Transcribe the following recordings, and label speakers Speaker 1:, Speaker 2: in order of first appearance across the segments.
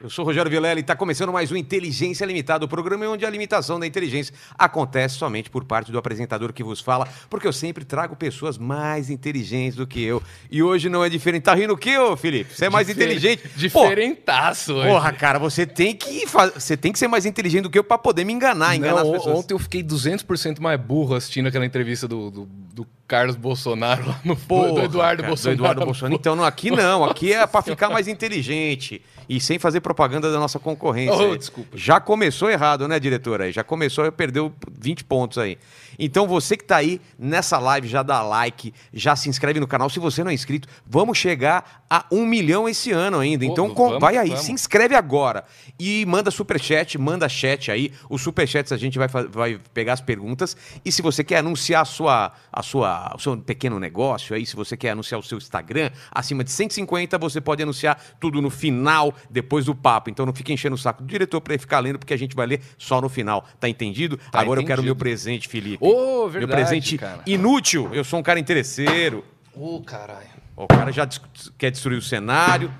Speaker 1: Eu sou o Rogério Vilela e está começando mais um Inteligência Limitada, o programa onde a limitação da inteligência acontece somente por parte do apresentador que vos fala, porque eu sempre trago pessoas mais inteligentes do que eu. E hoje não é diferente. Tá rindo o quê, ô Felipe? Você é mais
Speaker 2: Difer-
Speaker 1: inteligente. Pô,
Speaker 2: Diferentaço hoje.
Speaker 1: Porra, cara, você tem que fa- você tem que ser mais inteligente do que eu pra poder me enganar, enganar
Speaker 2: Não,
Speaker 1: as pessoas.
Speaker 2: Ontem eu fiquei 200% mais burro assistindo aquela entrevista do, do, do Carlos Bolsonaro lá no do Eduardo
Speaker 1: cara, do
Speaker 2: Bolsonaro.
Speaker 1: Eduardo Bolsonaro. Então, não, aqui não, aqui é pra ficar mais inteligente e sem fazer propaganda da nossa concorrência.
Speaker 2: Oh,
Speaker 1: aí.
Speaker 2: desculpa.
Speaker 1: Já começou errado, né, diretora? Já começou, perdeu 20 pontos aí. Então, você que tá aí nessa live, já dá like, já se inscreve no canal. Se você não é inscrito, vamos chegar a um milhão esse ano ainda.
Speaker 2: Pô,
Speaker 1: Então, com-
Speaker 2: vamos,
Speaker 1: vai aí,
Speaker 2: vamos.
Speaker 1: se inscreve agora e manda superchat, manda chat aí. Os superchats a gente vai, fa- vai pegar as perguntas. E se você quer anunciar a sua, a sua, o seu pequeno negócio aí, se você quer anunciar o seu Instagram, acima de 150, você pode anunciar tudo no final, depois do papo. Então não fique enchendo o saco do diretor para ele ficar lendo, porque a gente vai ler só no final. Tá entendido?
Speaker 2: Tá
Speaker 1: agora eu quero
Speaker 2: entendido.
Speaker 1: meu presente, Felipe.
Speaker 2: Ô,
Speaker 1: meu
Speaker 2: verdade,
Speaker 1: presente
Speaker 2: cara.
Speaker 1: inútil. Eu sou um cara interesseiro.
Speaker 2: Ô, caralho.
Speaker 1: O cara já des- quer destruir o cenário.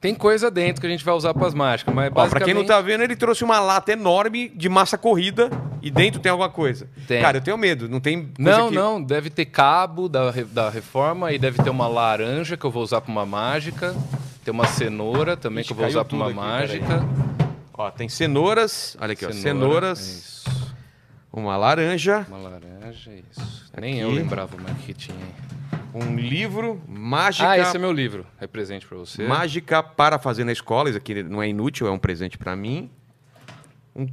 Speaker 2: Tem coisa dentro que a gente vai usar pras mágicas, mas
Speaker 1: Ó,
Speaker 2: basicamente...
Speaker 1: pra quem não tá vendo, ele trouxe uma lata enorme de massa corrida e dentro tem alguma coisa.
Speaker 2: Tem.
Speaker 1: Cara, eu tenho medo, não tem coisa
Speaker 2: Não,
Speaker 1: que-
Speaker 2: não, deve ter cabo da, re- da reforma e deve ter uma laranja que eu vou usar pra uma mágica. Tem uma cenoura também
Speaker 1: Ixi,
Speaker 2: que eu vou
Speaker 1: caiu
Speaker 2: usar pra uma
Speaker 1: tudo aqui,
Speaker 2: mágica.
Speaker 1: Ó, tem cenouras, olha aqui, ó,
Speaker 2: Cenoura, é
Speaker 1: cenouras,
Speaker 2: isso.
Speaker 1: uma laranja,
Speaker 2: Uma laranja, isso. Nem eu
Speaker 1: Aqui.
Speaker 2: lembrava mais que tinha. aí.
Speaker 1: um livro, mágica,
Speaker 2: Ah, esse é meu livro. É presente pra você.
Speaker 1: mágica para fazer na escola, isso aqui não é inútil, é um presente pra mim. Um-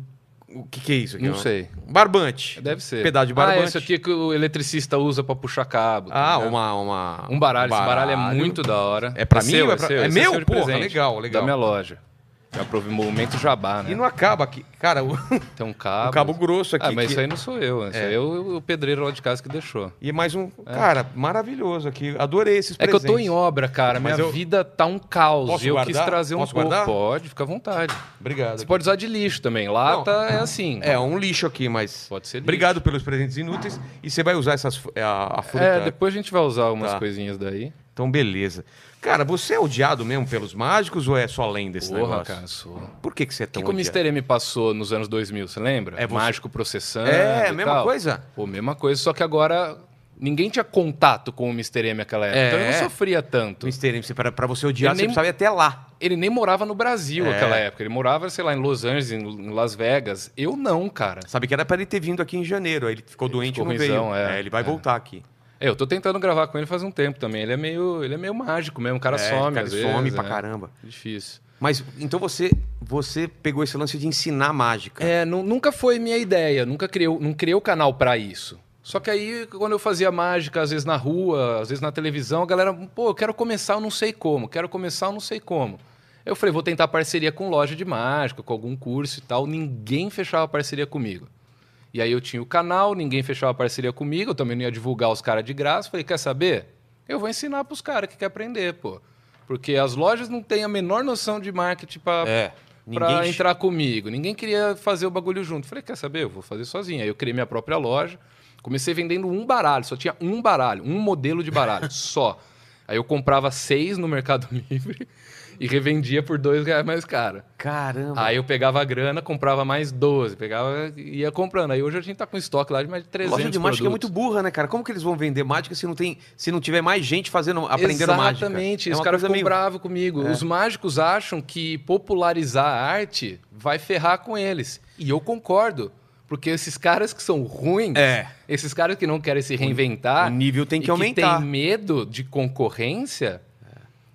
Speaker 1: o que que é isso aqui?
Speaker 2: Não
Speaker 1: ó?
Speaker 2: sei.
Speaker 1: Um Barbante.
Speaker 2: Deve ser.
Speaker 1: Pedaço de
Speaker 2: Ah,
Speaker 1: barbante.
Speaker 2: esse aqui é que o eletricista usa pra puxar cabo. tá
Speaker 1: Ah,
Speaker 2: ligado?
Speaker 1: uma, uma...
Speaker 2: Um baralho. Esse baralho é muito da hora.
Speaker 1: É pra mim
Speaker 2: seu,
Speaker 1: ou é pra- é
Speaker 2: Esse
Speaker 1: meu?
Speaker 2: seu de
Speaker 1: Porra,
Speaker 2: presente.
Speaker 1: legal, legal.
Speaker 2: Da minha loja. Já prove movimento jabá, né?
Speaker 1: E não acaba aqui. Cara, o,
Speaker 2: Tem um cabo.
Speaker 1: o cabo grosso aqui.
Speaker 2: Ah, mas
Speaker 1: que-
Speaker 2: isso aí não sou eu. Isso aí é o, o pedreiro lá de casa que deixou.
Speaker 1: E mais um. Cara, maravilhoso aqui. Adorei esses
Speaker 2: É que eu
Speaker 1: presentes.
Speaker 2: tô em obra, cara.
Speaker 1: Mas
Speaker 2: Minha
Speaker 1: eu-
Speaker 2: vida tá um caos.
Speaker 1: Posso
Speaker 2: e eu quis
Speaker 1: guardar?
Speaker 2: trazer um
Speaker 1: Posso
Speaker 2: pouco.
Speaker 1: guardar?
Speaker 2: Pode, fica à vontade.
Speaker 1: Obrigado.
Speaker 2: Você pode usar de lixo também. Lata é assim.
Speaker 1: É, um lixo aqui, mas.
Speaker 2: Pode ser lixo.
Speaker 1: Obrigado pelos presentes inúteis. E você vai usar essas, fu- a, a fruta.
Speaker 2: É, depois a gente vai usar algumas
Speaker 1: Tá.
Speaker 2: coisinhas daí.
Speaker 1: Então, beleza. Cara, você é odiado mesmo pelos mágicos ou é só lenda esse
Speaker 2: Porra,
Speaker 1: negócio?
Speaker 2: cara, sou.
Speaker 1: Por que, que você é
Speaker 2: O
Speaker 1: tão
Speaker 2: que, que o
Speaker 1: odiado?
Speaker 2: Mr. M passou nos anos 2000, você lembra?
Speaker 1: É você-
Speaker 2: Mágico processando.
Speaker 1: É,
Speaker 2: e
Speaker 1: mesma
Speaker 2: tal.
Speaker 1: coisa?
Speaker 2: Pô, mesma coisa, só que agora ninguém tinha contato com o Mr. M naquela época.
Speaker 1: É.
Speaker 2: Então ele não sofria tanto.
Speaker 1: Mr. M, você- pra, pra você odiar,
Speaker 2: Eu
Speaker 1: você
Speaker 2: nem-
Speaker 1: precisava ir até lá.
Speaker 2: Ele nem morava no Brasil
Speaker 1: É.
Speaker 2: naquela época. Ele morava, sei lá, em Los Angeles, em em Las Vegas. Eu não, cara.
Speaker 1: Sabe que era pra ele ter vindo aqui em janeiro. Aí ele ficou doente e
Speaker 2: ficou
Speaker 1: não
Speaker 2: ruimzão,
Speaker 1: veio.
Speaker 2: é.
Speaker 1: ele vai
Speaker 2: É.
Speaker 1: voltar aqui.
Speaker 2: É, eu tô tentando gravar com ele faz um tempo também. Ele é meio, ele é meio mágico mesmo. O cara
Speaker 1: É,
Speaker 2: some,
Speaker 1: cara,
Speaker 2: às
Speaker 1: ele
Speaker 2: vezes.
Speaker 1: some pra
Speaker 2: né?
Speaker 1: caramba.
Speaker 2: Difícil.
Speaker 1: Mas então você, você pegou esse lance de ensinar mágica.
Speaker 2: É, nu- nunca foi minha ideia, nunca criou, não criei o canal pra isso. Só que aí, quando eu fazia mágica, às vezes na rua, às vezes na televisão, a galera, pô, eu quero começar, eu não sei como, quero começar, eu não sei como. Eu falei, vou tentar parceria com loja de mágica, com algum curso e tal. Ninguém fechava parceria comigo. E aí eu tinha o canal, ninguém fechava parceria comigo, eu também não ia divulgar os caras de graça. Falei, quer saber? Eu vou ensinar pros caras que quer aprender, pô. Porque as lojas não têm a menor noção de marketing pra,
Speaker 1: É,
Speaker 2: pra
Speaker 1: ninguém-
Speaker 2: entrar comigo. Ninguém queria fazer o bagulho junto. Falei, quer saber? Eu vou fazer sozinho. Aí eu criei minha própria loja. Comecei vendendo um baralho, só tinha um baralho, um modelo de baralho, só. Aí eu comprava seis no Mercado Livre e revendia por dois reais mais caro.
Speaker 1: Caramba.
Speaker 2: Aí eu pegava a grana, comprava mais 12, pegava e ia comprando. Aí hoje a gente tá com estoque lá de mais de 300
Speaker 1: Loja de mágica é muito
Speaker 2: produtos.
Speaker 1: burra, né, cara? Como que eles vão vender mágica se não, tem, se não tiver mais gente fazendo, aprendendo mágica?
Speaker 2: Exatamente,
Speaker 1: É
Speaker 2: os
Speaker 1: uma
Speaker 2: caras
Speaker 1: coisa meio- É.
Speaker 2: ficam bravos comigo. Os mágicos acham que popularizar a arte vai ferrar com eles. E eu concordo, porque esses caras que são ruins,
Speaker 1: É.
Speaker 2: esses caras que não querem se reinventar,
Speaker 1: O nível tem
Speaker 2: e
Speaker 1: que aumentar.
Speaker 2: tem medo de concorrência.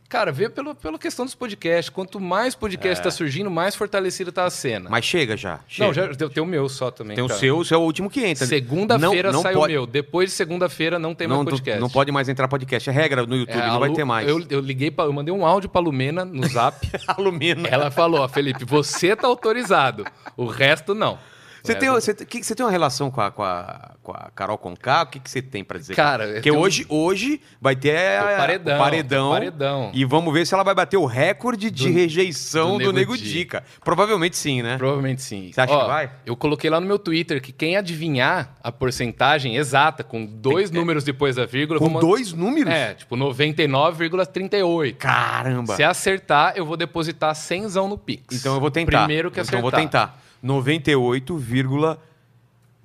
Speaker 2: Cara, vê pelo, pela questão dos podcasts. Quanto mais podcast
Speaker 1: É.
Speaker 2: tá surgindo, mais fortalecida tá a cena.
Speaker 1: Mas chega já. Chega.
Speaker 2: Não, já tem tem o meu só também.
Speaker 1: Tem o
Speaker 2: cara.
Speaker 1: seu, o seu é o último que entra.
Speaker 2: Segunda-feira
Speaker 1: Não- não
Speaker 2: sai
Speaker 1: pode-
Speaker 2: o meu. Depois de segunda-feira não tem
Speaker 1: Não,
Speaker 2: mais podcast.
Speaker 1: não pode mais entrar podcast. É regra no YouTube,
Speaker 2: É, a
Speaker 1: não vai
Speaker 2: Lu-
Speaker 1: ter mais.
Speaker 2: Eu, eu liguei pra, eu mandei um áudio pra Lumena no Zap.
Speaker 1: Alumina.
Speaker 2: ela falou: ó, Felipe, você tá autorizado. O resto não.
Speaker 1: Você,
Speaker 2: É,
Speaker 1: tem,
Speaker 2: eu-
Speaker 1: você, tem- que- você tem uma relação com a, com a, com a Carol Conká? O que, que você tem pra dizer?
Speaker 2: Cara, eu
Speaker 1: um- Porque
Speaker 2: tenho- um
Speaker 1: hoje, hoje vai ter
Speaker 2: O
Speaker 1: a-
Speaker 2: paredão,
Speaker 1: o paredão,
Speaker 2: o paredão.
Speaker 1: E vamos ver se ela vai bater o recorde de
Speaker 2: Do-
Speaker 1: rejeição
Speaker 2: do
Speaker 1: do,
Speaker 2: Nego
Speaker 1: Nego
Speaker 2: Di.
Speaker 1: Dica. Provavelmente sim, né?
Speaker 2: Provavelmente sim.
Speaker 1: Você acha
Speaker 2: Ó,
Speaker 1: que vai?
Speaker 2: Eu coloquei lá no meu Twitter que quem adivinhar a porcentagem exata, com dois números depois da vírgula... eu
Speaker 1: é Com
Speaker 2: vou man-
Speaker 1: dois números?
Speaker 2: É, tipo 99,38.
Speaker 1: Caramba.
Speaker 2: Se acertar, eu vou depositar 100 no Pix.
Speaker 1: Então eu vou tentar.
Speaker 2: Primeiro que acertar.
Speaker 1: Então eu vou tentar.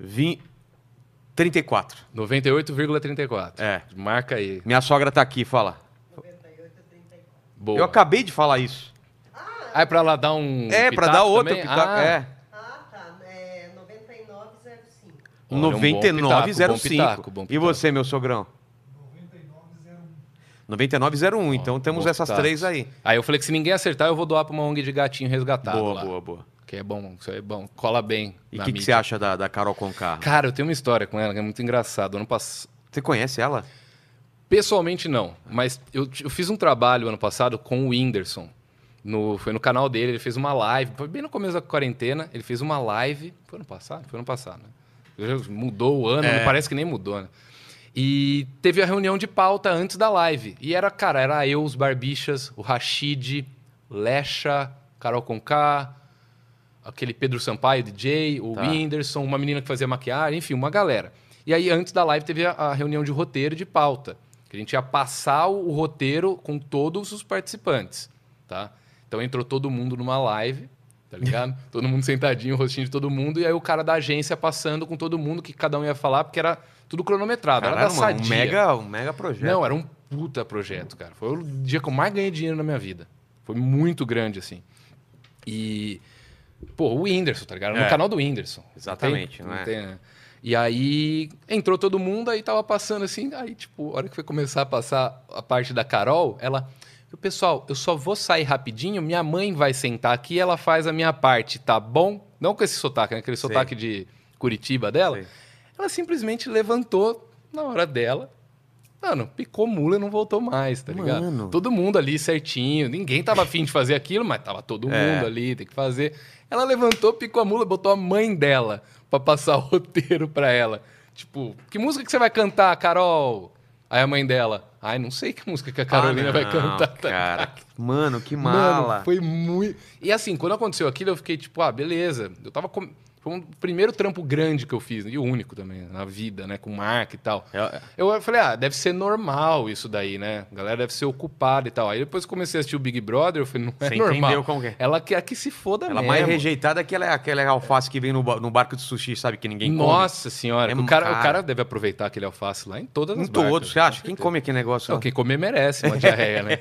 Speaker 1: 98,34.
Speaker 2: 98,34.
Speaker 1: É.
Speaker 2: Marca aí.
Speaker 1: Minha sogra tá aqui, fala.
Speaker 2: Boa.
Speaker 1: Eu acabei de falar isso.
Speaker 2: Ah, é pra lá dar um.
Speaker 1: é, pra dar outro pitaco.
Speaker 2: Ah,
Speaker 1: É.
Speaker 3: Ah, tá. É 9905.
Speaker 2: Olha, um bom pitaco,
Speaker 1: 9905.
Speaker 2: bom
Speaker 1: e
Speaker 2: pitaco.
Speaker 1: você, meu sogrão? 9901. Então temos
Speaker 2: bom
Speaker 1: essas
Speaker 2: pitaco.
Speaker 1: três aí.
Speaker 2: Aí eu falei que se ninguém acertar, eu vou doar pra uma ONG de gatinho resgatado.
Speaker 1: boa,
Speaker 2: Tá, lá.
Speaker 1: boa, boa.
Speaker 2: Que é bom, isso aí é bom. Cola bem.
Speaker 1: E o
Speaker 2: na
Speaker 1: que, que
Speaker 2: mídia.
Speaker 1: você acha da, da Carol Conká?
Speaker 2: Cara, eu tenho uma história com ela que é muito engraçado. Ano passado.
Speaker 1: Você conhece ela?
Speaker 2: é Pessoalmente não, mas eu, eu fiz um trabalho ano passado com o Whindersson. No, foi no canal dele, ele fez uma live, foi bem no começo da quarentena, ele fez uma live. Foi ano passado? Foi ano passado, né? Já Mudou o ano, não parece que nem mudou, né? E teve a reunião de pauta antes da live. E era, cara, era eu, os Barbixas, o Rashid, Lecha, Carol Conká, aquele Pedro Sampaio, DJ, o
Speaker 1: Tá.
Speaker 2: Whindersson, uma menina que fazia maquiagem, enfim, uma galera. E aí, antes da live, teve a, a reunião de roteiro e de pauta. Que a gente ia passar o, o roteiro com todos os participantes, tá? Então, entrou todo mundo numa live, tá ligado? todo mundo sentadinho, o rostinho de todo mundo. E aí, o cara da agência passando com todo mundo, que cada um ia falar, porque era tudo cronometrado. era da
Speaker 1: Caralho, mano,
Speaker 2: Sadia.
Speaker 1: um mega, um mega projeto.
Speaker 2: Não, era um puta projeto, cara. Foi o dia que eu mais ganhei dinheiro na minha vida. Foi muito grande, assim. E. Pô, o Whindersson, tá ligado? No
Speaker 1: É.
Speaker 2: canal do Whindersson.
Speaker 1: Exatamente,
Speaker 2: Não tem-
Speaker 1: não
Speaker 2: não
Speaker 1: é?
Speaker 2: tem, né? E aí entrou todo mundo, aí tava passando assim, aí, tipo, a hora que foi começar a passar a parte da Carol, ela. "Meu, Pessoal, eu só vou sair rapidinho, minha mãe vai sentar aqui e ela faz a minha parte, tá bom? Não com esse sotaque, né? Aquele
Speaker 1: Sei.
Speaker 2: sotaque de Curitiba dela.
Speaker 1: Sei.
Speaker 2: Ela simplesmente levantou na hora dela. Mano, picou mula e não voltou mais, tá ligado?
Speaker 1: Mano.
Speaker 2: Todo mundo ali certinho. Ninguém tava afim de fazer aquilo, mas tava todo
Speaker 1: É.
Speaker 2: mundo ali, tem que fazer. Ela levantou, picou a mula, botou a mãe dela pra passar o roteiro pra ela. Tipo, que música que você vai cantar, Carol? Aí a mãe dela, ai, não sei que música que a Carolina
Speaker 1: Ah,
Speaker 2: vai
Speaker 1: não,
Speaker 2: cantar. tá
Speaker 1: Cara, que- mano, que
Speaker 2: Mano,
Speaker 1: mala.
Speaker 2: foi muito. E assim, quando aconteceu aquilo, eu fiquei tipo, ah, beleza. Eu tava com. Foi um primeiro trampo grande que eu fiz, e o único também, na vida, né? Com marca e tal.
Speaker 1: É-
Speaker 2: Eu falei, ah, deve ser normal isso daí, né? A galera deve ser ocupada e tal. Aí depois que comecei a assistir o Big Brother, eu falei, não é
Speaker 1: Você entendeu
Speaker 2: normal.
Speaker 1: como que é.
Speaker 2: Ela quer que se foda
Speaker 1: Ela
Speaker 2: mesmo.
Speaker 1: mais rejeitada é aquela, aquela alface que vem no, ba- no barco de sushi, sabe? Que ninguém come.
Speaker 2: Nossa senhora,
Speaker 1: É
Speaker 2: o, cara,
Speaker 1: cara.
Speaker 2: o cara deve aproveitar aquele alface lá em todas
Speaker 1: Em
Speaker 2: as
Speaker 1: todos,
Speaker 2: barcas.
Speaker 1: Um você acha? Quem come aquele negócio?
Speaker 2: Não,
Speaker 1: lá?
Speaker 2: quem comer merece uma diarreia, né?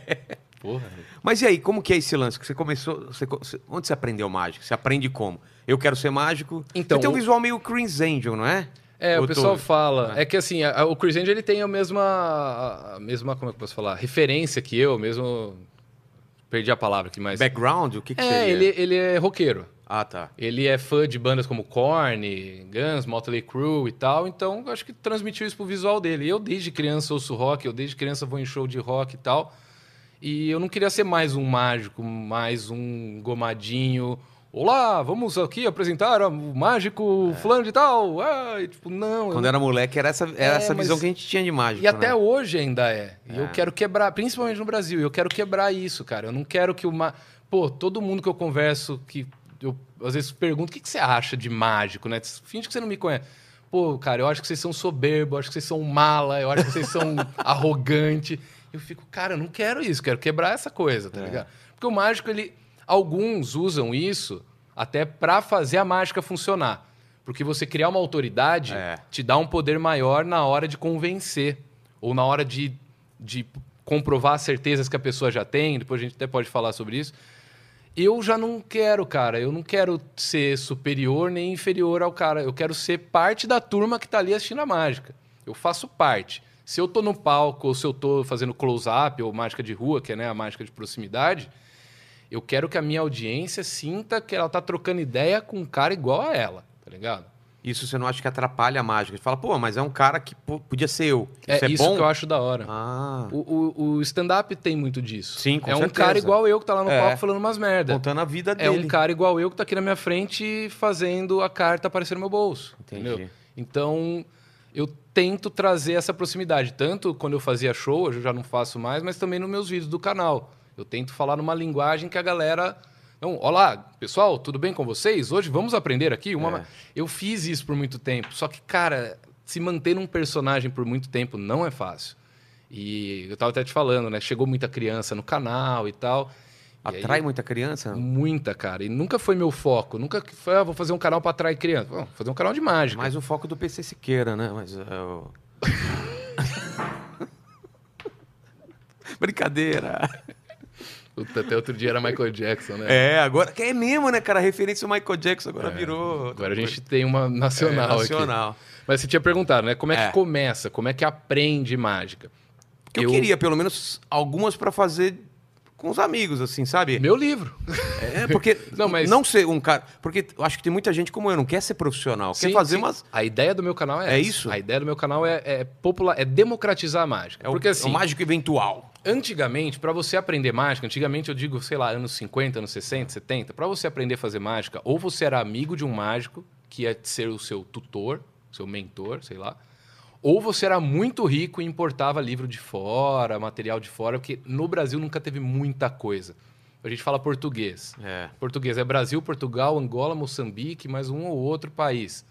Speaker 2: Porra.
Speaker 1: Mas e aí, como que é esse lance? Que você começou. você co- você- onde você aprendeu mágica? Você aprende como? Eu quero ser mágico.
Speaker 2: Então,
Speaker 1: Você tem um
Speaker 2: o-
Speaker 1: visual meio Crimson Angel, não é?
Speaker 2: É,
Speaker 1: Ou
Speaker 2: o pessoal
Speaker 1: tô-
Speaker 2: fala.
Speaker 1: Ah.
Speaker 2: É que assim, a- a- o Chris Angel ele tem a mesma. A mesma, como é que eu posso falar? Referência que eu, mesmo. Perdi a palavra aqui, mas.
Speaker 1: Background? O que, que
Speaker 2: é,
Speaker 1: seria?
Speaker 2: ele, ele é roqueiro.
Speaker 1: Ah, tá.
Speaker 2: Ele é fã de bandas como Korn, Guns, Motley Crue e tal, então eu acho que transmitiu isso pro visual dele. Eu desde criança ouço rock, eu desde criança vou em show de rock e tal. E eu não queria ser mais um mágico, mais um gomadinho. Olá, vamos aqui apresentar o mágico fulano de tal. Ah, e, tipo, não, eu
Speaker 1: Quando era moleque, era essa, era
Speaker 2: É,
Speaker 1: essa
Speaker 2: mas-
Speaker 1: visão que a gente tinha de mágico.
Speaker 2: e até
Speaker 1: né?
Speaker 2: hoje ainda é. E
Speaker 1: É.
Speaker 2: eu quero quebrar, principalmente no Brasil, eu quero quebrar isso, cara. Eu não quero que uma. Pô, todo mundo que eu converso, que eu às vezes pergunto, o que, que você acha de mágico, né? Finge que você não me conhece. Pô, cara, eu acho que vocês são soberbo, eu acho que vocês são mala, eu acho que vocês são arrogante. Eu fico, cara, eu não quero isso, quero quebrar essa coisa,
Speaker 1: É.
Speaker 2: tá ligado? Porque o mágico, ele. Alguns usam isso até pra fazer a mágica funcionar. Porque você criar uma autoridade
Speaker 1: É.
Speaker 2: te dá um poder maior na hora de convencer ou na hora de, de comprovar as certezas que a pessoa já tem. Depois a gente até pode falar sobre isso. Eu já não quero, cara. Eu não quero ser superior nem inferior ao cara. Eu quero ser parte da turma que tá ali assistindo a mágica. Eu faço parte. Se eu tô no palco, ou se eu tô fazendo close-up, ou mágica de rua, que é né, a mágica de proximidade, eu quero que a minha audiência sinta que ela tá trocando ideia com um cara igual a ela, tá ligado?
Speaker 1: Isso você não acha que atrapalha a mágica? Você fala, pô, mas é um cara que pô, podia ser eu.
Speaker 2: É
Speaker 1: isso é
Speaker 2: isso
Speaker 1: bom?
Speaker 2: que eu acho da hora.
Speaker 1: Ah,
Speaker 2: O, o- o stand-up tem muito disso.
Speaker 1: Sim, com
Speaker 2: É um
Speaker 1: certeza.
Speaker 2: cara igual eu que tá lá no
Speaker 1: É.
Speaker 2: palco falando umas merda.
Speaker 1: contando a vida
Speaker 2: É
Speaker 1: dele.
Speaker 2: um cara igual eu que tá aqui na minha frente fazendo a carta aparecer no meu bolso.
Speaker 1: Entendi.
Speaker 2: Entendeu? Então, eu tento trazer essa proximidade. Tanto quando eu fazia show, hoje eu já não faço mais, mas também nos meus vídeos do canal. Eu tento falar numa linguagem que a galera. Então, olá, pessoal, tudo bem com vocês? Hoje vamos aprender aqui uma.
Speaker 1: É.
Speaker 2: Eu fiz isso por muito tempo. Só que, cara, se manter um personagem por muito tempo não é fácil. E eu tava até te falando, né? Chegou muita criança no canal e tal. E aí-
Speaker 1: Atrai muita criança?
Speaker 2: Muita, cara. E nunca foi meu foco. Nunca que foi, ah, vou fazer um canal pra atrair criança. Bom, fazer um canal de mágica.
Speaker 1: É Mais o foco do PC Siqueira, né? Mas é o- Brincadeira.
Speaker 2: Puta, até outro dia era Michael Jackson, né?
Speaker 1: É, agora. que É mesmo, né, cara? A referência ao Michael Jackson agora virou.
Speaker 2: É, Agora a gente tem uma nacional,
Speaker 1: É, nacional.
Speaker 2: aqui. Mas você tinha perguntado, né? Como é,
Speaker 1: É.
Speaker 2: que começa? Como é que aprende mágica?
Speaker 1: Que eu... queria, pelo menos, algumas pra fazer com os amigos, assim, sabe?
Speaker 2: Meu livro.
Speaker 1: É, porque não,
Speaker 2: Não, mas-
Speaker 1: ser um cara. Porque eu acho que tem muita gente como eu, não quer ser profissional, quer
Speaker 2: Sim,
Speaker 1: fazer
Speaker 2: sim.
Speaker 1: umas.
Speaker 2: A ideia do meu canal é
Speaker 1: É
Speaker 2: essa.
Speaker 1: isso?
Speaker 2: A ideia do meu canal é, é popular, é democratizar a mágica.
Speaker 1: É o-
Speaker 2: Porque
Speaker 1: é o,
Speaker 2: assim,
Speaker 1: mágico eventual.
Speaker 2: Antigamente, para você aprender mágica, antigamente eu digo, sei lá, anos 50, anos 60, 70, para você aprender a fazer mágica, ou você era amigo de um mágico, que ia ser o seu tutor, seu mentor, sei lá, ou você era muito rico e importava livro de fora, material de fora, porque no Brasil nunca teve muita coisa. A gente fala português.
Speaker 1: É.
Speaker 2: Português é Brasil, Portugal, Angola, Moçambique, mais um ou outro país.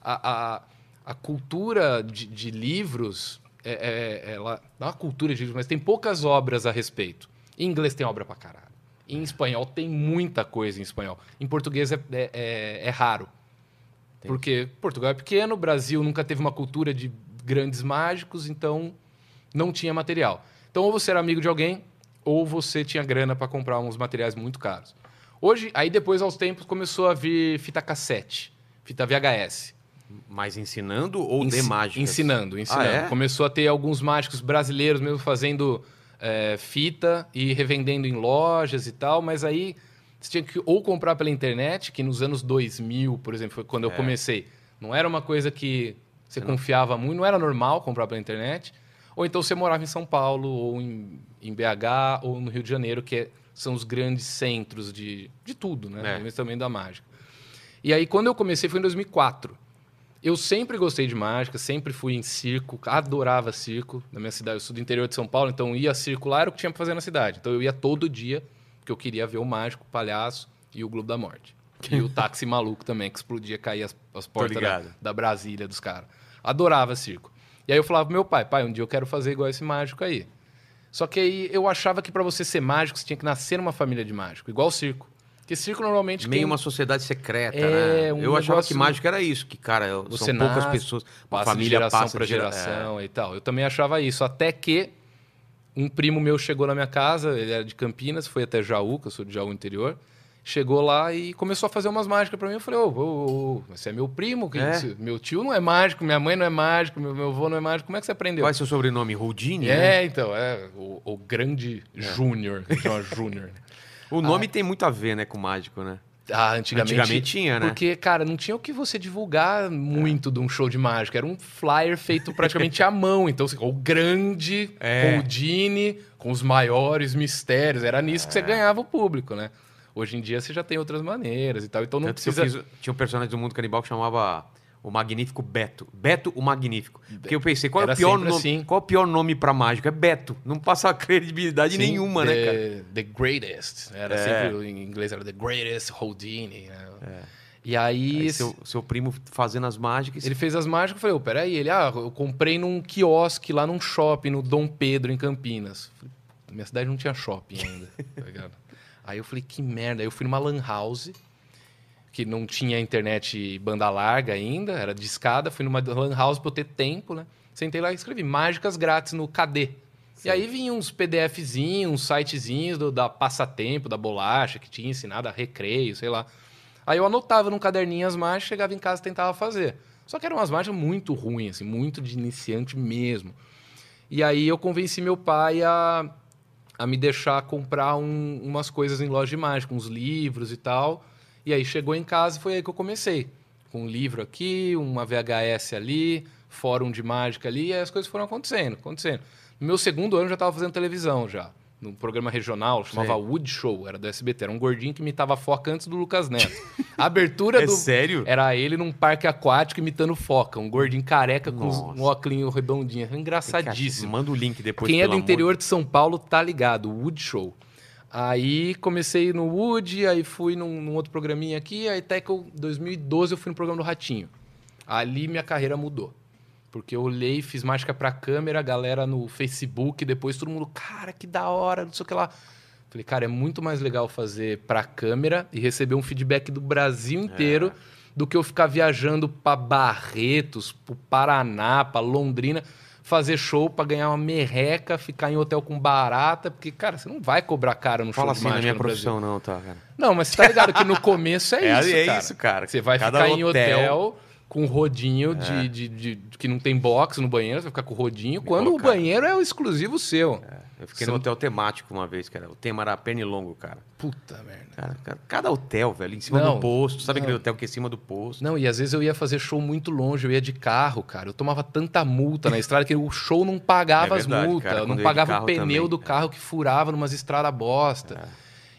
Speaker 2: A, a, a cultura de, de livros, é, é- ela não é uma cultura de livros, mas tem poucas obras a respeito. Em inglês tem obra pra caralho. Em espanhol tem muita coisa em espanhol. Em português é, é, é- é raro. Porque Portugal é pequeno, o Brasil nunca teve uma cultura de grandes mágicos, então não tinha material. Então, ou você era amigo de alguém, ou você tinha grana para comprar uns materiais muito caros. Hoje, aí depois, aos tempos, começou a vir fita cassete, fita VHS.
Speaker 1: Mas ensinando ou de
Speaker 2: Ensi-
Speaker 1: mágica?
Speaker 2: Ensinando, ensinando.
Speaker 1: Ah, é?
Speaker 2: Começou a ter alguns mágicos brasileiros mesmo fazendo é, fita e revendendo em lojas e tal, mas aí você tinha que ou comprar pela internet, que nos anos 2000, por exemplo, foi
Speaker 1: É.
Speaker 2: quando eu comecei, não era uma coisa que você confiava muito, não era normal comprar pela internet, ou então você morava em São Paulo, ou em, em BH, ou no Rio de Janeiro, que é- são os grandes centros de, de tudo,
Speaker 1: É.
Speaker 2: né? Mas também da mágica. E aí, quando eu comecei, foi em 2004. Eu sempre gostei de mágica, sempre fui em circo, adorava circo. Na minha cidade, eu sou do interior de São Paulo, então ia circo lá, era o que tinha pra fazer na cidade. Então eu ia todo dia, porque eu queria ver o Mágico, o Palhaço e o Globo da Morte. E o táxi maluco também, que explodia, caía as, as portas da,
Speaker 1: ligado.
Speaker 2: da Brasília dos caras. Adorava circo. E aí eu falava pro meu pai, pai, um dia eu quero fazer igual esse mágico aí. Só que aí eu achava que pra você ser mágico, você tinha que nascer numa família de mágico, igual circo. Porque circo normalmente
Speaker 1: Meio
Speaker 2: quem-
Speaker 1: uma sociedade secreta,
Speaker 2: É,
Speaker 1: né?
Speaker 2: um
Speaker 1: eu achava que
Speaker 2: negócio-
Speaker 1: mágica era isso, que, cara,
Speaker 2: Você
Speaker 1: são poucas
Speaker 2: nasce,
Speaker 1: pessoas. Uma
Speaker 2: passa de
Speaker 1: família
Speaker 2: geração
Speaker 1: passa
Speaker 2: pra
Speaker 1: de gera- é.
Speaker 2: geração e tal. Eu também achava isso, até que um primo meu chegou na minha casa, ele era de Campinas, foi até Jaú, que eu sou de Jaú interior, chegou lá e começou a fazer umas mágicas pra mim. Eu falei, ô, ô, ô, você é meu primo, que
Speaker 1: É.
Speaker 2: isso? meu tio não é mágico, minha mãe não é mágico, meu, meu avô não é mágico, como é que você
Speaker 1: É.
Speaker 2: aprendeu?
Speaker 1: Qual é seu sobrenome? Rudini? né? É.
Speaker 2: É, então, é o, o grande Júnior, que chama Júnior.
Speaker 1: O nome tem muito a ver, né, com mágico, né?
Speaker 2: Ah, antigamente,
Speaker 1: Antigamente tinha, né?
Speaker 2: Porque, cara, não tinha o que você divulgar muito de um show de mágica. Era um flyer feito praticamente à mão. Então, você, o grande
Speaker 1: É.
Speaker 2: Houdini com os maiores mistérios. Era
Speaker 1: É.
Speaker 2: nisso que você ganhava o público, né? Hoje em dia você já tem outras maneiras e tal. Então não
Speaker 1: Tanto
Speaker 2: precisa.
Speaker 1: que eu fiz, tinha um personagem do mundo canibal que chamava o Magnífico Beto. Beto o Magnífico. Porque eu pensei, qual é o
Speaker 2: Era
Speaker 1: pior
Speaker 2: sempre
Speaker 1: nome?
Speaker 2: assim.
Speaker 1: Qual é o pior nome pra mágico? É Beto. Não passa credibilidade
Speaker 2: Sim, é
Speaker 1: nenhuma,
Speaker 2: the-
Speaker 1: né, cara? É.
Speaker 2: The greatest. Era sempre, em inglês era The Greatest Houdini. né? E
Speaker 1: É. Aí
Speaker 2: aí.
Speaker 1: seu, seu primo fazendo as mágicas.
Speaker 2: Ele fez as mágicas, eu falei, ô, peraí, ele, ah, eu comprei num quiosque lá num shopping, no Dom Pedro, em Campinas. Falei, "Puta, minha cidade não tinha shopping ainda, tá ligado? Aí eu falei, que merda. Aí eu fui numa lan house, que não tinha internet e banda larga ainda, era de escada, fui numa lan house pra eu ter tempo, né? Sentei lá e escrevi mágicas grátis no KD. E aí vinha uns PDFzinhos, uns sitezinhos do- da Passatempo, da Bolacha, que tinha ensinado a recreio, sei lá. Aí eu anotava num caderninho as mágicas, chegava em casa e tentava fazer. Só que eram umas mágicas muito ruins, assim, muito de iniciante mesmo. E aí eu convenci meu pai a, a me deixar comprar um- umas coisas em loja de mágica, uns livros e tal. E aí chegou em casa e foi aí que eu comecei. com um livro aqui, uma VHS ali, fórum de mágica ali, e aí as coisas foram acontecendo, acontecendo. No meu segundo ano eu já estava fazendo televisão já, num programa regional, chamava Wood Show, era do SBT, era um gordinho que imitava a foca antes do Lucas Neto. A abertura
Speaker 1: É
Speaker 2: do
Speaker 1: sério?
Speaker 2: era ele num parque aquático imitando foca, um gordinho careca com os-
Speaker 1: Nossa.
Speaker 2: um óculinho redondinho, era engraçadíssimo.
Speaker 1: Manda o link depois.
Speaker 2: Quem é
Speaker 1: pelo
Speaker 2: do
Speaker 1: amor
Speaker 2: interior de São Paulo tá ligado, o Wood Show. Aí comecei no Wood, aí fui num, num outro programinha aqui, aí até que eu, 2012 eu fui no programa do Ratinho. Ali minha carreira mudou. Porque eu olhei, fiz mágica pra câmera, a galera no Facebook, depois todo mundo, cara, que da hora, não sei o que lá. Falei, cara, é muito mais legal fazer pra câmera e receber um feedback do Brasil inteiro
Speaker 1: É.
Speaker 2: do que eu ficar viajando pra Barretos, pro Paraná, pra Londrina, fazer show pra ganhar uma merreca, ficar em hotel com barata, porque, cara, você não vai cobrar cara no
Speaker 1: Fala
Speaker 2: show de
Speaker 1: assim na
Speaker 2: mágica
Speaker 1: minha
Speaker 2: no Brasil.
Speaker 1: profissão, não, tá, cara.
Speaker 2: Não, mas você tá ligado que no começo é,
Speaker 1: É,
Speaker 2: isso,
Speaker 1: é
Speaker 2: cara.
Speaker 1: isso, cara.
Speaker 2: Você vai
Speaker 1: Cada
Speaker 2: ficar em
Speaker 1: hotel- É.
Speaker 2: hotel, com um rodinho de, de- de- de- que não tem box no banheiro, você vai ficar com rodinho, quando
Speaker 1: colocaram.
Speaker 2: o banheiro é o exclusivo seu.
Speaker 1: Eu fiquei
Speaker 2: Você
Speaker 1: num
Speaker 2: não-
Speaker 1: hotel temático uma vez, cara. O tema era pernilongo, cara.
Speaker 2: Puta merda.
Speaker 1: Cara, cara, cada hotel, velho, em cima
Speaker 2: Não,
Speaker 1: do posto. Sabe
Speaker 2: não.
Speaker 1: aquele hotel que é em cima do posto?
Speaker 2: Não, e às vezes eu ia fazer show muito longe, eu ia de carro, cara. Eu tomava tanta multa na estrada que o show não pagava
Speaker 1: É
Speaker 2: as
Speaker 1: verdade,
Speaker 2: multas,
Speaker 1: cara, quando eu ia
Speaker 2: não
Speaker 1: de
Speaker 2: pagava
Speaker 1: carro
Speaker 2: o pneu
Speaker 1: também,
Speaker 2: do
Speaker 1: é.
Speaker 2: carro que furava numas estradas bosta.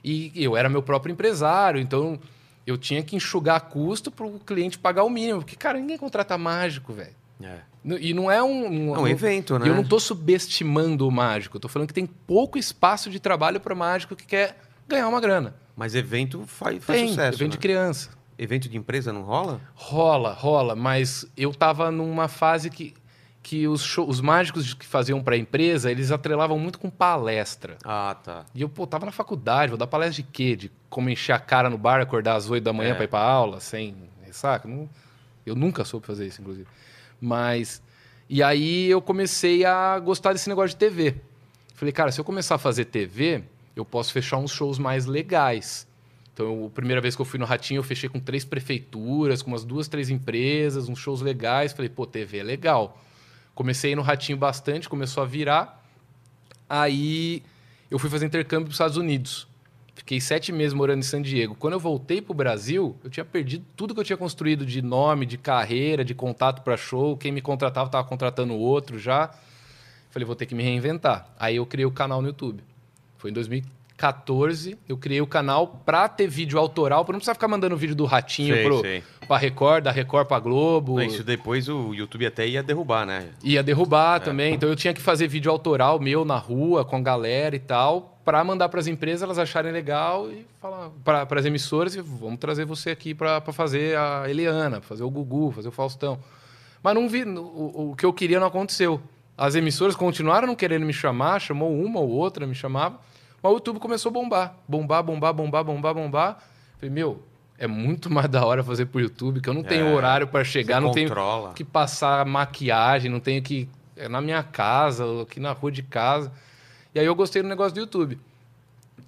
Speaker 2: E eu era meu próprio empresário, então eu tinha que enxugar custo pro cliente pagar o mínimo, porque, cara, ninguém contrata mágico, velho.
Speaker 1: É.
Speaker 2: N- E não é um. um-
Speaker 1: É um
Speaker 2: um-
Speaker 1: evento, né?
Speaker 2: E eu não tô subestimando o mágico. Eu tô falando que tem pouco espaço de trabalho para mágico que quer ganhar uma grana.
Speaker 1: Mas evento faz, faz
Speaker 2: Tem,
Speaker 1: sucesso.
Speaker 2: evento de
Speaker 1: né?
Speaker 2: criança.
Speaker 1: Evento de empresa não rola?
Speaker 2: Rola, rola, mas eu tava numa fase que, que os, show- os mágicos que faziam pra empresa, eles atrelavam muito com palestra.
Speaker 1: Ah, tá.
Speaker 2: E eu, pô, tava na faculdade, vou dar palestra de quê? De como encher a cara no bar, acordar às 8 da manhã
Speaker 1: É.
Speaker 2: pra ir pra aula, sem saca? Não- eu nunca soube fazer isso, inclusive. Mas. E aí eu comecei a gostar desse negócio de TV. Falei, cara, se eu começar a fazer TV, eu posso fechar uns shows mais legais. Então, eu- a primeira vez que eu fui no Ratinho, eu fechei com três prefeituras, com umas duas, três empresas, uns shows legais. Falei, pô, TV é legal. Comecei a ir no Ratinho bastante, começou a virar. Aí eu fui fazer intercâmbio para os Estados Unidos. Fiquei sete meses morando em San Diego. Quando eu voltei para o Brasil, eu tinha perdido tudo que eu tinha construído de nome, de carreira, de contato para show. Quem me contratava estava contratando outro já. Falei, vou ter que me reinventar. Aí eu criei o canal no YouTube. Foi em 2014, eu criei o canal para ter vídeo autoral, para não precisar ficar mandando vídeo do Ratinho
Speaker 1: Sei,
Speaker 2: pro-
Speaker 1: sei.
Speaker 2: pra Record, da Record pra Globo.
Speaker 1: Não, isso depois o YouTube até ia derrubar, né?
Speaker 2: Ia derrubar também, então eu tinha que fazer vídeo autoral meu na rua, com a galera e tal, pra mandar pras empresas, elas acharem legal e falar pra- pras emissoras, e vamos trazer você aqui pra pra fazer a Eliana, pra fazer o Gugu, fazer o Faustão. Mas não vi, no- o, o que eu queria não aconteceu. As emissoras continuaram não querendo me chamar, chamou uma ou outra, me chamava, mas o YouTube começou a bombar, bombar, bombar, bombar, bombar, bombar. Falei, meu, é muito mais da hora fazer por YouTube, que eu não tenho
Speaker 1: É,
Speaker 2: horário pra chegar,
Speaker 1: Você
Speaker 2: não tenho
Speaker 1: controla.
Speaker 2: que passar maquiagem, não tenho que. É na minha casa, ou aqui na rua de casa. E aí eu gostei do negócio do YouTube.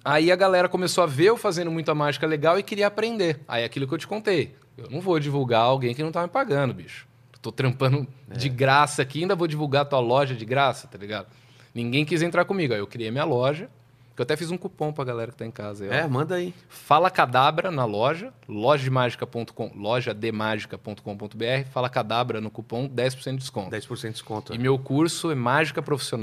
Speaker 2: Aí a galera começou a ver eu fazendo muita mágica legal e queria aprender. Aí é aquilo que eu te contei. Eu não vou divulgar alguém que não tá me pagando, bicho. Eu Tô trampando de graça aqui, ainda vou divulgar a tua loja de graça, tá ligado? Ninguém quis entrar comigo. Aí eu criei minha loja, que eu até fiz um cupom pra galera que tá em casa. aí, ó.
Speaker 1: É, manda aí.
Speaker 2: Fala Cadabra na loja, lojademagica.com, lojademagica.com.br, Fala Cadabra no cupom 10% de desconto.
Speaker 1: 10% de desconto.
Speaker 2: E meu curso é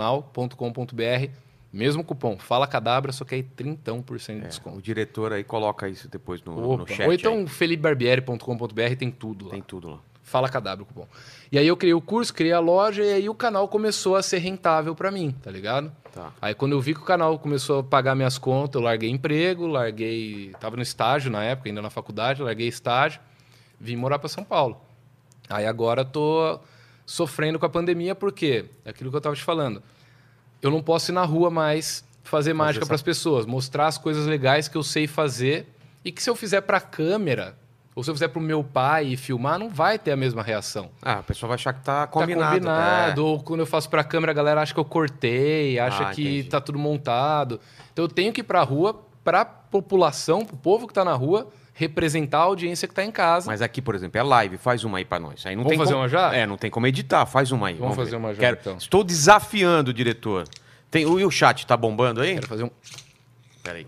Speaker 2: magicaprofissional.com.br, mesmo cupom, Fala Cadabra, só que aí 31% de
Speaker 1: O
Speaker 2: desconto.
Speaker 1: diretor aí coloca isso depois É, no, no
Speaker 2: Opa.
Speaker 1: chat.
Speaker 2: Ou
Speaker 1: aí.
Speaker 2: então felipebarbieri.com.br tem tudo lá.
Speaker 1: Tem tudo lá.
Speaker 2: Fala Cadabra, o cupom. E aí eu criei o curso, criei a loja e aí o canal começou a ser rentável pra mim, tá ligado?
Speaker 1: Tá.
Speaker 2: Aí quando eu vi que o canal começou a pagar minhas contas, eu larguei emprego, larguei. Tava no estágio na época, ainda na faculdade, larguei estágio, vim morar para São Paulo. Aí agora tô sofrendo com a pandemia, porque é aquilo que eu tava te falando. Eu não posso ir na rua mais fazer mágica
Speaker 1: essa-
Speaker 2: para as pessoas, mostrar as coisas legais que eu sei fazer e que se eu fizer para câmera ou se eu fizer para o meu pai e filmar, não vai ter a mesma reação
Speaker 1: Ah, o pessoal vai achar que tá combinado.
Speaker 2: tá combinado.
Speaker 1: É.
Speaker 2: Ou quando eu faço pra câmera, a galera acha que eu cortei, acha
Speaker 1: Ah,
Speaker 2: que
Speaker 1: entendi.
Speaker 2: tá tudo montado. Então eu tenho que ir pra rua pra população, pro povo que tá na rua, representar a audiência que tá em casa.
Speaker 1: Mas aqui, por exemplo, é live, faz uma aí pra nós. Aí não
Speaker 2: Vamos
Speaker 1: tem
Speaker 2: fazer
Speaker 1: como-
Speaker 2: uma já?
Speaker 1: É, não tem como editar, faz uma aí.
Speaker 2: Vamos fazer
Speaker 1: ver.
Speaker 2: uma já, então.
Speaker 1: Estou desafiando o diretor. Tem... E o chat tá bombando aí?
Speaker 2: Quero fazer um.
Speaker 1: Peraí.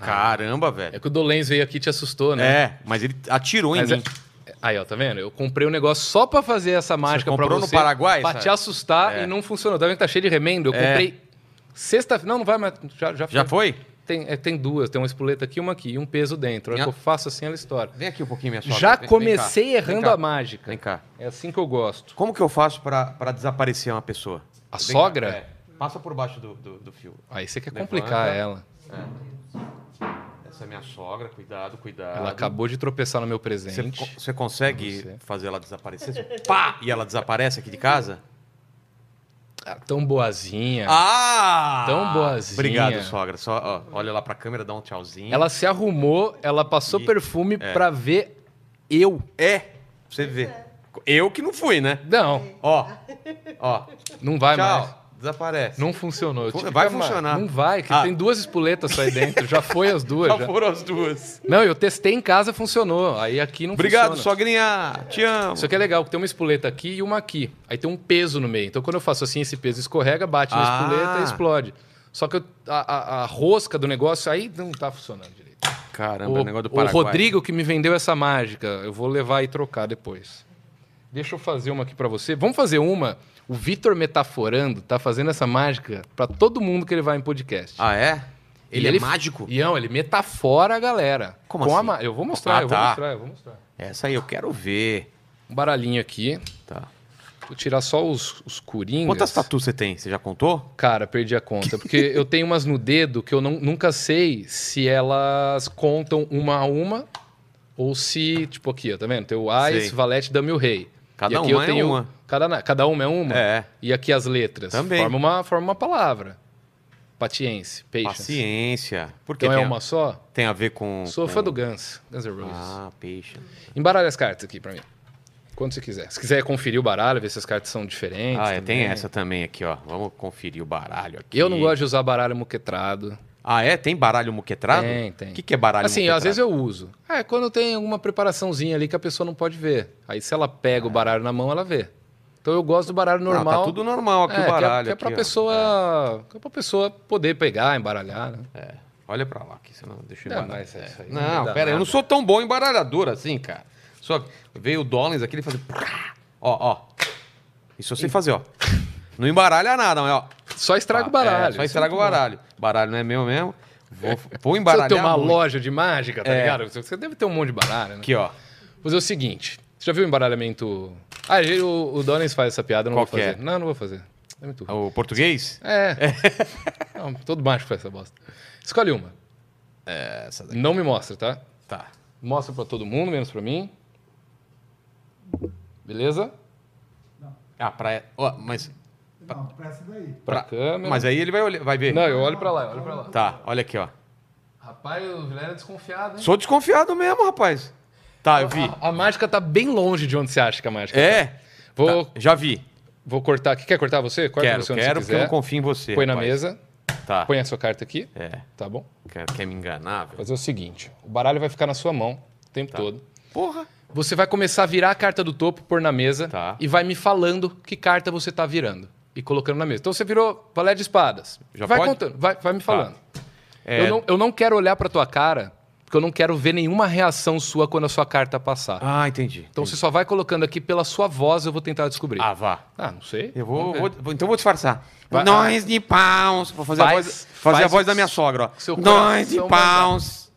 Speaker 1: Caramba,
Speaker 2: É
Speaker 1: velho.
Speaker 2: que o Dolens veio aqui e te assustou, né?
Speaker 1: É, mas ele atirou em
Speaker 2: Mas
Speaker 1: mim.
Speaker 2: é- Aí, ó, tá vendo? Eu comprei um negócio só pra fazer essa mágica pra
Speaker 1: comprou
Speaker 2: você.
Speaker 1: no Paraguai,
Speaker 2: Pra
Speaker 1: sabe?
Speaker 2: te assustar
Speaker 1: É.
Speaker 2: e não funcionou. Tá vendo que tá cheio de remendo? Eu
Speaker 1: É.
Speaker 2: comprei sexta-feira. Não, não vai, mas já, já foi.
Speaker 1: Já foi?
Speaker 2: Tem, é, tem duas. Tem uma espoleta aqui e uma aqui. E um peso dentro. Aí
Speaker 1: Minha-
Speaker 2: eu faço assim, ela estoura.
Speaker 1: Vem aqui um pouquinho, minha sogra.
Speaker 2: Já
Speaker 1: Vem- vem
Speaker 2: comecei
Speaker 1: cá. Vem
Speaker 2: errando
Speaker 1: cá.
Speaker 2: a mágica.
Speaker 1: Vem cá.
Speaker 2: É assim que eu gosto.
Speaker 1: Como que eu faço pra pra desaparecer uma pessoa?
Speaker 2: A
Speaker 1: Vem cá.
Speaker 2: sogra?
Speaker 1: É. Passa por baixo do, do, do fio.
Speaker 2: Aí você quer
Speaker 1: Levanta.
Speaker 2: complicar ela.
Speaker 1: Essa é minha sogra, cuidado, cuidado.
Speaker 2: Ela acabou de tropeçar no meu
Speaker 1: Você,
Speaker 2: presente.
Speaker 1: co- você consegue
Speaker 2: Você.
Speaker 1: fazer ela desaparecer? Você- Pá! E ela desaparece aqui de casa?
Speaker 2: Ah, tão boazinha.
Speaker 1: Ah!
Speaker 2: É. Tão boazinha.
Speaker 1: Obrigado, sogra. Só, ó, olha lá pra câmera, dá um tchauzinho.
Speaker 2: Ela se arrumou, ela passou
Speaker 1: E-
Speaker 2: perfume pra ver eu.
Speaker 1: É, pra você ver. Eu que não fui, né?
Speaker 2: Não,
Speaker 1: Ó, ó.
Speaker 2: não vai
Speaker 1: Tchau.
Speaker 2: mais.
Speaker 1: Desaparece.
Speaker 2: Não funcionou. Eu tive que
Speaker 1: Vai
Speaker 2: amar.
Speaker 1: funcionar.
Speaker 2: Não vai, que
Speaker 1: Ah.
Speaker 2: tem duas espoletas aí dentro. Já foi as duas.
Speaker 1: Já
Speaker 2: já.
Speaker 1: foram as duas.
Speaker 2: Não, eu testei em casa, funcionou. Aí aqui não
Speaker 1: Obrigado,
Speaker 2: funciona.
Speaker 1: sogrinha. Te amo.
Speaker 2: Isso aqui é legal, que tem uma espoleta aqui e uma aqui. Aí tem um peso no meio. Então quando eu faço assim, esse peso escorrega, bate
Speaker 1: Ah.
Speaker 2: na espoleta e explode. Só que eu- a, a- a rosca do negócio aí não tá funcionando direito.
Speaker 1: Caramba,
Speaker 2: o,
Speaker 1: o negócio do
Speaker 2: o
Speaker 1: Paraguai.
Speaker 2: Rodrigo que me vendeu essa mágica. Eu vou levar e trocar depois. Deixa eu fazer uma aqui pra você. Vamos fazer uma. O Vitor Metaforando tá fazendo essa mágica pra todo mundo que ele vai em podcast.
Speaker 1: Ah, é? Ele,
Speaker 2: E
Speaker 1: é mágico?
Speaker 2: E não, ele metafora a galera.
Speaker 1: Como
Speaker 2: Com a
Speaker 1: assim?
Speaker 2: ma- Eu vou mostrar,
Speaker 1: Ah,
Speaker 2: eu vou
Speaker 1: tá.
Speaker 2: mostrar, eu vou mostrar.
Speaker 1: Essa aí eu quero ver.
Speaker 2: Um baralhinho aqui.
Speaker 1: Tá.
Speaker 2: Vou tirar só os, os coringas.
Speaker 1: Quantas tatuas você tem? Você já contou?
Speaker 2: Cara, perdi a conta. Porque eu tenho umas no dedo que eu não- nunca sei se elas contam uma a uma ou se, tipo aqui, ó, tá vendo? Tem o Ais,
Speaker 1: Sei.
Speaker 2: Valete, Dame e o Rei.
Speaker 1: Cada
Speaker 2: e aqui
Speaker 1: uma
Speaker 2: eu
Speaker 1: é
Speaker 2: tenho,
Speaker 1: uma.
Speaker 2: Cada, na- cada uma é uma?
Speaker 1: É.
Speaker 2: E aqui as letras.
Speaker 1: Também.
Speaker 2: Forma uma, forma uma palavra. Patience, patience.
Speaker 1: Paciência. Porque
Speaker 2: Então é
Speaker 1: tem, a-
Speaker 2: uma só?
Speaker 1: tem a ver com.
Speaker 2: Sou
Speaker 1: com...
Speaker 2: fã do Guns, Guns N' Roses.
Speaker 1: Ah, peixe.
Speaker 2: Embaralha as cartas aqui pra mim. Quando você quiser. Se quiser conferir o baralho, ver se as cartas são diferentes.
Speaker 1: Ah, é, tem
Speaker 2: também.
Speaker 1: essa também aqui, ó. Vamos conferir o baralho aqui.
Speaker 2: Eu não gosto de usar baralho muquetrado.
Speaker 1: Ah, é? Tem baralho muquetrado?
Speaker 2: Tem, tem.
Speaker 1: O que, que é baralho
Speaker 2: assim,
Speaker 1: muquetrado?
Speaker 2: às vezes eu uso. É, quando tem alguma preparaçãozinha ali que a pessoa não pode ver. Aí se ela pega o baralho na mão, ela vê. Então eu gosto do baralho
Speaker 1: É. Não,
Speaker 2: normal.
Speaker 1: tá tudo normal
Speaker 2: é,
Speaker 1: aqui
Speaker 2: que
Speaker 1: o
Speaker 2: é-
Speaker 1: baralho.
Speaker 2: Que é, pra
Speaker 1: aqui, ó.
Speaker 2: pessoa. Que é pra pessoa poder pegar, embaralhar, né?
Speaker 1: É. Olha pra lá aqui, senão deixa eu
Speaker 2: É,
Speaker 1: embaralhar.
Speaker 2: mas é isso aí, não
Speaker 1: Não,
Speaker 2: dá
Speaker 1: pera, eu não
Speaker 2: nada.
Speaker 1: sou tão bom embaralhador assim, cara. Só veio o Dollins aqui, ele fazia... prá, Ó, ó. Isso eu sei fazer, ó. Não embaralha nada, mas ó.
Speaker 2: Só estraga
Speaker 1: Ah,
Speaker 2: o baralho.
Speaker 1: é, só
Speaker 2: Isso
Speaker 1: estraga
Speaker 2: é
Speaker 1: o
Speaker 2: muito bom.
Speaker 1: baralho. Baralho não é meu mesmo. Vou, vou
Speaker 2: Se eu
Speaker 1: embaralhar
Speaker 2: ter uma
Speaker 1: muito.
Speaker 2: loja de mágica, tá
Speaker 1: É.
Speaker 2: ligado? Você deve ter um monte de baralho, né?
Speaker 1: Aqui, ó.
Speaker 2: Vou fazer o seguinte. Você já viu o embaralhamento. Ah, ele- o, o Donis faz essa piada, eu não
Speaker 1: Qual
Speaker 2: vou
Speaker 1: que
Speaker 2: fazer.
Speaker 1: é?
Speaker 2: Não, não vou fazer. É muito ruim.
Speaker 1: O português?
Speaker 2: É. Não, todo mágico faz essa bosta. Escolhe uma.
Speaker 1: É, essa daqui.
Speaker 2: Não me mostra, tá?
Speaker 1: Tá.
Speaker 2: Mostra pra todo mundo, menos pra mim. Beleza?
Speaker 1: Ah, pra... Ó, mas...
Speaker 4: Não, presta daí.
Speaker 2: Pra câmera.
Speaker 1: Mas aí ele vai, olhar- vai ver.
Speaker 2: Não, eu olho pra lá, eu olho pra lá.
Speaker 1: Tá, olha aqui, ó.
Speaker 2: Rapaz, o Vilela é desconfiado, hein?
Speaker 1: Sou desconfiado mesmo, rapaz. Tá, eu vi.
Speaker 2: A, a mágica tá bem longe de onde você acha que a mágica tá.
Speaker 1: É?
Speaker 2: Vou,
Speaker 1: Tá, já vi.
Speaker 2: vou cortar aqui. Quer cortar você? Corta
Speaker 1: quero,
Speaker 2: você onde
Speaker 1: quero,
Speaker 2: você
Speaker 1: porque eu
Speaker 2: quiser.
Speaker 1: não confio em você.
Speaker 2: Põe na
Speaker 1: rapaz.
Speaker 2: mesa.
Speaker 1: Tá.
Speaker 2: Põe a sua carta aqui.
Speaker 1: É,
Speaker 2: Tá bom?
Speaker 1: quer, quer me enganar, velho?
Speaker 2: Fazer o seguinte: o baralho vai ficar na sua mão o tempo
Speaker 1: Tá.
Speaker 2: todo.
Speaker 1: Porra.
Speaker 2: Você vai começar a virar a carta do topo, pôr na mesa
Speaker 1: Tá.
Speaker 2: e vai me falando que carta você tá virando e colocando na mesa. Então você virou valé de espadas.
Speaker 1: Já
Speaker 2: vai
Speaker 1: pode?
Speaker 2: contando, vai, vai me falando.
Speaker 1: É,
Speaker 2: Eu, não, eu não quero olhar pra tua cara, porque eu não quero ver nenhuma reação sua quando a sua carta passar.
Speaker 1: Ah, entendi.
Speaker 2: Então você só vai colocando aqui pela sua voz, eu vou tentar descobrir.
Speaker 1: Ah, vá.
Speaker 2: Ah, não sei.
Speaker 1: Eu
Speaker 2: Vamos
Speaker 1: vou,
Speaker 2: ver.
Speaker 1: vou- vou- então vou disfarçar.
Speaker 2: Vai-
Speaker 1: Nós de paus. Vou fazer a
Speaker 2: Faz-
Speaker 1: voz, fazer
Speaker 2: faz
Speaker 1: a voz
Speaker 2: o
Speaker 1: da minha sogra, ó.
Speaker 2: seu
Speaker 1: Nós de
Speaker 2: coração
Speaker 1: paus.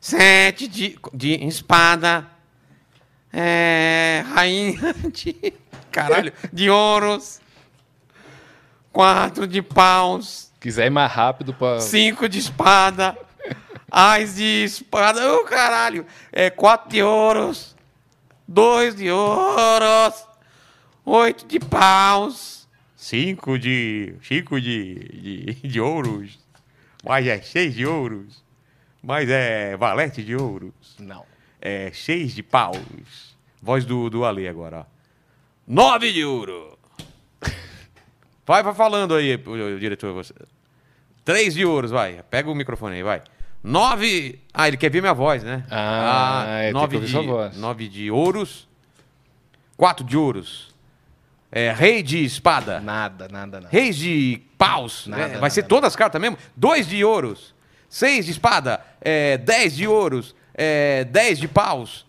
Speaker 1: Sete de, de espada. É, rainha de. Caralho. De ouros. Quatro de paus.
Speaker 2: Quiser ir mais rápido pra.
Speaker 1: Cinco de espada. Ais de espada. Ô, caralho. É quatro de ouros. Dois de ouros. Oito de paus. Cinco de... Cinco de, de, de ouros. Mais é seis de ouros. Mais é valete de ouros.
Speaker 2: Não.
Speaker 1: É seis de paus. Voz do, do Ale agora, ó. Nove de ouro. Vai, vai falando aí, o, o diretor. Você. Três de ouros, vai. Pega o microfone aí, vai. Nove. Ah, ele quer ver minha voz, né?
Speaker 2: Ah, é, tem que
Speaker 1: nove
Speaker 2: ouvir
Speaker 1: de,
Speaker 2: sua voz.
Speaker 1: Nove de ouros. Quatro de ouros. É, rei de espada.
Speaker 2: Nada, nada, nada.
Speaker 1: Reis de paus.
Speaker 2: Nada,
Speaker 1: né? Vai
Speaker 2: nada,
Speaker 1: ser
Speaker 2: nada.
Speaker 1: todas as cartas mesmo. Dois de ouros. Seis de espada. É, dez de ouros. É, dez de paus.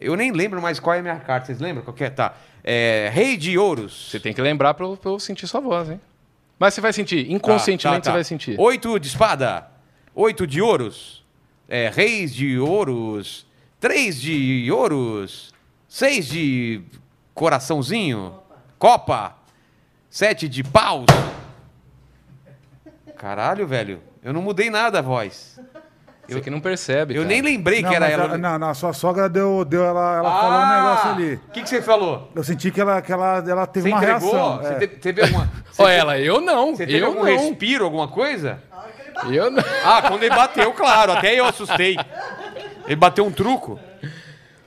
Speaker 1: Eu nem lembro mais qual é a minha carta. Vocês lembram qual que é? Tá. É, Rei de Ouros.
Speaker 2: Você tem que lembrar pra eu, pra eu sentir sua voz, hein? Mas você vai sentir. Inconscientemente
Speaker 1: Tá, tá, tá.
Speaker 2: você vai sentir.
Speaker 1: Oito de espada. Oito de ouros. É, reis de ouros. Três de ouros. Seis de coraçãozinho. Copa. Sete de paus. Caralho, velho. Eu não mudei nada a voz.
Speaker 2: Você que não percebe,
Speaker 1: Eu
Speaker 2: cara.
Speaker 1: nem lembrei
Speaker 4: Não,
Speaker 1: que era
Speaker 4: mas
Speaker 1: ela. Ah!
Speaker 4: a- não, não, a sua sogra deu, deu ela, ela falou um negócio ali.
Speaker 1: O que, que você falou?
Speaker 4: Eu senti que ela, que ela, ela teve
Speaker 1: Você
Speaker 4: uma
Speaker 1: entregou?
Speaker 4: reação.
Speaker 1: Você
Speaker 4: é.
Speaker 1: te- teve alguma. Você,
Speaker 2: Ó, ela, eu não.
Speaker 1: você teve
Speaker 2: Eu
Speaker 1: algum
Speaker 2: não.
Speaker 1: respiro, alguma coisa?
Speaker 3: A hora que ele bateu.
Speaker 2: Eu não.
Speaker 1: Ah, quando ele bateu, claro, até eu assustei. Ele bateu um truco.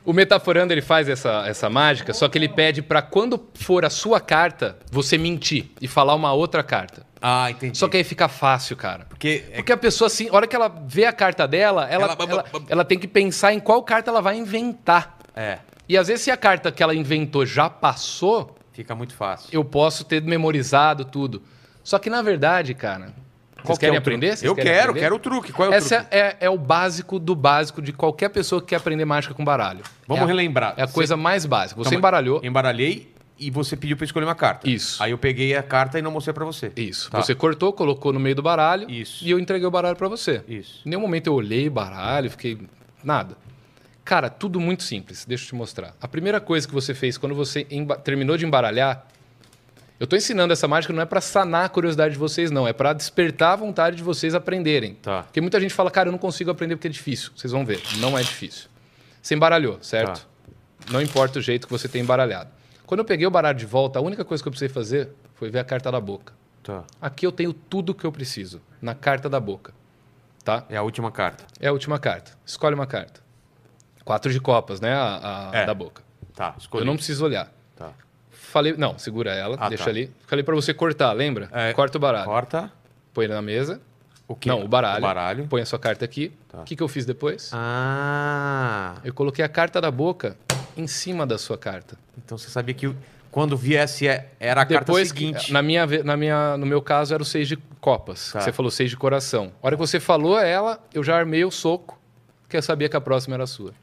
Speaker 2: O metaforando ele faz essa, essa mágica, só que ele pede pra quando for a sua carta, você mentir e falar uma outra carta.
Speaker 1: Ah, entendi.
Speaker 2: Só que aí fica fácil, cara.
Speaker 1: Porque é-
Speaker 2: Porque a pessoa, assim, a hora que ela vê a carta dela, ela,
Speaker 1: Ela-
Speaker 2: ela, ela tem que pensar em qual carta ela vai inventar.
Speaker 1: É,
Speaker 2: E às vezes, se a carta que ela inventou já passou,
Speaker 1: fica muito fácil.
Speaker 2: eu posso ter memorizado tudo. Só que, na verdade, cara. Vocês
Speaker 1: que
Speaker 2: querem
Speaker 1: é o truque?
Speaker 2: aprender? Vocês
Speaker 1: eu
Speaker 2: querem
Speaker 1: quero,
Speaker 2: aprender?
Speaker 1: quero o truque. Qual é o
Speaker 2: Essa
Speaker 1: truque?
Speaker 2: é, é o básico do básico de qualquer pessoa que quer aprender mágica com baralho.
Speaker 1: Vamos
Speaker 2: É a-
Speaker 1: relembrar.
Speaker 2: É a
Speaker 1: Você-
Speaker 2: coisa mais básica. é- Você
Speaker 1: Calma aí.
Speaker 2: embaralhou.
Speaker 1: Embaralhei e você pediu pra eu escolher uma carta.
Speaker 2: Isso.
Speaker 1: Aí eu peguei a carta e não mostrei pra você.
Speaker 2: Isso.
Speaker 1: Tá.
Speaker 2: Você cortou, colocou no meio do baralho
Speaker 1: Isso.
Speaker 2: e eu entreguei o baralho pra você.
Speaker 1: Isso.
Speaker 2: Em nenhum momento eu olhei o baralho, fiquei. Nada. Cara, tudo muito simples. Deixa eu te mostrar. A primeira coisa que você fez quando você emba- terminou de embaralhar. Eu tô ensinando essa mágica não é pra sanar a curiosidade de vocês, não. É pra despertar a vontade de vocês aprenderem.
Speaker 1: Tá.
Speaker 2: Porque muita gente fala, cara, eu não consigo aprender porque é difícil. Vocês vão ver. Não é difícil. Você embaralhou, certo?
Speaker 1: Tá.
Speaker 2: Não importa o jeito que você tem embaralhado. Quando eu peguei o baralho de volta, a única coisa que eu precisei fazer foi ver a carta da boca.
Speaker 1: Tá.
Speaker 2: Aqui eu tenho tudo o que eu preciso, na carta da boca. Tá?
Speaker 1: É a última carta.
Speaker 2: É a última carta. Escolhe uma carta. Quatro de copas, né? A, a-
Speaker 1: É.
Speaker 2: da boca.
Speaker 1: Tá, escolhi.
Speaker 2: Eu não preciso olhar.
Speaker 1: Tá.
Speaker 2: Falei, não, segura ela,
Speaker 1: Ah,
Speaker 2: deixa
Speaker 1: tá.
Speaker 2: ali. Falei pra você cortar, lembra?
Speaker 1: É.
Speaker 2: Corta o baralho.
Speaker 1: Corta.
Speaker 2: Põe ele na mesa.
Speaker 1: O quê?
Speaker 2: Não, o baralho.
Speaker 1: O baralho. Tá.
Speaker 2: Põe a sua carta aqui. O que, que eu fiz depois?
Speaker 1: Ah,
Speaker 2: Eu coloquei a carta da boca em cima da sua carta.
Speaker 1: então você sabia que o- quando viesse é- era a
Speaker 2: Depois,
Speaker 1: carta seguinte.
Speaker 2: na minha, ve- na minha, no meu caso, era o seis de copas.
Speaker 1: Tá.
Speaker 2: que Você falou seis de coração. A hora que você falou ela, eu já armei o soco, porque eu sabia que a próxima era a sua.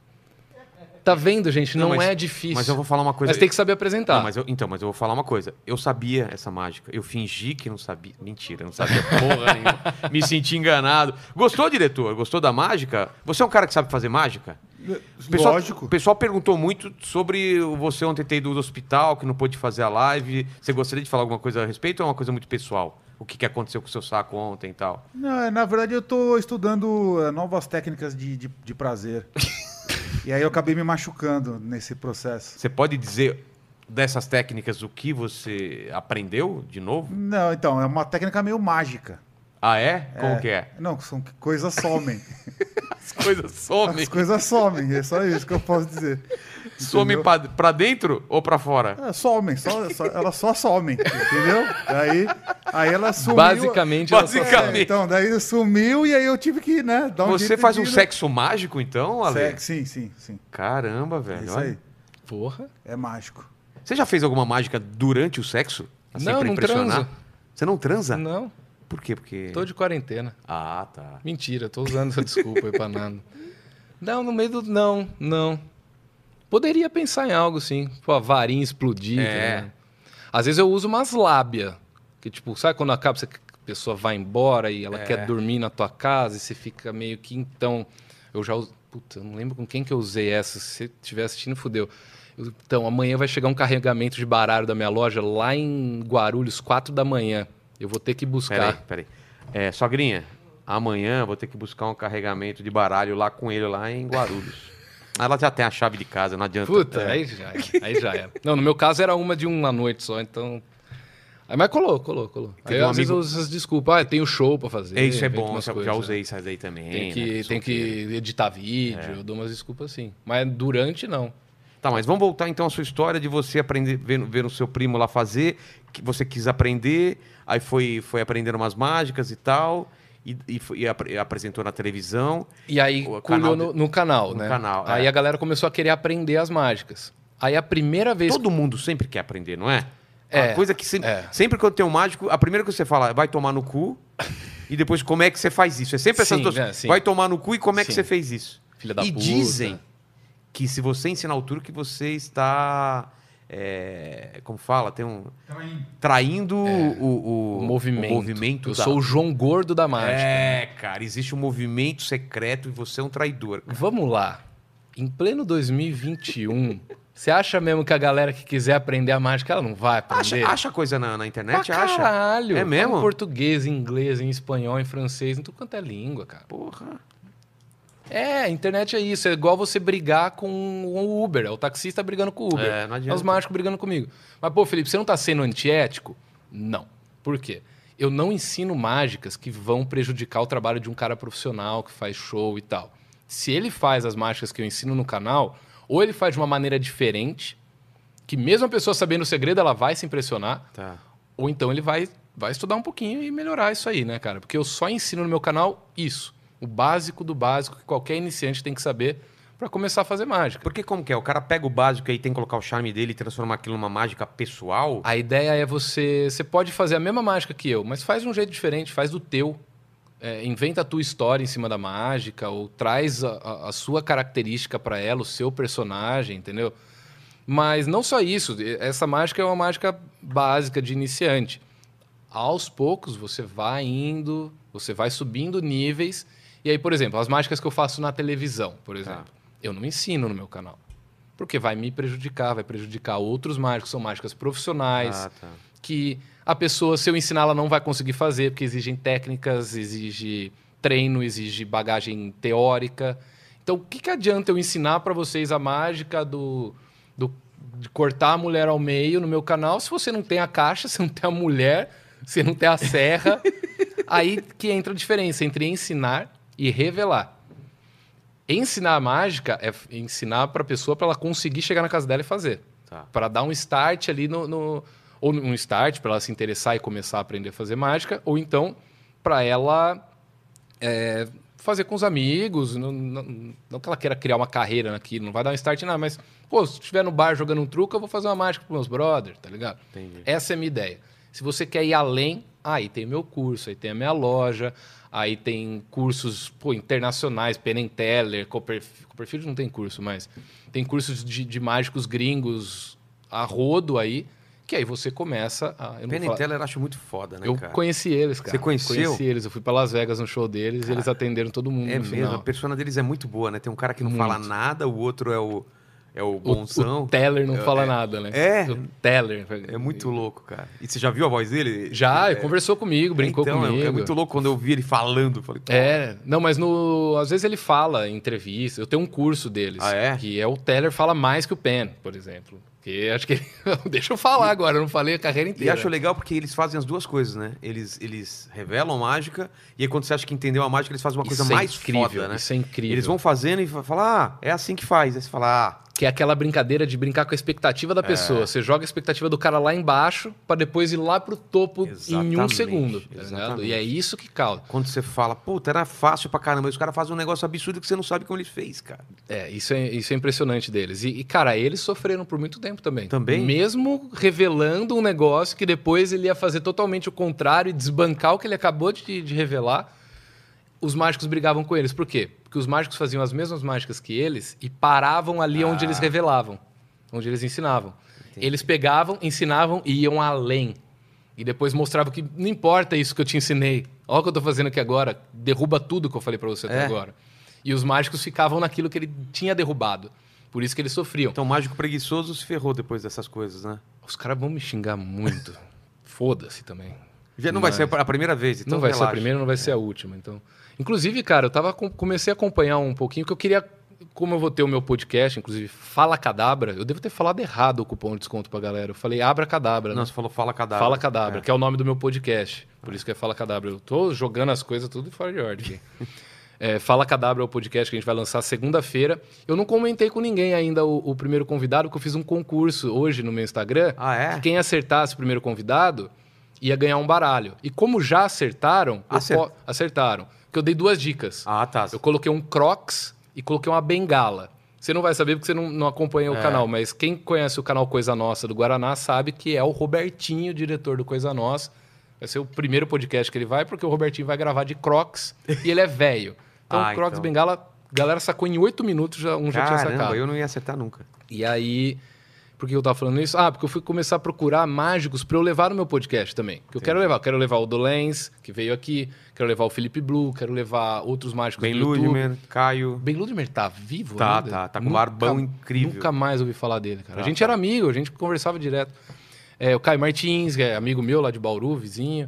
Speaker 2: Tá vendo, gente? Não,
Speaker 1: Não, mas-
Speaker 2: é difícil.
Speaker 1: Mas eu vou falar uma coisa.
Speaker 2: Mas tem que saber apresentar.
Speaker 1: Não, mas eu- então, mas eu vou falar uma coisa. Eu sabia essa mágica. Eu fingi que não sabia. Mentira, eu não sabia porra nenhuma. Me senti enganado. Gostou, diretor? Gostou da mágica? Você é um cara que sabe fazer mágica? O pessoal-
Speaker 4: Lógico.
Speaker 1: O pessoal perguntou muito sobre você ontem ter ido do hospital, que não pôde fazer a live. Você gostaria de falar alguma coisa a respeito ou é uma coisa muito pessoal? O que, que aconteceu com o seu saco ontem e tal?
Speaker 4: Não, é, na verdade eu tô estudando é, novas técnicas de, de, de prazer. e aí eu acabei me machucando nesse processo.
Speaker 1: Você pode dizer dessas técnicas o que você aprendeu de novo?
Speaker 4: Não, então, é uma técnica meio mágica.
Speaker 1: Ah, é? Como que é?
Speaker 4: Não, são coisas somem.
Speaker 1: As coisas somem.
Speaker 4: As coisas somem, é só isso que eu posso dizer.
Speaker 1: Some
Speaker 4: Entendeu?
Speaker 1: pra, pra dentro ou pra fora?
Speaker 4: É, somem, só, só- elas só somem, entendeu? Aí, aí ela sumiu.
Speaker 2: Basicamente, ela só-
Speaker 1: Basicamente.
Speaker 4: É, então, daí sumiu e aí eu tive que, né, dar um
Speaker 1: Você
Speaker 4: jeito
Speaker 1: faz
Speaker 4: de-
Speaker 1: um sexo mágico, então, Ale?
Speaker 4: Sexo, Sim, sim, sim.
Speaker 1: Caramba,
Speaker 4: É
Speaker 1: velho.
Speaker 4: isso
Speaker 1: olha.
Speaker 4: aí.
Speaker 2: Porra.
Speaker 4: É mágico.
Speaker 1: Você já fez alguma mágica durante o sexo?
Speaker 2: Não,
Speaker 1: pra
Speaker 2: não
Speaker 1: impressionar?
Speaker 2: transo.
Speaker 1: Você não transa?
Speaker 2: Não,
Speaker 1: Por quê? Porque.
Speaker 2: tô de quarentena.
Speaker 1: Ah, tá.
Speaker 2: Mentira, tô usando essa desculpa aí pra nada. Não, no meio do. Não, não. Poderia pensar em algo, sim. Pô, a varinha explodir.
Speaker 1: É.
Speaker 2: tá ligado? Às vezes eu uso umas lábia. Que tipo, sabe quando acaba, você, a pessoa vai embora e
Speaker 1: É.
Speaker 2: ela quer dormir na tua casa e você fica meio que então. Eu já uso. Puta, eu não lembro com quem que eu usei essa. Se você estiver assistindo, fudeu. Eu- Então, amanhã vai chegar um carregamento de baralho da minha loja lá em Guarulhos, 4 da manhã. Eu vou ter que buscar.
Speaker 1: Peraí, peraí. É, sogrinha, amanhã eu vou ter que buscar um carregamento de baralho lá com ele, lá em Guarulhos. Ela já tem a chave de casa, não adianta.
Speaker 2: Puta,
Speaker 1: É.
Speaker 2: aí já era. Aí já era. Não, no meu caso era uma de uma noite só, então. Aí, mas colou, colou, colou. Aí
Speaker 1: Teve um
Speaker 2: às vezes
Speaker 1: amigo-
Speaker 2: eu uso essas desculpas. Ah, tem o show pra fazer.
Speaker 1: É, Isso é
Speaker 2: invento
Speaker 1: bom,
Speaker 2: umas
Speaker 1: já já
Speaker 2: coisas.
Speaker 1: usei isso aí também.
Speaker 2: Tem
Speaker 1: né?
Speaker 2: que, tem que editar vídeo,
Speaker 1: É.
Speaker 2: eu dou umas desculpas assim. Mas durante, não.
Speaker 1: Tá, mas vamos voltar então à sua história de você aprender, ver, ver o seu primo lá fazer, que você quis aprender, aí foi, foi aprendendo umas mágicas e tal, e, e foi- e apre- apresentou na televisão.
Speaker 2: E aí
Speaker 1: O canal
Speaker 2: colhou
Speaker 1: de-
Speaker 2: no, no canal,
Speaker 1: no
Speaker 2: né?
Speaker 1: canal, é.
Speaker 2: Aí a galera começou a querer aprender as mágicas. Aí a primeira vez.
Speaker 1: Todo mundo sempre quer aprender, não é?
Speaker 2: É,
Speaker 1: A coisa que sempre,
Speaker 2: é.
Speaker 1: sempre quando tem um mágico, a primeira coisa que você fala é vai tomar no cu, e depois como é que você faz isso? É sempre essas
Speaker 2: Sim,
Speaker 1: duas
Speaker 2: né, sim.
Speaker 1: Vai tomar no cu e como é que
Speaker 2: Sim.
Speaker 1: você fez isso?
Speaker 2: Filha da
Speaker 1: e
Speaker 2: puta.
Speaker 1: dizem que se você ensinar o truque, você está. é, como fala? Tem um. Traindo o, o-
Speaker 2: É, O movimento.
Speaker 1: o movimento
Speaker 2: Eu
Speaker 1: da-
Speaker 2: sou o né? João Gordo da mágica.
Speaker 1: É, cara, existe um movimento secreto e você é um traidor.
Speaker 2: Vamos lá. Em pleno 2021, você acha mesmo que a galera que quiser aprender a mágica, ela não vai aprender?
Speaker 1: Acha, acha coisa na, na internet?
Speaker 2: pra
Speaker 1: acha?
Speaker 2: caralho.
Speaker 1: É
Speaker 2: Fala
Speaker 1: mesmo?
Speaker 2: Em português, em inglês, em espanhol, em francês, em tudo quanto é língua, cara.
Speaker 1: Porra.
Speaker 2: É, a internet é isso. É igual você brigar com o Uber. É o taxista brigando com o Uber.
Speaker 1: É, não adianta.
Speaker 2: os mágicos brigando comigo. Mas, pô, Felipe, você não tá sendo antiético? Não. Por quê? Eu não ensino mágicas que vão prejudicar o trabalho de um cara profissional que faz show e tal. Se ele faz as mágicas que eu ensino no canal, ou ele faz de uma maneira diferente, que mesmo a pessoa sabendo o segredo, ela vai se impressionar,
Speaker 1: Tá.
Speaker 2: ou então ele vai, vai estudar um pouquinho e melhorar isso aí, né, cara? Porque eu só ensino no meu canal isso. O básico do básico que qualquer iniciante tem que saber pra começar a fazer mágica.
Speaker 1: Porque como que é? O cara pega o básico aí, tem que colocar o charme dele e transformar aquilo numa mágica pessoal?
Speaker 2: A ideia é você. Você pode fazer a mesma mágica que eu, mas faz de um jeito diferente, faz do teu. É, inventa a tua história em cima da mágica, ou traz a, a- a sua característica pra ela, o seu personagem, entendeu? Mas não só isso, essa mágica é uma mágica básica de iniciante. aos poucos você vai indo, você vai subindo níveis. E aí, por exemplo, as mágicas que eu faço na televisão, por exemplo, eu não ensino no meu canal. Porque vai me prejudicar, vai prejudicar outros mágicos, são mágicas profissionais,
Speaker 1: Ah, tá.
Speaker 2: que a pessoa, se eu ensinar, ela não vai conseguir fazer, porque exigem técnicas, exige treino, exige bagagem teórica. Então, o que, que adianta eu ensinar para vocês a mágica do, do- de cortar a mulher ao meio no meu canal se você não tem a caixa, se não tem a mulher, se não tem a serra? Aí que entra a diferença entre ensinar e revelar. Ensinar a mágica é f- ensinar para a pessoa para ela conseguir chegar na casa dela e fazer
Speaker 1: Tá.
Speaker 2: para dar um start ali no, no- ou um start para ela se interessar e começar a aprender a fazer mágica, ou então para ela é, fazer com os amigos, não, não- não que ela queira criar uma carreira naquilo, não vai dar um start em nada, mas pô, se estiver no bar jogando um truque, eu vou fazer uma mágica pros meus brothers, tá ligado?
Speaker 1: Entendi.
Speaker 2: Essa é a minha ideia. Se você quer ir além, aí tem meu curso, aí tem a minha loja, aí tem cursos pô, internacionais, Penn and Teller, Copperf- Copperfield não tem curso, mas tem cursos de, de mágicos gringos a rodo aí, que aí você começa a... Eu, não vou
Speaker 1: Penn and
Speaker 2: falar-
Speaker 1: Teller eu acho muito foda, né,
Speaker 2: eu
Speaker 1: cara?
Speaker 2: conheci eles, cara.
Speaker 1: Você conheceu?
Speaker 2: Conheci eles, eu fui pra Las Vegas no show deles e eles atenderam todo mundo
Speaker 1: É
Speaker 2: no
Speaker 1: mesmo, a
Speaker 2: final.
Speaker 1: persona deles é muito boa, né? Tem um cara que não fala nada, o outro é o, é o bonzão.
Speaker 2: O Teller não fala nada, né?
Speaker 1: É.
Speaker 2: O Teller.
Speaker 1: É muito louco, cara. E você já viu a voz dele?
Speaker 2: Já,
Speaker 1: é,
Speaker 2: conversou comigo, brincou
Speaker 1: então, é-
Speaker 2: comigo.
Speaker 1: É muito louco quando eu vi ele falando. eu Falei,
Speaker 2: É, não, mas no, às vezes ele fala em entrevista. Eu tenho um curso deles.
Speaker 1: Ah, é?
Speaker 2: Que é o Teller fala mais que o Penn, por exemplo. Porque acho que ele... Deixa eu falar agora, eu não falei a carreira
Speaker 1: E
Speaker 2: inteira.
Speaker 1: acho legal porque eles fazem as duas coisas, né? Eles, eles revelam mágica e aí quando você acha que entendeu a mágica, eles fazem uma
Speaker 2: Isso
Speaker 1: coisa
Speaker 2: é
Speaker 1: mais
Speaker 2: incrível,
Speaker 1: foda, né?
Speaker 2: Isso é incrível.
Speaker 1: Eles vão fazendo e fa- falar, ah, é assim que faz. Aí você fala, ah,
Speaker 2: Que é aquela brincadeira de brincar com a expectativa
Speaker 1: É.
Speaker 2: da pessoa. Você joga a expectativa do cara lá embaixo pra depois ir lá pro topo em um
Speaker 1: Exatamente,
Speaker 2: segundo. tá ligado?
Speaker 1: exatamente.
Speaker 2: E é isso que causa.
Speaker 1: quando você fala, puta, era fácil pra caramba. Aí os caras fazem um negócio absurdo que você não sabe como ele fez, cara.
Speaker 2: É, isso é, isso é impressionante deles. E, e, cara, eles sofreram por muito tempo também.
Speaker 1: Também?
Speaker 2: Mesmo revelando um negócio que depois ele ia fazer totalmente o contrário e desbancar o que ele acabou de, de revelar, os mágicos brigavam com eles. Por quê? Porque os mágicos faziam as mesmas mágicas que eles e paravam ali onde eles revelavam, onde eles ensinavam. Eles pegavam, ensinavam e iam além. E depois mostravam que não importa isso que eu te ensinei. Olha o que eu tô fazendo aqui agora. Derruba tudo que eu falei pra você até
Speaker 1: É.
Speaker 2: agora. E os mágicos ficavam naquilo que ele tinha derrubado. Por isso que eles sofriam.
Speaker 1: Então o mágico preguiçoso se ferrou depois dessas coisas, né?
Speaker 2: Os caras vão me xingar muito. Foda-se também.
Speaker 1: Já não
Speaker 2: Mas-
Speaker 1: vai ser a primeira vez, então
Speaker 2: é. não vai ser a
Speaker 1: relaxa. É.
Speaker 2: primeira, não vai ser a última. Então, inclusive, cara, eu tava com- comecei a acompanhar um pouquinho que eu queria, como eu vou ter o meu podcast, inclusive, fala cadabra. Eu devo ter falado errado o cupom de desconto pra galera. Eu falei abra cadabra, né?
Speaker 1: Não, você falou fala cadabra.
Speaker 2: Fala Cadabra,
Speaker 1: É.
Speaker 2: que é o nome do meu podcast. Por isso que é Fala Cadabra. Eu tô jogando as coisas tudo fora de ordem. aqui. É, Fala Cadabra é o podcast que a gente vai lançar segunda-feira. Eu não comentei com ninguém ainda o, o primeiro convidado, porque eu fiz um concurso hoje no meu Instagram.
Speaker 1: Ah, é?
Speaker 2: que Quem acertasse o primeiro convidado ia ganhar um baralho. E como já acertaram, eu
Speaker 1: Acer-
Speaker 2: po- acertaram. Porque eu dei duas dicas.
Speaker 1: Ah, tá.
Speaker 2: Eu coloquei um Crocs e coloquei uma bengala. Você não vai saber porque você não, não acompanha o
Speaker 1: É.
Speaker 2: canal, mas quem conhece o canal Coisa Nossa do Guaraná sabe que é o Robertinho, diretor do Coisa Nossa. Vai ser o primeiro podcast que ele vai, porque o Robertinho vai gravar de Crocs e ele é velho. Então,
Speaker 1: Ah,
Speaker 2: Crocs
Speaker 1: então.
Speaker 2: Bengala galera sacou em oito minutos, já, um já tinha sacado.
Speaker 1: Caramba, eu não ia acertar nunca.
Speaker 2: E aí, por que eu tava falando isso? Ah, porque eu fui começar a procurar mágicos para eu levar no meu podcast também. Que eu quero levar. Eu quero levar o Dolens, que veio aqui. Quero levar o Felipe Blue. Quero levar outros mágicos
Speaker 1: Ben
Speaker 2: do YouTube.
Speaker 1: Ludmer, Caio.
Speaker 2: Ben Ludmer tá vivo
Speaker 1: Tá,
Speaker 2: ainda?
Speaker 1: tá, tá com um barbão incrível.
Speaker 2: Nunca mais ouvi falar dele, cara.
Speaker 1: Tá,
Speaker 2: a gente
Speaker 1: tá.
Speaker 2: era amigo, a gente conversava direto. É, o Caio Martins, que é amigo meu lá de Bauru, vizinho.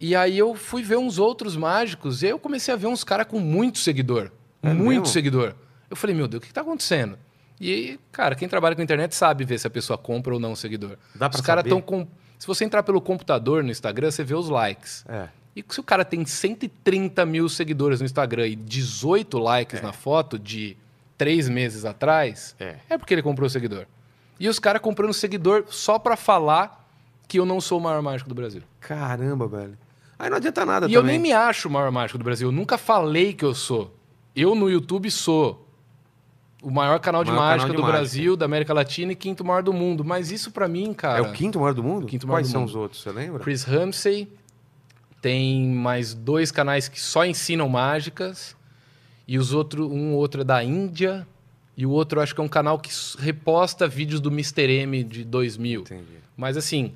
Speaker 2: E aí eu fui ver uns outros mágicos e aí eu comecei a ver uns caras com muito seguidor.
Speaker 1: É
Speaker 2: muito
Speaker 1: mesmo?
Speaker 2: seguidor. Eu falei, meu Deus, o que que tá acontecendo? E aí, cara, quem trabalha com internet sabe ver se a pessoa compra ou não o seguidor.
Speaker 1: Dá pra
Speaker 2: Os caras
Speaker 1: saber?
Speaker 2: estão com... Se você entrar pelo computador no Instagram, você vê os likes.
Speaker 1: É.
Speaker 2: E se o cara tem 130 mil seguidores no Instagram e 18 likes na foto de três meses atrás,
Speaker 1: É.
Speaker 2: porque ele comprou o seguidor. E os caras comprando seguidor só pra falar que eu não sou o maior mágico do Brasil.
Speaker 1: Caramba, velho. Aí não adianta nada
Speaker 2: e
Speaker 1: também.
Speaker 2: eu nem me acho o maior mágico do Brasil. Eu nunca falei que eu sou. Eu no YouTube sou o maior canal de
Speaker 1: Maior canal
Speaker 2: mágica
Speaker 1: de
Speaker 2: do
Speaker 1: mágica.
Speaker 2: Brasil, da América Latina e quinto maior do mundo. Mas isso pra mim, cara.
Speaker 1: É o quinto maior do mundo?
Speaker 2: Quinto maior
Speaker 1: Quais
Speaker 2: do
Speaker 1: são
Speaker 2: mundo.
Speaker 1: os outros, você lembra?
Speaker 2: Chris Ramsey. Tem mais dois canais que só ensinam mágicas. E os outro, um outro é da Índia. E o outro eu acho que é um canal que s- reposta vídeos do Mr. M de 2000.
Speaker 1: Entendi.
Speaker 2: Mas assim,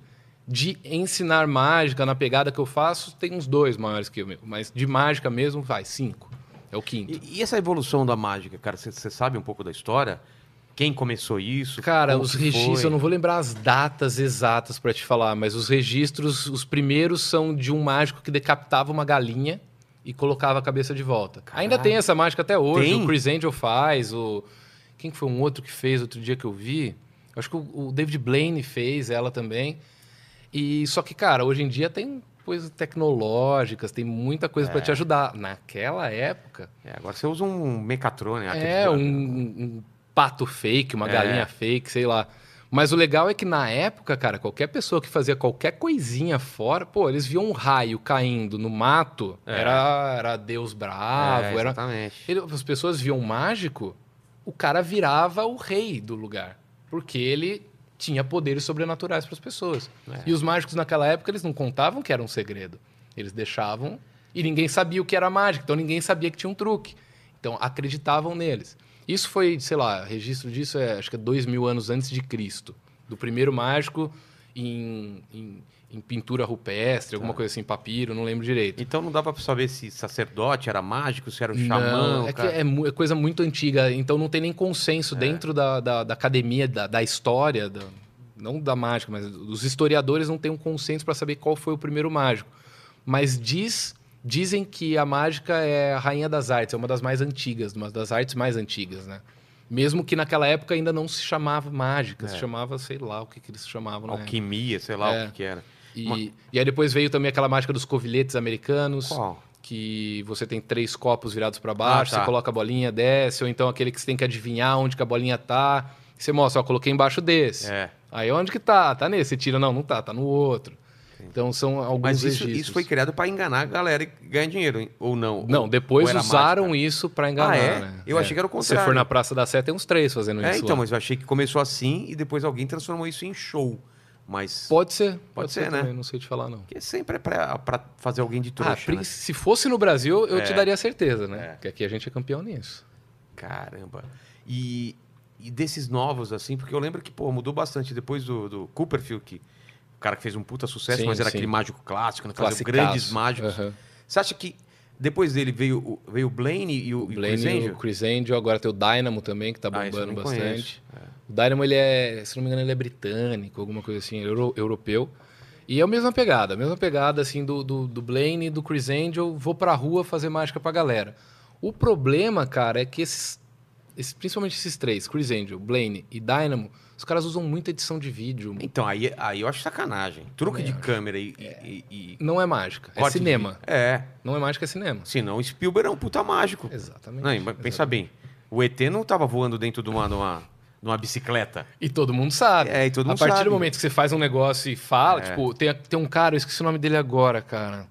Speaker 2: de ensinar mágica na pegada que eu faço, tem uns dois maiores que o meu. Mas de mágica mesmo, vai, cinco. É o quinto.
Speaker 1: E, e essa evolução da mágica, cara? Você- Você sabe um pouco da história? Quem começou isso?
Speaker 2: Cara,
Speaker 1: Como
Speaker 2: os
Speaker 1: que
Speaker 2: registros,
Speaker 1: foi?
Speaker 2: eu não vou lembrar as datas exatas pra te falar, mas os registros, os primeiros são de um mágico que decapitava uma galinha e colocava a cabeça de volta. Ainda tem essa mágica até hoje,
Speaker 1: Tem?
Speaker 2: o Chris Angel faz, o quem que foi um outro que fez outro dia que eu vi? Eu Acho que o o David Blaine fez ela também. E só que, cara, hoje em dia tem coisas tecnológicas, tem muita coisa pra te ajudar. Naquela época,
Speaker 1: É, agora você usa um mecatrone.
Speaker 2: é, um, um pato fake, uma
Speaker 1: É.
Speaker 2: galinha fake, sei lá. Mas o legal é que na época, cara, qualquer pessoa que fazia qualquer coisinha fora, pô, eles viam um raio caindo no mato,
Speaker 1: É.
Speaker 2: era, era Deus bravo, era...
Speaker 1: Exatamente.
Speaker 2: Ele- as pessoas viam mágico, o cara virava o rei do lugar, porque ele tinha poderes sobrenaturais para as pessoas.
Speaker 1: É.
Speaker 2: E os mágicos naquela época, eles não contavam que era um segredo. Eles deixavam e ninguém sabia o que era mágica, então ninguém sabia que tinha um truque. Então acreditavam neles. Isso foi, sei lá, registro disso é acho que é dois mil anos antes de Cristo, do primeiro mágico em, em- em pintura rupestre, alguma coisa assim, papiro, não lembro direito.
Speaker 1: Então não dá pra saber se sacerdote era mágico, se era um xamã.
Speaker 2: Não, é, que
Speaker 1: cara. É.
Speaker 2: é mu- é coisa muito antiga, então não tem nem consenso dentro da, da, da academia, da, da história, da- não da mágica, mas os historiadores não têm um consenso para saber qual foi o primeiro mágico. Mas diz, dizem que a mágica é a rainha das artes, é uma das mais antigas, uma das artes mais antigas, né? Mesmo que naquela época ainda não se chamava mágica,
Speaker 1: É.
Speaker 2: se chamava, sei lá, o que, que eles chamavam, né?
Speaker 1: Alquimia, sei lá
Speaker 2: É.
Speaker 1: o que, que era.
Speaker 2: E, e aí depois veio também aquela mágica dos covilhetes americanos
Speaker 1: Qual?
Speaker 2: que você tem três copos virados para baixo,
Speaker 1: Ah, tá.
Speaker 2: você coloca a bolinha, desce, ou então aquele que você tem que adivinhar onde que a bolinha tá. Você mostra, ó, coloquei embaixo desse.
Speaker 1: É.
Speaker 2: Aí onde que tá? Tá nesse. Você tira, não, não tá, tá no outro. Então são alguns
Speaker 1: Mas isso,
Speaker 2: registros.
Speaker 1: isso foi criado pra enganar a galera e ganhar dinheiro, hein? ou não?
Speaker 2: Não,
Speaker 1: Ou-
Speaker 2: depois
Speaker 1: ou era
Speaker 2: usaram
Speaker 1: mágica?
Speaker 2: isso para enganar,
Speaker 1: Ah, é?
Speaker 2: né?
Speaker 1: Eu achei que era o
Speaker 2: Se você
Speaker 1: contrário.
Speaker 2: for na Praça da Sé, tem uns três fazendo
Speaker 1: É,
Speaker 2: né, isso.
Speaker 1: então,
Speaker 2: lá.
Speaker 1: mas eu achei que começou assim e depois alguém transformou isso em show. Mas.
Speaker 2: Pode ser. Pode,
Speaker 1: ser, né?
Speaker 2: também, Não sei te falar, não.
Speaker 1: Porque sempre é pra, pra fazer alguém de
Speaker 2: ah,
Speaker 1: trouxa.
Speaker 2: prin-
Speaker 1: né?
Speaker 2: se fosse no Brasil, eu te daria certeza, né?
Speaker 1: É.
Speaker 2: Porque aqui a gente é campeão nisso.
Speaker 1: né? Caramba. E, e desses novos, assim, porque eu lembro que, pô, mudou bastante depois do, do Cooperfield, que o cara que fez um puta sucesso,
Speaker 2: Sim,
Speaker 1: mas era
Speaker 2: sim.
Speaker 1: aquele mágico clássico, né? que fazia
Speaker 2: Classicaço.
Speaker 1: grandes mágicos.
Speaker 2: Aham.
Speaker 1: Você acha que depois dele veio, o- veio o Blaine e o,
Speaker 2: O
Speaker 1: e o
Speaker 2: Blaine,
Speaker 1: Chris Angel?
Speaker 2: o Chris Angel, agora tem o Dynamo também, que tá
Speaker 1: Ah, esse eu
Speaker 2: bombando
Speaker 1: não
Speaker 2: bastante.
Speaker 1: conheço.
Speaker 2: O Dynamo, ele é, se não me engano, ele é britânico, alguma coisa assim, euro- europeu. E é a mesma pegada, a mesma pegada, assim, do, do, do Blaine e do Chris Angel, vou pra rua fazer mágica pra galera. O problema, cara, é que esses, esses- principalmente esses três, Chris Angel, Blaine e Dynamo, os caras usam muita edição de vídeo.
Speaker 1: Então, aí, aí eu acho sacanagem. Truque
Speaker 2: Também
Speaker 1: de
Speaker 2: acho.
Speaker 1: câmera e. e- e- e
Speaker 2: Não é mágica, é
Speaker 1: corte de
Speaker 2: cinema.
Speaker 1: vídeo. É.
Speaker 2: Não é mágica, é cinema.
Speaker 1: Senão o Spielberg é um puta mágico.
Speaker 2: Exatamente.
Speaker 1: Não, e mas pensa bem. O ET não tava voando dentro de uma, de uma, de uma bicicleta.
Speaker 2: E todo mundo sabe.
Speaker 1: É, e todo mundo
Speaker 2: A partir
Speaker 1: sabe.
Speaker 2: do momento que você faz um negócio e fala,
Speaker 1: É.
Speaker 2: tipo, tem, tem um cara, eu esqueci o nome dele agora, cara.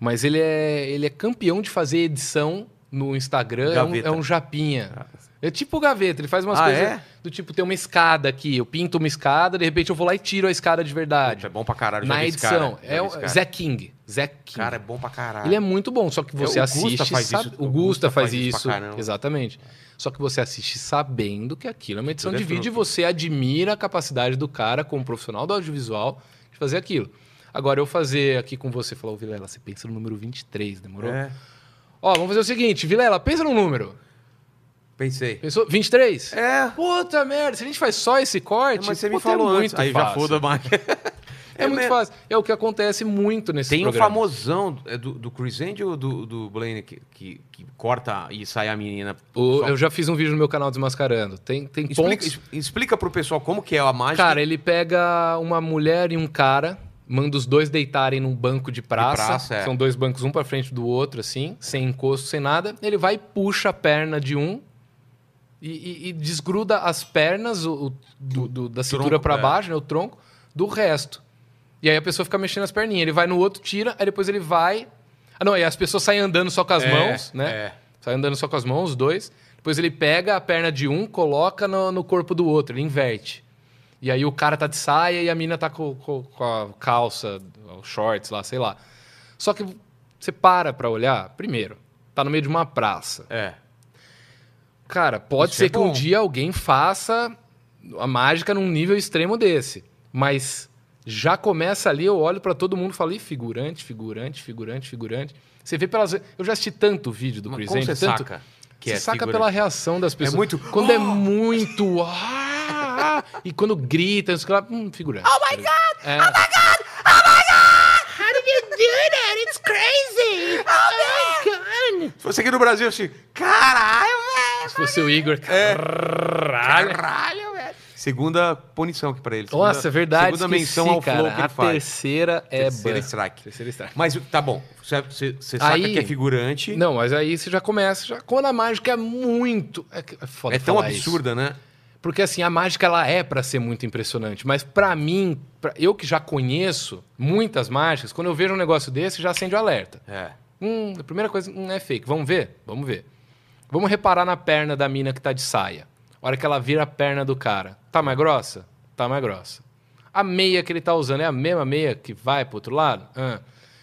Speaker 2: Mas ele é, ele é campeão de fazer edição no Instagram, é um,
Speaker 1: Gaveta.
Speaker 2: é um japinha. É tipo o Gaveta, ele faz umas
Speaker 1: Ah,
Speaker 2: coisas
Speaker 1: é?
Speaker 2: do tipo, tem uma escada aqui, eu pinto uma escada, de repente eu vou lá e tiro a escada de verdade.
Speaker 1: É bom pra caralho. já
Speaker 2: Na
Speaker 1: vi esse cara,
Speaker 2: edição,
Speaker 1: já
Speaker 2: é
Speaker 1: vi
Speaker 2: o
Speaker 1: esse cara.
Speaker 2: Zé King. Zequinha.
Speaker 1: Cara, é bom pra caralho.
Speaker 2: Ele é muito bom, só que
Speaker 1: É,
Speaker 2: você
Speaker 1: o Gusta
Speaker 2: assiste.
Speaker 1: faz
Speaker 2: sabe-
Speaker 1: isso-
Speaker 2: o Gusta faz
Speaker 1: isso pra
Speaker 2: isso.
Speaker 1: caramba.
Speaker 2: Exatamente. Só que você assiste sabendo que aquilo é uma edição
Speaker 1: Tudo é
Speaker 2: de vídeo e
Speaker 1: truque.
Speaker 2: você admira a capacidade do cara, como profissional do audiovisual, de fazer aquilo. Agora, eu fazer aqui com você, falar, ô Vilela, você pensa no número 23, demorou?
Speaker 1: É,
Speaker 2: Ó, vamos fazer o seguinte, Vilela, pensa num número.
Speaker 1: pensei.
Speaker 2: Pensou? 23?
Speaker 1: É,
Speaker 2: Puta merda, se a gente faz só esse corte,
Speaker 1: mas você me
Speaker 2: puta,
Speaker 1: falou
Speaker 2: é
Speaker 1: antes.
Speaker 2: muito
Speaker 1: Aí já
Speaker 2: fácil.
Speaker 1: foda mais.
Speaker 2: É, muito
Speaker 1: mesmo.
Speaker 2: fácil. É o que acontece muito nesse
Speaker 1: Tem um
Speaker 2: programa.
Speaker 1: famosão é do, do Chris Angel ou do, do Blaine que, que, que corta e sai a menina?
Speaker 2: O-
Speaker 1: Só-
Speaker 2: eu já fiz um vídeo no meu canal desmascarando. Tem, tem
Speaker 1: explica,
Speaker 2: pontos.
Speaker 1: es- explica pro pessoal como que é a mágica.
Speaker 2: Cara, ele pega uma mulher e um cara, manda os dois deitarem num banco de praça.
Speaker 1: praça, é.
Speaker 2: São dois bancos, um pra frente do outro, assim, sem encosto, sem nada. Ele vai e puxa a perna de um e, e- e desgruda as pernas o- o- do- do- da cintura
Speaker 1: tronco,
Speaker 2: pra
Speaker 1: é.
Speaker 2: baixo, né, o tronco, do resto. E aí a pessoa fica mexendo as perninhas. Ele vai no outro, tira, aí depois ele vai. Ah, não, e as pessoas saem andando só com as
Speaker 1: É,
Speaker 2: mãos, né? Sai andando só com as mãos, os dois. Depois ele pega a perna de um, coloca no, no corpo do outro, ele inverte. E aí o cara tá de saia e a mina tá com, com- com a calça, os shorts lá, sei lá. Só que você para pra olhar, primeiro, tá no meio de uma praça.
Speaker 1: É. é.
Speaker 2: Cara, pode
Speaker 1: Isso é
Speaker 2: ser que um
Speaker 1: bom.
Speaker 2: dia alguém faça a mágica num nível extremo desse. Mas já começa ali, eu olho pra todo mundo e falo, "Ih, figurante, figurante, figurante, figurante. Você vê pelas... Eu já assisti tanto vídeo do
Speaker 1: Mas
Speaker 2: Chris
Speaker 1: como
Speaker 2: Angel,
Speaker 1: você
Speaker 2: tanto...
Speaker 1: saca? Que
Speaker 2: você
Speaker 1: é
Speaker 2: saca
Speaker 1: figura-
Speaker 2: pela reação das pessoas.
Speaker 1: muito,
Speaker 2: Quando é
Speaker 1: "Oh!"
Speaker 2: muito. "Ah!" e quando grita, isso que lá, hum, figurante. Oh my god! Oh my god!
Speaker 5: Oh How did you do that? It's crazy! Oh, my God!
Speaker 1: Se fosse aqui no Brasil, assim, caralho, velho. É.
Speaker 2: Se fosse o Igor. Caralho.
Speaker 1: Caralho, velho. Segunda punição aqui pra ele. Segunda-
Speaker 2: Nossa, é verdade.
Speaker 1: Segunda
Speaker 2: esqueci,
Speaker 1: menção ao
Speaker 2: cara.
Speaker 1: flow que
Speaker 2: A
Speaker 1: ele faz.
Speaker 2: terceira é
Speaker 1: Terceira
Speaker 2: ban.
Speaker 1: strike.
Speaker 2: Terceira strike.
Speaker 1: Mas tá bom. Você- Você você saca
Speaker 2: Aí-
Speaker 1: que é figurante.
Speaker 2: Não, mas aí você já começa. Já, quando a mágica é muito. É, que- é foda
Speaker 1: é tão
Speaker 2: falar isso.
Speaker 1: absurda, né?
Speaker 2: Porque assim, a mágica ela é pra ser muito impressionante, mas pra mim, pra- eu que já conheço muitas mágicas, quando eu vejo um negócio desse, já acende o alerta.
Speaker 1: É.
Speaker 2: Hum, a primeira coisa, hum, é fake. Vamos ver? Vamos ver. Vamos reparar na perna da mina que tá de saia. A hora que ela vira a perna do cara. Tá mais grossa? Tá mais grossa. A meia que ele tá usando é a mesma meia que vai pro outro lado? Ah.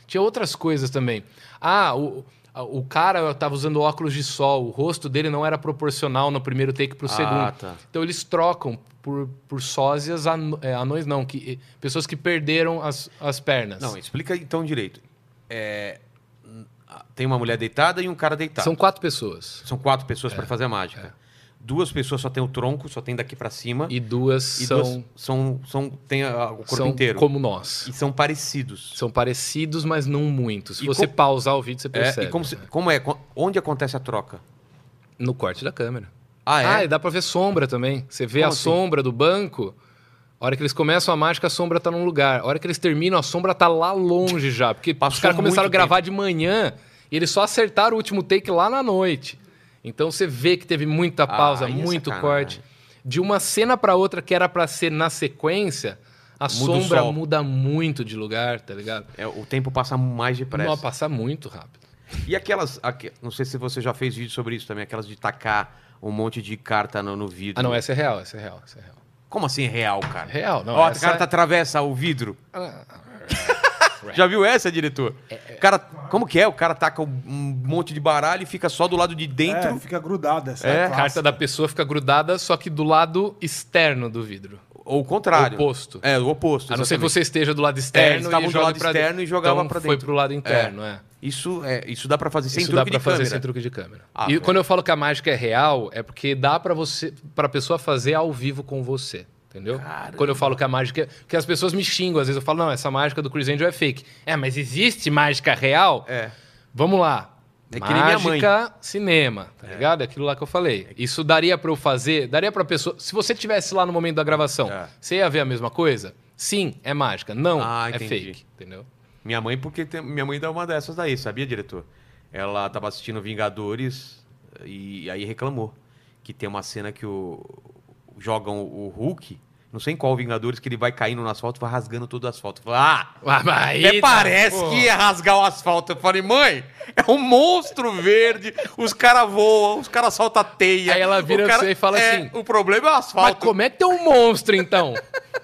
Speaker 2: Tinha outras coisas também. Ah, o, a- o cara tava usando óculos de sol. O rosto dele não era proporcional no primeiro take pro
Speaker 1: Ah,
Speaker 2: segundo.
Speaker 1: tá.
Speaker 2: Então eles trocam por, por sósias, ano- é, anões não, que, pessoas que perderam as, as pernas.
Speaker 1: Não, explica então direito. É, n- a- tem uma mulher deitada e um cara deitado.
Speaker 2: São
Speaker 1: São,
Speaker 2: É. quatro pessoas.
Speaker 1: quatro pessoas pra fazer a mágica. Duas pessoas só tem o tronco, só tem daqui pra cima.
Speaker 2: E duas
Speaker 1: e
Speaker 2: são.
Speaker 1: duas são, são tem a- o corpo
Speaker 2: são
Speaker 1: inteiro.
Speaker 2: como nós.
Speaker 1: E são parecidos.
Speaker 2: São parecidos, mas não muito. Se
Speaker 1: E
Speaker 2: você
Speaker 1: com-
Speaker 2: pausar o vídeo, você
Speaker 1: É,
Speaker 2: percebe. né?
Speaker 1: e como, se- como é? Co- Onde acontece a troca?
Speaker 2: No corte da câmera.
Speaker 1: Ah, é?
Speaker 2: Ah, e dá pra ver sombra também. Você vê
Speaker 1: Como
Speaker 2: a
Speaker 1: assim?
Speaker 2: sombra do banco. A hora que eles começam a mágica, a sombra tá num lugar. A hora que eles terminam, a sombra tá lá longe já. Porque
Speaker 1: Passou
Speaker 2: os caras começaram a
Speaker 1: muito
Speaker 2: gravar de manhã e eles só acertaram o último take lá na noite. Então você vê que teve muita pausa,
Speaker 1: aí é
Speaker 2: muito
Speaker 1: sacanagem.
Speaker 2: corte. De uma cena pra outra que era pra ser na sequência, a
Speaker 1: Muda o
Speaker 2: sombra
Speaker 1: sol.
Speaker 2: muda muito de lugar, tá ligado?
Speaker 1: É, o tempo passa mais depressa.
Speaker 2: Não, passa muito rápido.
Speaker 1: E aquelas. aque- não sei se você já fez vídeo sobre isso também, aquelas de tacar um monte de carta no, no vidro.
Speaker 2: Ah, não, essa é real, essa é real, essa é real.
Speaker 1: Como assim real, cara?
Speaker 2: Real, não.
Speaker 1: Ó,
Speaker 2: essa
Speaker 1: o cara
Speaker 2: é-
Speaker 1: tá atravessa o vidro.
Speaker 2: Ah,
Speaker 1: Já viu essa, diretor? O cara, como que é? O cara taca um monte de baralho e fica só do lado de
Speaker 4: É,
Speaker 1: dentro.
Speaker 4: fica grudada essa
Speaker 1: É,
Speaker 2: a carta
Speaker 4: clássica.
Speaker 2: da pessoa fica grudada, só que do lado externo do vidro.
Speaker 1: Ou o contrário.
Speaker 2: Oposto.
Speaker 1: É, o oposto.
Speaker 2: A não ser que
Speaker 1: exatamente.
Speaker 2: você esteja do lado
Speaker 1: É, eles
Speaker 2: externo
Speaker 1: estavam
Speaker 2: e
Speaker 1: do
Speaker 2: joga
Speaker 1: lado
Speaker 2: pra
Speaker 1: externo
Speaker 2: dentro.
Speaker 1: e jogavam
Speaker 2: então,
Speaker 1: pra
Speaker 2: foi
Speaker 1: dentro.
Speaker 2: pro lado interno, é.
Speaker 1: Isso, é, isso dá pra fazer sem
Speaker 2: Isso dá
Speaker 1: truque
Speaker 2: pra
Speaker 1: de
Speaker 2: fazer
Speaker 1: câmera.
Speaker 2: sem truque de câmera.
Speaker 1: Ah,
Speaker 2: e
Speaker 1: velho.
Speaker 2: quando eu falo que a mágica é real, é porque dá pra você, pra pessoa fazer ao vivo com você. Entendeu?
Speaker 1: Caramba.
Speaker 2: Quando eu falo que a mágica. é- Porque as pessoas me xingam, às vezes eu falo, não, essa mágica do Chris Angel é fake. É, mas existe mágica real?
Speaker 1: É.
Speaker 2: Vamos lá.
Speaker 1: É que nem minha mãe.
Speaker 2: mágica, cinema, tá ligado? É aquilo lá que eu falei. Isso daria pra eu fazer, daria pra pessoa. Se você tivesse lá no momento da gravação,
Speaker 1: É.
Speaker 2: você ia ver a mesma coisa? Sim, é mágica. Não,
Speaker 1: Ah,
Speaker 2: é
Speaker 1: entendi.
Speaker 2: fake, entendeu?
Speaker 1: Minha mãe, porque tem- minha mãe dá uma dessas daí, sabia, diretor? Ela tava assistindo Vingadores e aí reclamou que tem uma cena que o jogam o Hulk, não sei em qual Vingadores que ele vai caindo no asfalto, e vai rasgando todo o asfalto. Fala, ah,
Speaker 2: Ah, mas aí
Speaker 1: até
Speaker 2: tá,
Speaker 1: parece
Speaker 2: pô.
Speaker 1: que ia rasgar o asfalto. Eu falei, mãe, é um monstro verde, os caras voam, os caras soltam teia.
Speaker 2: Aí ela
Speaker 1: o
Speaker 2: vira
Speaker 1: cara-
Speaker 2: pra você e fala
Speaker 1: é,
Speaker 2: assim,
Speaker 1: O problema é o
Speaker 2: Mas
Speaker 1: asfalto.
Speaker 2: como é que tem um monstro, então?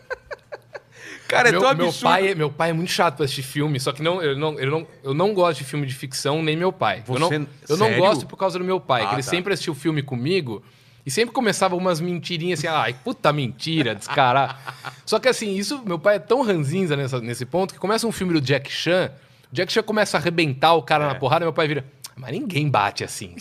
Speaker 1: Cara, é
Speaker 2: meu,
Speaker 1: tão
Speaker 2: meu
Speaker 1: absurdo.
Speaker 2: pai, meu pai é muito chato pra assistir filme, só que não, eu, não, eu, não, eu não gosto de filme de ficção, nem meu pai. eu não,
Speaker 1: Você-
Speaker 2: eu não
Speaker 1: sério?
Speaker 2: gosto por causa do meu pai,
Speaker 1: Ah,
Speaker 2: que ele
Speaker 1: tá.
Speaker 2: sempre assistiu filme comigo e sempre começava umas mentirinhas assim, ai, puta mentira, descarado. só que assim, isso, meu pai é tão ranzinza nessa- nesse ponto que começa um filme do Jack Chan, o Jack Chan começa a arrebentar o
Speaker 1: É.
Speaker 2: cara na porrada, meu pai vira, mas ninguém bate assim.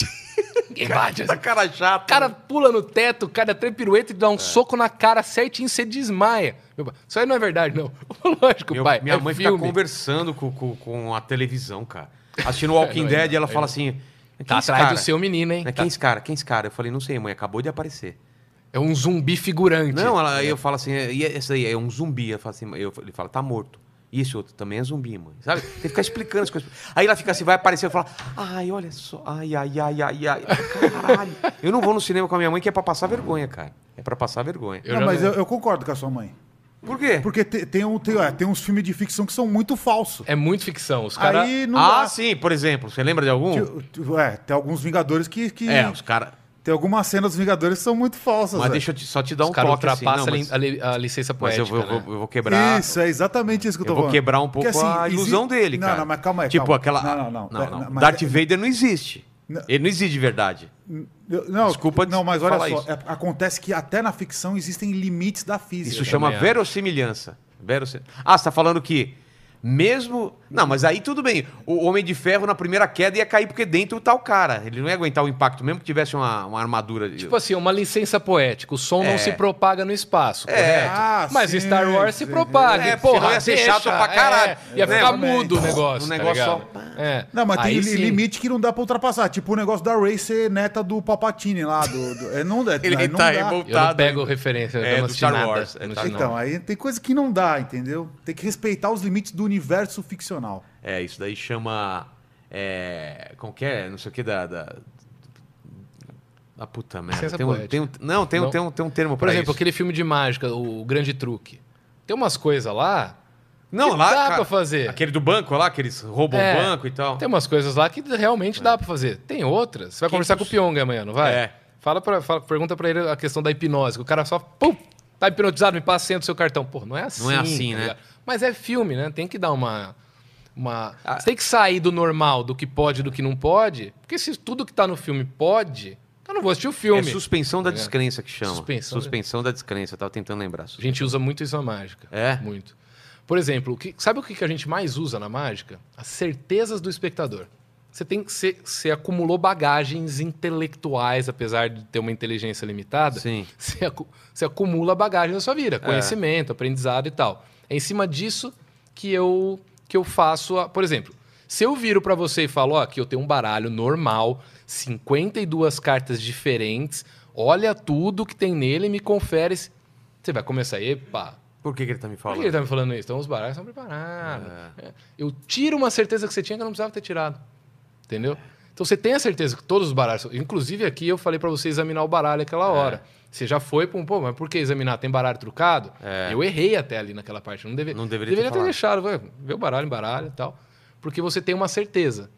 Speaker 2: ninguém bate assim.
Speaker 1: Tá cara chato.
Speaker 2: O cara pula no teto, cada três pirueta e
Speaker 1: É.
Speaker 2: dá um soco na cara certinho, você desmaia. Meu pai, isso aí não é verdade, não. Lógico,
Speaker 1: Meu-
Speaker 2: pai.
Speaker 1: minha
Speaker 2: é
Speaker 1: mãe
Speaker 2: filme.
Speaker 1: fica conversando com, com, com a televisão, cara. Assistindo Walking
Speaker 2: É, não,
Speaker 1: Dead,
Speaker 2: não,
Speaker 1: ela
Speaker 2: não.
Speaker 1: fala assim. "Quem
Speaker 2: Tá
Speaker 1: esse
Speaker 2: atrás
Speaker 1: cara?
Speaker 2: do seu menino, hein? Tá
Speaker 1: Né, Quem esse cara? Quem esse cara? Eu falei, não sei, mãe, acabou de aparecer.
Speaker 2: É um zumbi figurante.
Speaker 1: Não, ela, aí eu falo assim, e esse aí é um zumbi. Ela fala assim, eu, ele fala, tá morto. E esse outro também é zumbi, mãe. Sabe? Tem que ficar explicando as coisas. Aí ela fica assim, vai aparecer e fala, ai, olha só, ai, ai, ai, ai, ai. Caralho. Eu não vou no cinema com a minha mãe que é pra passar vergonha, cara. É pra passar vergonha.
Speaker 2: Eu
Speaker 4: não,
Speaker 2: já
Speaker 4: mas
Speaker 2: não-
Speaker 4: eu, eu concordo com a sua mãe.
Speaker 1: Por quê?
Speaker 4: Porque te- tem, um, tem, é, tem uns filmes de ficção que são muito falsos.
Speaker 2: É muito ficção. Os caras.
Speaker 4: Aí não
Speaker 1: Ah,
Speaker 4: dá.
Speaker 1: sim, por exemplo. Você lembra de algum?
Speaker 4: Ti- ti- É, tem alguns Vingadores que. que
Speaker 1: É, os caras.
Speaker 4: Tem algumas cenas dos Vingadores que são muito falsas. é.
Speaker 1: Mas
Speaker 4: velho.
Speaker 1: deixa eu te- só te dar
Speaker 2: Os
Speaker 1: um
Speaker 2: caras
Speaker 1: toque assim.
Speaker 2: ultrapassam
Speaker 1: não, mas-
Speaker 2: a, li- a licença
Speaker 1: Mas
Speaker 2: poética.
Speaker 1: eu vou, eu
Speaker 2: né?
Speaker 1: vou- eu vou quebrar.
Speaker 4: Isso, é exatamente isso que eu tô
Speaker 1: eu vou
Speaker 4: falando.
Speaker 1: quebrar um
Speaker 4: Porque,
Speaker 1: pouco
Speaker 4: assim,
Speaker 1: a
Speaker 4: exi-
Speaker 1: ilusão dele,
Speaker 4: não,
Speaker 1: cara.
Speaker 4: Não, mas calma aí.
Speaker 1: Tipo
Speaker 4: calma.
Speaker 1: aquela.
Speaker 4: Não, não, não.
Speaker 1: não, não.
Speaker 4: Mas- é,
Speaker 1: Darth Vader não existe.
Speaker 4: Não.
Speaker 1: Ele não existe de verdade.
Speaker 4: Eu- Não,
Speaker 1: Desculpa
Speaker 4: Não, mas olha
Speaker 1: falar
Speaker 4: só.
Speaker 1: isso.
Speaker 4: é- acontece que até na ficção existem limites da física. né?
Speaker 1: Isso chama
Speaker 2: também acho.
Speaker 1: verossimilhança. Verossimi- Ah, você tá falando que mesmo. Não, mas aí tudo bem. O Homem de Ferro na primeira queda ia cair porque dentro tá o cara. Ele não ia aguentar o impacto, mesmo que tivesse uma, uma armadura. de-
Speaker 2: Tipo assim, uma licença poética. O som
Speaker 1: É.
Speaker 2: não se propaga no espaço, correto?
Speaker 4: Ah,
Speaker 2: Mas
Speaker 4: sim,
Speaker 2: Star Wars se
Speaker 4: sim.
Speaker 2: propaga.
Speaker 1: É,
Speaker 2: e, porra,
Speaker 1: senão ia ser
Speaker 2: deixa,
Speaker 1: chato pra caralho.
Speaker 2: É, ia
Speaker 1: Né?
Speaker 2: ficar
Speaker 4: Também.
Speaker 2: mudo o negócio.
Speaker 1: Um
Speaker 2: tá
Speaker 1: negócio
Speaker 2: ligado?
Speaker 1: só-
Speaker 2: É.
Speaker 4: Não, mas
Speaker 2: Aí
Speaker 4: tem
Speaker 2: sim.
Speaker 4: li- limite que não dá pra ultrapassar. Tipo o negócio da Ray ser neta do Palpatine lá. Do, do- é, não, é,
Speaker 1: Ele
Speaker 4: não
Speaker 1: tá
Speaker 4: dá.
Speaker 1: revoltado.
Speaker 2: Eu não pego referência, eu
Speaker 1: É,
Speaker 2: não
Speaker 1: do
Speaker 2: assisti
Speaker 1: Star
Speaker 2: nada.
Speaker 1: Wars,
Speaker 2: Eu não
Speaker 1: é,
Speaker 2: assisti
Speaker 1: tá.
Speaker 2: nada.
Speaker 4: Então, aí tem coisa que não dá, entendeu? Tem que respeitar os limites do universo ficcional.
Speaker 1: É, isso daí chama. É, como que é? Não sei o que da. da... Ah, puta merda.
Speaker 2: Licença
Speaker 1: Tem um,
Speaker 2: poética.
Speaker 1: tem um- não, tem, um-
Speaker 2: Não.
Speaker 1: Tem, um, tem um termo
Speaker 2: Por
Speaker 1: pra
Speaker 2: exemplo,
Speaker 1: isso.
Speaker 2: aquele filme de mágica, O Grande Truque. Tem umas coisas lá.
Speaker 1: Não,
Speaker 2: que
Speaker 1: lá.
Speaker 2: dá
Speaker 1: cara,
Speaker 2: pra fazer.
Speaker 1: Aquele do banco lá, que eles roubam
Speaker 2: É.
Speaker 1: o banco e tal.
Speaker 2: Tem umas coisas lá que realmente dá pra fazer. Tem outras. Você vai
Speaker 1: Que
Speaker 2: conversar com o
Speaker 1: impossível.
Speaker 2: Pyong amanhã, não vai?
Speaker 1: É.
Speaker 2: Fala pra, fala- pergunta pra ele a questão da hipnose. que O cara só. Pum, tá hipnotizado, me passa a senha do seu cartão. Pô, não é assim.
Speaker 1: Não é assim,
Speaker 2: tá
Speaker 1: né?
Speaker 2: ligado? Mas é filme, né? Tem que dar uma. uma...
Speaker 1: Ah.
Speaker 2: Você tem que sair do normal, do que pode e do que não pode. Porque se tudo que tá no filme pode, eu não vou assistir o
Speaker 1: É
Speaker 2: filme.
Speaker 1: suspensão da
Speaker 2: Tá ligado?
Speaker 1: descrença que chama.
Speaker 2: Suspensão, né?
Speaker 1: Suspensão da descrença, eu tava tentando lembrar.
Speaker 2: A gente usa muito isso na mágica.
Speaker 1: É?
Speaker 2: Muito. Por exemplo, o que- sabe o que que a gente mais usa na mágica? As certezas do espectador. Você tem que ser, você acumulou bagagens intelectuais, apesar de ter uma inteligência limitada.
Speaker 1: Sim. É.
Speaker 2: Você, acu- você acumula bagagem na sua vida, conhecimento, aprendizado e tal. É em cima disso que eu que eu faço, a- por exemplo, se eu viro pra você e falo, ó, que eu tenho um baralho normal, 52 cartas diferentes, olha tudo que tem nele e me confere. se- Você vai começar, epa,
Speaker 1: Por que, que ele tá me
Speaker 2: por
Speaker 1: falando?
Speaker 2: que ele tá me falando isso? Então os baralhos são preparados. É. Eu tiro uma certeza que você tinha que eu não precisava ter tirado. Entendeu? Então você tem a certeza que todos os baralhos. são- Inclusive aqui eu falei pra você examinar o baralho
Speaker 1: É.
Speaker 2: aquela hora. Você já foi para um. Pô, mas por que examinar? Tem baralho trucado? Eu errei até ali naquela parte. Não, deve...
Speaker 1: É. Não deveria ter
Speaker 2: deveria ter
Speaker 1: falado.
Speaker 2: deixado. vai, Vê o baralho em baralho e tal. Porque você tem uma certeza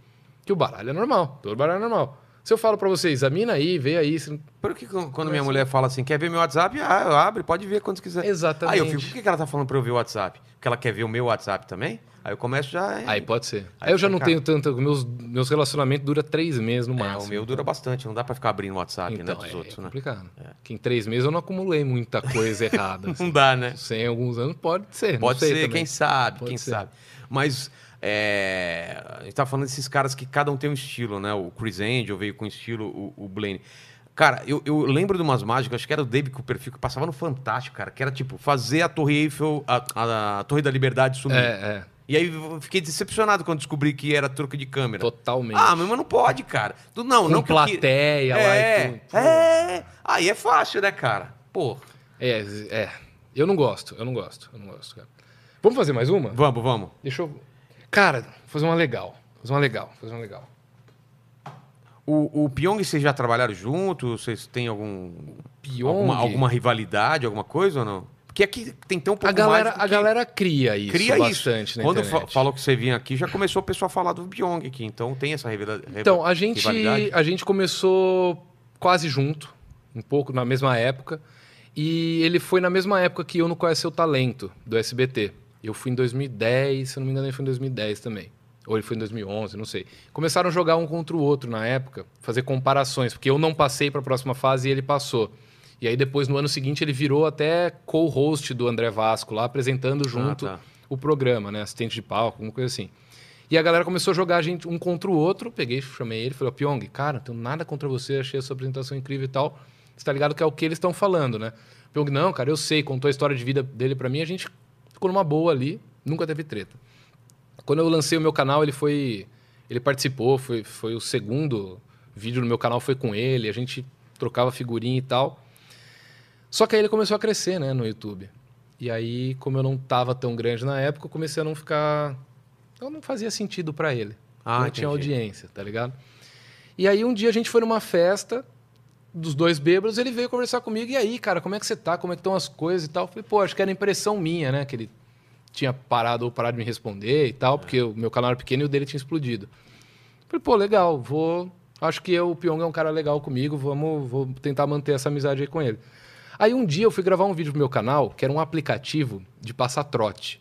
Speaker 2: que o baralho é normal. Todo baralho é normal. Se eu falo pra você, examina aí, vê aí. se não-
Speaker 1: Por que quando quando
Speaker 2: é
Speaker 1: minha mulher fala assim, quer ver meu WhatsApp? Ah, eu abro, pode ver quando quiser.
Speaker 2: Exatamente.
Speaker 1: Aí eu fico, por que, que ela tá falando pra eu ver o WhatsApp? Porque ela quer ver o meu WhatsApp também? Aí eu começo já. é,
Speaker 2: Aí pode ser.
Speaker 1: Aí
Speaker 2: Aí eu já
Speaker 1: fica-
Speaker 2: não tenho tanto. Meus, meus relacionamentos duram três meses no
Speaker 1: Ah,
Speaker 2: máximo. então.
Speaker 1: o meu dura bastante, não dá pra ficar abrindo o WhatsApp, né? Dos
Speaker 2: é
Speaker 1: outros, né?
Speaker 2: complicado. Que em três meses eu não acumulei muita coisa errada. assim.
Speaker 1: Não dá, né?
Speaker 2: Sem alguns anos pode ser. não
Speaker 1: Pode
Speaker 2: sei
Speaker 1: ser,
Speaker 2: também.
Speaker 1: quem sabe,
Speaker 2: Pode
Speaker 1: quem
Speaker 2: ser.
Speaker 1: sabe. Mas é, a gente tá falando desses caras que cada um tem um estilo, né? O Chris Angel veio com estilo, o, o Blaine. Cara, eu, eu lembro de umas mágicas, acho que era o David Copperfield, que passava no Fantástico, cara, que era tipo, fazer a Torre Eiffel, a, a- a Torre da Liberdade sumir.
Speaker 2: É,
Speaker 1: E aí eu fiquei decepcionado quando descobri que era truque de
Speaker 2: é.
Speaker 1: câmera.
Speaker 2: Totalmente.
Speaker 1: Ah, mas não pode, cara. Tu- Não,
Speaker 2: Com
Speaker 1: não que eu que-
Speaker 2: plateia lá
Speaker 1: é,
Speaker 2: e tudo.
Speaker 1: É, aí é fácil, né, cara? Pô,
Speaker 2: É, é. Eu não gosto, eu não gosto, eu não gosto, cara. Vamos fazer mais uma?
Speaker 1: vamos, vamos.
Speaker 2: Deixa eu. Cara, vou fazer uma legal. vou Fazer uma legal, vou fazer uma legal.
Speaker 1: O, o Pyong, vocês já trabalharam juntos? Vocês têm algum.
Speaker 2: Pyong?
Speaker 1: Alguma, alguma rivalidade, alguma coisa ou não? Porque aqui tem tão pouco
Speaker 2: A galera,
Speaker 1: mais do
Speaker 2: a
Speaker 1: que-
Speaker 2: galera cria isso
Speaker 1: cria
Speaker 2: bastante
Speaker 1: isso.
Speaker 2: na
Speaker 1: Quando
Speaker 2: internet.
Speaker 1: fa- falou que você vinha aqui, já começou o pessoal a falar do Pyong aqui. Então tem essa rivalidade.
Speaker 2: Então, a gente, a gente começou quase junto, um pouco na mesma época. E ele foi na mesma época que eu no Qual é Seu Talento, do SBT. Eu fui em 2010, se eu não me engano, ele foi em 2010 também. Ou ele foi em 2011, não sei. Começaram a jogar um contra o outro na época, fazer comparações, porque eu não passei para a próxima fase e ele passou. E aí depois, no ano seguinte, ele virou até co-host do André Vasco lá, apresentando junto
Speaker 1: tá.
Speaker 2: o programa, né? Assistente de palco, alguma coisa assim. E a galera começou a jogar a gente um contra o outro. Peguei, chamei ele, falei, ó, Pyong, cara, não tenho nada contra você, achei a sua apresentação incrível e tal. Você tá ligado que é o que eles estão falando, né? Pyong, não, cara, eu sei, contou a história de vida dele pra mim, a gente ficou numa boa ali, nunca teve treta. Quando eu lancei o meu canal, ele foi. Ele participou, foi, foi o segundo vídeo no meu canal, foi com ele, a gente trocava figurinha e tal. Só que aí ele começou a crescer, né, no YouTube. E aí, como eu não tava tão grande na época, eu comecei a não ficar. Então não fazia sentido pra ele.
Speaker 1: Ah,
Speaker 2: não tinha
Speaker 1: entendi.
Speaker 2: audiência, tá ligado? E aí um dia a gente foi numa festa dos dois bêbados, ele veio conversar comigo. E aí, cara, como é que você tá? Como é que estão as coisas e tal? Eu falei, pô, acho que era impressão minha, né? Que ele tinha parado ou parado de me responder e tal, porque o meu canal era pequeno e o dele tinha explodido. Falei, pô, legal, vou. Acho que eu, o Pyong é um cara legal comigo, vamos vou tentar manter essa amizade aí com ele. Aí um dia eu fui gravar um vídeo pro meu canal, que era um aplicativo de passar trote.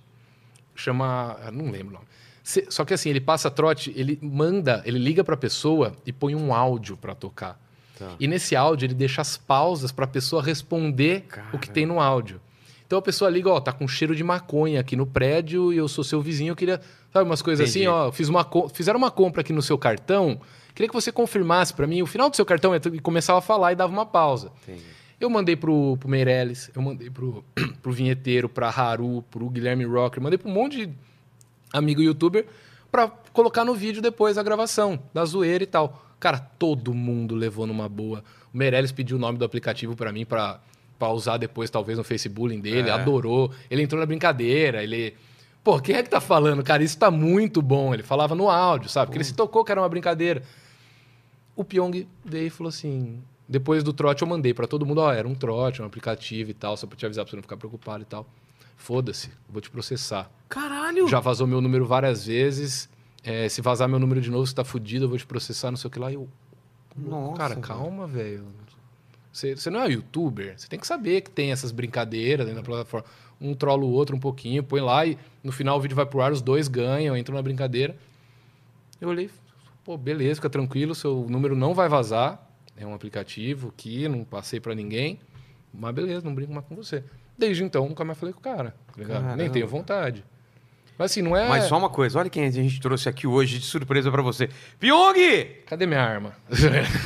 Speaker 2: Chama. eu Não lembro o nome. Cê- Só que assim, ele passa trote, ele manda, ele liga pra pessoa e põe um áudio pra tocar.
Speaker 1: Tá.
Speaker 2: E nesse áudio ele deixa as pausas pra pessoa responder o que tem no áudio. Então a pessoa liga, ó, tá com cheiro de maconha aqui no prédio e eu sou seu vizinho, eu queria, sabe, umas coisas
Speaker 1: Entendi.
Speaker 2: assim, ó, fiz uma co- fizeram uma compra aqui no seu cartão, queria que você confirmasse pra mim o final do seu cartão é e começava a falar e dava uma pausa.
Speaker 1: Entendi.
Speaker 2: Eu mandei pro, pro Meirelles, eu mandei pro, pro Vinheteiro, pra Haru, pro Guilherme Rocker, mandei pra um monte de amigo youtuber pra colocar no vídeo depois a gravação, da zoeira e tal. Cara, todo mundo levou numa boa. O Meirelles pediu o nome do aplicativo pra mim pra, pra usar depois, talvez, no Facebook dele,
Speaker 1: É.
Speaker 2: adorou. Ele entrou na brincadeira, ele. Pô, quem é que tá falando, cara? Isso tá muito bom. Ele falava no áudio, sabe? Porque ele se tocou que era uma brincadeira. O Pyong veio e falou assim. Depois do trote, eu mandei pra todo mundo: ó, era um trote, um aplicativo e tal, só pra te avisar pra você não ficar preocupado e tal. Foda-se, vou te processar.
Speaker 1: Caralho!
Speaker 2: Já vazou meu número várias vezes. é, se vazar meu número de novo, você tá fudido, eu vou te processar, não sei o que lá. E eu.
Speaker 1: Nossa,
Speaker 2: cara,
Speaker 1: velho.
Speaker 2: calma, velho. Você você não é youtuber, você tem que saber que tem essas brincadeiras dentro da plataforma. Um trola o outro um pouquinho, põe lá e no final o vídeo vai pro ar, os dois ganham, entram na brincadeira. Eu olhei, pô, beleza, fica tranquilo, seu número não vai vazar. É um aplicativo que não passei pra ninguém. Mas beleza, não brinco mais com você. Desde então, nunca mais falei com o cara. tá ligado?
Speaker 1: Caramba.
Speaker 2: Nem tenho vontade. Mas assim, não é.
Speaker 1: Mas só uma coisa, olha quem a gente trouxe aqui hoje de surpresa pra você. Pyong!
Speaker 2: Cadê minha arma?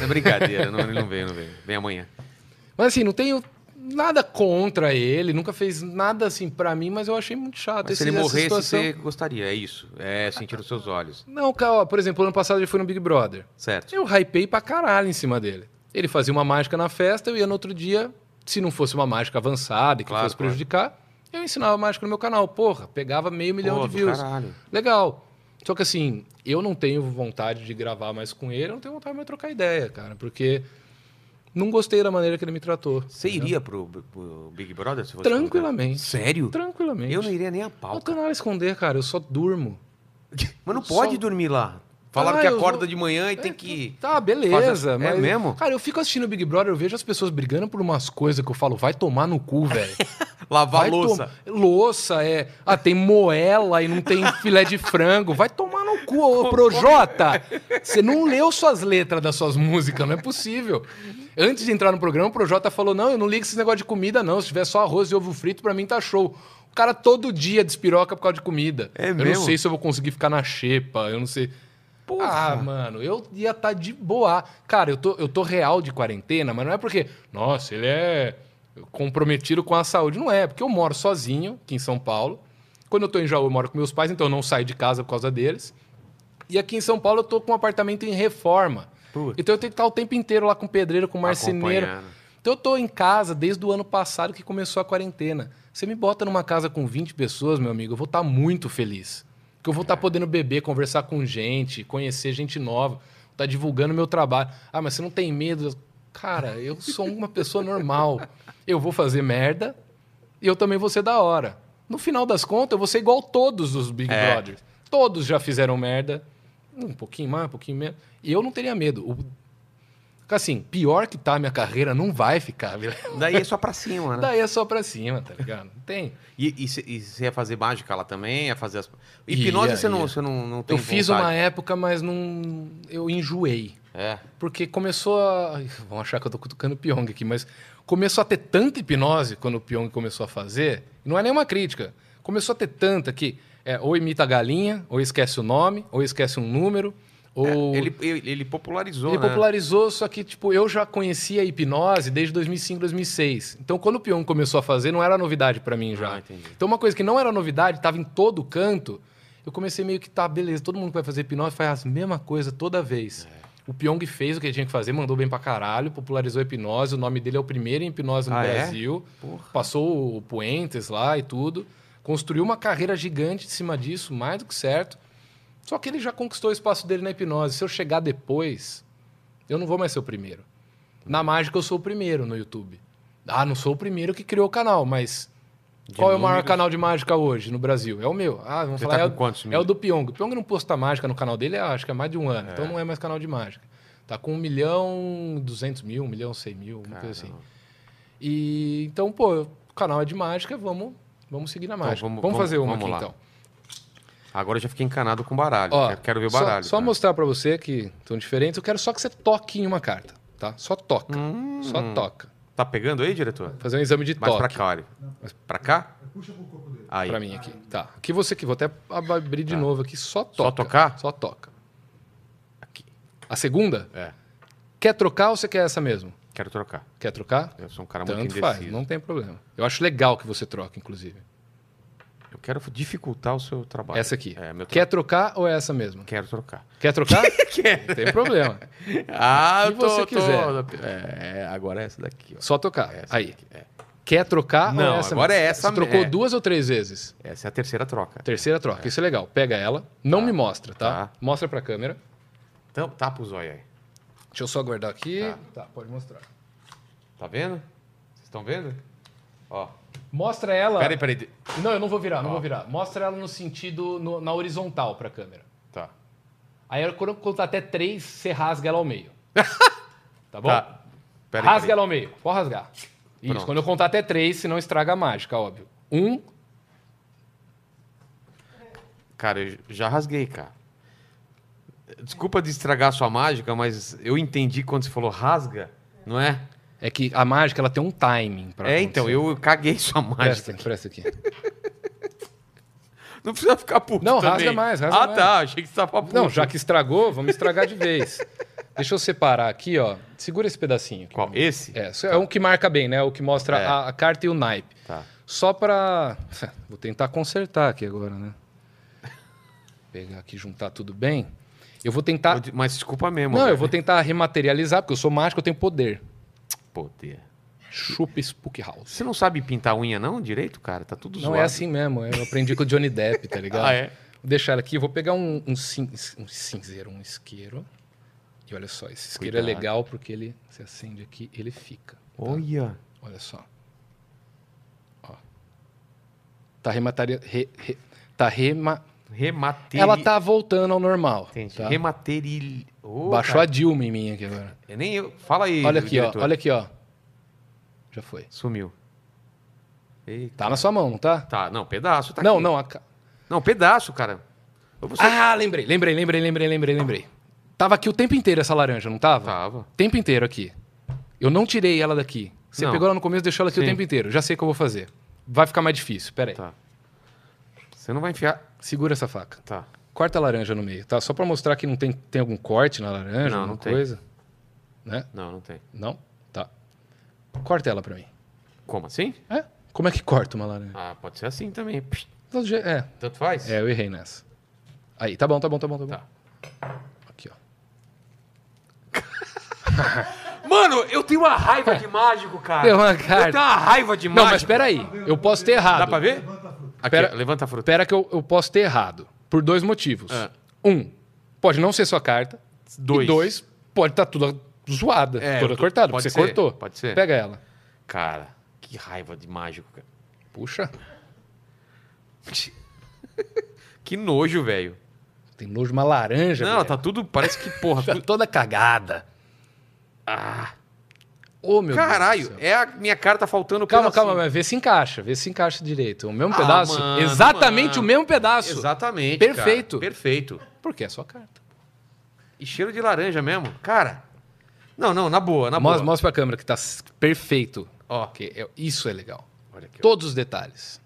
Speaker 1: É brincadeira, não, ele não veio, não veio. Vem amanhã.
Speaker 2: mas assim, não tenho nada contra ele, nunca fez nada assim pra mim, mas eu achei muito chato.
Speaker 1: Mas se
Speaker 2: esse-
Speaker 1: ele
Speaker 2: essa
Speaker 1: morresse,
Speaker 2: situação. Ah, tá.
Speaker 1: você gostaria, é isso. É sentir os seus olhos,
Speaker 2: Não, cara, ó, por exemplo, ano passado ele foi no Big Brother.
Speaker 1: certo?
Speaker 2: Eu hypei pra caralho em cima dele. Ele fazia uma mágica na festa, eu ia no outro dia, se não fosse uma mágica avançada e que
Speaker 1: Claro,
Speaker 2: fosse
Speaker 1: claro.
Speaker 2: prejudicar, eu ensinava mágica no meu canal. Porra, pegava meio Um milhão
Speaker 1: Pô,
Speaker 2: de
Speaker 1: do
Speaker 2: views.
Speaker 1: Caralho.
Speaker 2: Legal. Só que assim, eu não tenho vontade de gravar mais com ele, eu não tenho vontade mais de trocar ideia, cara, porque não gostei da maneira que ele me tratou.
Speaker 1: Você iria pro, pro Big Brother? Se fosse convidado?
Speaker 2: Tranquilamente.
Speaker 1: Sério?
Speaker 2: Tranquilamente.
Speaker 1: Eu não iria nem a
Speaker 2: Eu
Speaker 1: pau.
Speaker 2: não tenho
Speaker 1: cara.
Speaker 2: nada a esconder, cara, eu só durmo.
Speaker 1: Mas não
Speaker 2: Só-
Speaker 1: pode dormir lá. Falaram
Speaker 2: Ah,
Speaker 1: que
Speaker 2: eu
Speaker 1: acorda
Speaker 2: vou-
Speaker 1: de manhã e tem
Speaker 2: É,
Speaker 1: que.
Speaker 2: Tá, beleza.
Speaker 1: Fazer- é
Speaker 2: mas-
Speaker 1: mesmo?
Speaker 2: Cara, eu fico assistindo o Big Brother, eu vejo as pessoas brigando por umas coisas que eu falo, vai tomar no cu, velho.
Speaker 1: Lavar
Speaker 2: Vai
Speaker 1: louça.
Speaker 2: tom- Louça, é. Ah, tem moela e não tem filé de frango. Vai tomar no cu, ô Projota. Você não leu suas letras das suas músicas, não é possível. Antes de entrar no programa, o Projota falou: não, eu não ligo esse negócio de comida, não. Se tiver só arroz e ovo frito, pra mim tá show. O cara todo dia despiroca por causa de comida.
Speaker 1: É
Speaker 2: eu
Speaker 1: mesmo?
Speaker 2: não sei se eu vou conseguir ficar na xepa, eu não sei. Ah, mano, eu ia estar de boa. Cara, eu tô, eu tô real de quarentena, mas não é porque, nossa, ele é comprometido com a saúde. Não é, porque eu moro sozinho aqui em São Paulo. Quando eu tô em Jaú, eu moro com meus pais, então eu não saio de casa por causa deles. E aqui em São Paulo eu tô com um apartamento em reforma.
Speaker 1: Putz.
Speaker 2: Então eu tenho que estar o tempo inteiro lá com pedreiro, com marceneiro.
Speaker 1: Acompanhando.
Speaker 2: Então eu tô em casa desde o ano passado que começou a quarentena. Você me bota numa casa com 20 pessoas, meu amigo, eu vou estar muito feliz. Porque eu vou estar podendo beber, conversar com gente, conhecer gente nova, tá divulgando meu trabalho. Ah, mas você não tem medo? Cara, eu sou uma pessoa normal. Eu vou fazer merda e eu também vou ser da hora. No final das contas, eu vou ser igual todos os Big
Speaker 1: É.
Speaker 2: Brothers. Todos já fizeram merda. Um pouquinho mais, um pouquinho menos. E eu não teria medo. O Fica assim, pior que tá a minha carreira, não vai ficar, beleza?
Speaker 1: Daí é só pra cima, né?
Speaker 2: Daí é só pra cima, tá ligado? Não tem.
Speaker 1: E, e, cê- e você ia fazer mágica lá também? Ia fazer as... Hipnose
Speaker 2: Ia,
Speaker 1: você não,
Speaker 2: ia.
Speaker 1: você não, não tem
Speaker 2: Eu fiz
Speaker 1: vontade.
Speaker 2: uma época, mas não. Eu enjoei.
Speaker 1: É.
Speaker 2: Porque começou a. Ai, Vão achar que eu tô cutucando o Pyong aqui, mas começou a ter tanta hipnose quando o Pyong começou a fazer. Não é nenhuma crítica. Começou a ter tanta que é, ou imita a galinha, ou esquece o nome, ou esquece um número, ou.
Speaker 1: É, Ele, ele, ele popularizou,
Speaker 2: Ele
Speaker 1: né?
Speaker 2: popularizou, só que, tipo, eu já conhecia a hipnose desde 2005, 2006. Então, quando o Pyong começou a fazer, não era novidade pra mim já.
Speaker 1: Ah, entendi.
Speaker 2: então, uma coisa que não era novidade, tava em todo canto, eu comecei meio que, tá, beleza, todo mundo que vai fazer hipnose faz a mesma coisa toda vez.
Speaker 1: É.
Speaker 2: O Pyong fez o que ele tinha que fazer, mandou bem pra caralho, popularizou a hipnose, o nome dele é o primeiro em hipnose no
Speaker 1: Ah, é?
Speaker 2: Brasil. Passou o Puentes lá e tudo. Construiu uma carreira gigante em cima disso, mais do que certo. Só que ele já conquistou o espaço dele na hipnose. Se eu chegar depois, eu não vou mais ser o primeiro. Na mágica, eu sou o primeiro no YouTube. Ah, não sou o primeiro que criou o canal, mas. qual é o maior
Speaker 1: números?
Speaker 2: canal de mágica hoje no Brasil? É o meu. Ah, vamos
Speaker 1: Você
Speaker 2: falar.
Speaker 1: tá
Speaker 2: é,
Speaker 1: com
Speaker 2: o-
Speaker 1: quantos mil?
Speaker 2: é o do Pyong. O Pyong não posta mágica no canal dele, acho que é mais de um ano. Então não é mais canal de mágica. Tá com 1 milhão e 200 mil, 1 milhão e 100 mil, alguma coisa assim. E então, pô, o canal é de mágica, vamos, vamos seguir na mágica.
Speaker 1: Então, vamos-
Speaker 2: vamos,
Speaker 1: vamos-
Speaker 2: fazer uma
Speaker 1: vamos
Speaker 2: aqui
Speaker 1: lá.
Speaker 2: então.
Speaker 1: Agora eu já fiquei encanado com baralho.
Speaker 2: Ó,
Speaker 1: Eu quero ver o
Speaker 2: só-
Speaker 1: baralho. tá?
Speaker 2: Só,
Speaker 1: cara.
Speaker 2: mostrar pra você que são diferentes. Eu quero só que você toque em uma carta, tá? Só toca. Só toca.
Speaker 1: Tá pegando aí, diretor?
Speaker 2: Fazer um exame de
Speaker 1: Mais
Speaker 2: toque
Speaker 1: Hum. pra cá, olha. Pra cá?
Speaker 4: Puxa pro corpo dele.
Speaker 1: Aí. Tá.
Speaker 2: pra mim aqui. Tá. Aqui você que vou até ab- abrir de novo aqui. Só toca.
Speaker 1: tocar?
Speaker 2: Só toca.
Speaker 1: Aqui.
Speaker 2: A segunda?
Speaker 1: É.
Speaker 2: Quer trocar ou você quer essa mesmo?
Speaker 1: Quero trocar.
Speaker 2: Quer trocar?
Speaker 1: Eu sou um cara muito
Speaker 2: Tanto
Speaker 1: indeciso.
Speaker 2: faz, não tem problema. Eu acho legal que você troque, inclusive.
Speaker 1: Eu quero dificultar o seu trabalho.
Speaker 2: Essa aqui.
Speaker 1: É, meu tra...
Speaker 2: Quer trocar ou é essa mesmo?
Speaker 1: Quero trocar.
Speaker 2: Quer trocar? Não tem problema.
Speaker 1: Ah,
Speaker 2: Se
Speaker 1: eu tô,
Speaker 2: você
Speaker 1: tô-
Speaker 2: quiser.
Speaker 1: É, agora é essa daqui, ó.
Speaker 2: Só tocar.
Speaker 1: Essa
Speaker 2: Aí.
Speaker 1: daqui, é.
Speaker 2: Quer trocar ou
Speaker 1: Não,
Speaker 2: é essa
Speaker 1: agora
Speaker 2: mesmo?
Speaker 1: é essa
Speaker 2: Você trocou
Speaker 1: mesmo.
Speaker 2: duas ou três vezes?
Speaker 1: Essa é a terceira troca.
Speaker 2: Terceira troca, isso é legal. Pega ela, não me mostra, tá?
Speaker 1: Tá.
Speaker 2: Mostra pra câmera.
Speaker 1: Então, tapa o zóio aí.
Speaker 2: Deixa eu só guardar aqui. Tá, pode mostrar.
Speaker 1: Tá vendo? Vocês estão vendo? Ó.
Speaker 2: Tá. Mostra ela.
Speaker 1: Peraí, peraí.
Speaker 2: Não, eu não vou virar, não vou virar. Mostra ela no sentido, no- na horizontal pra câmera.
Speaker 1: Tá.
Speaker 2: Aí quando eu contar até três, você rasga ela ao meio. tá bom?
Speaker 1: Tá. Peraí,
Speaker 2: rasga
Speaker 1: peraí.
Speaker 2: ela ao meio. Pode rasgar. Isso,
Speaker 1: Pronto.
Speaker 2: quando eu contar até três, senão estraga a mágica, óbvio. Um,
Speaker 1: Cara, eu já rasguei, cara. Desculpa de estragar a sua mágica, mas eu entendi quando você falou rasga, não é?
Speaker 2: é que a mágica ela tem um timing pra
Speaker 1: é, então,
Speaker 2: acontecer. É.
Speaker 1: eu caguei sua mágica.
Speaker 2: Presta, presta aqui.
Speaker 1: Não precisa ficar puto
Speaker 2: Não,
Speaker 1: também.
Speaker 2: rasga mais, rasga
Speaker 1: Ah,
Speaker 2: mais.
Speaker 1: tá, achei que você tava puto.
Speaker 2: Não, já que estragou, vamos estragar de vez. Deixa eu separar aqui, ó. Segura esse pedacinho. Aqui.
Speaker 1: Qual? Esse?
Speaker 2: É, isso é um que marca bem, né? O que mostra
Speaker 1: É.
Speaker 2: a, a carta e o naipe.
Speaker 1: Tá.
Speaker 2: Só pra. Vou tentar consertar aqui agora, né? Pegar aqui, juntar tudo bem. Eu vou tentar.
Speaker 1: Mas desculpa mesmo.
Speaker 2: Tá. Não,
Speaker 1: velho.
Speaker 2: eu vou tentar rematerializar, porque eu sou mágico, eu tenho poder.
Speaker 1: Poder.
Speaker 2: Chupa Spook House.
Speaker 1: Você não sabe pintar unha não direito, cara? Tá tudo
Speaker 2: Não
Speaker 1: zoado.
Speaker 2: é assim mesmo, eu aprendi com o Johnny Depp, tá ligado?
Speaker 1: Ah, é?
Speaker 2: Vou deixar ela aqui, vou pegar um, um, cin- um cinzeiro, um isqueiro. E olha só, esse isqueiro é
Speaker 1: Cuidado.
Speaker 2: legal porque ele se acende aqui, ele fica. tá?
Speaker 1: Olha.
Speaker 2: Olha só. Ó. Tá remataria. Re, re- tá rema.
Speaker 1: Remateri...
Speaker 2: Ela tá voltando ao normal.
Speaker 1: Entendi.
Speaker 2: tá?
Speaker 1: Remateri... Ô,
Speaker 2: Baixou a
Speaker 1: cara,
Speaker 2: Dilma em mim aqui agora.
Speaker 1: é Nem eu... Fala aí,
Speaker 2: Olha aqui, ó.
Speaker 1: diretor.
Speaker 2: Olha aqui, ó. Já foi.
Speaker 1: Sumiu. Eita.
Speaker 2: Tá na sua mão, não tá?
Speaker 1: Tá, não, pedaço. Tá
Speaker 2: não,
Speaker 1: aqui.
Speaker 2: não. a ca-
Speaker 1: Não, pedaço, cara. Eu vou
Speaker 2: Ah, lembrei, lembrei, lembrei, lembrei, lembrei, lembrei. Tava aqui o tempo inteiro essa laranja, não tava?
Speaker 1: Tava.
Speaker 2: tempo inteiro aqui. Eu não tirei ela daqui. Você
Speaker 1: Não.
Speaker 2: pegou ela no começo e deixou ela aqui
Speaker 1: Sim.
Speaker 2: o tempo inteiro. Já sei o que eu vou fazer. Vai ficar mais difícil. Pera aí.
Speaker 1: Tá. Você não vai enfiar.
Speaker 2: Segura essa faca.
Speaker 1: Tá.
Speaker 2: Corta a laranja no meio, tá? Só pra mostrar que não tem, tem algum corte na laranja,
Speaker 1: Não,
Speaker 2: alguma
Speaker 1: não tem.
Speaker 2: coisa. Né?
Speaker 1: Não, não tem.
Speaker 2: Não? Tá. Corta ela pra mim.
Speaker 1: Como assim?
Speaker 2: É? Como é que corta uma laranja?
Speaker 1: Ah, pode ser assim também. Psh,
Speaker 2: Todo jeito- É.
Speaker 1: Tanto faz?
Speaker 2: É, eu errei nessa. Aí, tá bom, tá bom, tá bom, tá bom.
Speaker 1: Tá.
Speaker 2: Aqui, ó.
Speaker 1: Mano, eu tenho uma raiva de mágico, cara.
Speaker 2: Tem uma carta.
Speaker 1: Eu tenho uma raiva de
Speaker 2: Não,
Speaker 1: mágico.
Speaker 2: mas peraí. Eu posso ter errado.
Speaker 1: Dá pra ver? Aqui,
Speaker 2: Pera-
Speaker 1: ó, levanta a fruta.
Speaker 2: Pera que eu, eu posso ter errado. Por dois motivos.
Speaker 1: Ah.
Speaker 2: Um, pode não ser sua carta.
Speaker 1: Dois.
Speaker 2: E dois, pode estar tudo zoada,
Speaker 1: É, eu
Speaker 2: toda
Speaker 1: tô-
Speaker 2: cortada.
Speaker 1: pode
Speaker 2: porque
Speaker 1: ser,
Speaker 2: você cortou.
Speaker 1: pode ser.
Speaker 2: Pega ela.
Speaker 1: Cara, que raiva de mágico, cara.
Speaker 2: Puxa,
Speaker 1: Que nojo, velho.
Speaker 2: tem nojo de uma laranja.
Speaker 1: Não,
Speaker 2: velho.
Speaker 1: tá tudo. Parece que, porra.
Speaker 2: Tá
Speaker 1: tudo-
Speaker 2: toda cagada. Ah. Ô, meu Deus. do
Speaker 1: Caralho,
Speaker 2: céu.
Speaker 1: é a minha cara tá faltando
Speaker 2: Calma,
Speaker 1: pedacinho.
Speaker 2: calma, mas vê se encaixa, vê se encaixa direito. O mesmo
Speaker 1: Ah,
Speaker 2: pedaço?
Speaker 1: mano,
Speaker 2: Exatamente
Speaker 1: mano.
Speaker 2: o mesmo pedaço.
Speaker 1: Exatamente.
Speaker 2: Perfeito.
Speaker 1: cara, perfeito.
Speaker 2: Porque é só carta.
Speaker 1: E cheiro de laranja mesmo. Cara. Não, não, na boa, na
Speaker 2: Mostra,
Speaker 1: boa.
Speaker 2: mostra pra câmera que tá s- perfeito.
Speaker 1: Ó,
Speaker 2: Que é- isso é legal.
Speaker 1: olha aqui. ó.
Speaker 2: Todos os detalhes.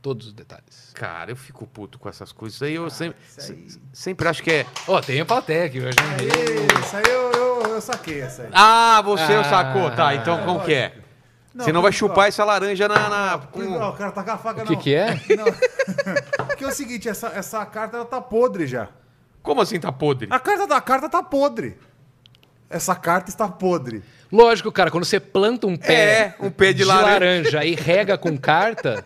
Speaker 2: Todos os detalhes.
Speaker 1: Cara, eu fico puto com essas coisas. Aí eu sempre, se- sempre acho que é.
Speaker 2: Ó, tem a plateia aqui, eu já
Speaker 6: Isso aí eu, eu, eu saquei essa aí.
Speaker 1: Ah, você
Speaker 2: Ah.
Speaker 1: sacou. Tá, então como que é? você não vai chupar essa laranja na. na-
Speaker 4: Ah,
Speaker 1: com-
Speaker 4: um.
Speaker 6: Não, o cara tá com a faca,
Speaker 2: O que
Speaker 6: não.
Speaker 2: que é?
Speaker 6: Não. Porque é o seguinte, essa, essa carta ela tá podre já.
Speaker 1: Como assim tá podre?
Speaker 6: A carta da carta tá podre. Essa carta está podre.
Speaker 2: Lógico, cara, quando você planta um
Speaker 1: É,
Speaker 2: pé,
Speaker 1: um pé de laranja.
Speaker 2: e rega com carta,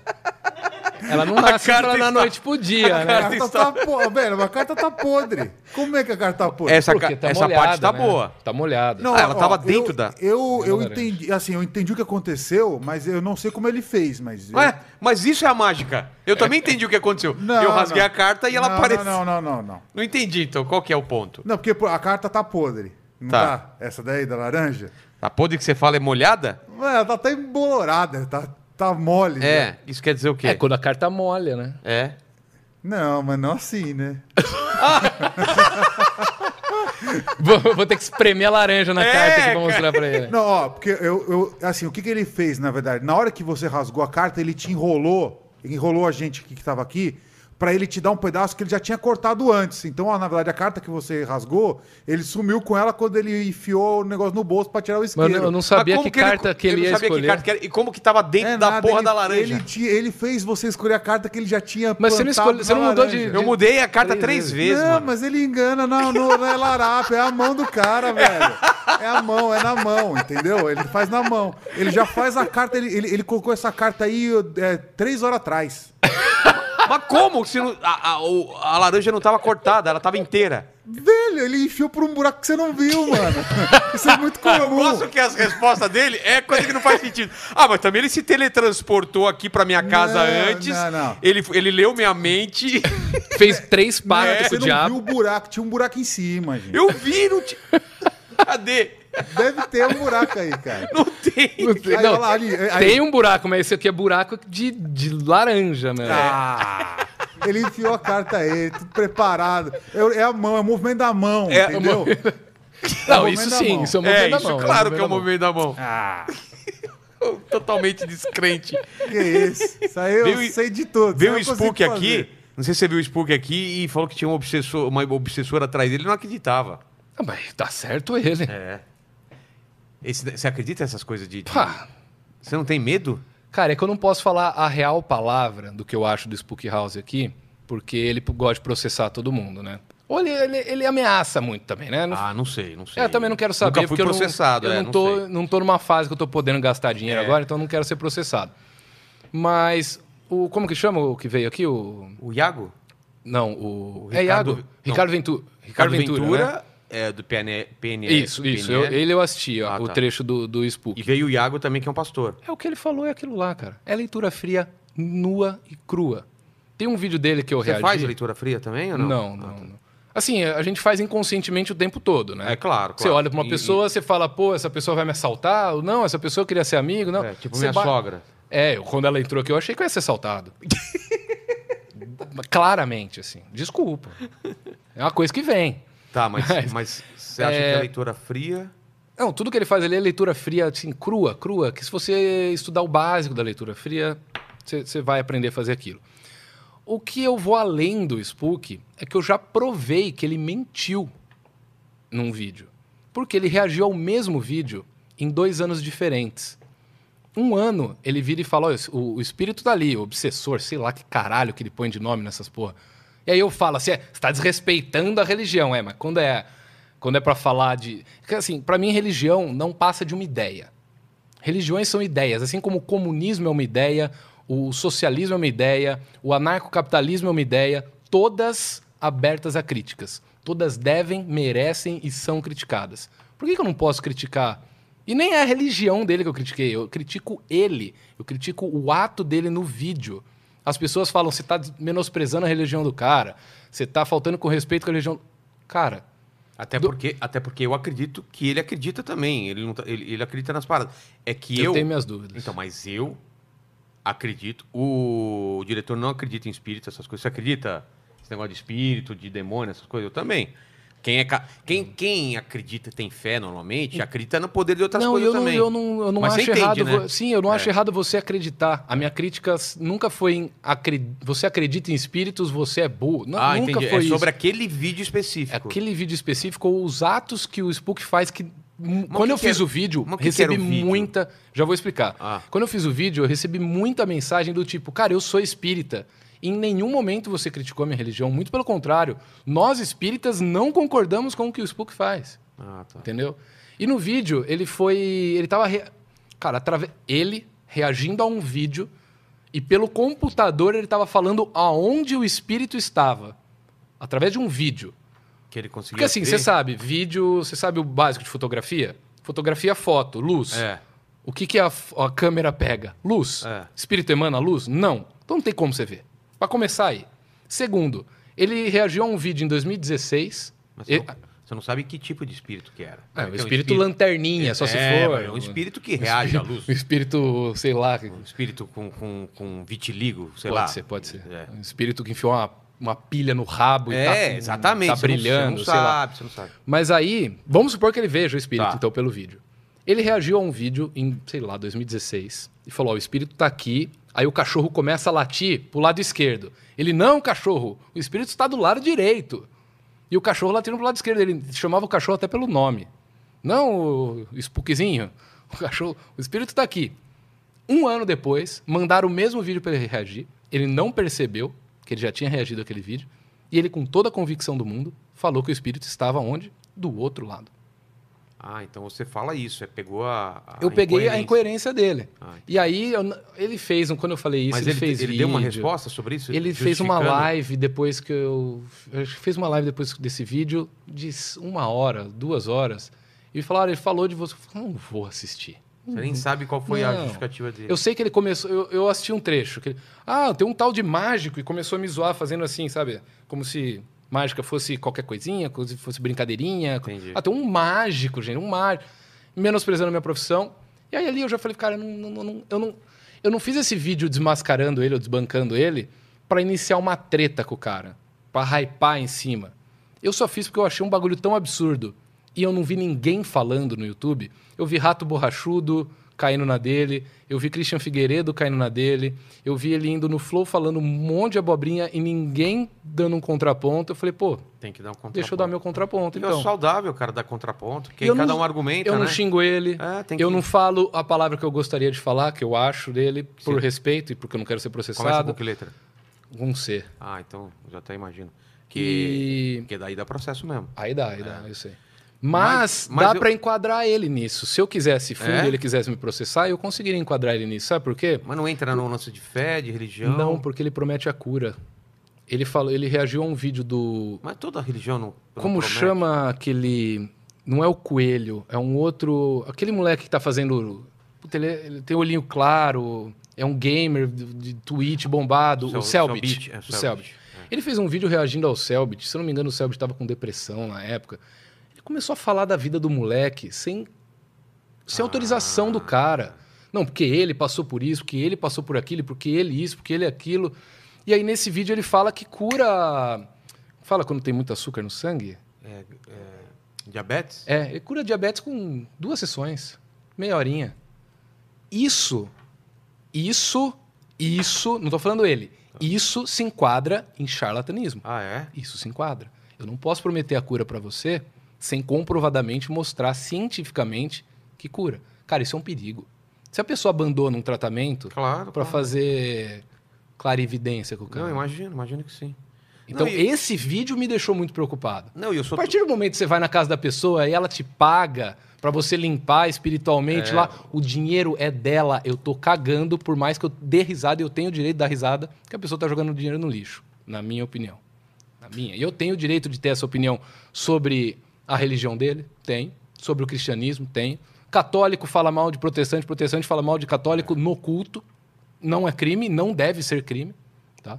Speaker 2: ela não nasce
Speaker 1: carta
Speaker 2: ela na
Speaker 1: está-
Speaker 2: noite pro dia,
Speaker 1: É,
Speaker 6: A
Speaker 2: né?
Speaker 6: carta
Speaker 1: está-
Speaker 6: tá po- velho, a carta tá podre. Como é que a carta tá podre?
Speaker 1: Essa,
Speaker 2: Porque
Speaker 1: ca- essa parte tá
Speaker 2: né?
Speaker 1: boa.
Speaker 2: Tá molhada.
Speaker 1: Ah, ela tava dentro
Speaker 6: eu,
Speaker 1: da-
Speaker 6: Eu, eu
Speaker 2: Não,
Speaker 6: entendi, assim, eu entendi o que aconteceu, mas eu não sei como ele fez, mas... eu-
Speaker 1: Ué, mas isso é a mágica. Eu também entendi o que aconteceu. eu rasguei
Speaker 6: não.
Speaker 1: a carta e ela
Speaker 6: Não,
Speaker 1: apareceu. Não,
Speaker 6: Não, não, não, não, não.
Speaker 1: entendi, então, qual que é o ponto?
Speaker 6: Não, porque pô, a carta tá podre. Não
Speaker 1: Tá.
Speaker 6: tá. Essa daí da laranja?
Speaker 1: A podre que você fala é molhada?
Speaker 6: Ué, ela tá até embolorada, tá, tá mole. né?
Speaker 1: É, isso quer dizer o quê?
Speaker 2: É quando a carta molha, né?
Speaker 1: É.
Speaker 6: Não, mas não assim, né?
Speaker 2: Vou, vou ter que espremer a laranja na
Speaker 1: É,
Speaker 2: carta que vou mostrar pra ele.
Speaker 6: Não, ó, porque eu, eu- Assim, o que, que ele fez, na verdade? Na hora que você rasgou a carta, ele te enrolou. Ele enrolou a gente que, que tava aqui pra ele te dar um pedaço que ele já tinha cortado antes. Então, ó, na verdade, a carta que você rasgou, ele sumiu com ela quando ele enfiou o negócio no bolso pra tirar o
Speaker 2: Mas
Speaker 6: isqueiro.
Speaker 2: eu não- eu não
Speaker 1: Mas
Speaker 2: sabia
Speaker 1: como
Speaker 2: que carta
Speaker 1: ele,
Speaker 2: que ele
Speaker 1: eu
Speaker 2: ia
Speaker 1: não sabia
Speaker 2: escolher.
Speaker 1: que carta que era, e como que tava dentro
Speaker 6: É
Speaker 1: da
Speaker 6: nada,
Speaker 1: porra
Speaker 6: ele-
Speaker 1: da laranja.
Speaker 6: Ele, te- ele fez você escolher a carta que ele já tinha
Speaker 2: Mas você não
Speaker 6: plantado
Speaker 2: escolhe- você
Speaker 6: na
Speaker 2: não mudou de-
Speaker 6: laranja.
Speaker 1: Eu mudei a carta
Speaker 2: Três
Speaker 1: três
Speaker 2: vezes.
Speaker 1: vezes,
Speaker 6: não,
Speaker 1: mano.
Speaker 6: mas ele engana na, no, na larapa, é a mão do cara, velho. É a mão, é na mão, entendeu? Ele faz na mão. Ele já faz a carta, ele, ele, ele colocou essa carta aí é, três horas atrás.
Speaker 1: Mas como? Se não- a, a- o- a laranja não tava cortada, ela tava inteira.
Speaker 6: Velho, ele enfiou por um buraco que você não viu, mano. Isso é muito
Speaker 1: Eu gosto
Speaker 6: comum.
Speaker 1: que as respostas dele é coisa que não faz sentido. Ah, mas também ele se teletransportou aqui pra minha casa
Speaker 6: Não,
Speaker 1: antes.
Speaker 6: não, não.
Speaker 1: Ele, ele leu minha mente.
Speaker 2: Fez três
Speaker 1: É,
Speaker 2: pactos
Speaker 6: É, Você
Speaker 2: pro
Speaker 6: não viu
Speaker 2: diabo.
Speaker 6: o buraco, tinha um buraco em cima, gente.
Speaker 1: Eu vi, não ti- Cadê?
Speaker 6: Deve ter um buraco aí, cara.
Speaker 1: Não tem.
Speaker 2: Não tem-
Speaker 6: Aí,
Speaker 2: não,
Speaker 6: olha lá, ali, aí-
Speaker 2: tem um buraco, mas esse aqui é buraco de, de laranja, né?
Speaker 1: Ah,
Speaker 6: Ele enfiou a carta aí, tudo preparado. É, é a mão, é o movimento da mão,
Speaker 1: É,
Speaker 2: Não,
Speaker 6: entendeu? o
Speaker 2: isso
Speaker 6: movimento da
Speaker 2: sim,
Speaker 6: mão.
Speaker 2: isso é o
Speaker 1: É,
Speaker 2: movimento da
Speaker 1: isso,
Speaker 2: mão.
Speaker 1: claro que é o movimento
Speaker 2: movimento
Speaker 1: da mão.
Speaker 6: Ah.
Speaker 1: Totalmente descrente.
Speaker 6: Que isso? Isso aí eu
Speaker 1: Veio-
Speaker 6: sei de tudo.
Speaker 1: Veio o
Speaker 6: Isso aí eu
Speaker 1: Spook
Speaker 6: consigo fazer.
Speaker 1: aqui, não sei se você viu o Spook aqui, e falou que tinha um obsessor, uma obsessora atrás dele, ele não acreditava.
Speaker 2: da mão. Ah, mas tá certo ele.
Speaker 1: É. Esse- você acredita nessas coisas de. de-
Speaker 2: Pá.
Speaker 1: Você não tem medo?
Speaker 2: Cara, é que eu não posso falar a real palavra do que eu acho do Spook House aqui, porque ele gosta de processar todo mundo, né? Ou ele, ele, ele ameaça muito também, né? Não
Speaker 1: Ah, não sei, não sei.
Speaker 2: É, eu também não quero saber,
Speaker 1: Nunca fui
Speaker 2: porque eu não-
Speaker 1: processado,
Speaker 2: eu não,
Speaker 1: é,
Speaker 2: tô,
Speaker 1: sei.
Speaker 2: não tô numa fase que eu tô podendo gastar dinheiro
Speaker 1: É.
Speaker 2: agora, então eu não quero ser processado. Mas o como que chama o que veio aqui o
Speaker 1: O Iago?
Speaker 2: não, o,
Speaker 1: O
Speaker 2: é
Speaker 1: Ricardo-
Speaker 2: Iago,
Speaker 1: não.
Speaker 2: Ricardo Ventura,
Speaker 1: Ricardo
Speaker 2: Ricardo
Speaker 1: Ventura,
Speaker 2: né?
Speaker 1: é, do PN, PN,
Speaker 2: Isso, isso. eu-
Speaker 1: PNL.
Speaker 2: ele eu assisti, ó,
Speaker 1: Ah,
Speaker 2: o
Speaker 1: tá.
Speaker 2: trecho do, do Spook.
Speaker 1: E veio o Iago também, que é um pastor.
Speaker 2: É o que ele falou, é aquilo lá, cara. É leitura fria, nua e crua. Tem um vídeo dele que eu
Speaker 1: Você
Speaker 2: reagi.
Speaker 1: faz leitura fria também ou não? Ah, tá.
Speaker 2: Não, não, não. Assim, a gente faz inconscientemente o tempo todo, né?
Speaker 1: É claro, claro.
Speaker 2: Você olha pra uma
Speaker 1: E-
Speaker 2: pessoa, você fala, pô, essa pessoa vai me assaltar? Ou não, essa pessoa queria ser amigo? Não.
Speaker 1: É, tipo
Speaker 2: Você
Speaker 1: minha
Speaker 2: ba-
Speaker 1: sogra.
Speaker 2: É, eu- quando ela entrou aqui, eu achei que eu ia ser assaltado. Claramente, assim. Desculpa. É uma coisa que vem.
Speaker 1: Tá, mas, mas, você acha que é leitura fria?
Speaker 2: Não, tudo que ele faz ali é leitura fria, assim, crua, crua, que se você estudar o básico da leitura fria, você você vai aprender a fazer aquilo. O que eu vou além do Spook é que eu já provei que ele mentiu num vídeo. Porque ele reagiu ao mesmo vídeo em dois anos diferentes. Um ano ele vira e fala: "Olha, o, o espírito tá ali, o obsessor, sei lá que caralho que ele põe de nome nessas porra. E aí eu falo assim: é, você tá desrespeitando a religião, é, mas quando é. Quando é pra falar de. Porque assim, pra mim, religião não passa de uma ideia. Religiões são ideias, assim como o comunismo é uma ideia, o socialismo é uma ideia, o anarcocapitalismo é uma ideia, todas abertas a críticas. Todas devem, merecem e são criticadas. Por que, que eu não posso criticar? E nem é a religião dele que eu critiquei, eu critico ele, eu critico o ato dele no vídeo. As pessoas falam, tá você está menosprezando a religião do cara, você está faltando com respeito com a religião. Cara,
Speaker 1: Até porque, até porque eu acredito que ele acredita também. Ele, não tá- ele, ele acredita nas paradas. É que eu.
Speaker 2: Eu tenho minhas dúvidas.
Speaker 1: Então, mas eu acredito. O, o diretor não acredita em espírito, essas coisas. Você acredita nesse negócio de espírito, de demônio, essas coisas? Eu também. Quem, é, ca- quem,
Speaker 2: Hum.
Speaker 1: quem acredita e tem fé normalmente, acredita no poder de outras
Speaker 2: não,
Speaker 1: coisas
Speaker 2: eu não,
Speaker 1: também.
Speaker 2: eu não, eu não
Speaker 1: Mas
Speaker 2: acho
Speaker 1: você entende,
Speaker 2: errado.
Speaker 1: né?
Speaker 2: vo- Sim, eu não acho
Speaker 1: É.
Speaker 2: errado você acreditar. A minha crítica s- nunca foi em acre- você acredita em espíritos, você é burro. Não,
Speaker 1: ah,
Speaker 2: nunca
Speaker 1: entendi.
Speaker 2: foi
Speaker 1: é sobre
Speaker 2: isso.
Speaker 1: aquele tipo. vídeo específico.
Speaker 2: aquele vídeo específico ou os atos que o Spook faz que m-
Speaker 1: o
Speaker 2: quando
Speaker 1: que
Speaker 2: eu
Speaker 1: que
Speaker 2: fiz
Speaker 1: era-
Speaker 2: o vídeo,
Speaker 1: mas o que que
Speaker 2: recebi
Speaker 1: era o vídeo?
Speaker 2: muita, já vou explicar.
Speaker 1: Ah.
Speaker 2: Quando eu fiz o vídeo, eu recebi muita mensagem do tipo, cara, eu sou espírita. Em nenhum momento você criticou a minha religião, muito pelo contrário. Nós espíritas não concordamos com o que o Spook faz.
Speaker 1: Ah, tá.
Speaker 2: Entendeu? E no vídeo, ele foi. Ele tava. re- Cara, atrave- ele reagindo a um vídeo e pelo computador ele tava falando aonde o espírito estava. Através de um vídeo.
Speaker 1: Que ele conseguiu.
Speaker 2: Porque assim, você sabe, vídeo, você sabe o básico de fotografia? Fotografia, foto, luz.
Speaker 1: É.
Speaker 2: O que, que a, f- a câmera pega? Luz.
Speaker 1: É.
Speaker 2: Espírito emana luz? Não. Então não tem como você ver. Pra começar aí. Segundo, ele reagiu a um vídeo em 2016.
Speaker 1: Mas
Speaker 2: E-
Speaker 1: você, não, você não sabe que tipo de espírito que era.
Speaker 2: é,
Speaker 1: Vai
Speaker 2: o
Speaker 1: ter um
Speaker 2: espírito lanterninha, só se
Speaker 1: É,
Speaker 2: for.
Speaker 1: É um espírito que reage à luz.
Speaker 2: Um espírito, sei lá. que-
Speaker 1: Um espírito com, com, com vitiligo, sei
Speaker 2: pode
Speaker 1: lá.
Speaker 2: ser, pode ser.
Speaker 1: É,
Speaker 2: Um espírito que enfiou uma, uma pilha no rabo e
Speaker 1: É,
Speaker 2: tá, com-
Speaker 1: exatamente.
Speaker 2: tá
Speaker 1: você não-
Speaker 2: brilhando,
Speaker 1: você não
Speaker 2: sei lá.
Speaker 1: sabe, Você não sabe.
Speaker 2: Mas aí, vamos supor que ele veja o espírito,
Speaker 1: Tá.
Speaker 2: então, pelo vídeo. Ele reagiu a um vídeo em, sei lá, 2016 e falou: ó, o espírito tá aqui. Aí o cachorro começa a latir pro lado esquerdo. Ele, não, cachorro, o espírito está do lado direito. E o cachorro latindo pro lado esquerdo. Ele chamava o cachorro até pelo nome. Não, o spookzinho. O cachorro, o espírito tá aqui. Um ano depois, mandaram o mesmo vídeo para ele reagir. Ele não percebeu que ele já tinha reagido àquele vídeo. E ele, com toda a convicção do mundo, falou que o espírito estava onde? Do outro lado.
Speaker 1: Ah, então você fala isso. É, pegou a. a
Speaker 2: eu peguei a
Speaker 1: incoerência.
Speaker 2: incoerência dele.
Speaker 1: Ah,
Speaker 2: E aí, eu n- ele fez, um- quando eu falei isso,
Speaker 1: Mas
Speaker 2: ele,
Speaker 1: ele,
Speaker 2: fez
Speaker 1: ele
Speaker 2: vídeo.
Speaker 1: deu uma resposta sobre isso?
Speaker 2: Ele fez uma
Speaker 1: Justificando?
Speaker 2: live depois que eu. acho que Fez uma live depois desse vídeo de s- uma hora, duas horas. E falaram, ele falou de você. Eu falei, não vou assistir.
Speaker 1: Você nem sabe qual foi a
Speaker 2: Não.
Speaker 1: justificativa dele.
Speaker 2: Eu sei que ele começou. Eu, eu assisti um trecho. Que ele, ah, tem um tal de mágico e começou a me zoar fazendo assim, sabe? Como se mágica fosse qualquer coisinha, como se fosse brincadeirinha.
Speaker 1: Entendi.
Speaker 2: Ah, tem um mágico, gente, um mágico. Menosprezando a minha profissão. E aí ali eu já falei, cara, eu não, não- não- eu não, eu não fiz esse vídeo desmascarando ele ou desbancando ele pra iniciar uma treta com o cara. Pra hypar em cima. Eu só fiz porque eu achei um bagulho tão absurdo. E eu não vi ninguém falando no YouTube. Eu vi Rato Borrachudo caindo na dele. Eu vi Christian Figueiredo caindo na dele. Eu vi ele indo no Flow falando um monte de abobrinha e ninguém dando um contraponto. Eu falei, pô,
Speaker 1: Tem que dar um contraponto.
Speaker 2: deixa eu dar meu contraponto.
Speaker 1: E é
Speaker 2: Então,
Speaker 1: saudável, cara, dar contraponto. Porque
Speaker 2: Eu
Speaker 1: cada
Speaker 2: não-
Speaker 1: um argumenta,
Speaker 2: eu
Speaker 1: né?
Speaker 2: não xingo ele.
Speaker 1: É, tem
Speaker 2: Eu
Speaker 1: que-
Speaker 2: não falo a palavra que eu gostaria de falar, que eu acho dele, por respeito e porque eu não quero ser
Speaker 1: Começa com
Speaker 2: processado.
Speaker 1: que letra?
Speaker 2: Um C.
Speaker 1: Ah, então, já até imagino. Que...
Speaker 2: Que.
Speaker 1: Porque daí dá processo mesmo.
Speaker 2: Aí dá, aí dá, eu sei. Mas,
Speaker 1: Mas- mas
Speaker 2: dá
Speaker 1: eu-
Speaker 2: pra enquadrar ele nisso. Se eu quisesse fundo
Speaker 1: É?
Speaker 2: e ele quisesse me processar, eu conseguiria enquadrar ele nisso. Sabe por quê?
Speaker 1: Mas não entra no lance de fé, de religião.
Speaker 2: Não, porque ele promete a cura. Ele falou, ele reagiu a um vídeo do
Speaker 1: Mas toda religião não. não
Speaker 2: como
Speaker 1: promete.
Speaker 2: chama aquele não é o coelho, é um outro, aquele moleque que tá fazendo Puta, ele, é- ele tem olhinho claro, é um gamer de, de Twitch bombado,
Speaker 1: Cel-
Speaker 2: o Selbit.
Speaker 1: Selbit, é,
Speaker 2: o
Speaker 1: Selbit,
Speaker 2: Selbit.
Speaker 1: é.
Speaker 2: Ele fez um vídeo reagindo ao Selbit, se eu não me engano, o Selbit tava com depressão na época. Ele começou a falar da vida do moleque sem sem autorização do cara. Não, porque ele passou por isso, porque ele passou por aquilo, porque ele isso, porque ele aquilo. E aí nesse vídeo ele fala que cura. Fala quando tem muito açúcar no sangue?
Speaker 1: Diabetes?
Speaker 2: É, ele cura diabetes com duas sessões, meia horinha. Isso, isso, isso, não tô falando ele, isso se enquadra em charlatanismo.
Speaker 1: Ah, é?
Speaker 2: Isso se enquadra. Eu não posso prometer a cura pra você sem comprovadamente mostrar cientificamente que cura. Cara, isso é um perigo. Se a pessoa abandona um tratamento
Speaker 1: Claro.
Speaker 2: pra
Speaker 1: claro.
Speaker 2: fazer clarividência com o cara.
Speaker 1: Não, imagino, imagino que sim.
Speaker 2: Então,
Speaker 1: Não, e-
Speaker 2: esse vídeo me deixou muito preocupado.
Speaker 1: Não, e eu
Speaker 2: A
Speaker 1: sou.
Speaker 2: partir do momento que você vai na casa da pessoa e ela te paga pra você limpar espiritualmente lá, o dinheiro é dela. Eu tô cagando, por mais que eu dê risada, eu tenho o direito de dar risada, que a pessoa tá jogando dinheiro no lixo, na minha opinião. Na minha. E eu tenho o direito de ter essa opinião sobre a religião dele? Tem. Sobre o cristianismo? Tem. Católico fala mal de protestante, protestante fala mal de católico no culto. Não é crime, não deve ser crime. Tá?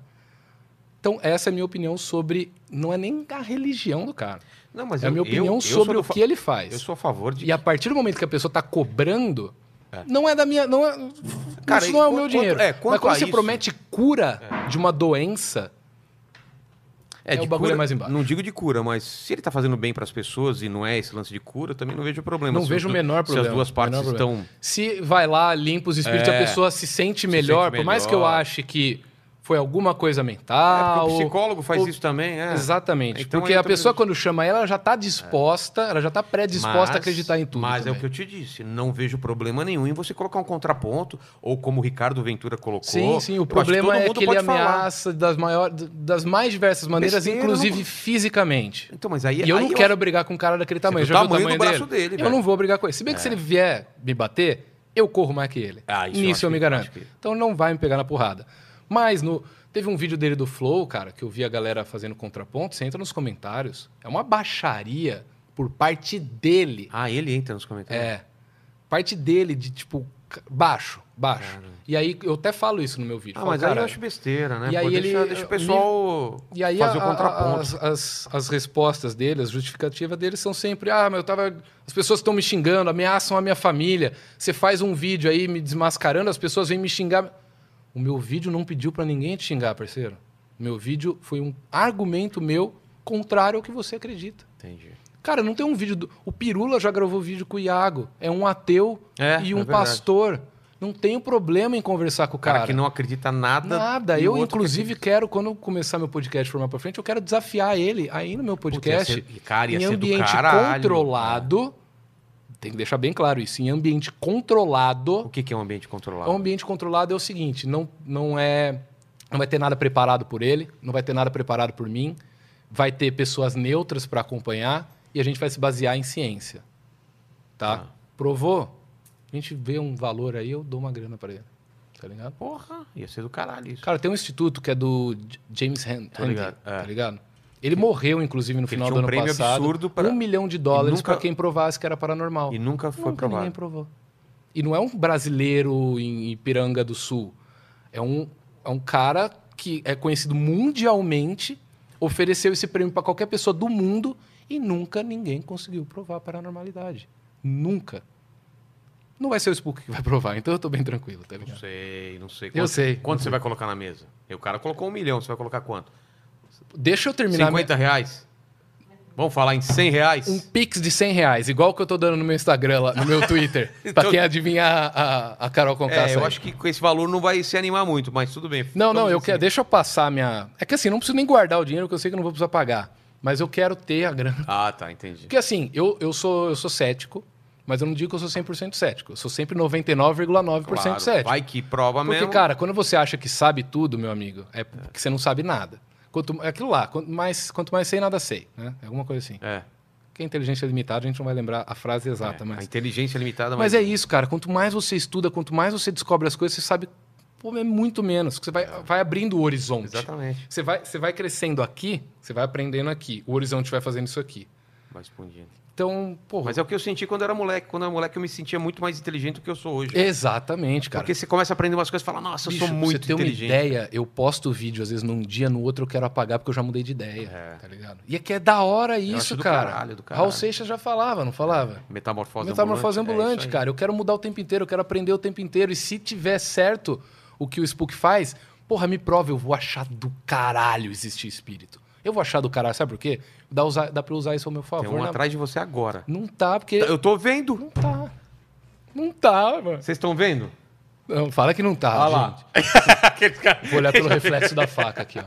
Speaker 2: Então, essa é a minha opinião sobre. Não é nem a religião do cara.
Speaker 1: Não, mas
Speaker 2: é a minha opinião
Speaker 1: sou
Speaker 2: sobre
Speaker 1: do
Speaker 2: o
Speaker 1: fa-
Speaker 2: que ele faz.
Speaker 1: Eu sou tipo- a favor de.
Speaker 2: E a partir do momento que a pessoa está cobrando, não é da minha. Não é,
Speaker 1: Cara,
Speaker 2: isso não é o
Speaker 1: e
Speaker 2: meu
Speaker 1: quanto-
Speaker 2: dinheiro.
Speaker 1: é,
Speaker 2: Mas
Speaker 1: quanto
Speaker 2: quando
Speaker 1: a
Speaker 2: você
Speaker 1: isso- É.
Speaker 2: promete cura de uma doença, é, o bagulho é mais embaixo.
Speaker 1: Não digo de cura, mas se ele tá fazendo bem pras pessoas e não é esse lance de cura, eu também não vejo problema.
Speaker 2: Não
Speaker 1: Se
Speaker 2: vejo
Speaker 1: os
Speaker 2: o
Speaker 1: du-
Speaker 2: menor
Speaker 1: Se
Speaker 2: problema,
Speaker 1: as duas partes
Speaker 2: menor problema.
Speaker 1: estão.
Speaker 2: se vai lá, limpa os espíritos,
Speaker 1: É.
Speaker 2: a pessoa se sente melhor,
Speaker 1: sente
Speaker 2: por mais que eu
Speaker 1: melhor.
Speaker 2: ache que foi alguma coisa
Speaker 1: é,
Speaker 2: mental.
Speaker 1: porque o psicólogo faz
Speaker 2: ou-
Speaker 1: isso também, é.
Speaker 2: Exatamente.
Speaker 1: Então,
Speaker 2: porque
Speaker 1: eu
Speaker 2: a
Speaker 1: também
Speaker 2: pessoa,
Speaker 1: vejo.
Speaker 2: quando chama ela, ela já está disposta, ela já está predisposta a acreditar em tudo.
Speaker 1: Mas é
Speaker 2: também.
Speaker 1: o que eu te disse. Não vejo problema nenhum em você colocar um contraponto, ou como o Ricardo Ventura colocou.
Speaker 2: Sim, sim.
Speaker 1: eu
Speaker 2: O
Speaker 1: acho
Speaker 2: problema
Speaker 1: todo
Speaker 2: é
Speaker 1: mundo
Speaker 2: que ele
Speaker 1: pode falar.
Speaker 2: ameaça das, maior, das mais diversas maneiras,
Speaker 1: Besteira,
Speaker 2: inclusive
Speaker 1: não-
Speaker 2: fisicamente.
Speaker 1: Então, mas aí
Speaker 2: E eu
Speaker 1: aí
Speaker 2: não quero brigar com um cara daquele tamanho.
Speaker 1: Você
Speaker 2: Já
Speaker 1: viu
Speaker 2: viu
Speaker 1: o
Speaker 2: o
Speaker 1: tamanho
Speaker 2: tamanho
Speaker 1: do braço dele,
Speaker 2: Eu
Speaker 1: velho. É.
Speaker 2: não vou brigar com ele. Se bem que se ele vier me bater, eu corro mais que ele.
Speaker 1: Ah, isso eu acho
Speaker 2: Nisso eu,
Speaker 1: que-
Speaker 2: me
Speaker 1: acho
Speaker 2: garanto.
Speaker 1: que-
Speaker 2: Então não vai me pegar na porrada. Mas no teve um vídeo dele do Flow, cara, que eu vi a galera fazendo contraponto. Você entra nos comentários. É uma baixaria por parte dele.
Speaker 1: Ah, ele entra nos comentários.
Speaker 2: É. Parte dele de, tipo, c- baixo, baixo. E aí, eu até falo isso no meu vídeo.
Speaker 1: Ah,
Speaker 2: Falo,
Speaker 1: mas aí eu
Speaker 2: "Cara,
Speaker 1: acho besteira, né?
Speaker 2: E aí
Speaker 1: Pô, deixa,
Speaker 2: ele- uh,
Speaker 1: deixa o
Speaker 2: me-
Speaker 1: pessoal
Speaker 2: e aí
Speaker 1: fazer
Speaker 2: a-
Speaker 1: o
Speaker 2: a-
Speaker 1: contraponto.
Speaker 2: As, as, as respostas dele, as justificativas dele são sempre: ah, mas eu tava. As pessoas estão me xingando, ameaçam a minha família. Você faz um vídeo aí me desmascarando, as pessoas vêm me xingar. O meu vídeo não pediu pra ninguém te xingar, parceiro. O meu vídeo foi um argumento meu contrário ao que você acredita.
Speaker 1: Entendi.
Speaker 2: Cara, não tem um vídeo do. O Pirula já gravou vídeo com o Iago. É um ateu
Speaker 1: É,
Speaker 2: e
Speaker 1: é
Speaker 2: um
Speaker 1: verdade.
Speaker 2: pastor. Não tenho problema em conversar com o
Speaker 1: O cara,
Speaker 2: cara.
Speaker 1: que não acredita nada.
Speaker 2: Nada.
Speaker 1: e o
Speaker 2: Eu,
Speaker 1: outro que
Speaker 2: inclusive, quero, quando começar meu podcast formar pra frente, eu quero desafiar ele aí no meu podcast.
Speaker 1: Putz, ia ser- cara, ia
Speaker 2: em
Speaker 1: ser do
Speaker 2: ambiente
Speaker 1: caralho.
Speaker 2: controlado. Tem que deixar bem claro isso. Em ambiente
Speaker 1: O
Speaker 2: controlado.
Speaker 1: que, que é um ambiente controlado?
Speaker 2: O ambiente controlado é o seguinte: não, não é. Não vai ter nada preparado por ele, não vai ter nada preparado por mim. Vai ter pessoas neutras para acompanhar e a gente vai se basear em ciência. Tá? Provou? A gente vê um valor aí, eu dou uma grana para ele. Tá ligado?
Speaker 1: Porra, ia ser do caralho isso.
Speaker 2: Cara, tem um instituto que é do J- James Hand,
Speaker 1: Tô ligado, é.
Speaker 2: tá ligado? Ele morreu, inclusive, no
Speaker 1: Ele
Speaker 2: final
Speaker 1: tinha
Speaker 2: do
Speaker 1: um
Speaker 2: ano
Speaker 1: prêmio
Speaker 2: passado.
Speaker 1: absurdo pra-
Speaker 2: Um milhão de dólares
Speaker 1: nunca-
Speaker 2: pra quem provasse que era paranormal.
Speaker 1: E nunca foi
Speaker 2: Nunca
Speaker 1: provado.
Speaker 2: ninguém provou. E não é um brasileiro em Ipiranga do Sul. É um, é um cara que é conhecido mundialmente, ofereceu esse prêmio pra qualquer pessoa do mundo e nunca ninguém conseguiu provar a paranormalidade. Nunca. Não vai ser o Spook que vai provar, então eu tô bem tranquilo, tá
Speaker 1: Não
Speaker 2: ligado?
Speaker 1: sei, não sei.
Speaker 2: Eu sei.
Speaker 1: Quanto você vai colocar na mesa? E o cara colocou um milhão, você vai colocar quanto?
Speaker 2: Deixa eu terminar.
Speaker 1: 50
Speaker 2: minha-
Speaker 1: reais? Vamos falar em 100 reais?
Speaker 2: um pix de 100 reais, igual que eu tô dando no meu Instagram, lá, no meu Twitter. pra quem adivinhar a, a Carol Concaça.
Speaker 1: Então É, eu
Speaker 2: aí.
Speaker 1: acho que com esse valor não vai se animar muito, mas tudo bem.
Speaker 2: tá Não, não,
Speaker 1: Vamos
Speaker 2: eu
Speaker 1: assim.
Speaker 2: quero. Deixa eu passar minha. É que assim, não preciso nem guardar o dinheiro, que eu sei que eu não vou precisar pagar. Mas eu quero ter a grana.
Speaker 1: Ah, tá, entendi.
Speaker 2: Porque assim, eu, eu, sou, eu sou cético, mas eu não digo que eu sou 100% cético. Eu sou sempre 99,9%
Speaker 1: Claro,
Speaker 2: cético.
Speaker 1: Vai que prova
Speaker 2: Porque,
Speaker 1: mesmo.
Speaker 2: cara, quando você acha que sabe tudo, meu amigo, é porque você não sabe nada. Quanto, é aquilo lá, quanto mais, quanto mais sei, nada sei. Né? É Alguma coisa assim.
Speaker 1: É,
Speaker 2: Porque a inteligência é limitada, a gente não vai lembrar a frase exata,
Speaker 1: é,
Speaker 2: mas.
Speaker 1: A inteligência é limitada,
Speaker 2: Mas é isso, cara. Quanto mais você estuda, quanto mais você descobre as coisas, você sabe pô, é muito menos. porque Você vai, vai abrindo o horizonte.
Speaker 1: Exatamente.
Speaker 2: Você vai, você vai crescendo aqui, você vai aprendendo aqui. O horizonte vai fazendo isso aqui.
Speaker 1: Vai expandindo.
Speaker 2: Então, porra.
Speaker 1: Mas é o que eu senti quando eu era moleque. Quando eu era moleque, eu me sentia muito mais inteligente do que eu sou hoje.
Speaker 2: Exatamente, cara.
Speaker 1: um É Porque você começa a aprender umas coisas e fala, nossa, eu
Speaker 2: É. Bicho,
Speaker 1: sou
Speaker 2: pra
Speaker 1: muito
Speaker 2: você ter uma
Speaker 1: inteligente.
Speaker 2: ideia, eu posto vídeo, às vezes, num dia, no outro eu quero apagar porque eu já mudei de ideia, tá ligado? E é que é da hora
Speaker 1: acho
Speaker 2: isso,
Speaker 1: do
Speaker 2: cara.
Speaker 1: caralho, do caralho.
Speaker 2: Raul Seixas já falava, não falava?
Speaker 1: Metamorfose,
Speaker 2: Metamorfose
Speaker 1: é
Speaker 2: ambulante,
Speaker 1: isso aí.
Speaker 2: cara. Eu quero mudar o tempo inteiro, eu quero aprender o tempo inteiro. E se tiver certo o que o Spook faz, porra, me prova, eu vou achar do caralho existir espírito. Eu vou achar do caralho, sabe por quê? Dá, usar, dá pra usar isso ao meu
Speaker 1: Tem
Speaker 2: favor.
Speaker 1: um
Speaker 2: na-
Speaker 1: atrás de você agora.
Speaker 2: Não tá, porque.
Speaker 1: Eu tô vendo.
Speaker 2: Não tá. Não tá, mano.
Speaker 1: Vocês estão vendo?
Speaker 2: Não, fala que não tá.
Speaker 1: Olha lá.
Speaker 2: gente. Vou olhar pelo reflexo da faca aqui, ó.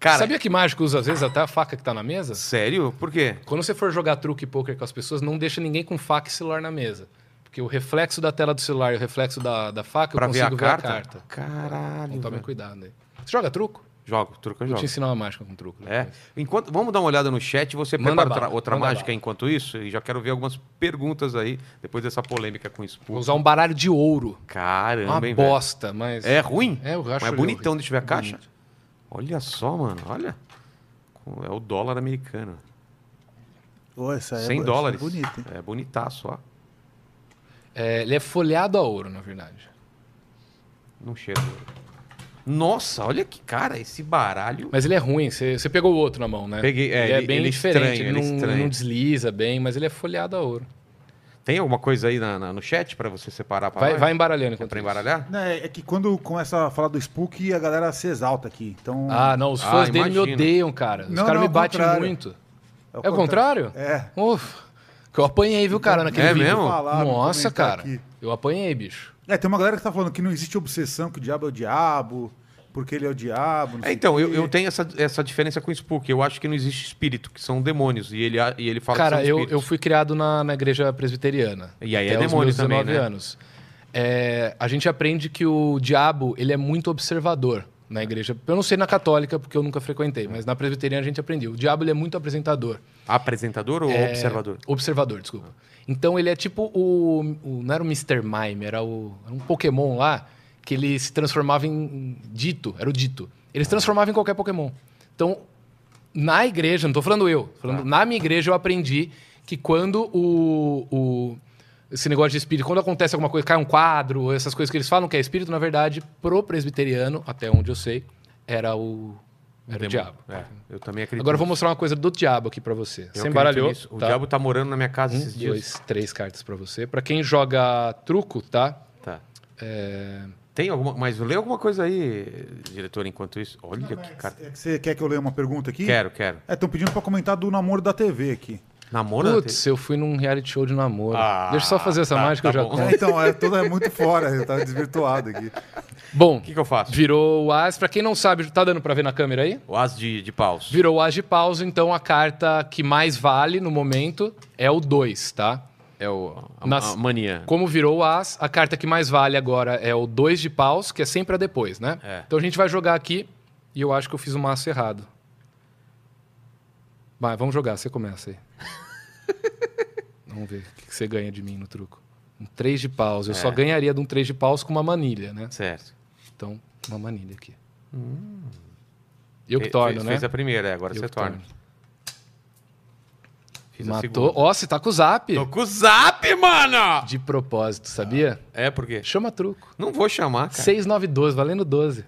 Speaker 1: Cara,
Speaker 2: Sabia que mágico usa às vezes até a faca que tá na mesa?
Speaker 1: sério? Por quê?
Speaker 2: Quando você for jogar truque e poker com as pessoas, não deixa ninguém com faca e celular na mesa. Porque o reflexo da tela do celular e o reflexo da, da faca,
Speaker 1: Pra
Speaker 2: eu
Speaker 1: ver a
Speaker 2: consigo
Speaker 1: carta?
Speaker 2: ver a carta.
Speaker 1: Caralho.
Speaker 2: Então tome
Speaker 1: velho.
Speaker 2: cuidado aí. Você joga truco?
Speaker 1: Jogo, truco eu
Speaker 2: Vou te
Speaker 1: jogo.
Speaker 2: ensinar uma mágica com truco. né?
Speaker 1: É. Enquanto, vamos dar uma olhada no chat. Você
Speaker 2: Manda
Speaker 1: prepara
Speaker 2: bala,
Speaker 1: outra, outra
Speaker 2: manda
Speaker 1: mágica
Speaker 2: bala.
Speaker 1: enquanto isso? E já quero ver algumas perguntas aí, depois dessa polêmica com o
Speaker 2: Vou
Speaker 1: Spook.
Speaker 2: usar um baralho de ouro.
Speaker 1: Caramba,
Speaker 2: Uma
Speaker 1: hein, velho?
Speaker 2: bosta, mas...
Speaker 1: É ruim?
Speaker 2: É, eu acho
Speaker 1: Mas é
Speaker 2: ele
Speaker 1: bonitão,
Speaker 2: horrível.
Speaker 1: deixa eu ver a caixa. Olha só, mano, olha. Com- É o dólar americano.
Speaker 6: Ô, essa é-
Speaker 1: 100
Speaker 6: essa é
Speaker 1: dólares.
Speaker 6: bonita, hein?
Speaker 1: É bonitaço, ó.
Speaker 2: É, ele é folheado a ouro, na verdade.
Speaker 1: Não cheiro. Nossa, olha que cara, esse baralho.
Speaker 2: Mas ele é ruim, você você pegou o outro na mão, né?
Speaker 1: Peguei, é,
Speaker 2: ele, é
Speaker 1: ele-
Speaker 2: bem
Speaker 1: ele é
Speaker 2: diferente,
Speaker 1: estranho, ele
Speaker 2: ele,
Speaker 1: é
Speaker 2: não,
Speaker 1: estranho.
Speaker 2: não desliza bem, mas ele é folheado a ouro.
Speaker 1: Tem alguma coisa aí na- na- no chat pra você separar pra
Speaker 2: Vai,
Speaker 1: nós?
Speaker 2: vai embaralhando
Speaker 1: É
Speaker 2: enquanto
Speaker 1: pra
Speaker 2: isso.
Speaker 1: embaralhar?
Speaker 4: É, é que quando começa a falar do Spook, a galera se exalta aqui. Então,
Speaker 2: Ah, não, os
Speaker 1: Ah,
Speaker 2: fãs dele me
Speaker 1: imagino.
Speaker 2: odeiam, cara. Os
Speaker 4: Não,
Speaker 2: caras
Speaker 4: não,
Speaker 2: me
Speaker 4: é o
Speaker 2: batem
Speaker 4: contrário.
Speaker 2: muito.
Speaker 4: o
Speaker 2: É o contrário?
Speaker 4: É.
Speaker 2: Ufa, que eu apanhei, viu, cara, naquele
Speaker 1: É
Speaker 2: vídeo.
Speaker 1: mesmo?
Speaker 4: Falaram,
Speaker 2: Nossa,
Speaker 4: comentar
Speaker 2: cara,
Speaker 4: aqui.
Speaker 2: eu apanhei, bicho.
Speaker 4: É, tem uma galera que tá falando que não existe obsessão, que o diabo é o diabo, porque ele é o diabo. não
Speaker 1: É,
Speaker 4: sei o
Speaker 1: então, eu,
Speaker 4: quê.
Speaker 1: eu tenho essa, essa diferença com o Spook. Eu acho que não existe espírito, que são demônios. E ele, a- e ele fala
Speaker 2: Cara,
Speaker 1: que são
Speaker 2: eu, eu
Speaker 1: espíritos.
Speaker 2: fui criado na, na igreja presbiteriana.
Speaker 1: E aí é
Speaker 2: até os
Speaker 1: demônio
Speaker 2: meus
Speaker 1: também,
Speaker 2: 19
Speaker 1: né?
Speaker 2: anos. É, a gente aprende que o diabo ele é muito observador na igreja. Eu não sei na católica, porque eu nunca frequentei, mas na presbiteriana a gente aprendeu. O diabo ele é muito apresentador.
Speaker 1: Apresentador ou
Speaker 2: É,
Speaker 1: observador?
Speaker 2: Observador, desculpa. Então ele é tipo o, o- Não era o Mr. Mime, era, o, era um Pokémon lá que ele se transformava em- em. Dito, era o Dito. Ele se transformava em qualquer Pokémon. Então, na igreja, não tô falando eu, tô
Speaker 1: Tá.
Speaker 2: falando, na minha igreja eu aprendi que quando o. o- esse negócio de espírito, quando acontece alguma coisa, cai um quadro, ou essas coisas que eles falam que é espírito, na verdade, pro presbiteriano, até onde eu sei, era o. Era o
Speaker 1: Demônio.
Speaker 2: diabo.
Speaker 1: É, eu também acredito.
Speaker 2: Agora eu vou
Speaker 1: nisso.
Speaker 2: mostrar uma coisa do diabo aqui pra você.
Speaker 1: Eu
Speaker 2: Você
Speaker 1: acredito
Speaker 2: embaralhou.
Speaker 1: nisso. O
Speaker 2: tá?
Speaker 1: diabo tá morando na minha casa
Speaker 2: Um,
Speaker 1: esses dias.
Speaker 2: dois, três cartas pra você. Pra quem joga truco, tá?
Speaker 1: Tá.
Speaker 2: É.
Speaker 1: Tem alguma. Mas lê alguma coisa aí, diretor, enquanto isso. Olha que carta.
Speaker 4: É que você quer que eu leia uma pergunta aqui?
Speaker 1: Quero, quero.
Speaker 4: É, estão pedindo pra comentar do namoro da TV aqui.
Speaker 1: Namoro?
Speaker 2: Putz, eu fui num reality show de namoro.
Speaker 1: Ah,
Speaker 2: Deixa eu só fazer essa
Speaker 1: tá,
Speaker 2: mágica,
Speaker 1: tá
Speaker 2: eu já
Speaker 1: bom.
Speaker 2: conto.
Speaker 4: É, então, é, tudo é muito fora, eu tava desvirtuado aqui.
Speaker 2: Bom,
Speaker 1: O que, que eu faço?
Speaker 2: virou o as. Pra quem não sabe, tá dando pra ver na câmera aí?
Speaker 1: O as de, de paus.
Speaker 2: Virou o as de pausa, então a carta que mais vale no momento é o 2, tá?
Speaker 1: É o, a,
Speaker 2: Nas-
Speaker 1: a mania.
Speaker 2: Como virou o as, a carta que mais vale agora é o 2 de paus, que é sempre a depois, né?
Speaker 1: É.
Speaker 2: Então a gente vai jogar aqui e eu acho que eu fiz o maço errado. Vai, vamos jogar, você começa aí. vamos ver o que que você ganha de mim no truco. Um 3 de paus.
Speaker 1: É.
Speaker 2: Eu só ganharia de um 3 de paus com uma manilha, né?
Speaker 1: Certo.
Speaker 2: Então, uma manilha aqui. Eu que
Speaker 1: Hum. Fe-
Speaker 2: torno,
Speaker 1: fe-
Speaker 2: né?
Speaker 1: Fez a primeira, é, agora
Speaker 2: Eu
Speaker 1: você
Speaker 2: que
Speaker 1: torna.
Speaker 2: torno.
Speaker 1: Fiz a
Speaker 2: Matou.
Speaker 1: segunda.
Speaker 2: Ó, você tá com o zap!
Speaker 1: Tô com o zap, mano!
Speaker 2: De propósito, sabia?
Speaker 1: É, por quê?
Speaker 2: Chama truco.
Speaker 1: Não vou chamar, cara.
Speaker 2: 6, 9, 12, valendo 12. O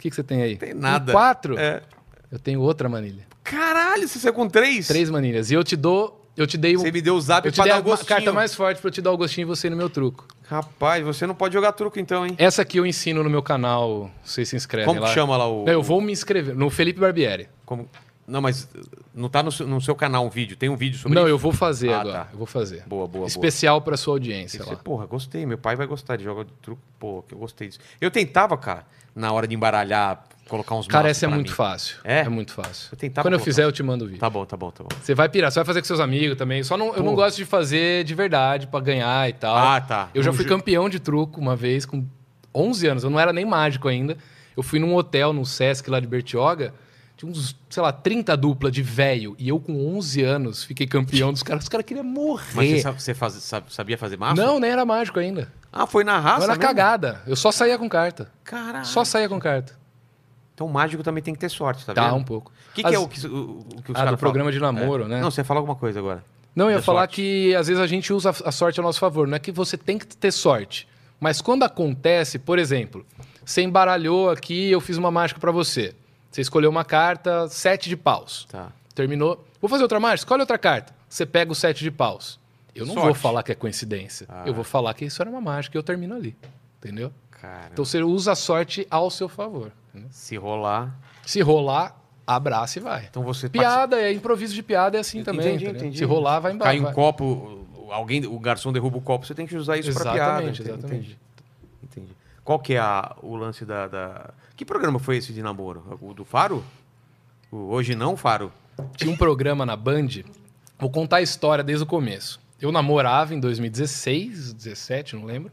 Speaker 2: que, que você tem aí?
Speaker 1: Tem nada.
Speaker 2: 4?
Speaker 1: É.
Speaker 2: Eu tenho outra manilha.
Speaker 1: Caralho, você saiu com três?
Speaker 2: Três manilhas. E eu te dou. Eu te dei o.
Speaker 1: Você me deu o zap
Speaker 2: eu te
Speaker 1: pra
Speaker 2: dei
Speaker 1: dar
Speaker 2: a
Speaker 1: o gostinho.
Speaker 2: carta mais forte pra eu te dar o gostinho e você ir no meu truco.
Speaker 1: Rapaz, você não pode jogar truco então, hein?
Speaker 2: Essa aqui eu ensino no meu canal. Vocês se inscrevem
Speaker 1: Como
Speaker 2: lá.
Speaker 1: que chama lá o...
Speaker 2: É, Não, eu vou me inscrever. No Felipe Barbieri.
Speaker 1: Como... Não, mas uh, não tá no, seu- no seu canal um vídeo. Tem um vídeo sobre
Speaker 2: Não,
Speaker 1: isso?
Speaker 2: eu vou fazer
Speaker 1: Ah,
Speaker 2: agora.
Speaker 1: tá.
Speaker 2: Eu vou fazer.
Speaker 1: Boa, boa, boa. é
Speaker 2: Especial pra sua audiência
Speaker 1: Você,
Speaker 2: lá.
Speaker 1: porra, gostei. Meu pai vai gostar de jogar de truco. Pô, que eu gostei disso. Eu tentava, cara, na hora de embaralhar, colocar uns
Speaker 2: Cara,
Speaker 1: maços
Speaker 2: essa é
Speaker 1: pra
Speaker 2: muito
Speaker 1: mim.
Speaker 2: fácil.
Speaker 1: É?
Speaker 2: muito fácil.
Speaker 1: Eu tentava
Speaker 2: Quando eu
Speaker 1: colocar.
Speaker 2: fizer, eu te mando o vídeo.
Speaker 1: Tá bom, tá bom, tá bom.
Speaker 2: Você vai pirar, você vai fazer com seus amigos também. Só não, eu não gosto de fazer de verdade pra ganhar e tal.
Speaker 1: Ah, tá.
Speaker 2: Eu já
Speaker 1: Um
Speaker 2: fui
Speaker 1: ju-
Speaker 2: campeão de truco uma vez com 11 anos. Eu não era nem mágico ainda. Eu fui num hotel no Sesc lá de Bertioga. Tinha uns, sei lá, 30 dupla de velho. E eu com 11 anos fiquei campeão dos caras. Os caras queriam morrer.
Speaker 1: Mas você, sabe- você faz- sabe- sabia fazer maço?
Speaker 2: Não, nem era mágico ainda.
Speaker 1: Ah, foi na raça
Speaker 2: eu era
Speaker 1: mesmo?
Speaker 2: cagada. Eu só saía com carta.
Speaker 1: Caralho.
Speaker 2: Só saía com carta.
Speaker 1: Então o mágico também tem que ter sorte, tá,
Speaker 2: Tá,
Speaker 1: vendo?
Speaker 2: um pouco.
Speaker 1: O que, que
Speaker 2: As-
Speaker 1: é o que, o, o que os
Speaker 2: Ah,
Speaker 1: caras
Speaker 2: do
Speaker 1: falam?
Speaker 2: programa
Speaker 1: É.
Speaker 2: de namoro, né?
Speaker 1: Não, você ia falar alguma coisa agora.
Speaker 2: Não, eu ia
Speaker 1: Da
Speaker 2: falar
Speaker 1: sorte.
Speaker 2: que às vezes a gente usa a sorte a nosso favor. Não é que você tem que ter sorte. Mas quando acontece, por exemplo, você embaralhou aqui, eu fiz uma mágica pra você. Você escolheu uma carta, sete de paus.
Speaker 1: Tá.
Speaker 2: Terminou. Vou fazer outra mágica? Escolhe outra carta. Você pega o sete de paus. Eu não vou
Speaker 1: Sorte. Ah,
Speaker 2: falar que é coincidência. Eu vou falar que isso era uma mágica e eu termino ali. Entendeu?
Speaker 1: Cara,
Speaker 2: Então você usa a sorte ao seu favor. né?
Speaker 1: se rolar...
Speaker 2: Se rolar, abraça e vai.
Speaker 1: Então você...
Speaker 2: Piada, é improviso de piada, é assim também.
Speaker 1: Entendi,
Speaker 2: entendeu?
Speaker 1: entendi.
Speaker 2: Se rolar, vai embora.
Speaker 1: Cai um copo, alguém, o garçom derruba o copo, você tem que usar isso pra piada.
Speaker 2: Exatamente,
Speaker 1: ente-
Speaker 2: exatamente.
Speaker 1: Entendi. entendi. Qual que é a- o lance da, da- Que programa foi esse de namoro? O do Faro? O Hoje não, Faro?
Speaker 2: Tinha um programa na Band. Vou contar a história desde o começo. Eu namorava em 2016, 17, não lembro.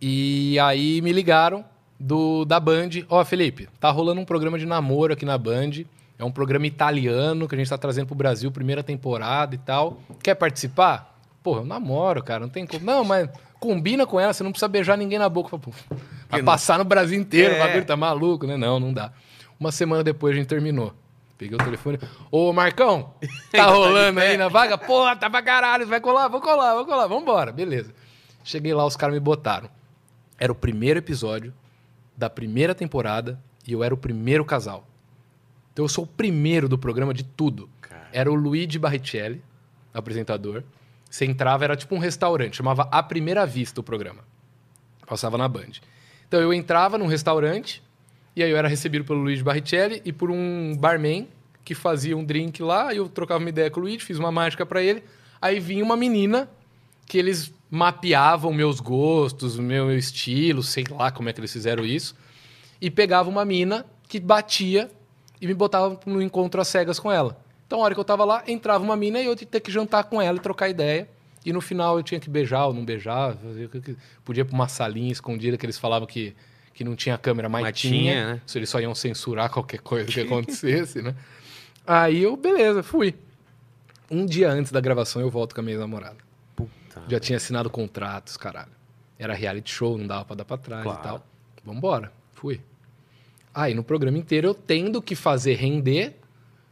Speaker 2: E aí me ligaram do da Band. Ó, Felipe, tá rolando um programa de namoro aqui na Band. É um programa italiano que a gente tá trazendo pro Brasil, primeira temporada e tal. Quer participar? Porra, eu namoro, cara, não tem como. Não, mas combina com ela, você não precisa beijar ninguém na boca. Eu falei, "Pô, Vai passar no Brasil inteiro,
Speaker 1: É.
Speaker 2: o bagulho tá maluco, né? Não, não dá. Uma semana depois a gente terminou. Peguei o telefone. Ô, Marcão, tá rolando aí na vaga? Porra, tá pra caralho, vai colar, vou colar, vou colar, vambora, beleza. Cheguei lá, os caras me botaram. Era o primeiro episódio da primeira temporada E eu era o primeiro casal. Então eu sou o primeiro do programa de tudo. Era o Luigi Barrichelli, apresentador. Você entrava, era tipo um restaurante, chamava A Primeira Vista o programa. Passava na Band. Então eu entrava num restaurante, e aí eu era recebido pelo Luigi Barrichelli e por um barman que fazia um drink lá, e eu trocava uma ideia com o Luigi, fiz uma mágica pra ele. Aí vinha uma menina que eles mapeavam meus gostos, meu, meu estilo, sei lá como é que eles fizeram isso. E pegava uma mina que batia e me botava no encontro às cegas com ela. Então, a hora que eu tava lá, entrava uma mina e eu tinha que ter que jantar com ela e trocar ideia. E no final eu tinha que beijar ou não beijar. fazer o que- que- Podia ir pra uma salinha escondida que eles falavam que, que não tinha câmera, mas,
Speaker 1: Mas
Speaker 2: tinha.
Speaker 1: tinha, né?
Speaker 2: Se eles só iam censurar qualquer coisa que acontecesse, né? Aí eu, beleza, fui. Um dia antes da gravação eu volto com a minha namorada. Já tinha assinado contratos, caralho. Era reality show, não dava pra dar pra trás
Speaker 1: Claro.
Speaker 2: e tal. Vambora, fui. Aí no programa inteiro eu tendo que fazer render,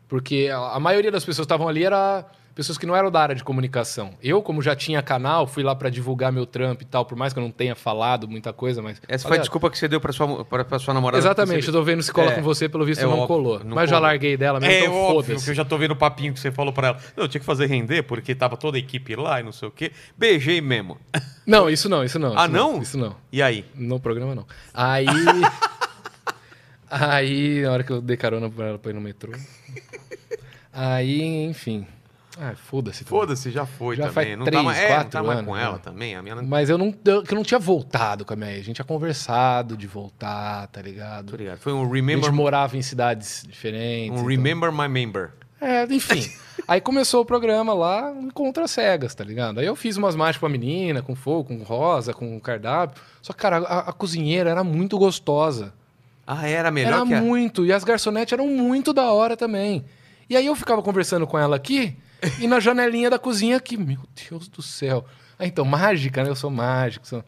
Speaker 2: porque a, a maioria das pessoas que estavam ali era pessoas que não eram da área de comunicação. Eu, como já tinha canal, fui lá pra divulgar meu trampo e tal, por mais que eu não tenha falado muita coisa, mas.
Speaker 1: Essa foi
Speaker 2: Olha,
Speaker 1: a desculpa que você deu pra sua, pra, pra sua namorada.
Speaker 2: Exatamente, eu tô vendo se cola
Speaker 1: É,
Speaker 2: com você, pelo visto
Speaker 1: é
Speaker 2: não
Speaker 1: óbvio,
Speaker 2: colou.
Speaker 1: não
Speaker 2: mas eu já
Speaker 1: colou.
Speaker 2: larguei dela mesmo,
Speaker 7: É
Speaker 2: então
Speaker 7: óbvio que
Speaker 2: foda-se.
Speaker 7: eu já tô vendo o papinho que você falou pra ela. Não, eu tinha que fazer render porque tava toda a equipe lá e não sei o quê. Beijei mesmo.
Speaker 2: Não, isso não, isso não.
Speaker 1: Ah,
Speaker 2: isso
Speaker 1: não?
Speaker 2: Isso não.
Speaker 1: E aí?
Speaker 2: No programa, não. Aí. aí, na hora que eu dei carona pra ela pra ir no metrô. Aí, enfim. Ah, foda-se. também.
Speaker 1: Foda-se, já foi
Speaker 2: Já
Speaker 1: também.
Speaker 2: faz
Speaker 1: não tá
Speaker 2: três,
Speaker 1: mais, é, não tá
Speaker 2: quatro
Speaker 1: mais
Speaker 2: anos,
Speaker 1: com ela
Speaker 2: é.
Speaker 1: também. A minha não.
Speaker 2: Mas eu não, eu, que eu não tinha voltado com a minha ex. A gente tinha conversado de voltar, tá ligado?
Speaker 1: Tô ligado. Foi um
Speaker 2: A gente
Speaker 1: Remember,
Speaker 2: morava em cidades diferentes.
Speaker 1: um
Speaker 2: então-
Speaker 1: remember My Member.
Speaker 2: É, enfim. Aí começou o programa lá contra as cegas, tá ligado? Aí eu fiz umas mágicas pra menina, com fogo, com rosa, com cardápio. Só que, cara, a- a cozinheira era muito gostosa.
Speaker 1: Ah, era melhor
Speaker 2: era
Speaker 1: que a.
Speaker 2: muito. E as garçonetes eram muito da hora também. E aí eu ficava conversando com ela aqui e na janelinha da cozinha aqui. Meu Deus do céu. Ah, então, mágica, né? Eu sou mágico. Sou...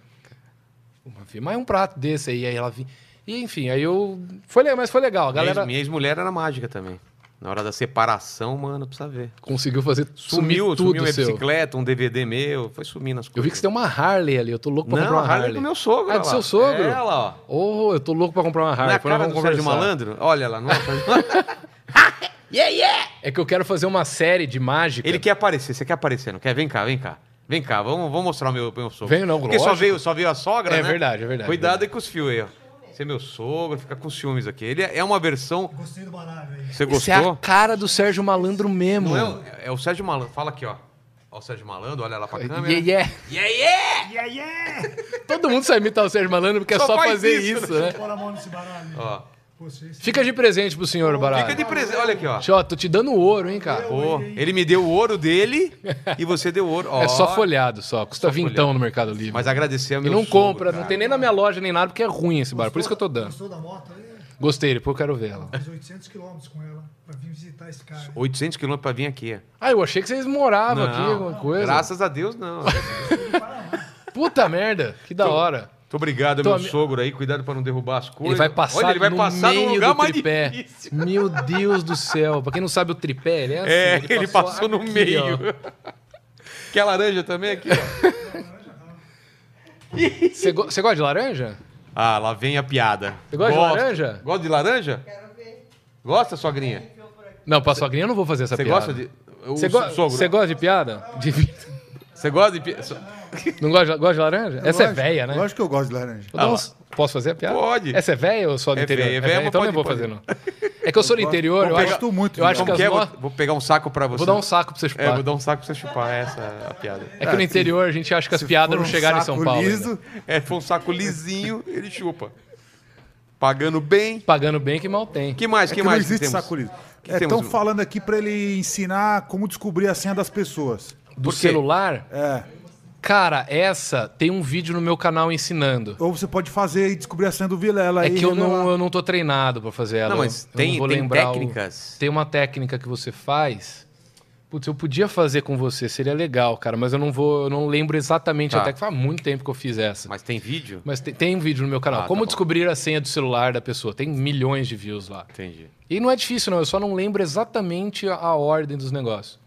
Speaker 2: Uma fi- Mas um prato desse aí. Aí ela vinha. E enfim, aí eu. Foi legal, mas foi legal. A
Speaker 1: Minha ex-
Speaker 2: galera
Speaker 1: Minha ex-mulher era mágica também. Na hora da separação, mano, precisa ver.
Speaker 2: conseguiu fazer.
Speaker 1: Sumiu,
Speaker 2: sumir tudo
Speaker 1: sumiu minha
Speaker 2: seu.
Speaker 1: bicicleta, um DVD meu, foi sumindo as coisas.
Speaker 2: Eu vi que você tem uma Harley ali. Eu tô louco pra
Speaker 1: Não,
Speaker 2: comprar
Speaker 1: a
Speaker 2: uma Harley.
Speaker 1: Harley é do meu sogro.
Speaker 2: Ah, do
Speaker 1: lá.
Speaker 2: seu sogro?
Speaker 1: É, ela, ó.
Speaker 2: Oh, eu tô louco pra comprar uma Harley.
Speaker 1: Não é a
Speaker 2: Depois nós
Speaker 1: cara do
Speaker 2: vamos
Speaker 1: Sérgio
Speaker 2: conversar.
Speaker 1: Malandro? Olha lá, não é o Sérgio Malandro?
Speaker 2: É que eu quero fazer uma série de mágica.
Speaker 1: Ele quer aparecer, você quer aparecer, não quer? Vem cá, vem cá. Vem cá, vamos, vamos mostrar o meu, meu sogro.
Speaker 2: Vem não,
Speaker 1: Porque só
Speaker 2: lógico.
Speaker 1: veio, só veio a sogra,
Speaker 2: É
Speaker 1: né?
Speaker 2: verdade, é verdade,
Speaker 1: Cuidado
Speaker 2: verdade.
Speaker 1: aí com os fios aí, ó. Você é meu sogro, fica com ciúmes aqui. Ele é é uma versão... Gostei do Você
Speaker 2: Isso é a
Speaker 1: gostou?
Speaker 2: cara do Sérgio Malandro mesmo.
Speaker 1: Não é, o- é o Sérgio Malandro, fala aqui, ó. Ó o Sérgio Malandro, olha lá pra câmera.
Speaker 2: Yeah, yeah.
Speaker 1: Yeah, é yeah!
Speaker 2: Todo mundo sabe imitar o Sérgio Malandro porque é
Speaker 1: Só
Speaker 2: só
Speaker 1: faz
Speaker 2: fazer
Speaker 1: isso,
Speaker 2: isso, né?
Speaker 1: Ó,
Speaker 8: é
Speaker 2: Fica de presente pro senhor, Baralho.
Speaker 1: fica de presente, olha aqui, ó.
Speaker 2: Ó, tô te dando ouro, hein, cara.
Speaker 1: Pô, ele me deu o ouro dele e você deu o ouro. Ó,
Speaker 2: É só folhado, só. Custa vintão no Mercado Livre.
Speaker 1: Mas agradecer ao
Speaker 2: e
Speaker 1: meu
Speaker 2: não
Speaker 1: sogro,
Speaker 2: compra, não
Speaker 1: cara.
Speaker 2: tem nem na minha loja nem nada, porque é ruim esse bar. Por isso que eu tô dando.
Speaker 8: Gostou da moto aí?
Speaker 2: Gostei, depois eu quero ver ela.
Speaker 8: Fiz 800 quilômetros com ela pra vir visitar esse cara.
Speaker 1: 800 quilômetros pra vir aqui.
Speaker 2: Ah, eu achei que vocês moravam aqui, é
Speaker 1: Não,
Speaker 2: alguma coisa.
Speaker 1: Graças a Deus, não.
Speaker 2: Puta merda, que da hora.
Speaker 1: Muito obrigado,
Speaker 2: Tô
Speaker 1: meu
Speaker 2: ami-
Speaker 1: sogro aí. Cuidado pra não derrubar as coisas.
Speaker 2: Ele vai passar,
Speaker 1: Olha, ele vai
Speaker 2: no
Speaker 1: passar
Speaker 2: meio
Speaker 1: num lugar
Speaker 2: do
Speaker 1: mais
Speaker 2: tripé.
Speaker 1: difícil.
Speaker 2: Meu Deus do céu. Pra quem não sabe, o tripé, ele é assim.
Speaker 1: É, ele passou, no
Speaker 2: aqui,
Speaker 1: meio.
Speaker 2: ó.
Speaker 1: Quer laranja também aqui, ó.
Speaker 2: Você go- você gosta de laranja?
Speaker 1: Ah, lá vem a piada.
Speaker 2: Você gosta de
Speaker 1: Gosto.
Speaker 2: laranja?
Speaker 1: Gosta de laranja?
Speaker 3: Quero ver.
Speaker 1: Gosta, sogrinha?
Speaker 2: Não, pra sogrinha eu não vou fazer essa
Speaker 1: Você
Speaker 2: piada.
Speaker 1: gosta de... o
Speaker 2: Você go-
Speaker 1: sogro.
Speaker 2: você gosta de piada? De-
Speaker 1: Você gosta de... pi- so-
Speaker 2: Não gosta, de- gosta de laranja? Essa é
Speaker 6: Lógico-
Speaker 2: véia, né?
Speaker 6: Lógico que eu gosto de laranja.
Speaker 2: Vou dar uns- Posso fazer a piada?
Speaker 1: Ah, Pode.
Speaker 2: Essa é véia ou só do
Speaker 1: É
Speaker 2: interior?
Speaker 1: véia, é véia, mas
Speaker 2: então eu não
Speaker 1: pode-
Speaker 2: vou
Speaker 1: pode.
Speaker 2: fazer, não. É que eu sou do interior, eu,
Speaker 6: eu
Speaker 2: acho.
Speaker 6: gosto muito
Speaker 2: eu
Speaker 6: de
Speaker 2: acho que
Speaker 1: Como
Speaker 2: as
Speaker 1: que é? Vou,
Speaker 2: no-
Speaker 1: vou pegar um saco pra você.
Speaker 2: Vou dar um saco pra você chupar.
Speaker 1: É, vou dar um saco pra você chupar. Essa é a piada.
Speaker 2: É que no interior a gente acha que as piadas não
Speaker 6: Foi um
Speaker 2: chegaram em São
Speaker 6: saco
Speaker 2: Paulo. né? ainda.
Speaker 6: Liso,
Speaker 1: É, foi um saco lisinho, ele chupa. Pagando bem.
Speaker 2: Pagando bem que mal tem.
Speaker 1: Que mais,
Speaker 6: é
Speaker 1: que
Speaker 6: que não
Speaker 1: mais
Speaker 6: existe
Speaker 1: temos?
Speaker 6: saco liso.
Speaker 1: que temos,
Speaker 6: Estão
Speaker 1: Lu?
Speaker 6: falando aqui pra ele ensinar como descobrir a senha das pessoas.
Speaker 2: Do
Speaker 1: Por quê?
Speaker 2: celular?
Speaker 6: É.
Speaker 2: Cara, essa tem um vídeo no meu canal ensinando.
Speaker 6: Ou você pode fazer e descobrir a senha do Vilela.
Speaker 2: É
Speaker 6: e
Speaker 2: que eu
Speaker 6: revelar.
Speaker 2: não, eu não tô treinado pra fazer ela.
Speaker 1: Não, mas
Speaker 2: Eu
Speaker 1: tem-
Speaker 2: vou
Speaker 1: tem
Speaker 2: lembrar o-
Speaker 1: técnicas?
Speaker 2: Tem uma técnica que você faz. Putz, eu podia fazer com você, seria legal, cara, mas eu não vou, eu não lembro exatamente
Speaker 1: Tá.
Speaker 2: até que faz muito tempo que eu fiz essa. Mas,
Speaker 1: Mas tem vídeo?
Speaker 2: tem, tem um vídeo no meu canal.
Speaker 1: Ah, tá
Speaker 2: Como
Speaker 1: bom.
Speaker 2: descobrir a senha do celular da pessoa? Tem milhões de views lá.
Speaker 1: Entendi.
Speaker 2: E não é difícil, não. Eu só não lembro exatamente a, a ordem dos negócios.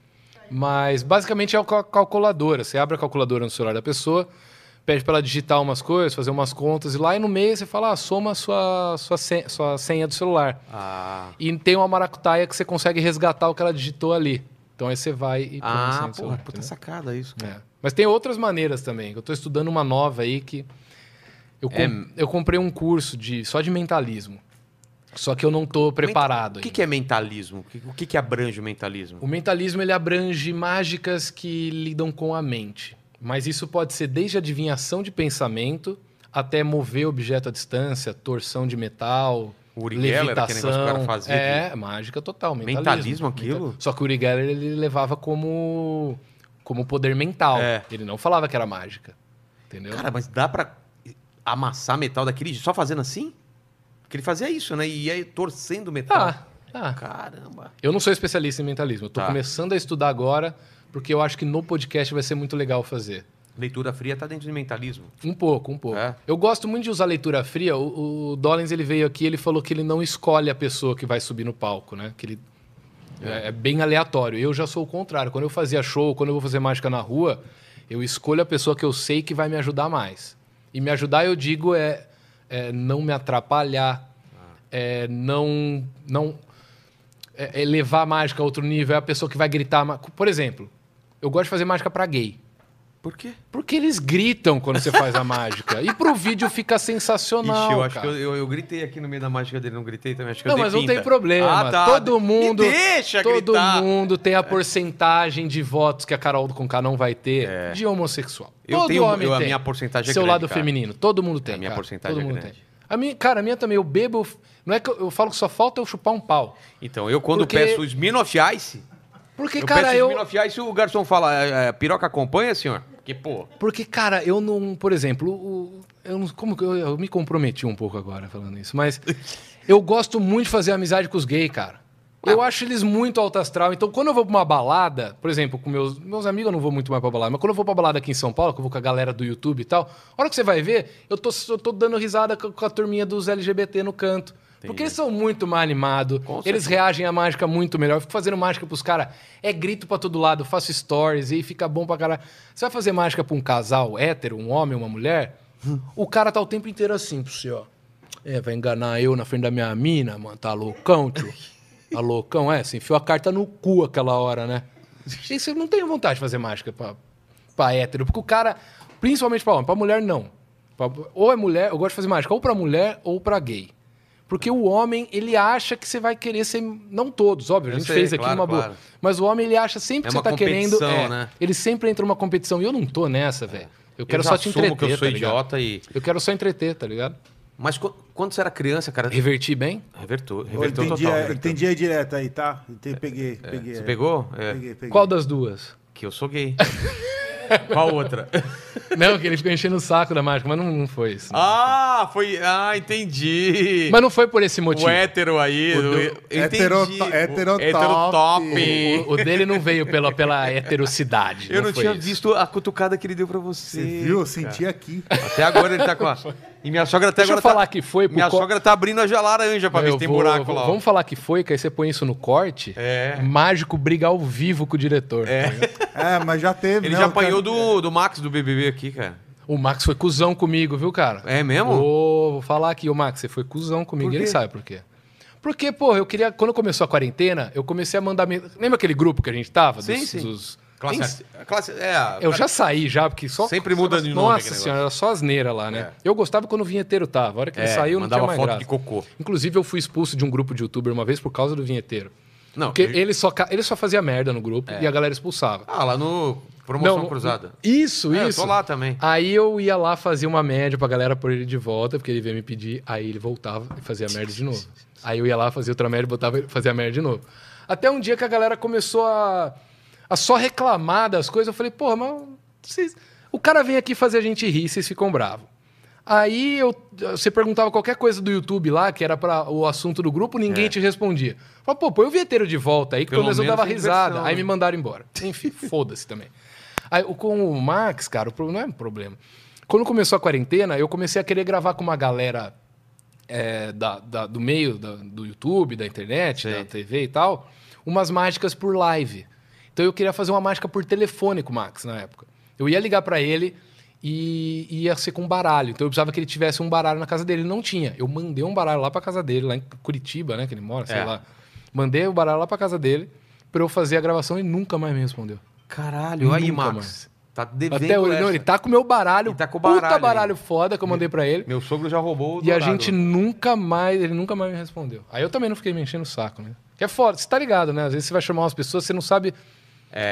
Speaker 2: Mas basicamente é a calculadora. Você abre a calculadora no celular da pessoa, pede pra ela digitar umas coisas, fazer umas contas, e lá e no meio você fala, ah, soma a sua, sua, sen- sua senha do celular.
Speaker 1: Ah,
Speaker 2: E tem uma maracutaia que você consegue resgatar o que ela digitou ali. Então assim, aí você vai e põe a senha
Speaker 1: ah
Speaker 2: do
Speaker 1: porra,
Speaker 2: celular,
Speaker 1: puta
Speaker 2: entendeu?
Speaker 1: sacada isso. cara.
Speaker 2: É. Mas tem outras maneiras também. Eu estou estudando uma nova aí que. Eu, com-
Speaker 1: É
Speaker 2: eu comprei um curso de só de mentalismo. Só que eu não estou preparado.
Speaker 1: O que,
Speaker 2: ainda.
Speaker 1: que é mentalismo? O que, o que que abrange o mentalismo?
Speaker 2: O mentalismo ele abrange mágicas que lidam com a mente. Mas isso pode ser desde adivinhação de pensamento até mover objeto à distância, torção de metal,
Speaker 1: O Uri Geller, aquele negócio que o
Speaker 2: levitação.
Speaker 1: cara fazia
Speaker 2: é, mágica total, mentalismo.
Speaker 1: Mentalismo aquilo?
Speaker 2: Menta- Só que o Uri Geller ele levava como como poder mental.
Speaker 1: É.
Speaker 2: Ele não falava que era mágica. Entendeu?
Speaker 1: Cara, mas dá pra amassar metal daquele jeito só fazendo assim? Porque ele fazia isso, né? E ia torcendo o metal.
Speaker 2: tá, tá.
Speaker 1: Caramba.
Speaker 2: Eu não sou especialista em mentalismo. Eu tô
Speaker 1: Tá.
Speaker 2: começando a estudar agora, porque eu acho que no podcast vai ser muito legal fazer.
Speaker 1: Leitura fria tá dentro de mentalismo.
Speaker 2: Um pouco, um pouco.
Speaker 1: É?
Speaker 2: Eu gosto muito de usar leitura fria. O, o Dollins ele veio aqui, ele falou que ele não escolhe a pessoa que vai subir no palco, né? Que ele é, é bem aleatório. Eu já sou o contrário. Quando eu fazia show, quando eu vou fazer mágica na rua, eu escolho a pessoa que eu sei que vai me ajudar mais. E me ajudar, eu digo, é, é não me atrapalhar, é não não é, é levar a mágica a outro nível. É a pessoa que vai gritar. ma- Por exemplo, eu gosto de fazer mágica pra gay.
Speaker 1: Por quê?
Speaker 2: Porque eles gritam quando você faz a mágica. E pro vídeo fica sensacional.
Speaker 1: Ixi, eu acho
Speaker 2: cara.
Speaker 1: que eu, eu- eu gritei aqui no meio da mágica dele, não gritei também. Acho que eu
Speaker 2: Não,
Speaker 1: dei
Speaker 2: mas não tem
Speaker 1: pinta.
Speaker 2: problema.
Speaker 1: Ah, tá.
Speaker 2: Todo mundo.
Speaker 1: Me deixa
Speaker 2: todo
Speaker 1: gritar.
Speaker 2: mundo tem a porcentagem de votos que a Carol do Conká não vai ter de homossexual.
Speaker 1: É. Eu
Speaker 2: todo
Speaker 1: tenho-
Speaker 2: homem
Speaker 1: eu- a
Speaker 2: tem.
Speaker 1: minha porcentagem é
Speaker 2: Seu
Speaker 1: grande,
Speaker 2: lado
Speaker 1: cara.
Speaker 2: feminino. Todo mundo tem.
Speaker 1: A minha
Speaker 2: cara.
Speaker 1: porcentagem
Speaker 2: todo
Speaker 1: é
Speaker 2: mundo
Speaker 1: grande.
Speaker 2: tem. A minha, cara, a minha também. Eu bebo. eu f- Não é que eu, eu falo que só falta eu chupar um pau.
Speaker 1: Então, eu quando
Speaker 2: Porque-
Speaker 1: peço os Minoff Ice,
Speaker 2: Porque,
Speaker 1: eu
Speaker 2: cara,
Speaker 1: peço
Speaker 2: eu.
Speaker 1: os Minoff Ice e o garçom fala, é, é, piroca acompanha, senhor? Porque, pô,
Speaker 2: Porque, cara, eu não. Por exemplo, o- eu, não- como que eu, eu me comprometi um pouco agora falando isso, mas eu gosto muito de fazer amizade com os gays, cara. Eu acho eles muito alto astral. Então, quando eu vou pra uma balada, por exemplo, com meus, meus amigos, eu não vou muito mais pra balada, mas quando eu vou pra balada aqui em São Paulo, que eu vou com a galera do YouTube e tal, a hora que você vai ver, eu tô, eu tô dando risada com com a turminha dos LGBT no canto. Porque eles são muito mais animados, eles reagem à mágica muito melhor. Eu fico fazendo mágica pros caras, é grito pra todo lado, eu faço stories e fica bom pra caralho. Você vai fazer mágica pra um casal hétero, um homem, uma mulher, o cara tá o tempo inteiro assim pro você, ó. É, vai enganar eu na frente da minha mina, mano, tá loucão, tio. Tá loucão, é, você enfiou a carta no cu aquela hora, né? E você não tem vontade de fazer mágica pra, pra hétero, porque o cara, principalmente pra homem, pra mulher não. Pra- ou é mulher, eu gosto de fazer mágica, ou pra mulher ou pra gay. Porque o homem, ele acha que você vai querer ser. Não todos, óbvio, a
Speaker 1: Eu
Speaker 2: gente
Speaker 1: sei,
Speaker 2: fez aqui
Speaker 1: claro,
Speaker 2: uma boa.
Speaker 1: claro.
Speaker 2: Mas o homem, ele acha
Speaker 1: É
Speaker 2: sempre que você
Speaker 1: uma
Speaker 2: tá querendo.
Speaker 1: competição,
Speaker 2: é,
Speaker 1: né?
Speaker 2: Ele sempre entra numa competição. E eu não tô nessa, velho. Eu quero
Speaker 1: já
Speaker 2: só te
Speaker 1: assumo
Speaker 2: entreter.
Speaker 1: que eu sou
Speaker 2: tá ligado?
Speaker 1: idiota e...
Speaker 2: Eu quero só entreter, tá ligado?
Speaker 1: Mas qu- quando você era criança, cara...
Speaker 2: Reverti bem?
Speaker 1: Revertou,
Speaker 6: Eu
Speaker 1: revertou
Speaker 6: entendi,
Speaker 2: né?
Speaker 1: total. né?
Speaker 6: a-
Speaker 1: revertou.
Speaker 6: entendi aí direto aí, tá? Entendi, peguei, peguei.
Speaker 1: Você
Speaker 6: é.
Speaker 1: pegou? É.
Speaker 6: Peguei, peguei.
Speaker 2: Qual das duas?
Speaker 1: Que eu sou gay. Qual outra?
Speaker 2: não, que ele ficou enchendo o saco da mágica, mas não, não foi isso. não.
Speaker 1: ah, foi... Ah, entendi.
Speaker 2: Mas não foi por esse motivo.
Speaker 1: O hétero aí. O eu entendi.
Speaker 6: Heteroto-
Speaker 1: O
Speaker 6: heterotop.
Speaker 1: heterotop.
Speaker 2: O- o dele não veio pela, pela heterocidade.
Speaker 1: Eu não,
Speaker 2: foi
Speaker 1: tinha
Speaker 2: isso.
Speaker 1: visto a cutucada que ele deu pra você.
Speaker 6: Você viu? Eu senti aqui.
Speaker 1: Até agora ele tá com a... E minha sogra até
Speaker 2: Deixa eu
Speaker 1: agora tá-
Speaker 2: falar que foi pro
Speaker 1: Minha
Speaker 2: co-
Speaker 1: sogra tá abrindo a ja- laranja pra ver
Speaker 2: Eu
Speaker 1: se tem
Speaker 2: vou-
Speaker 1: buraco
Speaker 2: vou-
Speaker 1: lá. ó.
Speaker 2: Vamos falar que foi, que aí você põe isso no corte.
Speaker 1: É.
Speaker 2: Mágico briga ao vivo com o diretor. tá ligado?
Speaker 6: É, mas já teve,
Speaker 1: Ele
Speaker 6: né?
Speaker 1: já
Speaker 6: o cara-
Speaker 1: apanhou
Speaker 2: é.
Speaker 1: do, do Max do BBB aqui, cara.
Speaker 2: O Max foi cuzão comigo, viu, cara?
Speaker 1: É mesmo?
Speaker 2: Ô, vou falar aqui, o Max, você foi cuzão comigo,
Speaker 1: Por
Speaker 2: ele
Speaker 1: quê?
Speaker 2: sabe por quê. Porque, porra, eu queria. Quando começou a quarentena, eu comecei a mandar. men- Lembra aquele grupo que a gente tava?
Speaker 1: Sim, sim.
Speaker 2: Sim,
Speaker 1: Classe, a classe, é, a-
Speaker 2: Eu já saí já, porque só.
Speaker 1: Sempre muda de nome
Speaker 2: Nossa
Speaker 1: aquele
Speaker 2: senhora, era só asneira lá, né? Eu gostava quando o vinheteiro tava. A hora que ele
Speaker 1: É,
Speaker 2: saiu, não
Speaker 1: mandava
Speaker 2: tinha mais
Speaker 1: foto
Speaker 2: graça.
Speaker 1: de cocô.
Speaker 2: Inclusive, eu fui expulso de um grupo de youtuber uma vez por causa do vinheteiro.
Speaker 1: Não,
Speaker 2: Porque
Speaker 1: ele-
Speaker 2: ele... só, ca- ele só fazia merda no grupo e a galera expulsava.
Speaker 1: Ah, lá no É. Promoção
Speaker 2: Não,
Speaker 1: Cruzada.
Speaker 2: Isso,
Speaker 1: É, eu
Speaker 2: isso.
Speaker 1: tô lá também.
Speaker 2: Aí eu ia lá fazer uma média pra galera pôr ele de volta, porque ele veio me pedir, aí ele voltava e fazia merda de novo. Aí eu ia lá fazer outra média, botava ele fazia merda de novo. Até um dia que a galera começou a, a só reclamar das coisas, eu falei, porra, mas vocês- o cara vem aqui fazer a gente rir, vocês ficam bravos. Aí eu, você perguntava qualquer coisa do YouTube lá, que era para o assunto do grupo, ninguém te respondia. Falei, pô, põe o vinheteiro de volta aí, que pelo,
Speaker 1: Pelo
Speaker 2: menos eu
Speaker 1: menos
Speaker 2: dava
Speaker 1: tem
Speaker 2: risada.
Speaker 1: diversão,
Speaker 2: Aí
Speaker 1: né?
Speaker 2: me mandaram embora. Enfim, foda-se também. Aí, o- com o Max, cara, o problema não é um problema. Quando começou a quarentena, eu comecei a querer gravar com uma galera é, da- da- do meio da- do YouTube, da internet, da TV e tal, umas mágicas por live. Então eu queria fazer uma mágica por telefone com o Max na época. Eu ia ligar pra ele e ia ser com baralho. Então eu precisava que ele tivesse um baralho na casa dele. Ele não tinha. Eu mandei um baralho lá pra casa dele, lá em Curitiba, né? Que ele mora, sei
Speaker 7: É.
Speaker 2: lá. Mandei o baralho lá pra casa dele pra eu fazer a gravação e nunca mais me respondeu.
Speaker 1: Caralho, aí,
Speaker 2: Nunca
Speaker 1: Max.
Speaker 2: mais.
Speaker 1: Tá devendo.
Speaker 2: Até hoje,
Speaker 1: essa.
Speaker 2: não, ele tá com o meu baralho.
Speaker 1: Ele tá com o
Speaker 2: Puta
Speaker 1: baralho
Speaker 2: baralho foda que eu mandei pra ele.
Speaker 7: Meu sogro já roubou o
Speaker 2: E a
Speaker 7: dourado.
Speaker 2: gente nunca mais, ele nunca mais me respondeu. Aí eu também não fiquei me enchendo o saco, né? Que é foda, você tá ligado, né? Às vezes você vai chamar umas pessoas, você não sabe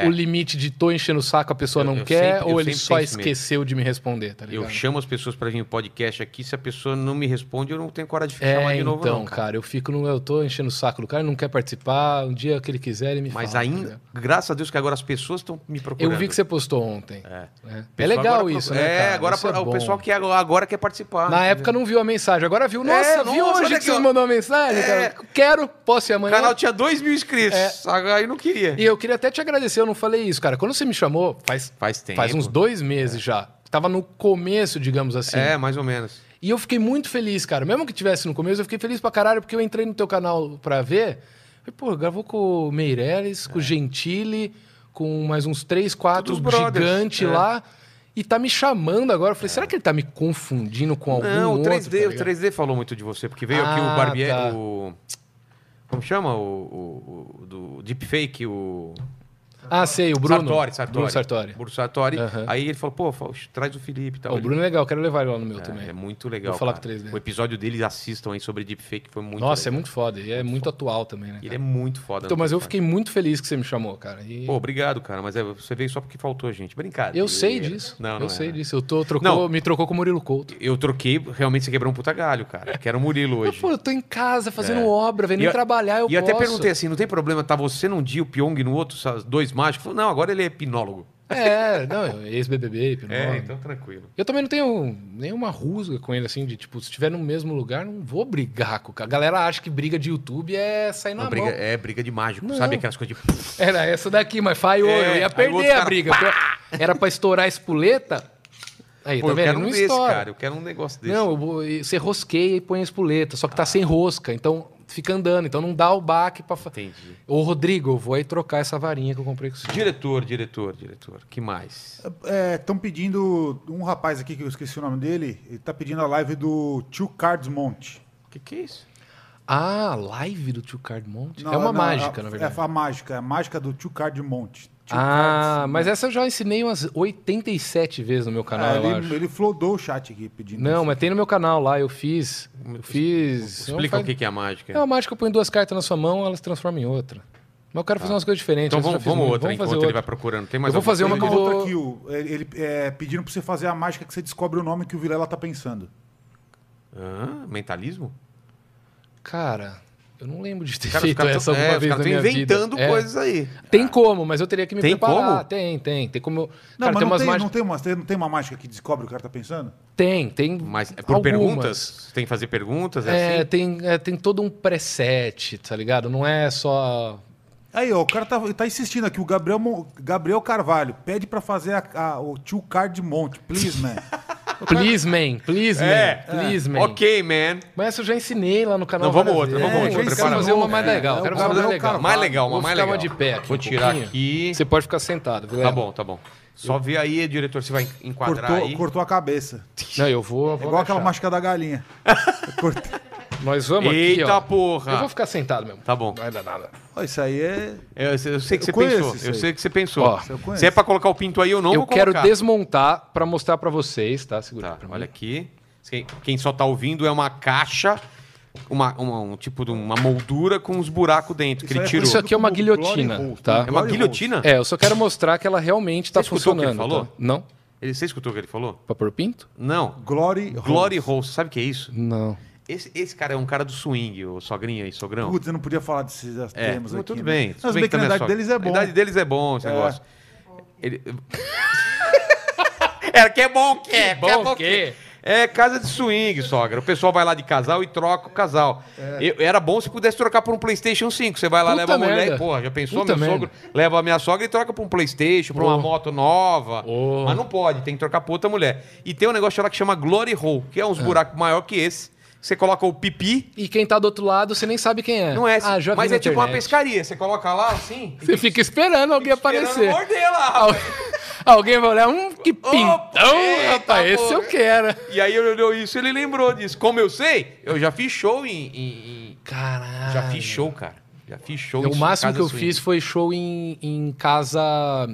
Speaker 2: o limite de tô enchendo o saco, a pessoa
Speaker 1: É. Eu-
Speaker 2: não
Speaker 1: eu
Speaker 2: quer,
Speaker 1: sempre- eu
Speaker 2: ou ele
Speaker 1: sempre
Speaker 2: só
Speaker 1: penso mesmo.
Speaker 2: esqueceu de me responder, tá ligado?
Speaker 1: Eu chamo as pessoas pra vir no podcast aqui. Se a pessoa não me responde, eu não tenho coragem de chamar
Speaker 2: é,
Speaker 1: de novo,
Speaker 2: então,
Speaker 1: não.
Speaker 2: cara. eu fico no. Eu tô enchendo o saco do cara, ele não quer participar. Um dia que ele quiser, ele me
Speaker 1: Mas
Speaker 2: fala. tá
Speaker 1: ainda,
Speaker 2: ligado?
Speaker 1: graças a Deus que agora as pessoas estão me
Speaker 2: eu
Speaker 1: procurando.
Speaker 2: vi que você postou ontem. É, é
Speaker 1: Pessoal
Speaker 2: legal
Speaker 1: agora-
Speaker 2: isso, né? cara?
Speaker 1: É, agora
Speaker 2: Isso é
Speaker 1: o
Speaker 2: bom.
Speaker 1: pessoal que né? É, agora, agora quer participar.
Speaker 2: Na época não viu a mensagem, agora viu. Nossa, viu
Speaker 1: nossa,
Speaker 2: hoje
Speaker 1: olha
Speaker 2: que
Speaker 1: aqui,
Speaker 2: vocês
Speaker 1: ó.
Speaker 2: mandaram uma mensagem,
Speaker 1: É.
Speaker 2: cara? Quero, posso
Speaker 1: O
Speaker 2: ir amanhã?
Speaker 1: canal tinha 2 mil
Speaker 2: É.
Speaker 1: inscritos. Aí não queria.
Speaker 2: E eu queria até te agradecer, eu não falei isso, cara. Quando você me chamou, faz,
Speaker 1: Faz tempo.
Speaker 2: faz uns dois meses já. Tava no começo, digamos assim.
Speaker 1: É, mais ou menos.
Speaker 2: E eu fiquei muito feliz, cara. Mesmo que tivesse no começo, eu fiquei feliz pra caralho, porque eu entrei no teu canal pra ver. Falei, pô, gravou com o Meirelles, com o Gentili, com mais uns três, quatro
Speaker 1: É. Todos os brothers,
Speaker 2: gigante
Speaker 1: é.
Speaker 2: lá. E tá me chamando agora. Eu falei, será que ele tá me confundindo com algum
Speaker 1: Não, o
Speaker 2: outro?
Speaker 1: 3D,
Speaker 2: tá
Speaker 1: o
Speaker 2: ligado?
Speaker 1: 3D falou muito de você, porque veio aqui
Speaker 2: Ah,
Speaker 1: o Barbieri,
Speaker 2: tá.
Speaker 1: o. Como chama? O, o, o do Deepfake, o.
Speaker 2: Ah, sei, o Bruno.
Speaker 1: Sartori, Sartori.
Speaker 2: Bruno Sartori.
Speaker 1: Bruno Sartori.
Speaker 2: Aham.
Speaker 1: Aí ele falou, pô, fa- traz o Felipe e tal.
Speaker 2: Ó, o
Speaker 1: Ele-
Speaker 2: Bruno é legal, quero levar ele lá no meu
Speaker 1: É,
Speaker 2: também.
Speaker 1: é muito legal.
Speaker 2: Vou falar
Speaker 1: cara.
Speaker 2: com 3D.
Speaker 1: O episódio deles assistam aí sobre Deepfake, foi muito
Speaker 2: Nossa, é
Speaker 1: legal.
Speaker 2: muito foda. E é muito atual também, né?
Speaker 1: Ele
Speaker 2: cara?
Speaker 1: é muito foda.
Speaker 2: Então,
Speaker 1: não
Speaker 2: mas
Speaker 1: tem
Speaker 2: eu
Speaker 1: como.
Speaker 2: fiquei muito feliz que você me chamou, cara. E
Speaker 1: Pô, obrigado, cara, mas é, você veio só porque faltou gente. Brincadeira.
Speaker 2: eu sei disso.
Speaker 1: Não,
Speaker 2: eu
Speaker 1: não é,
Speaker 2: sei
Speaker 1: né?
Speaker 2: disso. Eu tô, trocou,
Speaker 1: Não.
Speaker 2: me trocou com o Murilo Couto.
Speaker 1: Eu troquei, realmente você quebrou um puta galho, cara. Quero o Murilo
Speaker 2: Eu,
Speaker 1: hoje.
Speaker 2: pô, eu tô em casa fazendo obra, vendo
Speaker 1: É. E eu-
Speaker 2: trabalhar, eu
Speaker 1: e eu até
Speaker 2: posso.
Speaker 1: perguntei assim: não tem problema, tá você num dia, o Pyong no outro, só os dois mágicos? Falou, não, agora ele é hipnólogo. É, então
Speaker 2: É, não, eu- ex-BBB, hipnólogo.
Speaker 1: tranquilo.
Speaker 2: Eu também não tenho nenhuma rusga com ele, assim, de tipo, se estiver no mesmo lugar, não vou brigar com o cara. A galera acha que briga de YouTube é sair
Speaker 1: Não,
Speaker 2: na mão.
Speaker 1: briga, é briga de mágico,
Speaker 2: Não. Tá
Speaker 1: sabe aquelas coisas de.
Speaker 2: Era essa daqui, mas falhou.
Speaker 1: É,
Speaker 2: eu
Speaker 1: aí o
Speaker 2: ia
Speaker 1: outro
Speaker 2: perder
Speaker 1: cara,
Speaker 2: a briga. Era pra estourar a espoleta. Aí,
Speaker 1: Pô,
Speaker 2: tá
Speaker 1: eu
Speaker 2: vendo?
Speaker 1: quero um
Speaker 2: não
Speaker 1: desse,
Speaker 2: estoura.
Speaker 1: cara. Eu quero um negócio desse.
Speaker 2: Não, eu vou- e você rosqueia e põe a espoleta, só que tá sem rosca, então fica andando, então não dá o baque pra. fa-
Speaker 1: Entendi.
Speaker 2: Ô, Rodrigo, eu vou aí trocar essa varinha que eu comprei com você.
Speaker 1: Diretor, diretor, diretor. Que mais?
Speaker 6: Estão É, pedindo. Um rapaz aqui que eu esqueci o nome dele, ele tá pedindo a live do Tio Cards Monte.
Speaker 1: O que, que é isso?
Speaker 2: Ah, live do Tio Card Monte?
Speaker 6: Não,
Speaker 2: é uma
Speaker 6: não,
Speaker 2: mágica,
Speaker 6: a-
Speaker 2: na verdade.
Speaker 6: É a mágica, é a mágica do Tio Card Monte. Tio
Speaker 2: ah,
Speaker 6: Cards
Speaker 2: mas
Speaker 1: né?
Speaker 2: essa eu já ensinei umas 87 vezes no meu canal,
Speaker 6: Ah,
Speaker 2: eu acho.
Speaker 6: ele, ele flodou o chat aqui pedindo.
Speaker 2: Não,
Speaker 6: isso.
Speaker 2: mas tem no meu canal lá, eu fiz. Eu fiz.
Speaker 1: Explica
Speaker 2: Então não,
Speaker 1: o que, que é a mágica.
Speaker 2: É uma mágica que eu ponho duas cartas na sua mão, elas transformam em outra. Mas eu quero fazer umas coisas diferentes.
Speaker 1: então
Speaker 2: essa eu já
Speaker 1: vamos,
Speaker 2: fiz
Speaker 1: vamos
Speaker 2: muito.
Speaker 1: outra, enquanto
Speaker 2: fazer
Speaker 1: ele vai procurando. Tem mais
Speaker 2: Eu vou
Speaker 1: alguma
Speaker 2: fazer é uma
Speaker 1: coisa?
Speaker 6: Tem
Speaker 2: que eu vou-
Speaker 6: outra aqui, o- ele, ele, é, pedindo pra você fazer a mágica que você descobre o nome que o Vilela tá pensando.
Speaker 1: Hã? mentalismo?
Speaker 2: Cara, eu não lembro de ter
Speaker 1: Cara, os
Speaker 2: feito
Speaker 1: caras
Speaker 2: essa
Speaker 1: estão
Speaker 2: alguma vez na minha vida.
Speaker 1: inventando
Speaker 2: É.
Speaker 1: coisas aí.
Speaker 2: Tem como, mas eu teria que me
Speaker 1: Tem
Speaker 2: preparar.
Speaker 1: como?
Speaker 2: Tem, tem. Tem como. eu-
Speaker 6: Não,
Speaker 2: cara, tem
Speaker 6: mas não
Speaker 2: umas
Speaker 6: tem,
Speaker 2: mágicas.
Speaker 6: não, tem uma, não tem uma mágica que descobre o que o cara tá pensando?
Speaker 2: Tem, tem.
Speaker 1: Mas é por
Speaker 2: algumas.
Speaker 1: perguntas? Tem que fazer perguntas? É,
Speaker 2: É,
Speaker 1: assim?
Speaker 2: tem, é, tem todo um preset, tá ligado? Não é só.
Speaker 6: Aí, ó, o cara tá, ele tá insistindo aqui, o Gabriel, Mon- Gabriel Carvalho, pede pra fazer a- a- o Tio Card Monte, please, man.
Speaker 2: Please, man. Please,
Speaker 1: É,
Speaker 2: man. Please, man.
Speaker 1: Ok, man.
Speaker 2: Mas essa eu já ensinei lá no canal.
Speaker 1: Não, vamos
Speaker 2: várias
Speaker 1: outra,
Speaker 2: vezes.
Speaker 1: vamos outra,
Speaker 2: Eu quero
Speaker 1: prepara
Speaker 2: fazer uma
Speaker 1: outra. um
Speaker 2: mais legal. quero
Speaker 6: É, o
Speaker 2: fazer uma
Speaker 6: Gabriel
Speaker 2: mais legal.
Speaker 6: Carvalho.
Speaker 1: Mais legal, uma
Speaker 2: Vou
Speaker 1: mais
Speaker 2: ficar
Speaker 1: legal.
Speaker 2: uma de pé aqui.
Speaker 1: Vou
Speaker 2: um
Speaker 1: tirar
Speaker 2: pouquinho.
Speaker 1: aqui.
Speaker 2: Você pode ficar sentado, Vilela.
Speaker 1: Tá bom, tá bom. Só vê aí, diretor, se vai enquadrar
Speaker 6: cortou,
Speaker 1: aí.
Speaker 6: cortou a cabeça.
Speaker 2: Não, eu vou. eu
Speaker 6: É
Speaker 2: vou
Speaker 6: igual aquela
Speaker 2: agachar.
Speaker 6: mágica da galinha. Cortou.
Speaker 2: Nós vamos aqui.
Speaker 1: Eita
Speaker 2: ó.
Speaker 1: porra!
Speaker 2: Eu vou ficar sentado mesmo.
Speaker 1: Tá bom.
Speaker 2: Não vai dar nada.
Speaker 6: Ó, isso aí é...
Speaker 1: Eu, eu sei que você
Speaker 6: Eu conheço
Speaker 1: pensou.
Speaker 6: isso
Speaker 1: Eu
Speaker 6: aí.
Speaker 1: sei que você pensou.
Speaker 2: Ó,
Speaker 6: eu conheço.
Speaker 1: se é pra colocar o pinto aí, eu não
Speaker 2: eu
Speaker 1: vou
Speaker 2: quero
Speaker 1: colocar.
Speaker 2: desmontar pra mostrar pra vocês, tá? Segura
Speaker 1: Tá,
Speaker 2: pra mim.
Speaker 1: olha aqui. Quem, quem só tá ouvindo é uma caixa, uma, uma- um tipo de uma moldura com uns buracos dentro que
Speaker 6: aí
Speaker 1: ele
Speaker 6: é
Speaker 1: tirou.
Speaker 2: Isso aqui é uma
Speaker 6: Como Glory
Speaker 2: guilhotina,
Speaker 6: Hole.
Speaker 2: tá?
Speaker 1: É uma
Speaker 6: Glory
Speaker 1: guilhotina?
Speaker 2: É, eu só quero mostrar que ela realmente tá
Speaker 1: Você escutou o que
Speaker 2: funcionando.
Speaker 1: ele falou?
Speaker 2: tá? Não?
Speaker 1: Ele, você escutou o que ele falou?
Speaker 2: Pra pôr pinto?
Speaker 1: Não.
Speaker 6: Glory
Speaker 1: Glory Hole, sabe o que é isso?
Speaker 2: Não.
Speaker 1: Esse, esse cara é um cara do swing, o sogrinha e sogrão.
Speaker 6: Putz, eu não podia falar desses
Speaker 1: é,
Speaker 6: termos
Speaker 1: mas
Speaker 6: aqui.
Speaker 1: tudo
Speaker 6: né?
Speaker 1: bem. tudo
Speaker 6: Mas bem que a
Speaker 1: também
Speaker 6: idade
Speaker 1: só-
Speaker 6: deles é bom.
Speaker 1: A idade deles é bom esse negócio. Ele... Era que é bom que é, que é
Speaker 2: bom
Speaker 1: bom
Speaker 2: que
Speaker 1: que
Speaker 2: é.
Speaker 1: é casa de swing, sogra. O pessoal vai lá de casal e troca o casal.
Speaker 6: É.
Speaker 1: Eu- era bom se pudesse trocar por um PlayStation 5. Você vai lá,
Speaker 2: Puta
Speaker 1: leva a mulher
Speaker 2: merda.
Speaker 1: e, porra, já pensou,
Speaker 2: Puta
Speaker 1: meu sogro? Leva a minha sogra e troca por um PlayStation, por uma
Speaker 2: Oh.
Speaker 1: moto nova.
Speaker 2: Oh.
Speaker 1: Mas não pode, tem que trocar por outra mulher. E tem um negócio lá que chama Glory Hole, que é uns buracos maior que esse. Você coloca o pipi,
Speaker 2: E quem tá do outro lado, você nem sabe quem é.
Speaker 1: não é,
Speaker 2: Ah, já vi
Speaker 1: mas
Speaker 2: na
Speaker 1: é tipo uma
Speaker 2: internet.
Speaker 1: pescaria. Você coloca lá assim,
Speaker 2: Você fica esperando alguém
Speaker 1: esperando
Speaker 2: aparecer.
Speaker 1: morder lá.
Speaker 2: Al- Alguém vai olhar, hum, que pintão,
Speaker 1: eita,
Speaker 2: rapaz, esse eu
Speaker 1: porra.
Speaker 2: quero.
Speaker 1: E aí ele olhou isso ele lembrou disso. Como eu sei, eu já fiz show em. em- em-
Speaker 2: Caralho.
Speaker 1: já fiz show, cara. Já fiz show
Speaker 2: Ah. É O
Speaker 1: em
Speaker 2: máximo
Speaker 1: casa
Speaker 2: que eu
Speaker 1: swing.
Speaker 2: fiz foi show em, em casa.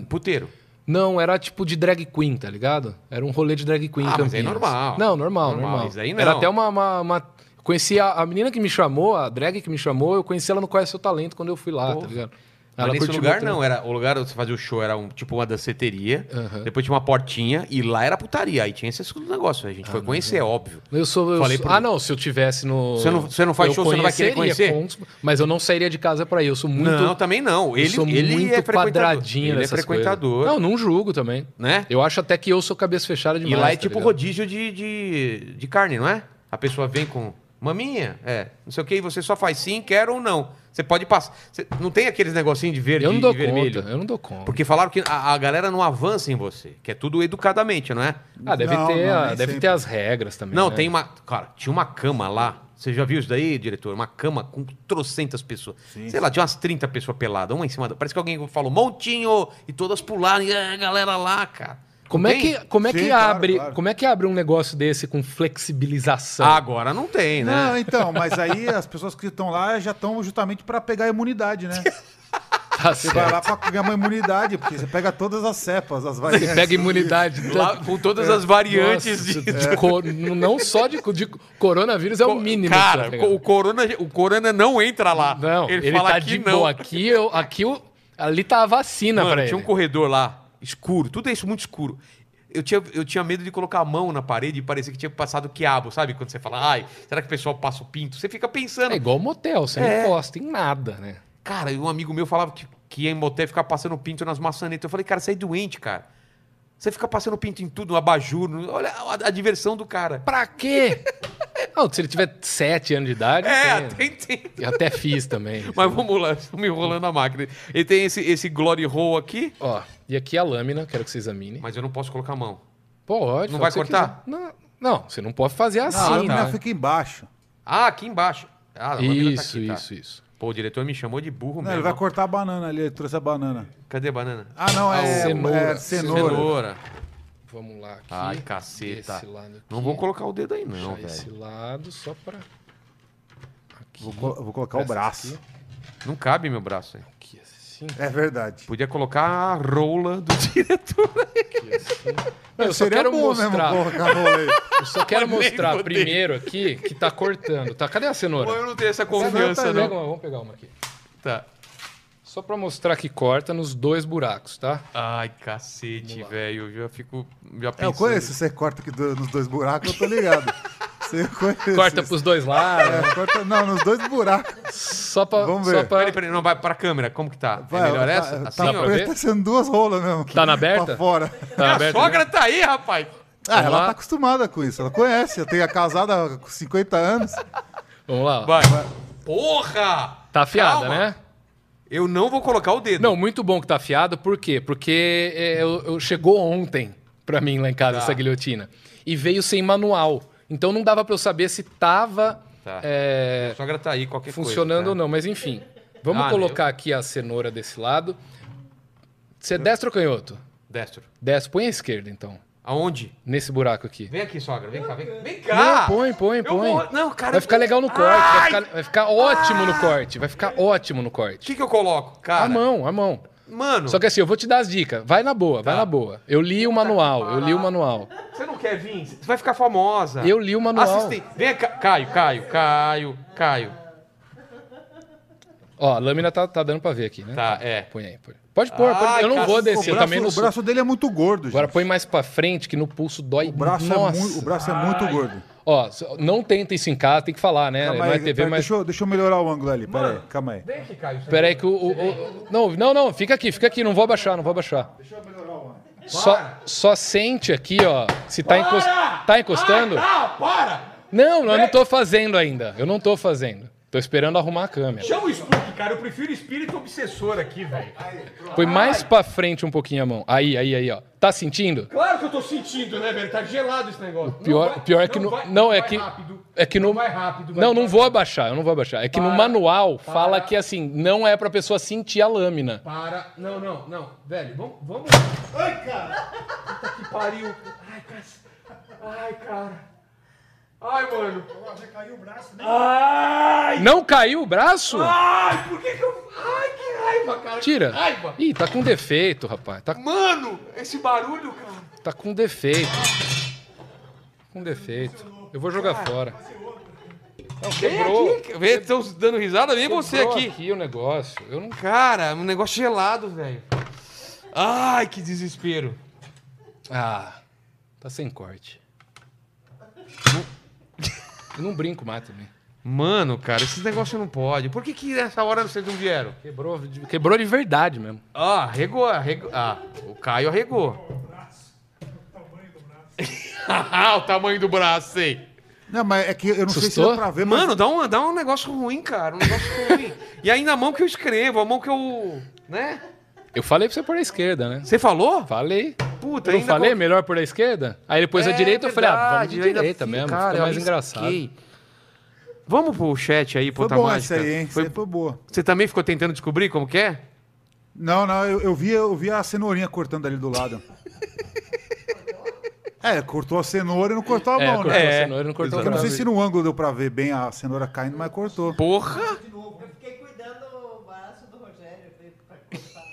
Speaker 1: Puteiro.
Speaker 2: Não, era tipo de drag queen, tá ligado? Era um rolê de drag queen. em
Speaker 1: Ah, mas
Speaker 2: Campinas.
Speaker 1: é normal.
Speaker 2: Não, normal,
Speaker 1: Normal,
Speaker 2: normal.
Speaker 1: isso aí não.
Speaker 2: Era até uma. uma, uma... Conheci a, a menina que me chamou, a drag que me chamou, eu conheci ela no Qual é Seu Talento quando eu fui lá,
Speaker 1: Porra.
Speaker 2: tá ligado?
Speaker 1: Mas nesse
Speaker 2: curtiu
Speaker 1: lugar
Speaker 2: meu trampo.
Speaker 1: não, era, o lugar onde você fazia o show era um, tipo uma danceteria,
Speaker 2: Aham.
Speaker 1: depois tinha uma portinha e lá era putaria. Aí tinha esses negócios, a gente
Speaker 2: Ah,
Speaker 1: foi conhecer, é óbvio.
Speaker 2: Eu sou. eu
Speaker 1: Falei
Speaker 2: sou-
Speaker 1: pro-
Speaker 2: ah, não, se eu tivesse no.
Speaker 1: Você não- você não faz
Speaker 2: eu
Speaker 1: show, você não vai querer
Speaker 2: conheceria
Speaker 1: conhecer?
Speaker 2: com- mas eu não sairia de casa pra ir. Eu sou muito.
Speaker 1: não, também não. Ele,
Speaker 2: eu sou
Speaker 1: ele
Speaker 2: muito
Speaker 1: é frequentador.
Speaker 2: quadradinho
Speaker 1: Ele é
Speaker 2: nessas
Speaker 1: frequentador,
Speaker 2: coisas. Não, não julgo também.
Speaker 1: né?
Speaker 2: Eu acho até que eu sou cabeça fechada demais.
Speaker 1: e lá é
Speaker 2: tá
Speaker 1: tipo
Speaker 2: ligado?
Speaker 1: rodízio de, de, de carne, não é? A pessoa vem com maminha, é, não sei o que, e você só faz sim, quero ou não. Você pode passar. Você- não tem aqueles negocinho de verde
Speaker 2: Eu
Speaker 1: e
Speaker 2: não dou
Speaker 1: vermelho.
Speaker 2: conta, eu não dou conta.
Speaker 1: Porque falaram que a, a galera não avança em você, que é tudo educadamente, não é?
Speaker 2: Ah, deve,
Speaker 6: Não,
Speaker 2: ter,
Speaker 6: não,
Speaker 2: a-
Speaker 6: nem
Speaker 2: deve
Speaker 6: sempre.
Speaker 2: ter as regras também.
Speaker 1: Não,
Speaker 2: né?
Speaker 1: tem uma. Cara, tinha uma cama lá. Você já viu isso daí, diretor? Uma cama com trocentas pessoas. Sei lá, tinha umas 30 pessoas peladas, uma em cima da. Parece que alguém falou montinho e todas pularam. E a galera lá, cara.
Speaker 2: Como é
Speaker 1: Tem?
Speaker 2: que, como é
Speaker 6: Sim,
Speaker 2: que
Speaker 6: claro,
Speaker 2: abre,
Speaker 6: claro.
Speaker 2: como é que abre um negócio desse com flexibilização?
Speaker 1: Agora não tem, né?
Speaker 6: Não, então, mas aí as pessoas que estão lá já estão justamente pra pegar a imunidade, né?
Speaker 2: tá
Speaker 6: Você
Speaker 2: certo.
Speaker 6: vai lá pra ganhar uma imunidade, porque você pega todas as cepas, as variantes.
Speaker 2: Pega imunidade
Speaker 1: Lá,
Speaker 2: da-
Speaker 1: com todas as variantes
Speaker 2: Nossa,
Speaker 1: de.
Speaker 2: de co- não só de, co- de coronavírus é o mínimo.
Speaker 1: Cara,
Speaker 2: tá ligado?
Speaker 1: o, corona, o Corona não entra lá.
Speaker 2: não, ele, tá de boa. Aqui, eu, aqui eu, ali tá a vacina
Speaker 1: Mano,
Speaker 2: pra ele.
Speaker 1: tinha um corredor lá, escuro, tudo isso muito escuro. Eu tinha, eu tinha medo de colocar a mão na parede e parecia que tinha passado quiabo, sabe? Quando você fala, ai, será que o pessoal passa o pinto? Você fica pensando.
Speaker 2: É igual motel, você
Speaker 1: É.
Speaker 2: não encosta em nada, né?
Speaker 1: Cara, um amigo meu falava que, que ia em motel ficar passando pinto nas maçanetas. Eu falei, cara, você é doente, cara. Você fica passando pinto em tudo, no abajur, no- olha a, a diversão do cara.
Speaker 2: Pra quê? não, se ele tiver 7 anos de idade,
Speaker 1: É,
Speaker 2: tem.
Speaker 1: até entendo.
Speaker 2: Eu até fiz também.
Speaker 1: Mas vamos lá, estamos enrolando a máquina. Ele tem esse, esse glory hole aqui,
Speaker 2: Ó, e aqui a lâmina, quero que você examine.
Speaker 1: mas eu não posso colocar a mão.
Speaker 2: Pode.
Speaker 1: Não
Speaker 2: faz
Speaker 1: vai
Speaker 2: o que você
Speaker 1: cortar?
Speaker 2: quiser. Não, não, você não pode fazer
Speaker 6: A
Speaker 2: assim,
Speaker 6: lâmina
Speaker 2: né?
Speaker 6: fica embaixo.
Speaker 1: Ah, aqui embaixo. Ah, a lâmina tá
Speaker 2: Isso,
Speaker 1: aqui, tá.
Speaker 2: isso, isso.
Speaker 1: Pô, o diretor me chamou de burro
Speaker 6: Não,
Speaker 1: mesmo.
Speaker 6: ele vai cortar a banana ali, ele trouxe a banana.
Speaker 1: Cadê a banana?
Speaker 6: Ah, não, é,
Speaker 2: Ah, cenoura.
Speaker 6: é cenoura.
Speaker 1: Cenoura.
Speaker 2: Vamos lá aqui.
Speaker 1: Ai, caceta.
Speaker 2: Esse lado aqui.
Speaker 1: Não vou colocar o dedo aí, não,
Speaker 2: Puxar esse
Speaker 1: velho.
Speaker 2: lado só pra... Aqui,
Speaker 6: Vou, co- vou colocar o
Speaker 2: Essa
Speaker 6: braço.
Speaker 1: Não cabe meu braço aí.
Speaker 2: aqui assim,
Speaker 6: É verdade.
Speaker 1: Podia colocar a rola do diretor.
Speaker 2: aqui assim. Não, eu só quero mostrar,
Speaker 6: colocar rolê.
Speaker 2: eu só quero
Speaker 1: Mas nem
Speaker 2: mostrar
Speaker 1: fudei.
Speaker 2: primeiro aqui que tá cortando, tá? Cadê a
Speaker 1: Pô,
Speaker 2: cenoura?
Speaker 1: eu não tenho essa
Speaker 2: Pega
Speaker 1: confiança,
Speaker 2: uma,
Speaker 1: não.
Speaker 2: vamos pegar uma aqui.
Speaker 1: Tá.
Speaker 2: Só pra mostrar que corta nos dois buracos, tá?
Speaker 1: Ai, cacete, velho. Eu já fico. Já
Speaker 6: É, eu
Speaker 1: pensando.
Speaker 6: conheço, você corta aqui do- nos dois buracos, eu tô ligado. Você conhece.
Speaker 2: Corta pros dois lados,
Speaker 6: É, corta- Não, nos dois buracos.
Speaker 2: só pra...
Speaker 6: Vamos
Speaker 2: só
Speaker 6: ver.
Speaker 2: pra-
Speaker 1: Peraí, peraí, não, vai pra câmera. Como que tá?
Speaker 6: Vai,
Speaker 1: é melhor
Speaker 6: tá-
Speaker 1: essa?
Speaker 6: Tá,
Speaker 1: assim,
Speaker 2: Dá
Speaker 1: ó.
Speaker 2: pra ver?
Speaker 6: tá sendo duas rolas mesmo.
Speaker 2: Tá na aberta?
Speaker 6: Pra fora.
Speaker 2: Tá
Speaker 1: Minha
Speaker 2: aberto,
Speaker 1: sogra tá aí, rapaz.
Speaker 6: Ah,
Speaker 2: Vamos
Speaker 6: ela
Speaker 2: lá.
Speaker 6: tá acostumada com isso, ela conhece. Ela tem a casada com 50 anos.
Speaker 2: né? Vamos lá. ó.
Speaker 1: Vai. Porra!
Speaker 2: Tá afiada,
Speaker 1: Calma.
Speaker 2: né?
Speaker 1: Eu não vou colocar o dedo.
Speaker 2: Não, muito bom que tá afiado, por quê? Porque é, eu, eu- chegou ontem pra mim lá em casa
Speaker 1: Tá.
Speaker 2: essa guilhotina. E veio sem manual. Então não dava pra eu saber se tava
Speaker 1: Tá.
Speaker 2: é,
Speaker 1: Minha sogra tá aí, qualquer
Speaker 2: funcionando ou
Speaker 1: coisa. tá?
Speaker 2: não, mas enfim. Vamos
Speaker 1: Ah,
Speaker 2: colocar aqui a cenoura desse lado. Você é destro ou canhoto?
Speaker 1: não. Destro.
Speaker 2: Destro. Põe a esquerda, então.
Speaker 1: Aonde?
Speaker 2: Nesse buraco aqui.
Speaker 1: Vem aqui, sogra. Vem cá, vem, vem cá.
Speaker 2: Não, põe, põe,
Speaker 1: Ah! Eu
Speaker 2: põe.
Speaker 1: vou- Não, cara.
Speaker 2: Vai ficar legal no corte. Vai
Speaker 1: Ai!
Speaker 2: ficar, vai ficar ótimo no corte. Vai ficar ótimo no
Speaker 1: O
Speaker 2: corte.
Speaker 1: que, que eu coloco, cara?
Speaker 2: A mão, a mão.
Speaker 1: Mano,
Speaker 2: Só que assim, eu vou te dar as dicas. Vai na boa, vai na boa. Eu li o manual, eu li o manual.
Speaker 1: você não quer vir? Você vai ficar famosa.
Speaker 2: Eu li o manual.
Speaker 1: Assistente. Vem cá, Caio, Caio, Caio, Caio.
Speaker 2: Ó, a lâmina tá, tá dando pra ver aqui, né?
Speaker 1: Tá, é.
Speaker 2: Põe aí, põe. Pode pôr,
Speaker 1: Ai,
Speaker 2: pode- eu não
Speaker 1: cara,
Speaker 2: vou
Speaker 1: o
Speaker 2: descer, eu
Speaker 6: o,
Speaker 2: também
Speaker 6: braço,
Speaker 2: não
Speaker 6: o
Speaker 2: sou.
Speaker 6: braço dele é muito gordo, gente.
Speaker 2: Agora põe mais pra frente que no pulso dói.
Speaker 6: O braço, é,
Speaker 2: Nossa.
Speaker 6: muito, o braço é muito gordo.
Speaker 2: Ó, só- não tenta isso em casa, tem que falar, né? não
Speaker 6: Calma
Speaker 2: é
Speaker 6: aí,
Speaker 2: TV,
Speaker 6: pera-
Speaker 2: mas.
Speaker 6: deixa, eu, deixa eu melhorar o ângulo ali. Pera aí, calma aí.
Speaker 1: Vem aqui, Caio.
Speaker 2: Peraí que o, o- o- Não, não, não, fica aqui, fica aqui, não vou abaixar, não vou abaixar. Deixa eu melhorar o só, só sente aqui, ó, se tá, encos- tá encostando.
Speaker 1: Ah, para!
Speaker 2: Não, eu não tô fazendo ainda. Eu não tô fazendo. Tô esperando arrumar a câmera.
Speaker 9: Chama o Spook, cara. Eu prefiro espírito obsessor aqui, velho.
Speaker 2: Foi mais pra frente um pouquinho a mão. Aí, aí, aí, ó. Tá sentindo?
Speaker 9: Claro que eu tô sentindo, né, velho? Tá gelado esse negócio.
Speaker 2: Pior,
Speaker 9: vai-
Speaker 2: pior é que no,
Speaker 9: vai-
Speaker 2: não é
Speaker 9: vai
Speaker 2: que
Speaker 9: rápido.
Speaker 2: é que no
Speaker 9: vai rápido, vai
Speaker 2: não não
Speaker 9: devagar.
Speaker 2: vou abaixar, eu não vou abaixar. É que no
Speaker 9: Para,
Speaker 2: manual
Speaker 9: para.
Speaker 2: fala que assim não é pra pessoa sentir a lâmina.
Speaker 9: Para. Não, não, não. Velho, vamos. vamos... Ai, cara! Puta que pariu. Ai, cara. Ai, cara. Ai, mano.
Speaker 10: Já caiu o braço, né?
Speaker 9: Ai!
Speaker 2: Não caiu o braço?
Speaker 9: Ai, por que que eu. Ai, que raiva, cara.
Speaker 2: Tira.
Speaker 9: Que raiva.
Speaker 2: Ih, tá com defeito, rapaz. Tá,
Speaker 9: Mano, esse barulho, cara.
Speaker 2: tá com defeito. Com defeito. Eu vou jogar fora. Não,
Speaker 1: Vem
Speaker 2: quebrou.
Speaker 1: é aqui, vê, estão dando risada, vem você
Speaker 2: Quebrou
Speaker 1: aqui.
Speaker 2: aqui o negócio. Eu não
Speaker 1: Cara, um negócio gelado, velho. Ai, que desespero.
Speaker 2: Ah, tá sem corte. Eu não brinco mais também.
Speaker 1: Mano, cara, esses negócios não pode. Por que que nessa hora vocês não vieram?
Speaker 2: Quebrou, de- quebrou de verdade mesmo.
Speaker 1: Ah, arregou, arregou. Ah, o Caio arregou. Ah, o tamanho do braço, sei.
Speaker 6: Não, mas é que eu não sei se
Speaker 2: Assustou?
Speaker 6: dá pra ver, mas...
Speaker 1: Mano, dá um, dá um negócio ruim, cara. Um negócio ruim. E ainda a mão que eu escrevo, a mão que eu. Né?
Speaker 2: Eu falei pra você pôr a esquerda, né?
Speaker 1: Você falou?
Speaker 2: Falei.
Speaker 1: Puta,
Speaker 2: Eu não
Speaker 1: ainda
Speaker 2: falei?
Speaker 1: co-
Speaker 2: Melhor pôr a esquerda? Aí depois a
Speaker 1: É
Speaker 2: direita, eu falei, ah, vamos
Speaker 1: verdade,
Speaker 2: de
Speaker 1: eu ainda
Speaker 2: direita
Speaker 1: fi-
Speaker 2: mesmo.
Speaker 1: cara,
Speaker 2: fica mais
Speaker 1: eu
Speaker 2: engraçado.
Speaker 1: risquei. Vamos pro chat aí,
Speaker 6: foi
Speaker 1: puta
Speaker 6: boa
Speaker 1: mágica.
Speaker 6: essa aí, hein? Essa aí
Speaker 1: Foi-
Speaker 6: Foi... boa.
Speaker 1: Você também ficou tentando descobrir como que é?
Speaker 6: Não, não, eu, eu, vi, eu vi a cenourinha cortando ali do lado. é, cortou a cenoura e não cortou a
Speaker 2: É,
Speaker 6: mão,
Speaker 2: cortou
Speaker 6: né?
Speaker 2: a
Speaker 1: É,
Speaker 2: cenoura, não cortou
Speaker 6: Eu não
Speaker 2: a
Speaker 6: sei se no ângulo deu pra ver bem a cenoura caindo, mas cortou.
Speaker 1: Porra!
Speaker 3: Eu fiquei cuidando o braço do Rogério eu falei, pra tá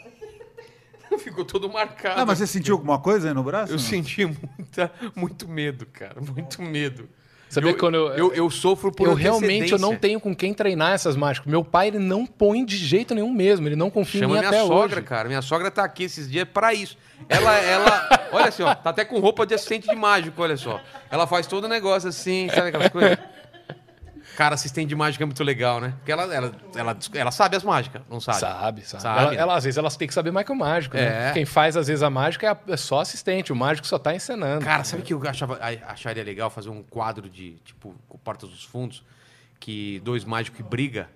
Speaker 3: cortar.
Speaker 1: Ficou todo marcado.
Speaker 6: Ah, mas você sentiu alguma coisa aí no braço?
Speaker 1: Eu
Speaker 6: não?
Speaker 1: senti muita, muito medo, cara. Muito medo.
Speaker 2: Sabia
Speaker 1: eu,
Speaker 2: quando eu-
Speaker 1: eu, eu sofro por
Speaker 2: Eu realmente eu
Speaker 1: antecedência.
Speaker 2: não tenho com quem treinar essas mágicas. Meu pai ele não põe de jeito nenhum mesmo. Ele não confia
Speaker 1: Chama
Speaker 2: em mim
Speaker 1: minha
Speaker 2: até
Speaker 1: sogra,
Speaker 2: hoje.
Speaker 1: cara. Minha sogra tá aqui esses dias pra isso. Ela, ela, olha assim, ó, tá até com roupa de assistente de mágico, olha só. Ela faz todo o negócio assim, sabe aquelas coisas? Cara, assistente de mágica é muito legal, né? Porque ela, ela, ela, ela sabe as mágicas, não sabe?
Speaker 2: Sabe, sabe.
Speaker 1: Sabe,
Speaker 2: Ela-
Speaker 1: né?
Speaker 2: ela- às vezes elas têm que saber mais que o mágico, né?
Speaker 1: É.
Speaker 2: Quem faz, às vezes, a mágica é, a- é só assistente. O mágico só tá encenando.
Speaker 1: Cara, sabe que eu achava, a- acharia legal fazer um quadro de, tipo, com Portas dos Fundos, que dois mágicos que briga,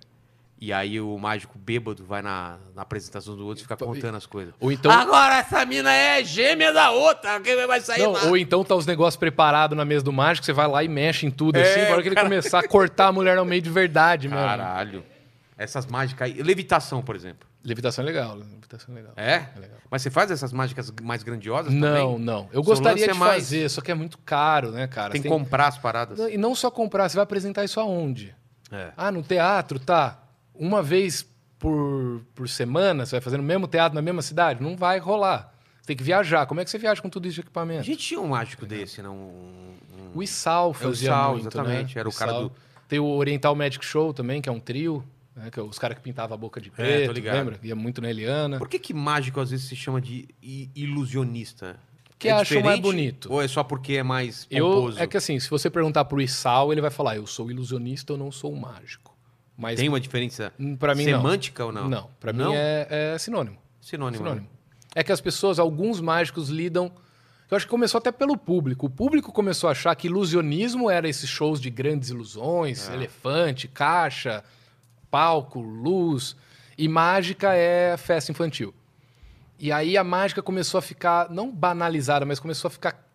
Speaker 1: e aí o mágico bêbado vai na, na apresentação do outro e fica contando as coisas.
Speaker 2: Ou então-
Speaker 1: Agora essa mina é gêmea da outra, quem vai sair
Speaker 2: Não,
Speaker 1: lá?
Speaker 2: ou então tá os negócios preparados na mesa do mágico, você vai lá e mexe em
Speaker 1: É,
Speaker 2: tudo, assim, na hora que ele começar a cortar a mulher no meio de verdade, mesmo.
Speaker 1: Caralho. Essas mágicas aí. Levitação, por exemplo.
Speaker 2: Levitação é legal, levitação é legal.
Speaker 1: É?
Speaker 2: legal.
Speaker 1: Mas você faz essas mágicas mais grandiosas
Speaker 2: Não,
Speaker 1: também?
Speaker 2: não. Eu
Speaker 1: Seu
Speaker 2: gostaria
Speaker 1: lance é
Speaker 2: de
Speaker 1: mais-
Speaker 2: fazer, só que é muito caro, né, cara?
Speaker 1: Tem
Speaker 2: Você
Speaker 1: que comprar as paradas.
Speaker 2: Não, E não só comprar, você vai apresentar isso aonde?
Speaker 1: É.
Speaker 2: Ah, no teatro, tá. Uma vez por, por semana, você vai fazer no mesmo teatro, na mesma cidade? Não vai rolar. Você tem que viajar. Como é que você viaja com tudo isso de
Speaker 1: A
Speaker 2: equipamento?
Speaker 1: gente tinha um mágico desse, não? Um- um-
Speaker 2: O Issal fazia
Speaker 1: Issal,
Speaker 2: muito,
Speaker 1: exatamente,
Speaker 2: né?
Speaker 1: era o cara
Speaker 2: Issal.
Speaker 1: do-
Speaker 2: Tem o Oriental Magic Show também, que é um trio, né? que é os caras que pintavam a boca de
Speaker 1: tô
Speaker 2: preto,
Speaker 1: ligado.
Speaker 2: lembra? Ia muito na Eliana.
Speaker 1: Por que que mágico às vezes se chama de i- ilusionista? É
Speaker 2: Porque acham mais
Speaker 1: diferente?
Speaker 2: bonito.
Speaker 1: Ou é só porque é mais
Speaker 2: Eu,
Speaker 1: pomposo?
Speaker 2: é que assim, se você perguntar pro Issal, ele vai falar, eu sou ilusionista, eu não sou um mágico. Mas
Speaker 1: Tem uma diferença
Speaker 2: hum, pra mim
Speaker 1: semântica
Speaker 2: não.
Speaker 1: ou não?
Speaker 2: Não, pra
Speaker 1: Não?
Speaker 2: mim é, é sinônimo.
Speaker 1: Sinônimo. né?
Speaker 2: Sinônimo. É que as pessoas, alguns mágicos lidam. Eu acho que começou até pelo público. O público começou a achar que ilusionismo era esses shows de grandes ilusões, elefante, caixa, palco, luz. E mágica é festa infantil. E aí a mágica começou a ficar, não banalizada, mas começou a ficar.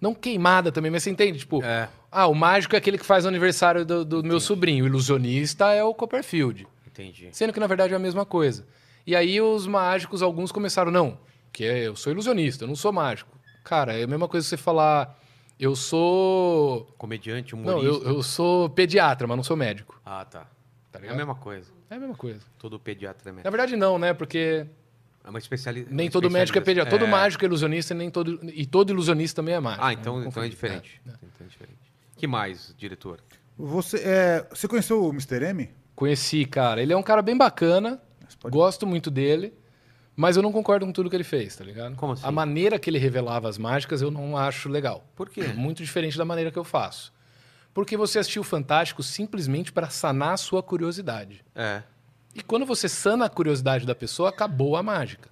Speaker 2: Não queimada também, mas você entende? Tipo,
Speaker 1: É.
Speaker 2: ah, o mágico é aquele que faz o aniversário do, do meu sobrinho, o ilusionista é o Copperfield.
Speaker 1: Entendi.
Speaker 2: Sendo que, na verdade, é a mesma coisa. E aí os mágicos, alguns começaram, não, que é, eu sou ilusionista, eu não sou mágico. Cara, é a mesma coisa que você falar, eu sou...
Speaker 1: Comediante, humorista.
Speaker 2: Não, eu, eu sou pediatra, mas não sou médico.
Speaker 1: Ah, tá. É
Speaker 2: Tá
Speaker 1: a
Speaker 2: ligado?
Speaker 1: mesma coisa.
Speaker 2: É a mesma coisa.
Speaker 1: Todo pediatra é médico.
Speaker 2: Na verdade, não, né? Porque
Speaker 1: É uma especialidade.
Speaker 2: nem todo médico é pediatra. Todo mágico é ilusionista e, nem todo, e todo ilusionista também é mágico.
Speaker 1: Ah,
Speaker 2: Não
Speaker 1: então, então é
Speaker 2: confunde.
Speaker 1: diferente. Então é diferente. que mais, diretor?
Speaker 6: Você, é, você conheceu o Mr. M?
Speaker 2: Conheci, cara. Ele é um cara bem bacana. Gosto muito dele. Mas eu não concordo com tudo que ele fez, tá ligado?
Speaker 1: Como assim?
Speaker 2: A maneira que ele revelava as mágicas eu não acho legal.
Speaker 1: Por quê?
Speaker 2: Muito diferente da maneira que eu faço. Porque você assistiu o Fantástico simplesmente para sanar a sua curiosidade.
Speaker 1: É.
Speaker 2: E quando você sana a curiosidade da pessoa, acabou a mágica.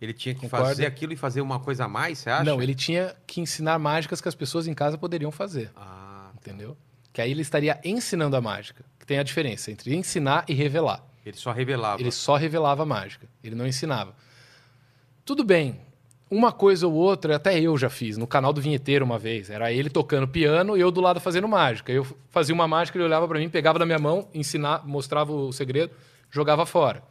Speaker 1: Ele tinha que
Speaker 2: Concorda?
Speaker 1: fazer aquilo e fazer uma coisa a mais, você acha?
Speaker 2: Não, ele tinha que ensinar mágicas que as pessoas em casa poderiam fazer,
Speaker 1: Ah,
Speaker 2: entendeu? Que aí ele estaria ensinando a mágica. Que tem a diferença entre ensinar e revelar.
Speaker 1: Ele só revelava.
Speaker 2: Ele só revelava a mágica, ele não ensinava. Tudo bem, uma coisa ou outra, até eu já fiz, no canal do Vinheteiro uma vez. Era ele tocando piano e eu do lado fazendo mágica. Eu fazia uma mágica, ele olhava para mim, pegava na minha mão, ensinava, mostrava o segredo, jogava fora.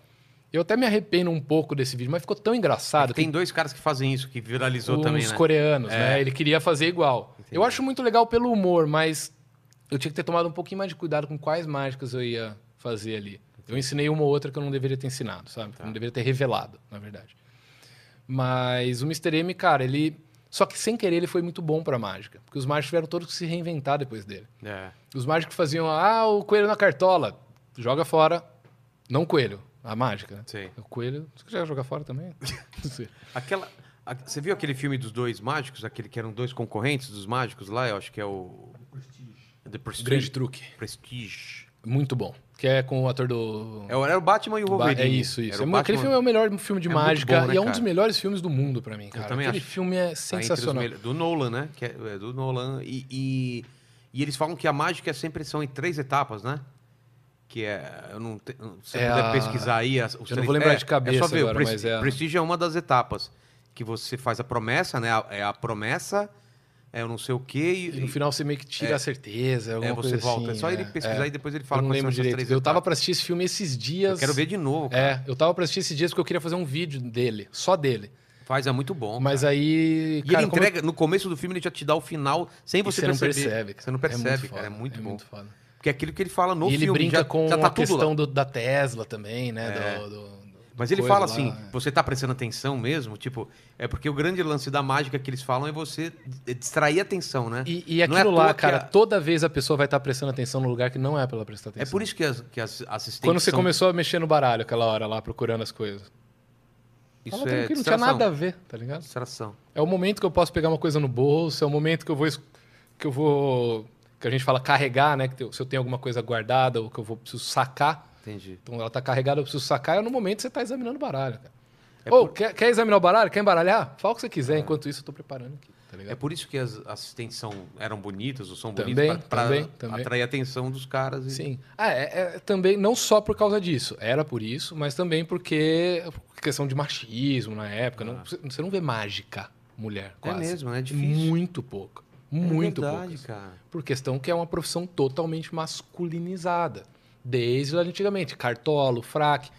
Speaker 2: Eu até me arrependo um pouco desse vídeo, mas ficou tão engraçado.
Speaker 1: Tem dois caras que fazem isso, que viralizou
Speaker 2: os
Speaker 1: também, né?
Speaker 2: coreanos, né? Ele queria fazer igual. Eu acho muito legal pelo humor, mas eu tinha que ter tomado um pouquinho mais de cuidado com quais mágicas eu ia fazer ali. Eu ensinei uma ou outra que eu não deveria ter ensinado, sabe?
Speaker 1: Tá.
Speaker 2: Que eu não deveria ter revelado, na verdade. Mas o Mr. M, cara, ele. Só que sem querer ele foi muito bom pra mágica. Porque os mágicos tiveram todos que se reinventar depois dele.
Speaker 1: É.
Speaker 2: Os mágicos faziam, ah, o coelho na cartola. Joga fora. Não o coelho, a mágica, né?
Speaker 1: Sim.
Speaker 2: O coelho. Você quer jogar fora também? Não sei.
Speaker 1: Aquela. a- você viu aquele filme dos dois mágicos? Aquele que eram dois concorrentes dos mágicos lá? Eu acho que é o. The Prestige.
Speaker 2: Grande truque.
Speaker 1: Prestige.
Speaker 2: Muito bom. Que é com o ator do.
Speaker 1: É, o- era o Batman e o
Speaker 2: Ba-
Speaker 1: Wolverine.
Speaker 2: É isso, isso.
Speaker 1: Era o
Speaker 2: É, aquele
Speaker 1: Batman-
Speaker 2: filme é o melhor filme de
Speaker 1: É muito
Speaker 2: mágica
Speaker 1: bom, né,
Speaker 2: e é um
Speaker 1: cara?
Speaker 2: dos melhores filmes do mundo pra mim, cara.
Speaker 1: também
Speaker 2: aquele
Speaker 1: acho.
Speaker 2: filme é
Speaker 1: Tá entre os
Speaker 2: sensacional.
Speaker 1: melhores- do Nolan, né? Que é, é do Nolan. E, e, e eles falam que a mágica é sempre são em três etapas, né? Que é. Eu não te, se
Speaker 2: É
Speaker 1: eu puder
Speaker 2: a-
Speaker 1: pesquisar aí. as- os
Speaker 2: eu não
Speaker 1: três-
Speaker 2: vou lembrar
Speaker 1: é,
Speaker 2: de cabeça
Speaker 1: é só ver, o
Speaker 2: agora,
Speaker 1: Presti-
Speaker 2: mas é a-
Speaker 1: Prestígio é uma das etapas. Que você faz a promessa, né? A- É a promessa, é o não sei o quê. E,
Speaker 2: E no final você meio que tira a certeza,
Speaker 1: é,
Speaker 2: alguma
Speaker 1: você
Speaker 2: coisa
Speaker 1: volta.
Speaker 2: assim,
Speaker 1: é só ele
Speaker 2: né?
Speaker 1: pesquisar
Speaker 2: É.
Speaker 1: e depois ele fala
Speaker 2: Eu não
Speaker 1: quais são
Speaker 2: lembro
Speaker 1: essas três
Speaker 2: direito. Eu tava
Speaker 1: etapas.
Speaker 2: pra assistir esse filme esses dias.
Speaker 1: Eu quero ver de novo. cara.
Speaker 2: É, eu tava pra assistir esses dias porque eu queria fazer um vídeo dele, só dele.
Speaker 1: Faz, é muito bom.
Speaker 2: Mas aí.
Speaker 1: E
Speaker 2: cara,
Speaker 1: ele
Speaker 2: como eu-
Speaker 1: entrega, no começo do filme, ele já te dá o final sem
Speaker 2: E
Speaker 1: você,
Speaker 2: você não
Speaker 1: perceber.
Speaker 2: percebe, cara.
Speaker 1: Você não
Speaker 2: É muito
Speaker 1: percebe, cara. É
Speaker 2: foda,
Speaker 1: muito
Speaker 2: é
Speaker 1: bom.
Speaker 2: muito foda.
Speaker 1: Porque é aquilo que ele fala no
Speaker 2: e ele
Speaker 1: filme.
Speaker 2: brinca
Speaker 1: já,
Speaker 2: com
Speaker 1: já tá
Speaker 2: a
Speaker 1: tudo lá. É.
Speaker 2: questão do- da Tesla também, né? Do- do- do-
Speaker 1: Mas ele
Speaker 2: coisa
Speaker 1: fala
Speaker 2: lá,
Speaker 1: assim,
Speaker 2: é.
Speaker 1: você tá prestando atenção mesmo? Tipo, é porque o grande lance da mágica que eles falam é você d- distrair a atenção, né?
Speaker 2: E, e
Speaker 1: Não é à
Speaker 2: aquilo
Speaker 1: toa
Speaker 2: lá,
Speaker 1: que
Speaker 2: cara,
Speaker 1: a-
Speaker 2: toda vez a pessoa vai estar prestando atenção no lugar que não é pra ela prestar atenção.
Speaker 1: É por isso que as, que um as assistentes
Speaker 2: Quando você
Speaker 1: são-
Speaker 2: começou a mexer no baralho aquela hora lá, procurando as coisas.
Speaker 1: Isso
Speaker 2: Fala
Speaker 1: é
Speaker 2: tranquilo, não tinha
Speaker 1: distração.
Speaker 2: nada a ver, tá ligado?
Speaker 1: Distração.
Speaker 2: É o momento que eu posso pegar uma coisa no bolso, é o momento que eu vou. es- que eu vou. que a gente fala carregar, né? Que te- se eu tenho alguma coisa guardada ou que eu vou preciso sacar.
Speaker 1: Entendi.
Speaker 2: Então ela tá carregada, eu preciso sacar, é no momento que você tá examinando o baralho, cara.
Speaker 1: É
Speaker 2: Ou, quer, quer examinar o baralho? Quer embaralhar? Fala o que você quiser, enquanto isso eu tô preparando aqui,
Speaker 1: É
Speaker 2: tá ligado?
Speaker 1: por isso que as assistentes são, eram bonitas ou são
Speaker 2: Também,
Speaker 1: bonitas pra- pra
Speaker 2: também, também.
Speaker 1: atrair a atenção dos caras. E...
Speaker 2: Sim. Ah, é, é também, não só por causa disso, era por isso, mas também porque questão de machismo na época. não- você- você não vê mágica mulher,
Speaker 1: Ah. É
Speaker 2: quase.
Speaker 1: mesmo, né? É difícil.
Speaker 2: Muito pouco.
Speaker 1: É
Speaker 2: Muito pouco.
Speaker 1: verdade, cara.
Speaker 2: Por questão que é uma profissão totalmente masculinizada. Desde lá antigamente, cartolo, fraque.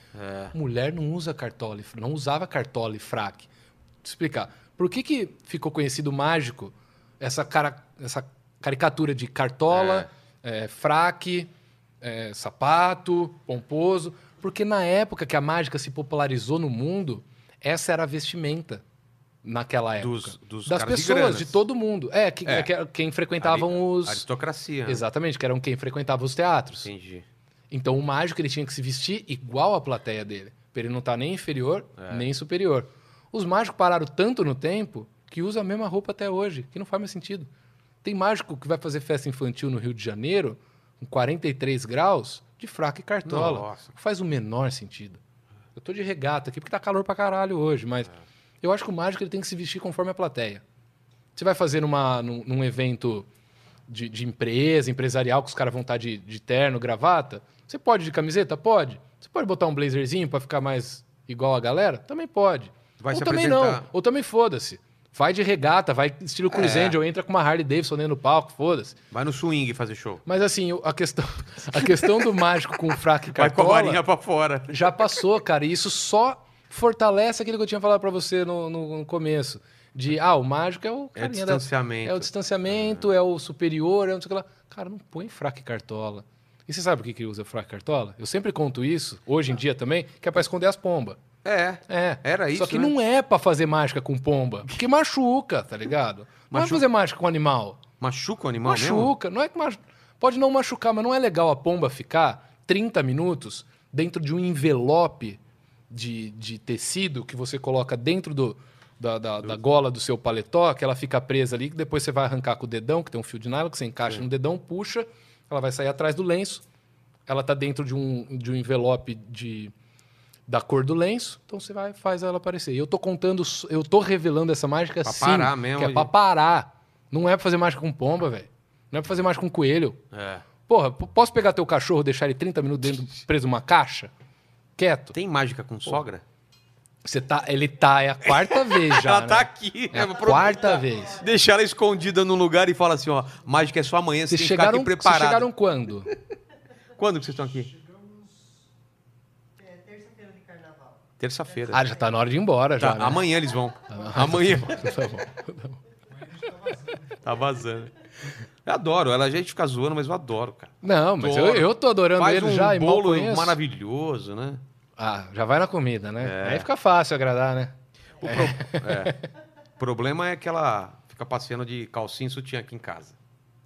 Speaker 2: Mulher não usa cartola, e fr- não usava cartola e fraque. Vou te explicar. Por que, que ficou conhecido mágico essa, cara, essa caricatura de cartola, eh, fraque, eh, sapato, pomposo? Porque na época que a mágica se popularizou no mundo, essa era a vestimenta naquela época.
Speaker 1: Dos- dos
Speaker 2: das
Speaker 1: caras de
Speaker 2: pessoas,
Speaker 1: granas.
Speaker 2: de, todo mundo. É, que,
Speaker 1: É.
Speaker 2: que- quem frequentavam
Speaker 1: Ari-
Speaker 2: os.
Speaker 1: Aristocracia. né?
Speaker 2: Exatamente, que eram quem frequentava os teatros.
Speaker 1: Entendi.
Speaker 2: Então o mágico ele tinha que se vestir igual à plateia dele, para ele não estar nem inferior
Speaker 1: É.
Speaker 2: nem superior. Os mágicos pararam tanto no tempo que usa a mesma roupa até hoje, que não faz mais sentido. Tem mágico que vai fazer festa infantil no Rio de Janeiro com 43 graus de fraca e cartola.
Speaker 1: Nossa.
Speaker 2: Faz o menor sentido. Eu tô de regata aqui porque tá calor pra caralho hoje, mas
Speaker 1: É.
Speaker 2: eu acho que o mágico ele tem que se vestir conforme a plateia. Você vai fazer numa, num, num evento de, de empresa, empresarial, que os caras vão estar de, de terno, gravata. Você pode ir de camiseta? Pode. Você pode botar um blazerzinho pra ficar mais igual a galera? Também pode.
Speaker 1: Vai
Speaker 2: Ou
Speaker 1: se
Speaker 2: também
Speaker 1: apresentar. É.
Speaker 2: não. Ou também foda-se. Vai de regata, vai estilo Cruz Angel, entra com uma Harley Davidson dentro do palco, foda-se.
Speaker 1: Vai no swing fazer show.
Speaker 2: Mas assim, eu- a questão, a questão do mágico com fraco e
Speaker 1: Vai com a
Speaker 2: cartola
Speaker 1: varinha pra fora.
Speaker 2: já passou, cara. E isso só fortalece aquilo que eu tinha falado pra você no, no- no começo. De, ah, o mágico é o
Speaker 1: É
Speaker 2: carinha da-
Speaker 1: distanciamento.
Speaker 2: é o distanciamento, é o superior, é não sei o que lá. Cara, não põe fraca e cartola. E você sabe por que, que usa fraca e cartola? Eu sempre conto isso, hoje em dia também, que é pra esconder as pombas.
Speaker 1: É.
Speaker 2: É.
Speaker 1: Era isso,
Speaker 2: Só que
Speaker 1: né?
Speaker 2: não é pra fazer mágica com pomba. Porque machuca, tá ligado? Não é
Speaker 1: Machu-
Speaker 2: pra fazer mágica com animal.
Speaker 1: Machuca o animal mesmo?
Speaker 2: Machuca. Não é que machu- Pode não machucar, mas não é legal a pomba ficar 30 minutos dentro de um envelope de, de tecido que você coloca dentro do, da, da- da gola do seu paletó, que ela fica presa ali, que depois você vai arrancar com o dedão, que tem um fio de nylon, que você encaixa no dedão, puxa, ela vai sair atrás do lenço. Ela tá dentro de um, de um envelope de da cor do lenço, então você vai faz ela aparecer. E eu tô contando, eu tô revelando essa mágica
Speaker 1: Pra
Speaker 2: sim,
Speaker 1: parar mesmo
Speaker 2: que é
Speaker 1: de-
Speaker 2: pra parar. Não é pra fazer mágica com pomba, velho. Não é pra fazer mais com coelho.
Speaker 1: É.
Speaker 2: Porra, p- posso pegar teu cachorro e deixar ele 30 minutos dentro, preso numa caixa? Quieto.
Speaker 1: Tem mágica com sogra?
Speaker 2: Você tá, ele tá, é a quarta vez já.
Speaker 1: Ela
Speaker 2: né?
Speaker 1: tá aqui.
Speaker 2: É
Speaker 1: eu
Speaker 2: a
Speaker 1: vou
Speaker 2: quarta
Speaker 1: aproveitar.
Speaker 2: vez.
Speaker 1: Deixar ela escondida num lugar e fala assim, ó, mágica é só amanhã, você
Speaker 2: Vocês
Speaker 1: tem que ficar
Speaker 2: chegaram,
Speaker 1: aqui
Speaker 2: vocês
Speaker 1: preparado.
Speaker 2: chegaram quando?
Speaker 1: Quando que vocês estão aqui?
Speaker 11: É terça-feira de carnaval.
Speaker 1: Terça-feira.
Speaker 2: Ah, já tá na hora de ir embora
Speaker 1: Tá,
Speaker 2: já. né?
Speaker 1: Amanhã eles vão. Amanhã.
Speaker 2: Tá bom. tá bom.
Speaker 1: Tá vazando. Eu adoro. Ela a gente fica zoando, mas eu adoro, cara.
Speaker 2: Não, mas eu,
Speaker 1: Adoro.
Speaker 2: eu tô adorando
Speaker 1: Faz
Speaker 2: ele
Speaker 1: um
Speaker 2: já e mal
Speaker 1: bolo
Speaker 2: conheço.
Speaker 1: maravilhoso, né?
Speaker 2: Ah, já vai na comida,
Speaker 1: É.
Speaker 2: né? Aí fica fácil agradar, né?
Speaker 1: O pro- é. O problema é que ela fica passeando de calcinha e sutiã aqui em casa.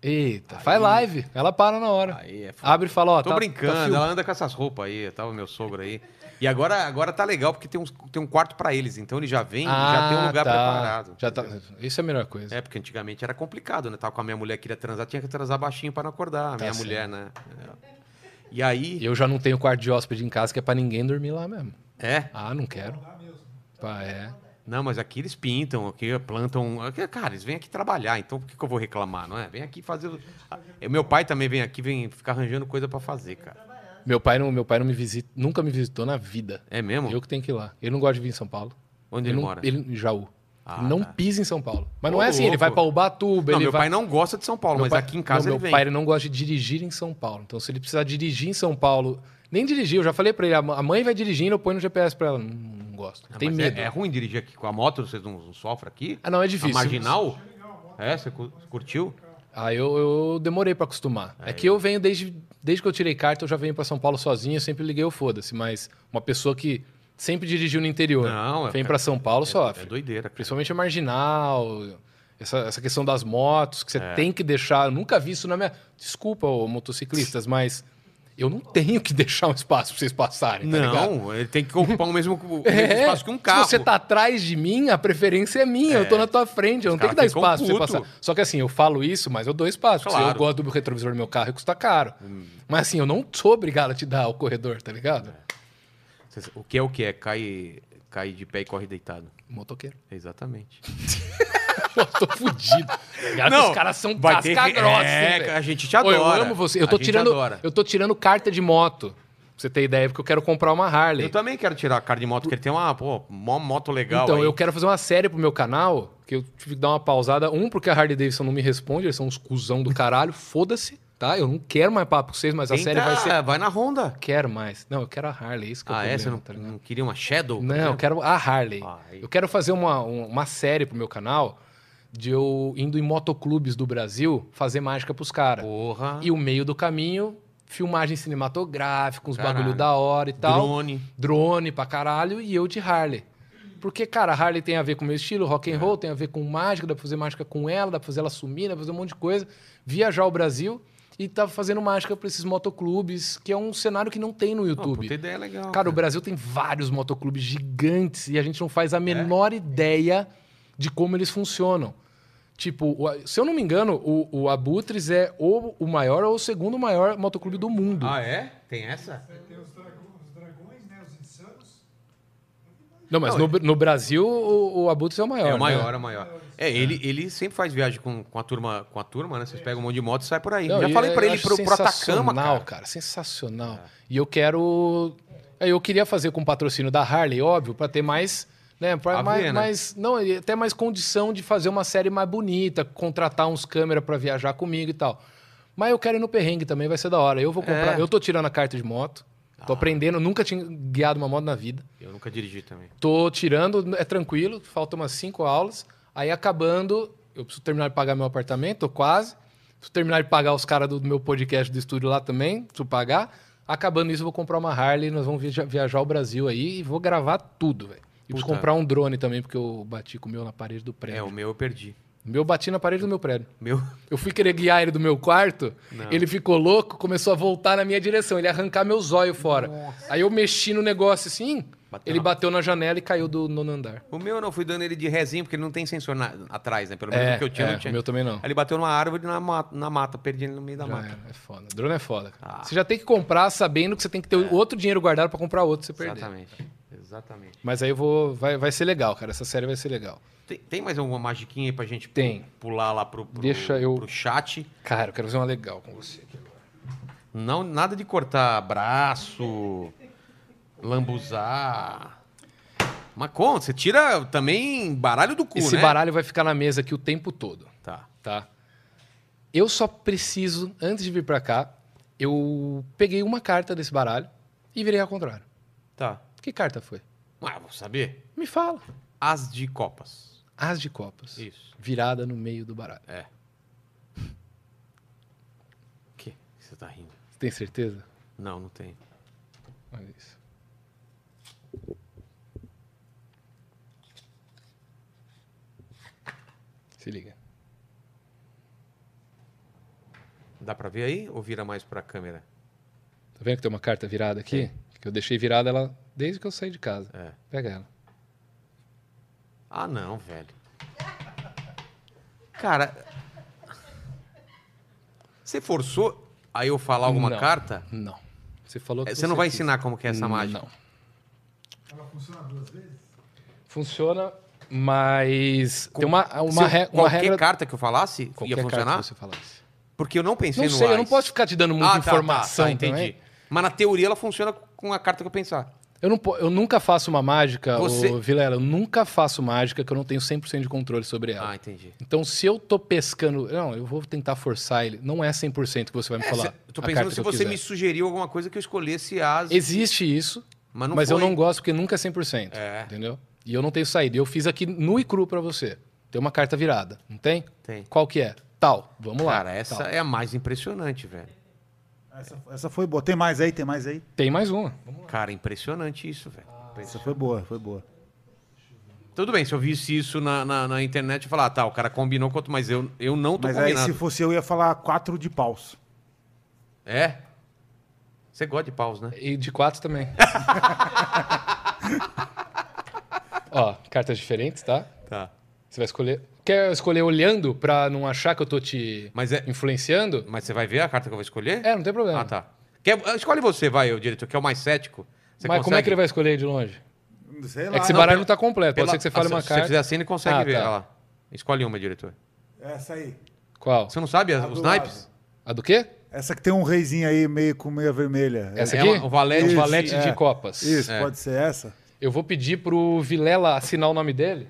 Speaker 2: Eita, faz live. Ela para na hora.
Speaker 1: Aí é foda.
Speaker 2: Abre e fala, ó,
Speaker 1: Tô
Speaker 2: tá- tá
Speaker 1: brincando,
Speaker 2: filmando.
Speaker 1: ela anda com essas roupas aí, tava meu sogro aí. E agora, agora tá legal porque tem, uns, tem um quarto pra eles, então ele já vem, já tem um lugar
Speaker 2: tá.
Speaker 1: preparado.
Speaker 2: Já tá... Isso é a melhor coisa.
Speaker 1: É, porque antigamente era complicado, né? Tava com a minha mulher que queria transar, tinha que transar baixinho pra não acordar, a minha
Speaker 2: Tá certo.
Speaker 1: mulher, né? É. E aí,
Speaker 2: E eu já não tenho quarto de hóspede em casa que é pra ninguém dormir lá mesmo.
Speaker 1: é,
Speaker 2: Ah, não quero. Pá, é.
Speaker 1: não, mas aqui eles pintam, aqui plantam, aqui, cara, eles vêm aqui trabalhar, então por que, que eu vou reclamar, não é? Vem aqui fazer, o- Ah, meu pai também vem aqui, vem ficar arranjando coisa pra fazer, cara.
Speaker 2: Meu pai não, meu pai não me visita, nunca me visitou na vida.
Speaker 1: É mesmo?
Speaker 2: Eu que tenho que ir lá. Ele não gosta de vir em São Paulo.
Speaker 1: Onde ele,
Speaker 2: não,
Speaker 1: mora?
Speaker 2: Ele, em Jaú.
Speaker 1: Ah,
Speaker 2: ele não
Speaker 1: tá.
Speaker 2: pisa em São Paulo. Mas não
Speaker 1: Ô,
Speaker 2: é assim, ele
Speaker 1: louco.
Speaker 2: vai pra Ubatuba,
Speaker 1: Não,
Speaker 2: ele
Speaker 1: meu
Speaker 2: vai...
Speaker 1: pai não gosta de São Paulo,
Speaker 2: Meu
Speaker 1: mas
Speaker 2: pai-
Speaker 1: aqui em casa
Speaker 2: não,
Speaker 1: ele
Speaker 2: meu
Speaker 1: vem.
Speaker 2: pai ele não gosta de dirigir em São Paulo. Então, se ele precisar dirigir em São Paulo, nem dirigir, eu já falei pra ele, a ma- a mãe vai dirigindo, eu ponho no GPS pra ela. Não, não gosto.
Speaker 1: Ah,
Speaker 2: Tem
Speaker 1: mas é-
Speaker 2: medo.
Speaker 1: É, ruim dirigir aqui com a moto, vocês não, não sofrem aqui?
Speaker 2: Ah, não, é difícil.
Speaker 1: A marginal? É, você cu- curtiu?
Speaker 2: Ah, eu, eu demorei pra acostumar. É que eu venho desde, desde que eu tirei carta, eu já venho pra São Paulo sozinho, eu sempre liguei o foda-se, mas uma pessoa que sempre dirigiu no interior,
Speaker 1: Não, é-
Speaker 2: vem pra São Paulo,
Speaker 1: É
Speaker 2: sofre.
Speaker 1: doideira. cara.
Speaker 2: Principalmente a marginal, essa, essa questão das motos, que você
Speaker 1: É.
Speaker 2: tem que deixar. Eu nunca vi isso na minha. Desculpa, ô, motociclistas, mas eu não tenho que deixar um espaço pra vocês passarem. tá ligado?
Speaker 1: Não, ele tem que ocupar o mesmo, o mesmo
Speaker 2: É,
Speaker 1: espaço que um carro.
Speaker 2: Se você tá atrás de mim, a preferência é minha. Eu tô na tua frente, eu não
Speaker 1: Os
Speaker 2: tenho que dar
Speaker 1: caras ficam
Speaker 2: espaço pra você
Speaker 1: puto.
Speaker 2: passar. Só que assim, eu falo isso, mas eu dou espaço. porque
Speaker 1: Claro. Hum.
Speaker 2: Eu gosto do retrovisor do meu carro e custa caro. Mas assim, eu não sou obrigado a te dar o corredor, tá ligado?
Speaker 1: É. Vocês- O que é o que é? Cai, cai de pé e corre deitado.
Speaker 2: Motoqueiro.
Speaker 1: Exatamente.
Speaker 2: Pô, tô fudido. Cara,
Speaker 1: Não,
Speaker 2: É os caras são
Speaker 1: vai ter
Speaker 2: casca
Speaker 1: re-
Speaker 2: grossa,
Speaker 1: é,
Speaker 2: hein, velho?
Speaker 1: a gente te
Speaker 2: Ô,
Speaker 1: adora.
Speaker 2: eu amo você. Eu
Speaker 1: A
Speaker 2: tô,
Speaker 1: gente
Speaker 2: tirando,
Speaker 1: adora.
Speaker 2: eu tô tirando carta de moto. Pra você ter ideia, porque eu quero comprar uma Harley.
Speaker 1: Eu também quero tirar a cara de moto, porque ele tem uma, pô, mó moto legal
Speaker 2: Então,
Speaker 1: aí.
Speaker 2: eu quero fazer uma série pro meu canal, que eu tive que dar uma pausada. Um, porque a Harley Davidson não me responde, eles são uns cuzão do caralho. Foda-se, tá? Eu não quero mais papo com vocês, mas a
Speaker 1: Entra,
Speaker 2: série vai ser. Eu
Speaker 1: Vai na Honda.
Speaker 2: quero mais. Não, eu quero a Harley, isso que eu
Speaker 1: tá? Ah, é? Você não, não queria uma Shadow? por
Speaker 2: tá Não, eu
Speaker 1: exemplo?
Speaker 2: quero a Harley.
Speaker 1: Ah, aí.
Speaker 2: Eu quero fazer uma, um- uma série pro meu canal de eu indo em motoclubes do Brasil fazer mágica pros caras.
Speaker 1: Porra.
Speaker 2: E o meio do caminho, filmagem cinematográfica, uns
Speaker 1: Caralho.
Speaker 2: bagulho da hora e tal
Speaker 1: Drone.
Speaker 2: drone pra caralho e eu de Harley. Porque, cara, Harley tem a ver com o meu estilo, rock
Speaker 1: É.
Speaker 2: and roll, tem a ver com mágica, dá pra fazer mágica com ela, dá pra fazer ela sumir, dá pra fazer um monte de coisa. Viajar o Brasil e tava fazendo mágica pra esses motoclubes, que é um cenário que não tem no
Speaker 1: Pô,
Speaker 2: YouTube.
Speaker 1: puta ideia legal.
Speaker 2: Cara, o Brasil tem vários motoclubes gigantes e a gente não faz
Speaker 1: É?
Speaker 2: a menor ideia de como eles funcionam. Tipo, o- se eu não me engano, o, o Abutres é ou o maior ou o segundo maior motoclube do mundo.
Speaker 1: Ah, é? Tem essa?
Speaker 12: Aí tem os, drago- os dragões, né? Os insanos.
Speaker 2: não, mas no, no Brasil o, o Abutres é o maior.
Speaker 1: É o
Speaker 2: né?
Speaker 1: maior, é o maior. É, ele, ele sempre faz viagem com, com, a turma, com a turma, né? Vocês pegam um monte de moto e sai por aí.
Speaker 2: Não,
Speaker 1: Já
Speaker 2: e é,
Speaker 1: falei
Speaker 2: eu
Speaker 1: pra ele
Speaker 2: acho
Speaker 1: pro, pro Atacama,
Speaker 2: sensacional,
Speaker 1: cara.
Speaker 2: Sensacional. E eu quero. é, Eu queria fazer com o patrocínio da Harley, óbvio, para ter mais. Né, pra
Speaker 1: A
Speaker 2: mais,
Speaker 1: ver, né?
Speaker 2: mais- não, e até mais condição de fazer uma série mais bonita, contratar uns câmera para viajar comigo e tal. Mas eu quero ir no perrengue também, vai ser da hora. Eu vou comprar.
Speaker 1: É. Ah.
Speaker 2: Eu tô tirando a carta de moto. Tô aprendendo, nunca tinha guiado uma moto na vida.
Speaker 1: Eu nunca dirigi também.
Speaker 2: Tô tirando, é tranquilo, faltam umas cinco aulas. Aí acabando, eu preciso terminar de pagar meu apartamento, tô quase. Preciso terminar de pagar os caras do, do meu podcast do estúdio lá também, preciso pagar. Acabando isso, eu vou comprar uma Harley, nós vamos viaja- viajar ao Brasil aí e vou gravar tudo, velho. E preciso
Speaker 1: Puta.
Speaker 2: comprar um drone também, porque eu bati com o meu na parede do
Speaker 1: É,
Speaker 2: prédio.
Speaker 1: o meu eu perdi.
Speaker 2: O meu bati na parede do meu prédio.
Speaker 1: Meu.
Speaker 2: Eu fui querer guiar ele do meu quarto, ele ficou louco, começou a voltar na minha direção, ele ia arrancar meu zóio fora. Aí eu mexi no negócio assim,
Speaker 1: Bateu
Speaker 2: ele
Speaker 1: na-
Speaker 2: bateu na janela e caiu do nono andar.
Speaker 1: O meu eu não fui dando ele de rezinho, porque ele não tem sensor na- atrás, né? Pelo menos
Speaker 2: É,
Speaker 1: o que eu tinha,
Speaker 2: é,
Speaker 1: não tinha.
Speaker 2: o meu também não.
Speaker 1: Aí ele bateu numa árvore na, ma- na mata, perdi ele no meio da
Speaker 2: Já
Speaker 1: mata. Ah.
Speaker 2: era, é foda. Drone é foda. cara. Você já tem que comprar sabendo que você tem que ter outro dinheiro guardado pra comprar outro, se você perder.
Speaker 1: Exatamente. Exatamente. Exatamente.
Speaker 2: Mas aí eu vou. Vai, vai ser legal, cara. Essa série vai ser legal.
Speaker 1: Tem, tem mais alguma magiquinha aí pra gente pu-
Speaker 2: Tem.
Speaker 1: pular lá pro, pro,
Speaker 2: Deixa eu-
Speaker 1: pro chat?
Speaker 2: Cara, eu quero fazer uma legal com você aqui agora.
Speaker 1: Não, nada de cortar braço, lambuzar. Mas como? Você tira também baralho do cu,
Speaker 2: Esse
Speaker 1: né?
Speaker 2: baralho vai ficar na mesa aqui o tempo todo,
Speaker 1: Tá.
Speaker 2: tá? Eu só preciso, antes de vir pra cá, eu peguei uma carta desse baralho e virei ao contrário.
Speaker 1: Tá.
Speaker 2: Que carta foi?
Speaker 1: Mas vou saber.
Speaker 2: Me fala.
Speaker 1: As de copas.
Speaker 2: As de copas.
Speaker 1: Isso.
Speaker 2: Virada no meio do baralho.
Speaker 1: O que? Você tá rindo?
Speaker 2: Você tem certeza?
Speaker 1: Não, não tem.
Speaker 2: Olha isso. Se liga.
Speaker 1: Dá pra ver aí ou vira mais pra câmera?
Speaker 2: Tá vendo que tem uma carta virada aqui? Que eu deixei virada ela desde que eu saí de casa.
Speaker 1: É.
Speaker 2: Pega ela.
Speaker 1: Ah, não, velho. Cara. Você forçou aí eu falar alguma
Speaker 2: Não.
Speaker 1: carta?
Speaker 2: Não. Você falou que
Speaker 1: É, Você não vai
Speaker 2: quis.
Speaker 1: ensinar como que é essa mágica?
Speaker 2: Não.
Speaker 8: Ela funciona duas vezes?
Speaker 2: Funciona, mas tem uma,
Speaker 1: Se eu-
Speaker 2: uma, re- uma
Speaker 1: qualquer
Speaker 2: regra...
Speaker 1: carta que eu falasse
Speaker 2: Qualquer
Speaker 1: ia
Speaker 2: carta
Speaker 1: funcionar?
Speaker 2: que você falasse.
Speaker 1: Porque eu não pensei
Speaker 2: Não
Speaker 1: no
Speaker 2: sei, eu não
Speaker 1: Ais.
Speaker 2: posso ficar te dando muita
Speaker 1: Ah, tá, tá,
Speaker 2: informação
Speaker 1: tá, entendi.
Speaker 2: também.
Speaker 1: Mas na teoria ela funciona com a carta que eu pensar.
Speaker 2: Eu, não, po- eu nunca faço uma mágica,
Speaker 1: Você-
Speaker 2: ô, Vilela, eu nunca faço mágica que eu não tenho 100% de controle sobre ela.
Speaker 1: Ah, entendi.
Speaker 2: Então, se eu tô pescando... Não, eu vou tentar forçar ele. Não é 100% que você vai me
Speaker 1: Cê-
Speaker 2: falar
Speaker 1: eu tô
Speaker 2: a carta
Speaker 1: pensando
Speaker 2: que
Speaker 1: se
Speaker 2: eu
Speaker 1: você
Speaker 2: quiser.
Speaker 1: me sugeriu alguma coisa que eu escolhesse as.
Speaker 2: Existe isso,
Speaker 1: Mas,
Speaker 2: mas eu
Speaker 1: foi.
Speaker 2: não gosto porque nunca é 100%.
Speaker 1: É.
Speaker 2: Entendeu? E eu não tenho saída. Eu fiz aqui nu e cru pra você. Tem uma carta virada, não tem?
Speaker 1: Tem.
Speaker 2: Qual que é? Tal. Vamos lá.
Speaker 1: Cara, essa
Speaker 2: Tal.
Speaker 1: é a mais impressionante, velho.
Speaker 6: Essa, essa foi boa. Tem mais aí, tem mais aí.
Speaker 2: Tem mais uma.
Speaker 1: Cara, impressionante isso, velho.
Speaker 2: Ah,
Speaker 6: Essa foi boa, foi boa.
Speaker 1: Tudo bem, se eu visse isso na, na, na internet, eu ia falar, ah, tá, o cara combinou quanto, mas eu, eu não tô
Speaker 6: Mas aí,
Speaker 1: combinado.
Speaker 6: se fosse eu, ia falar quatro de paus.
Speaker 1: É? Você gosta de paus, né?
Speaker 2: E de quatro também. Ó, cartas diferentes, tá?
Speaker 1: Tá.
Speaker 2: Você vai escolher. Quer escolher olhando pra não achar que eu tô te
Speaker 1: Mas, é,
Speaker 2: influenciando?
Speaker 1: mas você vai ver a carta que eu vou escolher?
Speaker 2: É, não tem problema.
Speaker 1: Ah, tá. Quer, escolhe você, vai, o diretor, que é o mais cético. Você
Speaker 2: Mas
Speaker 1: consegue?
Speaker 2: como é que ele vai escolher aí de longe?
Speaker 6: Sei
Speaker 2: é que esse
Speaker 1: não, pela-
Speaker 2: baralho não tá completo.
Speaker 1: Pela-
Speaker 2: Pode ser que você fale
Speaker 1: se-
Speaker 2: uma
Speaker 1: se
Speaker 2: carta.
Speaker 1: você fizer assim, ele consegue
Speaker 2: Ah,
Speaker 1: ver.
Speaker 2: tá.
Speaker 1: Olha lá. Escolhe uma, diretor.
Speaker 6: Essa aí.
Speaker 2: Qual?
Speaker 1: Você não sabe
Speaker 2: Ah,
Speaker 1: as-
Speaker 6: A
Speaker 1: os
Speaker 6: do
Speaker 1: naipes?
Speaker 2: A do quê?
Speaker 6: Essa que tem um reizinho aí meio com meia vermelha.
Speaker 2: Essa
Speaker 1: É
Speaker 2: aqui?
Speaker 1: uma- o valete
Speaker 2: É
Speaker 1: de-
Speaker 2: um valete
Speaker 6: é.
Speaker 2: de copas.
Speaker 6: Isso,
Speaker 1: É.
Speaker 6: pode ser essa.
Speaker 2: Eu vou pedir pro Vilela assinar o nome dele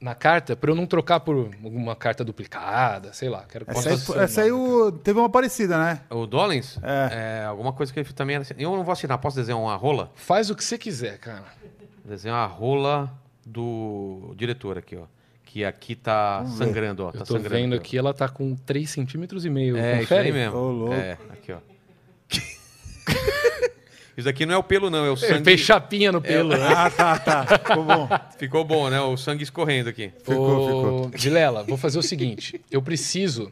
Speaker 2: na carta pra eu não trocar por alguma carta duplicada, sei lá. Quero que
Speaker 6: Essa
Speaker 2: possa
Speaker 6: aí,
Speaker 2: ser
Speaker 6: foi-
Speaker 2: o
Speaker 6: essa aí
Speaker 2: nome.
Speaker 6: o- teve uma parecida, né?
Speaker 1: O Dollins?
Speaker 6: É.
Speaker 1: É, Alguma coisa que ele também... era assim. Eu não vou assinar. Posso desenhar uma rola?
Speaker 2: Faz o que você quiser, cara.
Speaker 1: Vou desenhar a rola do diretor aqui, ó. Que aqui tá sangrando, ó.
Speaker 2: Eu
Speaker 1: tá
Speaker 2: tô
Speaker 1: sangrando
Speaker 2: vendo
Speaker 1: ó.
Speaker 2: aqui, ela tá com 3 centímetros e meio.
Speaker 1: É, isso
Speaker 2: Confere?
Speaker 1: aí mesmo.
Speaker 6: Ô, louco.
Speaker 1: É, aqui, ó. isso aqui não é o pelo, não. É o
Speaker 2: Ele
Speaker 1: sangue... É,
Speaker 2: fez chapinha no pelo. né?
Speaker 6: Ah, tá, tá. Ficou bom.
Speaker 1: Ficou bom, né? O sangue escorrendo aqui.
Speaker 2: Ô, Vilela, vou fazer o seguinte. Eu preciso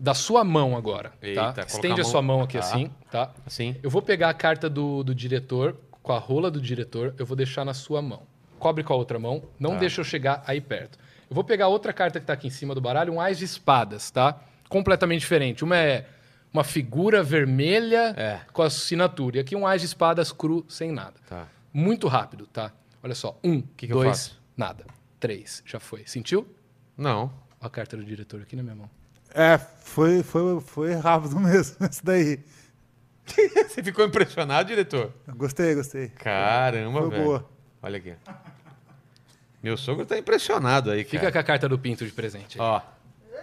Speaker 2: da sua mão agora,
Speaker 1: Eita,
Speaker 2: tá?
Speaker 1: colocar
Speaker 2: Estende
Speaker 1: a
Speaker 2: a
Speaker 1: mão-
Speaker 2: sua mão aqui
Speaker 1: tá.
Speaker 2: assim, tá?
Speaker 1: Assim.
Speaker 2: Eu vou pegar a carta do, do diretor, com a rola do diretor, eu vou deixar na sua mão. Cobre com a outra mão, não
Speaker 1: Tá.
Speaker 2: deixa eu chegar aí perto. Eu vou pegar outra carta que tá aqui em cima do baralho, um Ás de Espadas, tá? Completamente diferente. Uma é uma figura vermelha
Speaker 1: É.
Speaker 2: com a assinatura. E aqui um Ás de Espadas cru, sem nada.
Speaker 1: Tá.
Speaker 2: Muito rápido, tá? Olha só. Um,
Speaker 1: que eu
Speaker 2: dois,
Speaker 1: faço?
Speaker 2: nada. Três, já foi. Sentiu?
Speaker 1: Não.
Speaker 2: Ó a carta do diretor aqui na minha mão.
Speaker 6: É, foi, foi, foi rápido mesmo essa daí.
Speaker 1: Você ficou impressionado, diretor?
Speaker 6: Então, Gostei, gostei.
Speaker 1: Caramba,
Speaker 6: Foi
Speaker 1: velho.
Speaker 6: boa.
Speaker 1: Olha aqui. Meu sogro tá impressionado aí,
Speaker 2: Fica
Speaker 1: cara.
Speaker 2: com a carta do Pinto de presente. aí.
Speaker 1: É. Ó.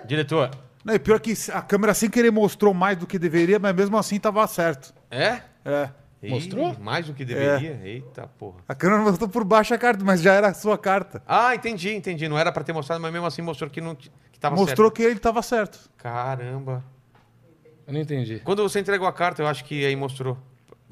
Speaker 1: Diretor.
Speaker 6: Não, e pior que a câmera sem querer mostrou mais do que deveria, mas mesmo assim tava certo.
Speaker 1: É?
Speaker 6: É.
Speaker 1: Ih,
Speaker 2: Mostrou?
Speaker 1: mais do que deveria. Eita porra.
Speaker 6: A câmera mostrou por baixo a carta, mas já era a sua carta.
Speaker 1: Ah, entendi, entendi. Não era pra ter mostrado, mas mesmo assim mostrou que não t- que tava
Speaker 6: mostrou
Speaker 1: certo.
Speaker 6: que ele tava certo.
Speaker 1: Caramba.
Speaker 2: Eu não entendi.
Speaker 1: Quando você entregou a carta, eu acho que aí mostrou.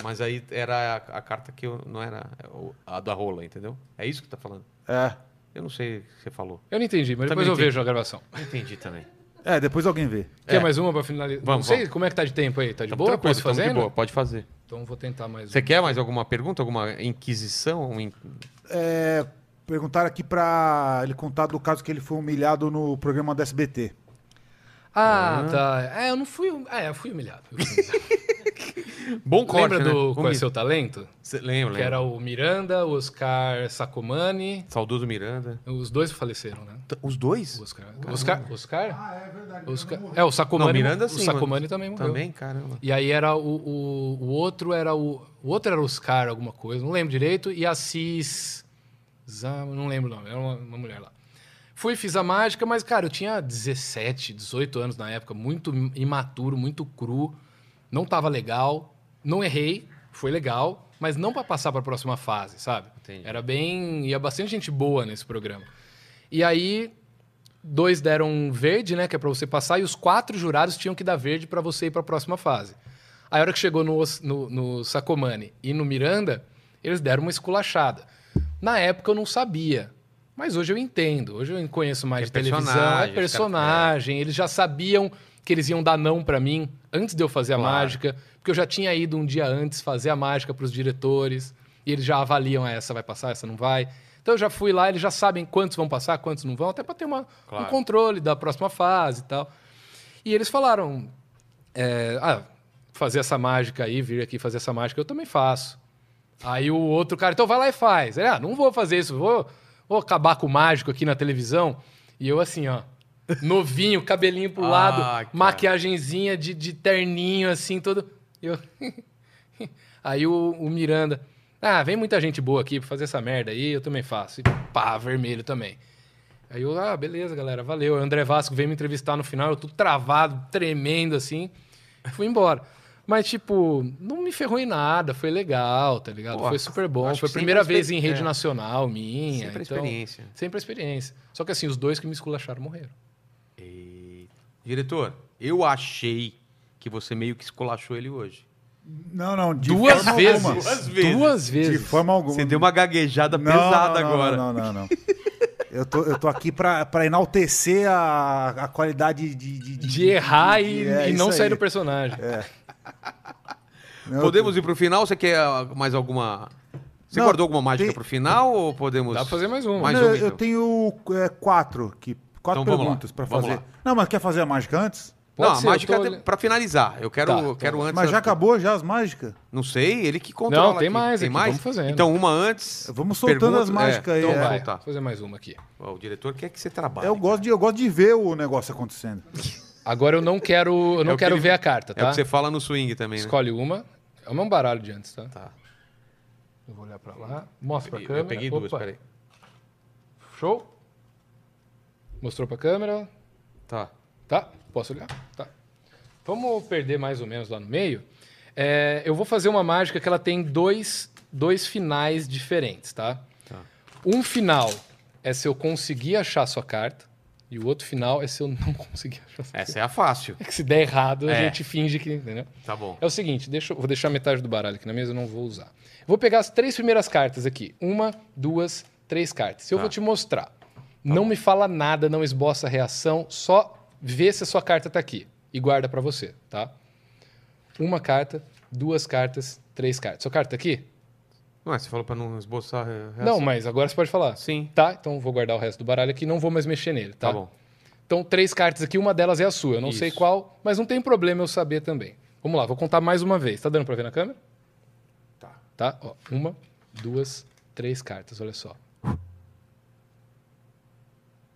Speaker 1: Mas aí era a, a carta que eu não era é o- a da rola, entendeu? É isso que tá falando.
Speaker 6: É.
Speaker 1: Eu não sei o que você falou.
Speaker 2: Eu não entendi, mas
Speaker 1: Também
Speaker 2: depois eu
Speaker 1: entendi.
Speaker 2: vejo a gravação.
Speaker 1: Não entendi também.
Speaker 6: É, depois alguém vê.
Speaker 2: Quer mais uma pra finalizar?
Speaker 1: Vamos,
Speaker 2: Não sei
Speaker 1: vamos.
Speaker 2: como é que tá de tempo aí. Tá de
Speaker 1: Tamo
Speaker 2: boa?
Speaker 1: tranquilo,
Speaker 2: Posso
Speaker 1: tamo de
Speaker 2: fazer?
Speaker 1: boa, pode fazer.
Speaker 2: Então vou tentar mais
Speaker 1: Você
Speaker 2: uma.
Speaker 1: quer mais alguma pergunta, alguma inquisição? Um in-
Speaker 6: É, perguntaram aqui pra ele contar do caso que ele foi humilhado no programa do SBT.
Speaker 1: Ah.
Speaker 2: Ah, tá. É, eu não fui. hum- É, eu fui humilhado. Eu fui humilhado.
Speaker 1: Bom corte,
Speaker 2: Lembra
Speaker 1: né?
Speaker 2: do Qual é
Speaker 1: Vamos-
Speaker 2: Seu Talento?
Speaker 1: Cê- Lembro,
Speaker 2: Que
Speaker 1: lembro.
Speaker 2: era o Miranda, o Oscar Sacomani.
Speaker 1: Saudoso Miranda.
Speaker 2: Os dois faleceram, né?
Speaker 1: T- Os dois?
Speaker 2: O Oscar. Oscar? Oscar?
Speaker 8: Ah, é verdade.
Speaker 2: Oscar-
Speaker 8: Oscar...
Speaker 2: É, o Sacomani.
Speaker 1: Não, Miranda
Speaker 2: o
Speaker 1: sim,
Speaker 2: Sacomani
Speaker 1: mano.
Speaker 2: também morreu.
Speaker 1: Também, caramba.
Speaker 2: E aí era o, o, o outro era o. O outro era Oscar, alguma coisa, não lembro direito. E a Cis. Zam, não lembro o nome, era uma, uma mulher lá. Fui, fiz a mágica, mas, cara, eu tinha 17, 18 anos na época, muito imaturo, muito cru. Não tava legal. Não errei, foi legal, mas não para passar para a próxima fase, sabe? Era bem. ia bastante gente boa nesse programa. E aí, dois deram um verde, né, que é pra você passar, e os quatro jurados tinham que dar verde pra você ir pra próxima fase. Aí, A hora que chegou no, Os- no, no Sacomani e no Miranda, eles deram uma esculachada. Na época eu não sabia, mas hoje eu entendo. Hoje eu conheço mais
Speaker 1: É
Speaker 2: de televisão, é
Speaker 1: personagem, os
Speaker 2: personagem. Eles já sabiam que eles iam dar não pra mim antes de eu fazer a mágica, porque eu já tinha ido um dia antes fazer a mágica pros diretores e eles já avaliam ah, essa vai passar, essa não vai. Então eu já fui lá, eles já sabem quantos vão passar, quantos não vão, até pra ter uma, um controle da próxima fase e tal. E eles falaram: é, ah, fazer essa mágica aí, vir aqui fazer essa mágica, eu também faço. Aí o outro cara, então vai lá e faz. Ele, ah, não vou fazer isso, vou, vou acabar com o mágico aqui na televisão. E eu assim, ó, novinho, cabelinho pro
Speaker 1: Ah,
Speaker 2: lado,
Speaker 1: cara.
Speaker 2: maquiagenzinha de, de terninho, assim, todo. Eu... aí o, o Miranda, ah, vem muita gente boa aqui pra fazer essa merda aí, eu também faço. E pá, vermelho também. Aí eu, ah, beleza, galera, valeu. Aí o André Vasco veio me entrevistar no final, eu tô travado, tremendo assim. Fui embora. Mas, tipo, não me ferrou em nada, foi legal, tá ligado?
Speaker 1: Pô,
Speaker 2: foi super bom.
Speaker 1: acho
Speaker 2: Foi a
Speaker 1: que
Speaker 2: primeira
Speaker 1: sempre a
Speaker 2: vez em
Speaker 1: experi-
Speaker 2: rede
Speaker 1: é.
Speaker 2: nacional minha.
Speaker 1: Sempre a
Speaker 2: então,
Speaker 1: experiência.
Speaker 2: Sempre a experiência. Só que assim, os dois que me esculacharam morreram.
Speaker 1: Diretor, eu achei que você meio que esculachou ele hoje.
Speaker 4: Não, não. De
Speaker 2: Duas
Speaker 4: forma
Speaker 2: vezes.
Speaker 4: alguma.
Speaker 1: Duas vezes.
Speaker 2: Duas
Speaker 4: De
Speaker 2: vezes.
Speaker 4: forma alguma.
Speaker 1: Você deu uma gaguejada
Speaker 4: Não,
Speaker 1: pesada
Speaker 4: não, não,
Speaker 1: agora.
Speaker 4: Não, não, não. Eu, tô, eu tô aqui pra, pra enaltecer a, a qualidade de. De, de-
Speaker 2: De errar
Speaker 4: de-
Speaker 2: e,
Speaker 4: é,
Speaker 2: e não
Speaker 4: isso
Speaker 2: sair
Speaker 4: aí. É.
Speaker 2: do personagem.
Speaker 4: Não, eu
Speaker 1: Podemos ir pro final? Você quer ah, mais alguma. Você
Speaker 4: Não,
Speaker 1: guardou alguma mágica
Speaker 4: tem-
Speaker 1: pro final ou podemos.
Speaker 2: Dá pra fazer mais uma.
Speaker 1: Mais
Speaker 4: Não,
Speaker 1: uma,
Speaker 4: eu
Speaker 1: então.
Speaker 4: tenho é, quatro, que, quatro
Speaker 1: Então vamos lá,
Speaker 4: perguntas pra
Speaker 1: vamos
Speaker 4: fazer.
Speaker 1: lá.
Speaker 4: Não, mas quer fazer a mágica antes?
Speaker 1: Não,
Speaker 2: Pode
Speaker 1: a
Speaker 2: ser, eu
Speaker 1: mágica
Speaker 2: tô
Speaker 1: é
Speaker 2: olhando.
Speaker 1: pra finalizar. Eu quero,
Speaker 2: Tá,
Speaker 1: eu quero antes.
Speaker 4: Mas já
Speaker 1: eu-
Speaker 4: acabou já as mágicas?
Speaker 1: Não sei, ele que controla.
Speaker 2: Não, tem
Speaker 1: aqui.
Speaker 2: mais
Speaker 1: Tem
Speaker 2: aqui,
Speaker 1: mais?
Speaker 2: vamos fazendo.
Speaker 1: Então, uma antes.
Speaker 4: Vamos soltando as mágicas aí,
Speaker 1: Então
Speaker 4: é.
Speaker 2: Vai,
Speaker 1: vai.
Speaker 2: vou fazer mais uma aqui.
Speaker 1: Ó, O diretor quer que você trabalhe.
Speaker 4: Eu gosto, de, eu gosto de ver o negócio acontecendo.
Speaker 2: Agora eu não quero, eu não
Speaker 1: É o que
Speaker 2: quero
Speaker 1: ele-
Speaker 2: ver a carta,
Speaker 1: É o
Speaker 2: tá?
Speaker 1: que você fala no swing também, né?
Speaker 2: Escolhe uma. É o mesmo baralho de antes, tá?
Speaker 1: Tá.
Speaker 2: Eu vou olhar pra lá. Mostra pra
Speaker 1: Eu
Speaker 2: câmera.
Speaker 1: peguei
Speaker 2: Opa.
Speaker 1: duas, peraí.
Speaker 2: Show. Mostrou pra câmera.
Speaker 1: Tá.
Speaker 2: Tá? Posso olhar? Tá. Vamos perder mais ou menos lá no meio. É, eu vou fazer uma mágica que ela tem dois, dois finais diferentes, tá? Um final é se eu conseguir achar a sua carta. E o outro final é se eu não conseguir achar. a sua
Speaker 1: Essa é a fácil.
Speaker 2: carta. Se der errado, a
Speaker 1: É.
Speaker 2: gente finge que. Entendeu?
Speaker 1: Tá bom.
Speaker 2: É o seguinte, deixa eu- vou deixar metade do baralho aqui na mesa, eu não vou usar. Vou pegar as três primeiras cartas aqui. Uma, duas, três cartas. Eu vou
Speaker 1: Tá.
Speaker 2: te mostrar. não me fala nada, não esboça reação, só vê se a sua carta tá aqui e guarda pra você, tá? Uma carta, duas cartas, três cartas. Sua carta tá aqui?
Speaker 1: Ué, você falou pra não esboçar. é, assim. a reação.
Speaker 2: Não, mas agora você pode falar.
Speaker 1: Sim.
Speaker 2: Tá? Então vou guardar o resto do baralho aqui, não vou mais mexer nele, tá?
Speaker 1: Tá bom.
Speaker 2: Então, três cartas aqui, uma delas é a sua. Eu não sei qual, mas não tem problema eu saber também. Vamos lá, vou contar mais uma vez. Tá dando pra ver na câmera? Tá. Tá? Ó, uma, duas, três cartas, olha só.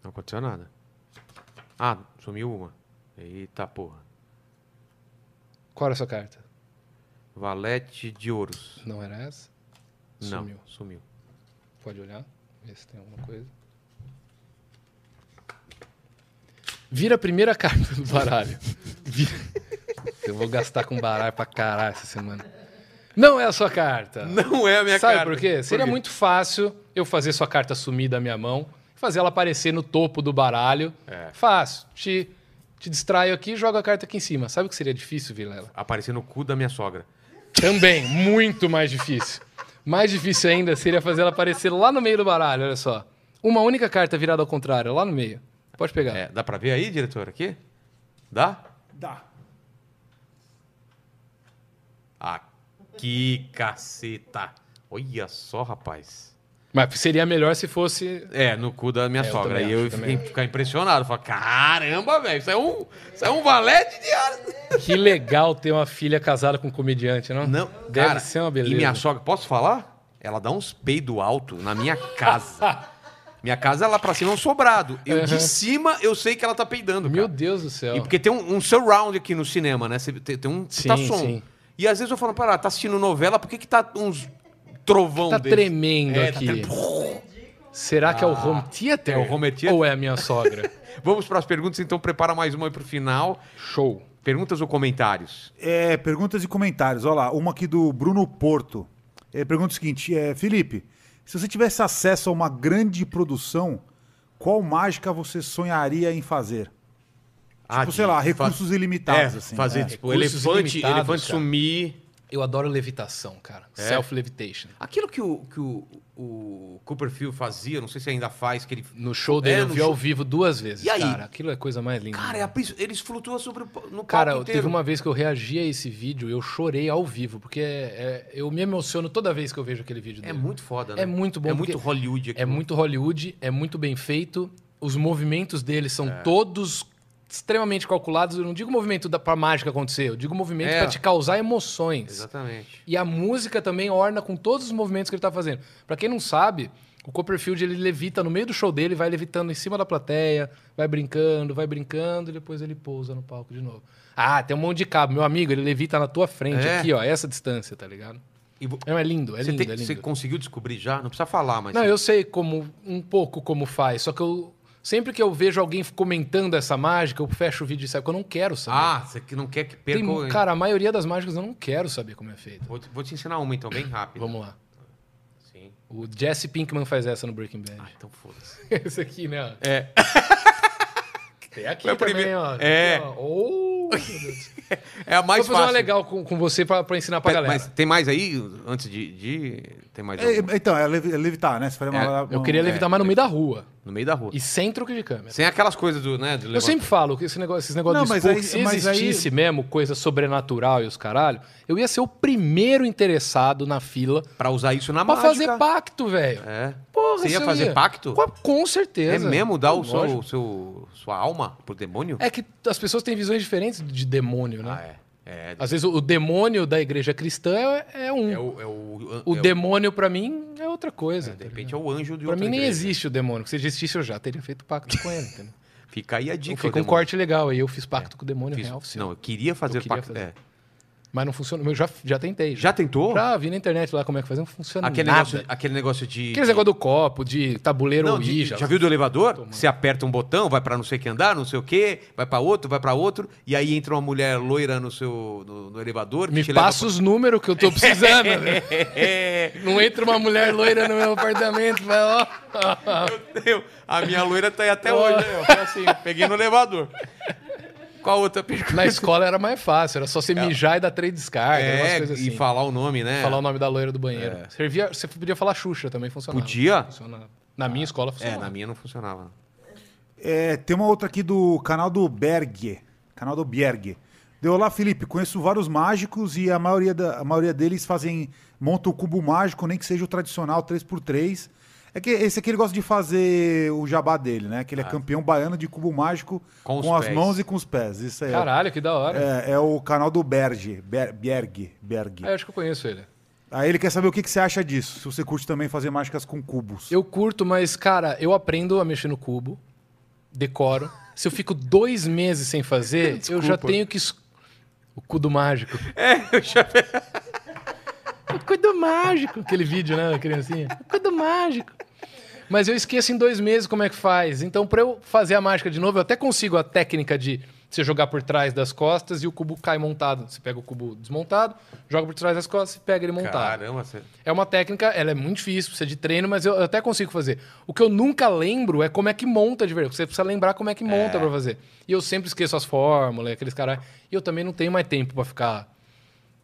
Speaker 1: Não aconteceu nada. Ah, sumiu uma. Eita porra.
Speaker 2: Qual era a sua carta?
Speaker 1: Valete de ouros.
Speaker 2: Não era essa? Sumiu.
Speaker 1: Não, sumiu.
Speaker 2: Pode olhar, ver se tem alguma coisa. Vira a primeira carta do baralho. Vira. Eu vou gastar com baralho pra caralho essa semana. Não é a sua carta.
Speaker 1: Não é a minha
Speaker 2: Sabe
Speaker 1: carta.
Speaker 2: por quê? Seria muito fácil eu fazer sua carta sumir da minha mão, fazer ela aparecer no topo do baralho.
Speaker 1: É.
Speaker 2: Fácil. Te, te distraio aqui e jogo a carta aqui em cima. Sabe o que seria difícil, Vilela?
Speaker 1: Aparecer no cu da minha sogra.
Speaker 2: Também, muito mais difícil. Mais difícil ainda seria fazer ela aparecer lá no meio do baralho, olha só. Uma única carta virada ao contrário, lá no meio. Pode pegar.
Speaker 1: É, dá pra ver aí, diretor, aqui? Dá?
Speaker 4: Dá.
Speaker 1: Ah, que caceta. Olha só, rapaz.
Speaker 2: Mas seria melhor se fosse.
Speaker 1: É, no cu da minha
Speaker 2: eu
Speaker 1: sogra.
Speaker 2: também
Speaker 1: Aí eu
Speaker 2: acho, também
Speaker 1: fiquei, ficar impressionado. Falei, caramba, velho, isso é um, isso é um valete de ar.
Speaker 2: Que legal ter uma filha casada com um comediante, não?
Speaker 1: Não,
Speaker 2: Deve
Speaker 1: cara,
Speaker 2: ser uma beleza.
Speaker 1: E minha sogra, posso falar? Ela dá uns peido alto na minha casa. minha casa, ela pra cima é um sobrado. Eu
Speaker 2: Uhum.
Speaker 1: de cima, eu sei que ela tá peidando,
Speaker 2: Meu
Speaker 1: cara.
Speaker 2: Deus do céu.
Speaker 1: E porque tem um, um surround aqui no cinema, né? Você Tem, tem um
Speaker 2: Sim,
Speaker 1: tá som.
Speaker 2: sim.
Speaker 1: E às vezes eu falo, para, tá assistindo novela, por que que tá uns trovão
Speaker 2: Tá
Speaker 1: desse?
Speaker 2: tremendo
Speaker 1: É, tá
Speaker 2: aqui.
Speaker 1: tremendo.
Speaker 2: Será que é o home theater?
Speaker 1: é o home theater.
Speaker 2: Ou é a minha sogra?
Speaker 1: Vamos pras perguntas, então prepara mais uma aí pro final.
Speaker 2: Show.
Speaker 1: Perguntas ou comentários?
Speaker 6: É, perguntas e comentários. Olha lá, uma aqui do Bruno Porto. Ele pergunta o seguinte: é, Felipe, se você tivesse acesso a uma grande produção, qual mágica você sonharia em fazer? tipo, sei
Speaker 1: Ah, de-
Speaker 6: lá,
Speaker 1: fa-
Speaker 6: recursos ilimitados.
Speaker 1: É,
Speaker 6: assim,
Speaker 1: fazer
Speaker 6: é.
Speaker 1: tipo
Speaker 2: Recursos
Speaker 1: elefante,
Speaker 2: ilimitados,
Speaker 1: elefante
Speaker 2: cara.
Speaker 1: sumir.
Speaker 2: Eu adoro levitação, cara. Self-levitation.
Speaker 1: Aquilo que o, que o, o Copperfield fazia, não sei se ainda faz, que ele.
Speaker 2: No show dele,
Speaker 1: É,
Speaker 2: eu
Speaker 1: no
Speaker 2: vi
Speaker 1: show-
Speaker 2: ao vivo duas vezes,
Speaker 1: E aí?
Speaker 2: cara. Aquilo é a coisa mais linda.
Speaker 1: Cara, é a pis- eles flutuam sobre o, pa- no palco
Speaker 2: Cara,
Speaker 1: inteiro.
Speaker 2: teve uma vez que eu reagi a esse vídeo e eu chorei ao vivo, porque é- é- eu me emociono toda vez que eu vejo aquele vídeo
Speaker 1: É
Speaker 2: dele.
Speaker 1: muito foda, né?
Speaker 2: É muito bom,
Speaker 1: É
Speaker 2: porque
Speaker 1: muito Hollywood aqui.
Speaker 2: É muito Hollywood, é muito bem feito. Os movimentos deles são todos extremamente calculados. Eu não digo movimento da, pra mágica acontecer, eu digo movimento
Speaker 1: É.
Speaker 2: pra te causar emoções.
Speaker 1: Exatamente.
Speaker 2: E a música também orna com todos os movimentos que ele tá fazendo. Pra quem não sabe, o Copperfield ele levita no meio do show dele, vai levitando em cima da plateia, vai brincando, vai brincando e depois ele pousa no palco de novo. Ah, tem um monte de cabo. Meu amigo, ele levita na tua frente
Speaker 1: É.
Speaker 2: aqui, ó, essa distância, tá ligado?
Speaker 1: E vo-
Speaker 2: Não, é lindo, é
Speaker 1: você,
Speaker 2: lindo,
Speaker 1: tem-
Speaker 2: é lindo.
Speaker 1: você assim. conseguiu descobrir já? Não precisa falar, mas.
Speaker 2: Não, eu sei como um pouco como faz, só que eu sempre que eu vejo alguém comentando essa mágica, eu fecho o vídeo e saio, porque eu não quero saber.
Speaker 1: Ah, você que não quer que perca.
Speaker 2: Tem- um
Speaker 1: o-
Speaker 2: cara, a maioria das mágicas eu não quero saber como é feita.
Speaker 1: Vou, te- vou te ensinar uma então, bem rápido.
Speaker 2: Vamos lá.
Speaker 1: Sim.
Speaker 2: O Jesse Pinkman faz essa no Breaking Bad.
Speaker 1: Ah, então foda-se.
Speaker 2: Esse aqui, né? É. Tem aqui
Speaker 1: Foi o
Speaker 2: também,
Speaker 1: primeiro-
Speaker 2: ó.
Speaker 1: É.
Speaker 2: Aqui, ó. Oh, meu Deus.
Speaker 1: É a
Speaker 2: Vou
Speaker 1: mais
Speaker 2: fazer uma
Speaker 1: fácil.
Speaker 2: legal com, com você pra, pra ensinar pra
Speaker 1: Pera,
Speaker 2: galera.
Speaker 1: Mas tá tem mais aí antes de. de- Tem mais alguma?
Speaker 6: É, então, é levi- é levitar, né? Você faria uma-
Speaker 2: Eu
Speaker 6: uma-
Speaker 2: queria levitar mais no meio da rua.
Speaker 1: No meio da rua.
Speaker 2: E sem truque de câmera.
Speaker 1: é. Sem aquelas coisas do, né? do
Speaker 2: é, Eu
Speaker 1: levantar.
Speaker 2: sempre falo que esse negócio, esses negócios
Speaker 6: Não,
Speaker 2: de
Speaker 6: mas
Speaker 2: spook,
Speaker 6: aí-
Speaker 2: se
Speaker 6: mas aí-
Speaker 2: existisse mesmo coisa sobrenatural e os caralho, eu ia ser o primeiro interessado na fila
Speaker 1: Pra usar isso na
Speaker 2: pra
Speaker 1: mágica.
Speaker 2: fazer pacto, velho.
Speaker 1: É.
Speaker 2: Porra,
Speaker 1: Você ia
Speaker 2: se eu
Speaker 1: fazer pacto?
Speaker 2: Com, com
Speaker 1: É
Speaker 2: certeza.
Speaker 1: mesmo dar o seu,
Speaker 2: Lógico.
Speaker 1: seu- sua alma pro demônio?
Speaker 2: É que as pessoas têm visões diferentes de demônio, né?
Speaker 1: Ah, é. É,
Speaker 2: Às vezes o o demônio da igreja cristã é, é um.
Speaker 1: é
Speaker 2: o
Speaker 1: o. É o, é
Speaker 2: demônio, pra mim, é outra coisa.
Speaker 1: De repente é o anjo de
Speaker 2: Pra
Speaker 1: outra
Speaker 2: mim nem
Speaker 1: igreja.
Speaker 2: existe o demônio. Se existisse, eu já teria feito pacto com ele. Entendeu?
Speaker 1: Fica aí a
Speaker 2: Então
Speaker 1: dica.
Speaker 2: Fica um
Speaker 1: demônio. É.
Speaker 2: corte legal. Aí eu fiz pacto com o demônio
Speaker 1: Fiz-
Speaker 2: real. sim.
Speaker 1: Não, eu queria fazer
Speaker 2: Eu queria
Speaker 1: pacto.
Speaker 2: fazer.
Speaker 1: é.
Speaker 2: Mas não funciona. Eu já, já tentei.
Speaker 1: Já tentou?
Speaker 2: Já vi na internet lá como é que faz. Não funciona
Speaker 1: Aquele
Speaker 2: nada.
Speaker 1: negócio, aquele negócio de.
Speaker 2: Aqueles negócio do copo, de tabuleiro
Speaker 1: Não, de-
Speaker 2: Ouija.
Speaker 1: já viu do elevador? Você aperta um botão, vai pra não sei que andar, não sei o quê, vai pra outro, vai pra outro, e aí entra uma mulher loira no seu no, no elevador. que
Speaker 2: Me
Speaker 1: te leva
Speaker 2: passa os números que eu tô precisando. né?
Speaker 1: É,
Speaker 2: não entra uma mulher loira no meu apartamento. Vai, ó.
Speaker 1: eu- a minha loira tá aí até hoje, né? meu? Foi assim, peguei no elevador. Qual
Speaker 2: É,
Speaker 1: outra pergunta?
Speaker 2: Na escola era mais fácil. Era só você mijar e dar três descargas. umas
Speaker 1: É,
Speaker 2: coisas
Speaker 1: e
Speaker 2: assim.
Speaker 1: falar o nome, né?
Speaker 2: Falar o nome da loira do banheiro. Servia, você podia falar Xuxa também, funcionava.
Speaker 1: É. Podia?
Speaker 2: Funcionava. Na minha escola
Speaker 1: É,
Speaker 2: funcionava.
Speaker 1: na minha não funcionava.
Speaker 6: É, tem uma outra aqui do canal do Berg. Canal do Berg. Deu olá, Felipe. Conheço vários mágicos e a maioria, da, a maioria deles fazem. monta o cubo mágico, nem que seja o tradicional 3x3. É que esse aqui ele gosta de fazer o jabá dele, né? Que ele é campeão baiano de cubo mágico
Speaker 1: Ah. Com
Speaker 6: com,
Speaker 1: os
Speaker 6: as
Speaker 1: pés.
Speaker 6: mãos e com os pés. Isso aí.
Speaker 2: Caralho, que da hora.
Speaker 6: É, é o canal do Berg. Ber- Berg. Berg.
Speaker 2: Ah, eu
Speaker 1: É.
Speaker 2: acho que eu conheço ele.
Speaker 6: Aí ele quer saber o que, que você acha disso. Se você curte também fazer mágicas com cubos.
Speaker 2: Eu curto, mas, cara, eu aprendo a mexer no cubo, decoro. Se eu fico dois meses sem fazer, eu já tenho que. es- O cu do mágico. É, eu já. o cu do mágico. Aquele vídeo, né, da criancinha? O cu do mágico. Mas eu esqueço em dois meses como é que faz. Então, pra eu fazer a mágica de novo, eu até consigo a técnica de você jogar por trás das costas e o cubo cai montado. Você pega o cubo desmontado, joga por trás das costas e pega ele montado.
Speaker 1: Caramba, você...
Speaker 2: É uma técnica, ela é muito difícil, precisa de treino, mas eu eu até consigo fazer. O que eu nunca lembro é como é que monta de verdade. Você precisa lembrar como é que monta pra fazer. E eu sempre esqueço as fórmulas, aqueles caras. E eu também não tenho mais tempo pra ficar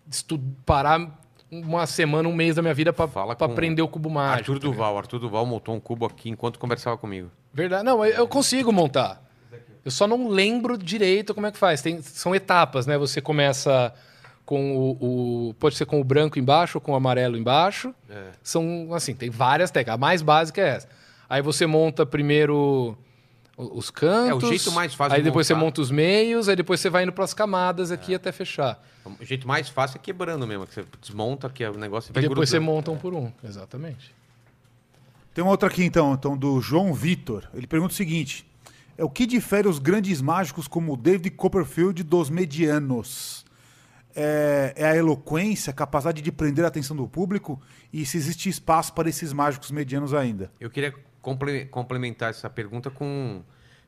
Speaker 2: estu- parar uma semana, um mês da minha vida pra,
Speaker 1: Fala
Speaker 2: pra
Speaker 1: com
Speaker 2: aprender o cubo mágico.
Speaker 1: Arthur Duval. Arthur Duval montou um cubo aqui enquanto conversava comigo.
Speaker 2: Verdade. Não, eu eu consigo montar. Eu só não lembro direito como é que faz. Tem- são etapas, né? Você começa com o, o- Pode ser com o branco embaixo ou com o amarelo embaixo.
Speaker 1: É.
Speaker 2: São, assim, tem várias técnicas. A mais básica é essa. Aí você monta primeiro o- os cantos.
Speaker 1: É, jeito mais fácil
Speaker 2: Aí
Speaker 1: de
Speaker 2: depois
Speaker 1: montar. É.
Speaker 2: você monta os meios, aí depois você vai indo para as camadas aqui até fechar.
Speaker 1: O jeito mais fácil é quebrando mesmo, que você desmonta aqui o negócio e
Speaker 2: E
Speaker 1: vai
Speaker 2: depois você
Speaker 1: grudando.
Speaker 2: monta um por um. Exatamente.
Speaker 6: Tem uma outra aqui então, então do João Vitor. Ele pergunta o seguinte: é o que difere os grandes mágicos como o David Copperfield dos medianos? É, é a eloquência, a capacidade de prender a atenção do público e se existe espaço para esses mágicos medianos ainda?
Speaker 1: Eu queria comple- complementar essa pergunta com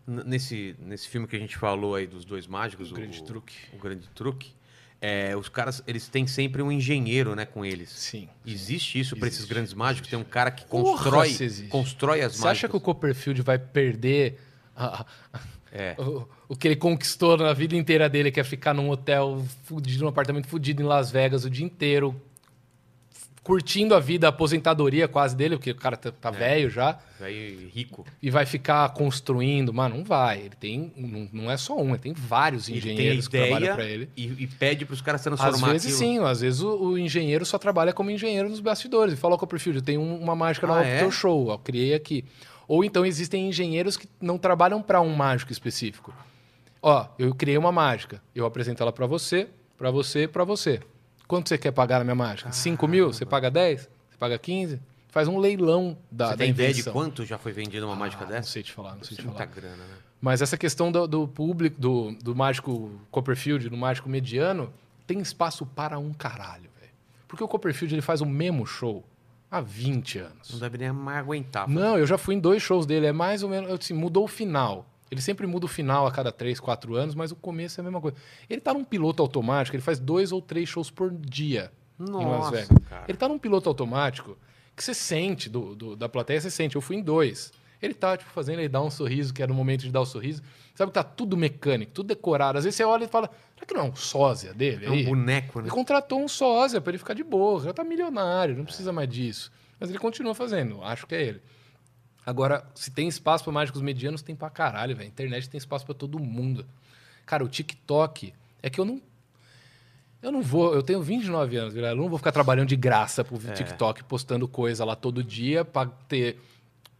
Speaker 1: n- nesse nesse filme que a gente falou aí dos dois mágicos, o,
Speaker 2: Grande Truque.
Speaker 1: o grande truque. É, os caras, eles têm sempre um engenheiro, né, com eles.
Speaker 2: Sim.
Speaker 1: Existe isso para esses
Speaker 2: Existe,
Speaker 1: grandes mágicos? Tem um cara que
Speaker 2: Porra,
Speaker 1: constrói,
Speaker 2: se existe.
Speaker 1: constrói as
Speaker 2: Você acha que o
Speaker 1: mágicas.
Speaker 2: Copperfield vai perder a- a-
Speaker 1: É.
Speaker 2: o, o que ele conquistou na vida inteira dele, que é ficar num hotel fudido, num apartamento fudido em Las Vegas o dia inteiro, f- curtindo a vida, a aposentadoria quase dele, porque o cara tá,
Speaker 1: É.
Speaker 2: tá velho já,
Speaker 1: Aí, rico.
Speaker 2: e vai ficar construindo. Mano, não vai. Ele tem. Não, não é só um, ele tem vários
Speaker 1: Ele tem a
Speaker 2: engenheiros que trabalham pra ele.
Speaker 1: ideia e, e pede para os caras transformar
Speaker 2: Às vezes
Speaker 1: aquilo.
Speaker 2: sim, às vezes o, o engenheiro só trabalha como engenheiro nos bastidores. E fala, ó, Copperfield, tem um- uma mágica
Speaker 1: Ah,
Speaker 2: nova
Speaker 1: é?
Speaker 2: pro teu show, ó, criei aqui. Ou então existem engenheiros que não trabalham para um mágico específico. Ó, eu criei uma mágica, eu apresento ela para você, para você, para você. Quanto você quer pagar na minha mágica?
Speaker 1: Ah,
Speaker 2: 5 mil? Você paga 10? Você paga 15? Faz um leilão da,
Speaker 1: Você
Speaker 2: da
Speaker 1: tem ideia de
Speaker 2: invenção.
Speaker 1: quanto já foi vendida uma mágica
Speaker 2: Ah, Não
Speaker 1: dessa?
Speaker 2: sei te falar, não sei te
Speaker 1: Muita
Speaker 2: falar.
Speaker 1: grana, né?
Speaker 2: Mas essa questão do, do público, do, do mágico Copperfield, do mágico mediano, tem espaço para um caralho, velho. Porque o Copperfield ele faz o mesmo show há 20
Speaker 1: Não
Speaker 2: anos.
Speaker 1: deve nem mais aguentar. um
Speaker 2: Não, eu já fui em dois shows dele, é mais ou menos. Assim, mudou o final. Ele sempre muda o final a cada 3, 4 anos, mas o começo é a mesma coisa. Ele tá num piloto automático, ele faz dois ou três shows por dia em Las
Speaker 1: Nossa,
Speaker 2: Vegas.
Speaker 1: cara.
Speaker 2: Ele tá num piloto automático que você sente do, do- da plateia, você sente. Eu fui em dois. Ele tá, tipo, fazendo ele dar um sorriso, que era o momento de dar o sorriso. Sabe que tá tudo mecânico, tudo decorado. Às vezes você olha e fala, será que não é um sósia dele?
Speaker 1: É um
Speaker 2: aí?"
Speaker 1: boneco, né?
Speaker 2: Ele contratou um sósia pra ele ficar de boa, já tá milionário, não precisa mais disso. Mas ele continua fazendo, acho que é ele. Agora, se tem espaço pra mágicos medianos, tem pra caralho, velho. A internet tem espaço pra todo mundo. Cara, o TikTok é que eu não. Eu não vou, eu tenho 29 anos, galera. Eu não vou ficar trabalhando de graça pro TikTok, postando coisa lá todo dia pra ter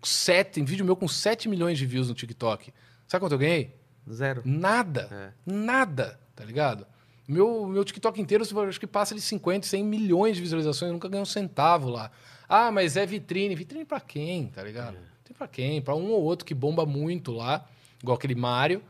Speaker 2: sete, tem vídeo meu com 7 milhões de views no TikTok. Sabe quanto eu ganhei?
Speaker 1: Zero.
Speaker 2: Nada. Nada, tá ligado? Meu, meu TikTok inteiro, eu acho que passa de 50, 100 milhões de visualizações, eu nunca ganhei um centavo lá. Ah, mas é vitrine. Vitrine pra quem, tá ligado? Tem pra quem? Pra um ou outro que bomba muito lá, igual aquele Mário,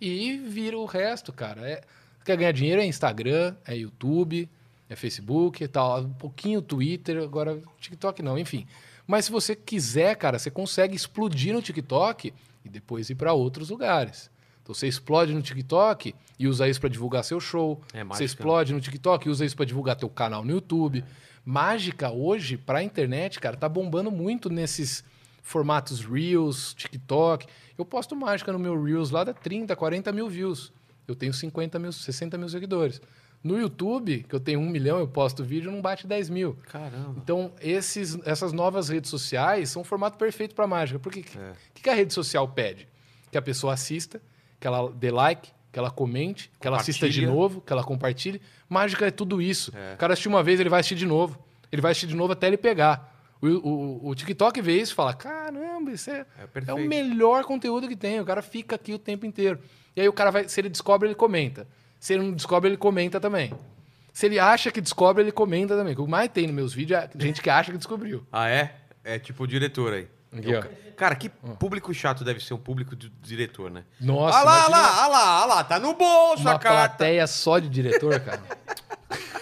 Speaker 2: e vira o resto, cara. É, quer ganhar dinheiro é Instagram, é YouTube, é Facebook e tal. Um pouquinho Twitter, agora TikTok não, enfim. Mas se você quiser, cara, você consegue explodir no TikTok e depois ir pra outros lugares. Então você explode no TikTok e usa isso pra divulgar seu show.
Speaker 1: É mágica,
Speaker 2: você explode no TikTok e usa isso pra divulgar teu canal no YouTube. Mágica hoje pra internet, cara, tá bombando muito nesses formatos Reels, TikTok. Eu posto mágica no meu Reels lá dá 30, 40 mil views. Eu tenho 50 mil, 60 mil seguidores. No YouTube, que eu tenho um milhão, eu posto vídeo, não bate 10 mil.
Speaker 1: Caramba.
Speaker 2: Então, esses, essas novas redes sociais são um formato perfeito para mágica. Porque o que, que a rede social pede? Que a pessoa assista, que ela dê like, que ela comente, que ela assista de
Speaker 1: Compartilha.
Speaker 2: novo, que ela compartilhe. Mágica é tudo isso.
Speaker 1: É.
Speaker 2: O cara assistiu uma vez, ele vai assistir de novo. Ele vai assistir de novo até ele pegar. O, o- o TikTok vê isso e fala: caramba, isso é,
Speaker 1: É
Speaker 2: é o
Speaker 1: perfeito.
Speaker 2: melhor conteúdo que tem. O cara fica aqui o tempo inteiro. E aí o cara vai, se ele descobre, ele comenta. Se ele não descobre, ele comenta também. Se ele acha que descobre, ele comenta também. O que mais tem nos meus vídeos é gente que acha que descobriu.
Speaker 1: Ah, é? É tipo o diretor aí.
Speaker 2: Aqui, ó.
Speaker 1: Cara, que público chato deve ser um público de diretor, né?
Speaker 2: Ah. Nossa,
Speaker 1: Ah lá, ah
Speaker 2: imagina
Speaker 1: lá, ah lá, ah lá, tá no bolso a
Speaker 2: uma
Speaker 1: carta.
Speaker 2: plateia só de diretor, cara.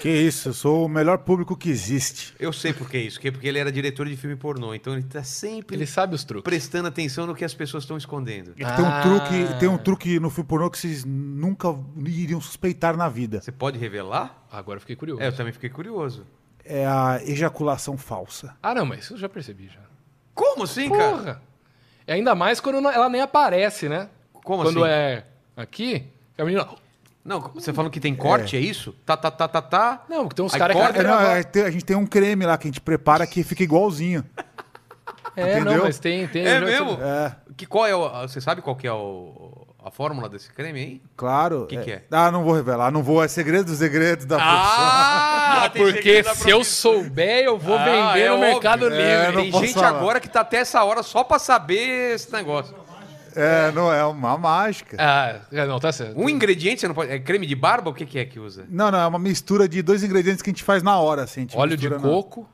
Speaker 6: Que isso, eu sou o melhor público que existe.
Speaker 1: Eu sei por que isso, que é porque ele era diretor de filme pornô, então ele tá sempre
Speaker 2: Ele sabe os truques.
Speaker 1: prestando atenção no que as pessoas estão escondendo.
Speaker 6: É que tem, um
Speaker 2: Ah.
Speaker 6: truque, tem um truque no filme pornô que vocês nunca iriam suspeitar na vida.
Speaker 1: Você pode revelar?
Speaker 2: Agora eu fiquei curioso.
Speaker 1: É, eu também fiquei curioso.
Speaker 6: É a ejaculação falsa.
Speaker 2: Ah, não, mas isso eu já percebi já.
Speaker 1: Como assim, cara?
Speaker 2: Porra! E ainda mais quando não- ela nem aparece, né?
Speaker 1: Como
Speaker 2: quando
Speaker 1: assim?
Speaker 2: é aqui, é que a menina.
Speaker 1: Não, você falando que tem corte, é, isso? Tá, tá, tá, tá, tá.
Speaker 2: Não, porque tem uns
Speaker 1: Aí
Speaker 2: caras que.
Speaker 1: corta,
Speaker 6: É, não, é, tem- a gente tem um creme lá que a gente prepara que fica igualzinho.
Speaker 2: É, não,
Speaker 6: entendeu?
Speaker 2: mas tem. tem
Speaker 1: É
Speaker 2: eu já-
Speaker 1: mesmo?
Speaker 6: É.
Speaker 1: Que qual é o. Você sabe qual que é o.
Speaker 7: a fórmula desse creme aí?
Speaker 6: Claro.
Speaker 7: Que que é?
Speaker 6: Ah, não vou revelar, não vou. É segredo dos segredos da
Speaker 7: Ah, tem
Speaker 2: Porque
Speaker 7: segredo da
Speaker 2: se eu
Speaker 7: profissão.
Speaker 2: souber, eu vou
Speaker 7: Ah,
Speaker 2: vender
Speaker 7: é
Speaker 2: no
Speaker 7: óbvio.
Speaker 2: Mercado
Speaker 7: É,
Speaker 2: Livre.
Speaker 6: não
Speaker 7: Tem
Speaker 6: posso
Speaker 7: gente
Speaker 6: falar.
Speaker 7: agora que tá até essa hora só pra saber esse negócio.
Speaker 6: profissão. É, não é uma mágica.
Speaker 2: Ah, é, não, tá certo.
Speaker 7: Um ingrediente você não pode. É creme de barba? O que, que é que usa?
Speaker 6: Não, não, é uma mistura de dois ingredientes que a gente faz na hora, assim. a gente
Speaker 2: Óleo de
Speaker 6: mistura na-
Speaker 2: coco.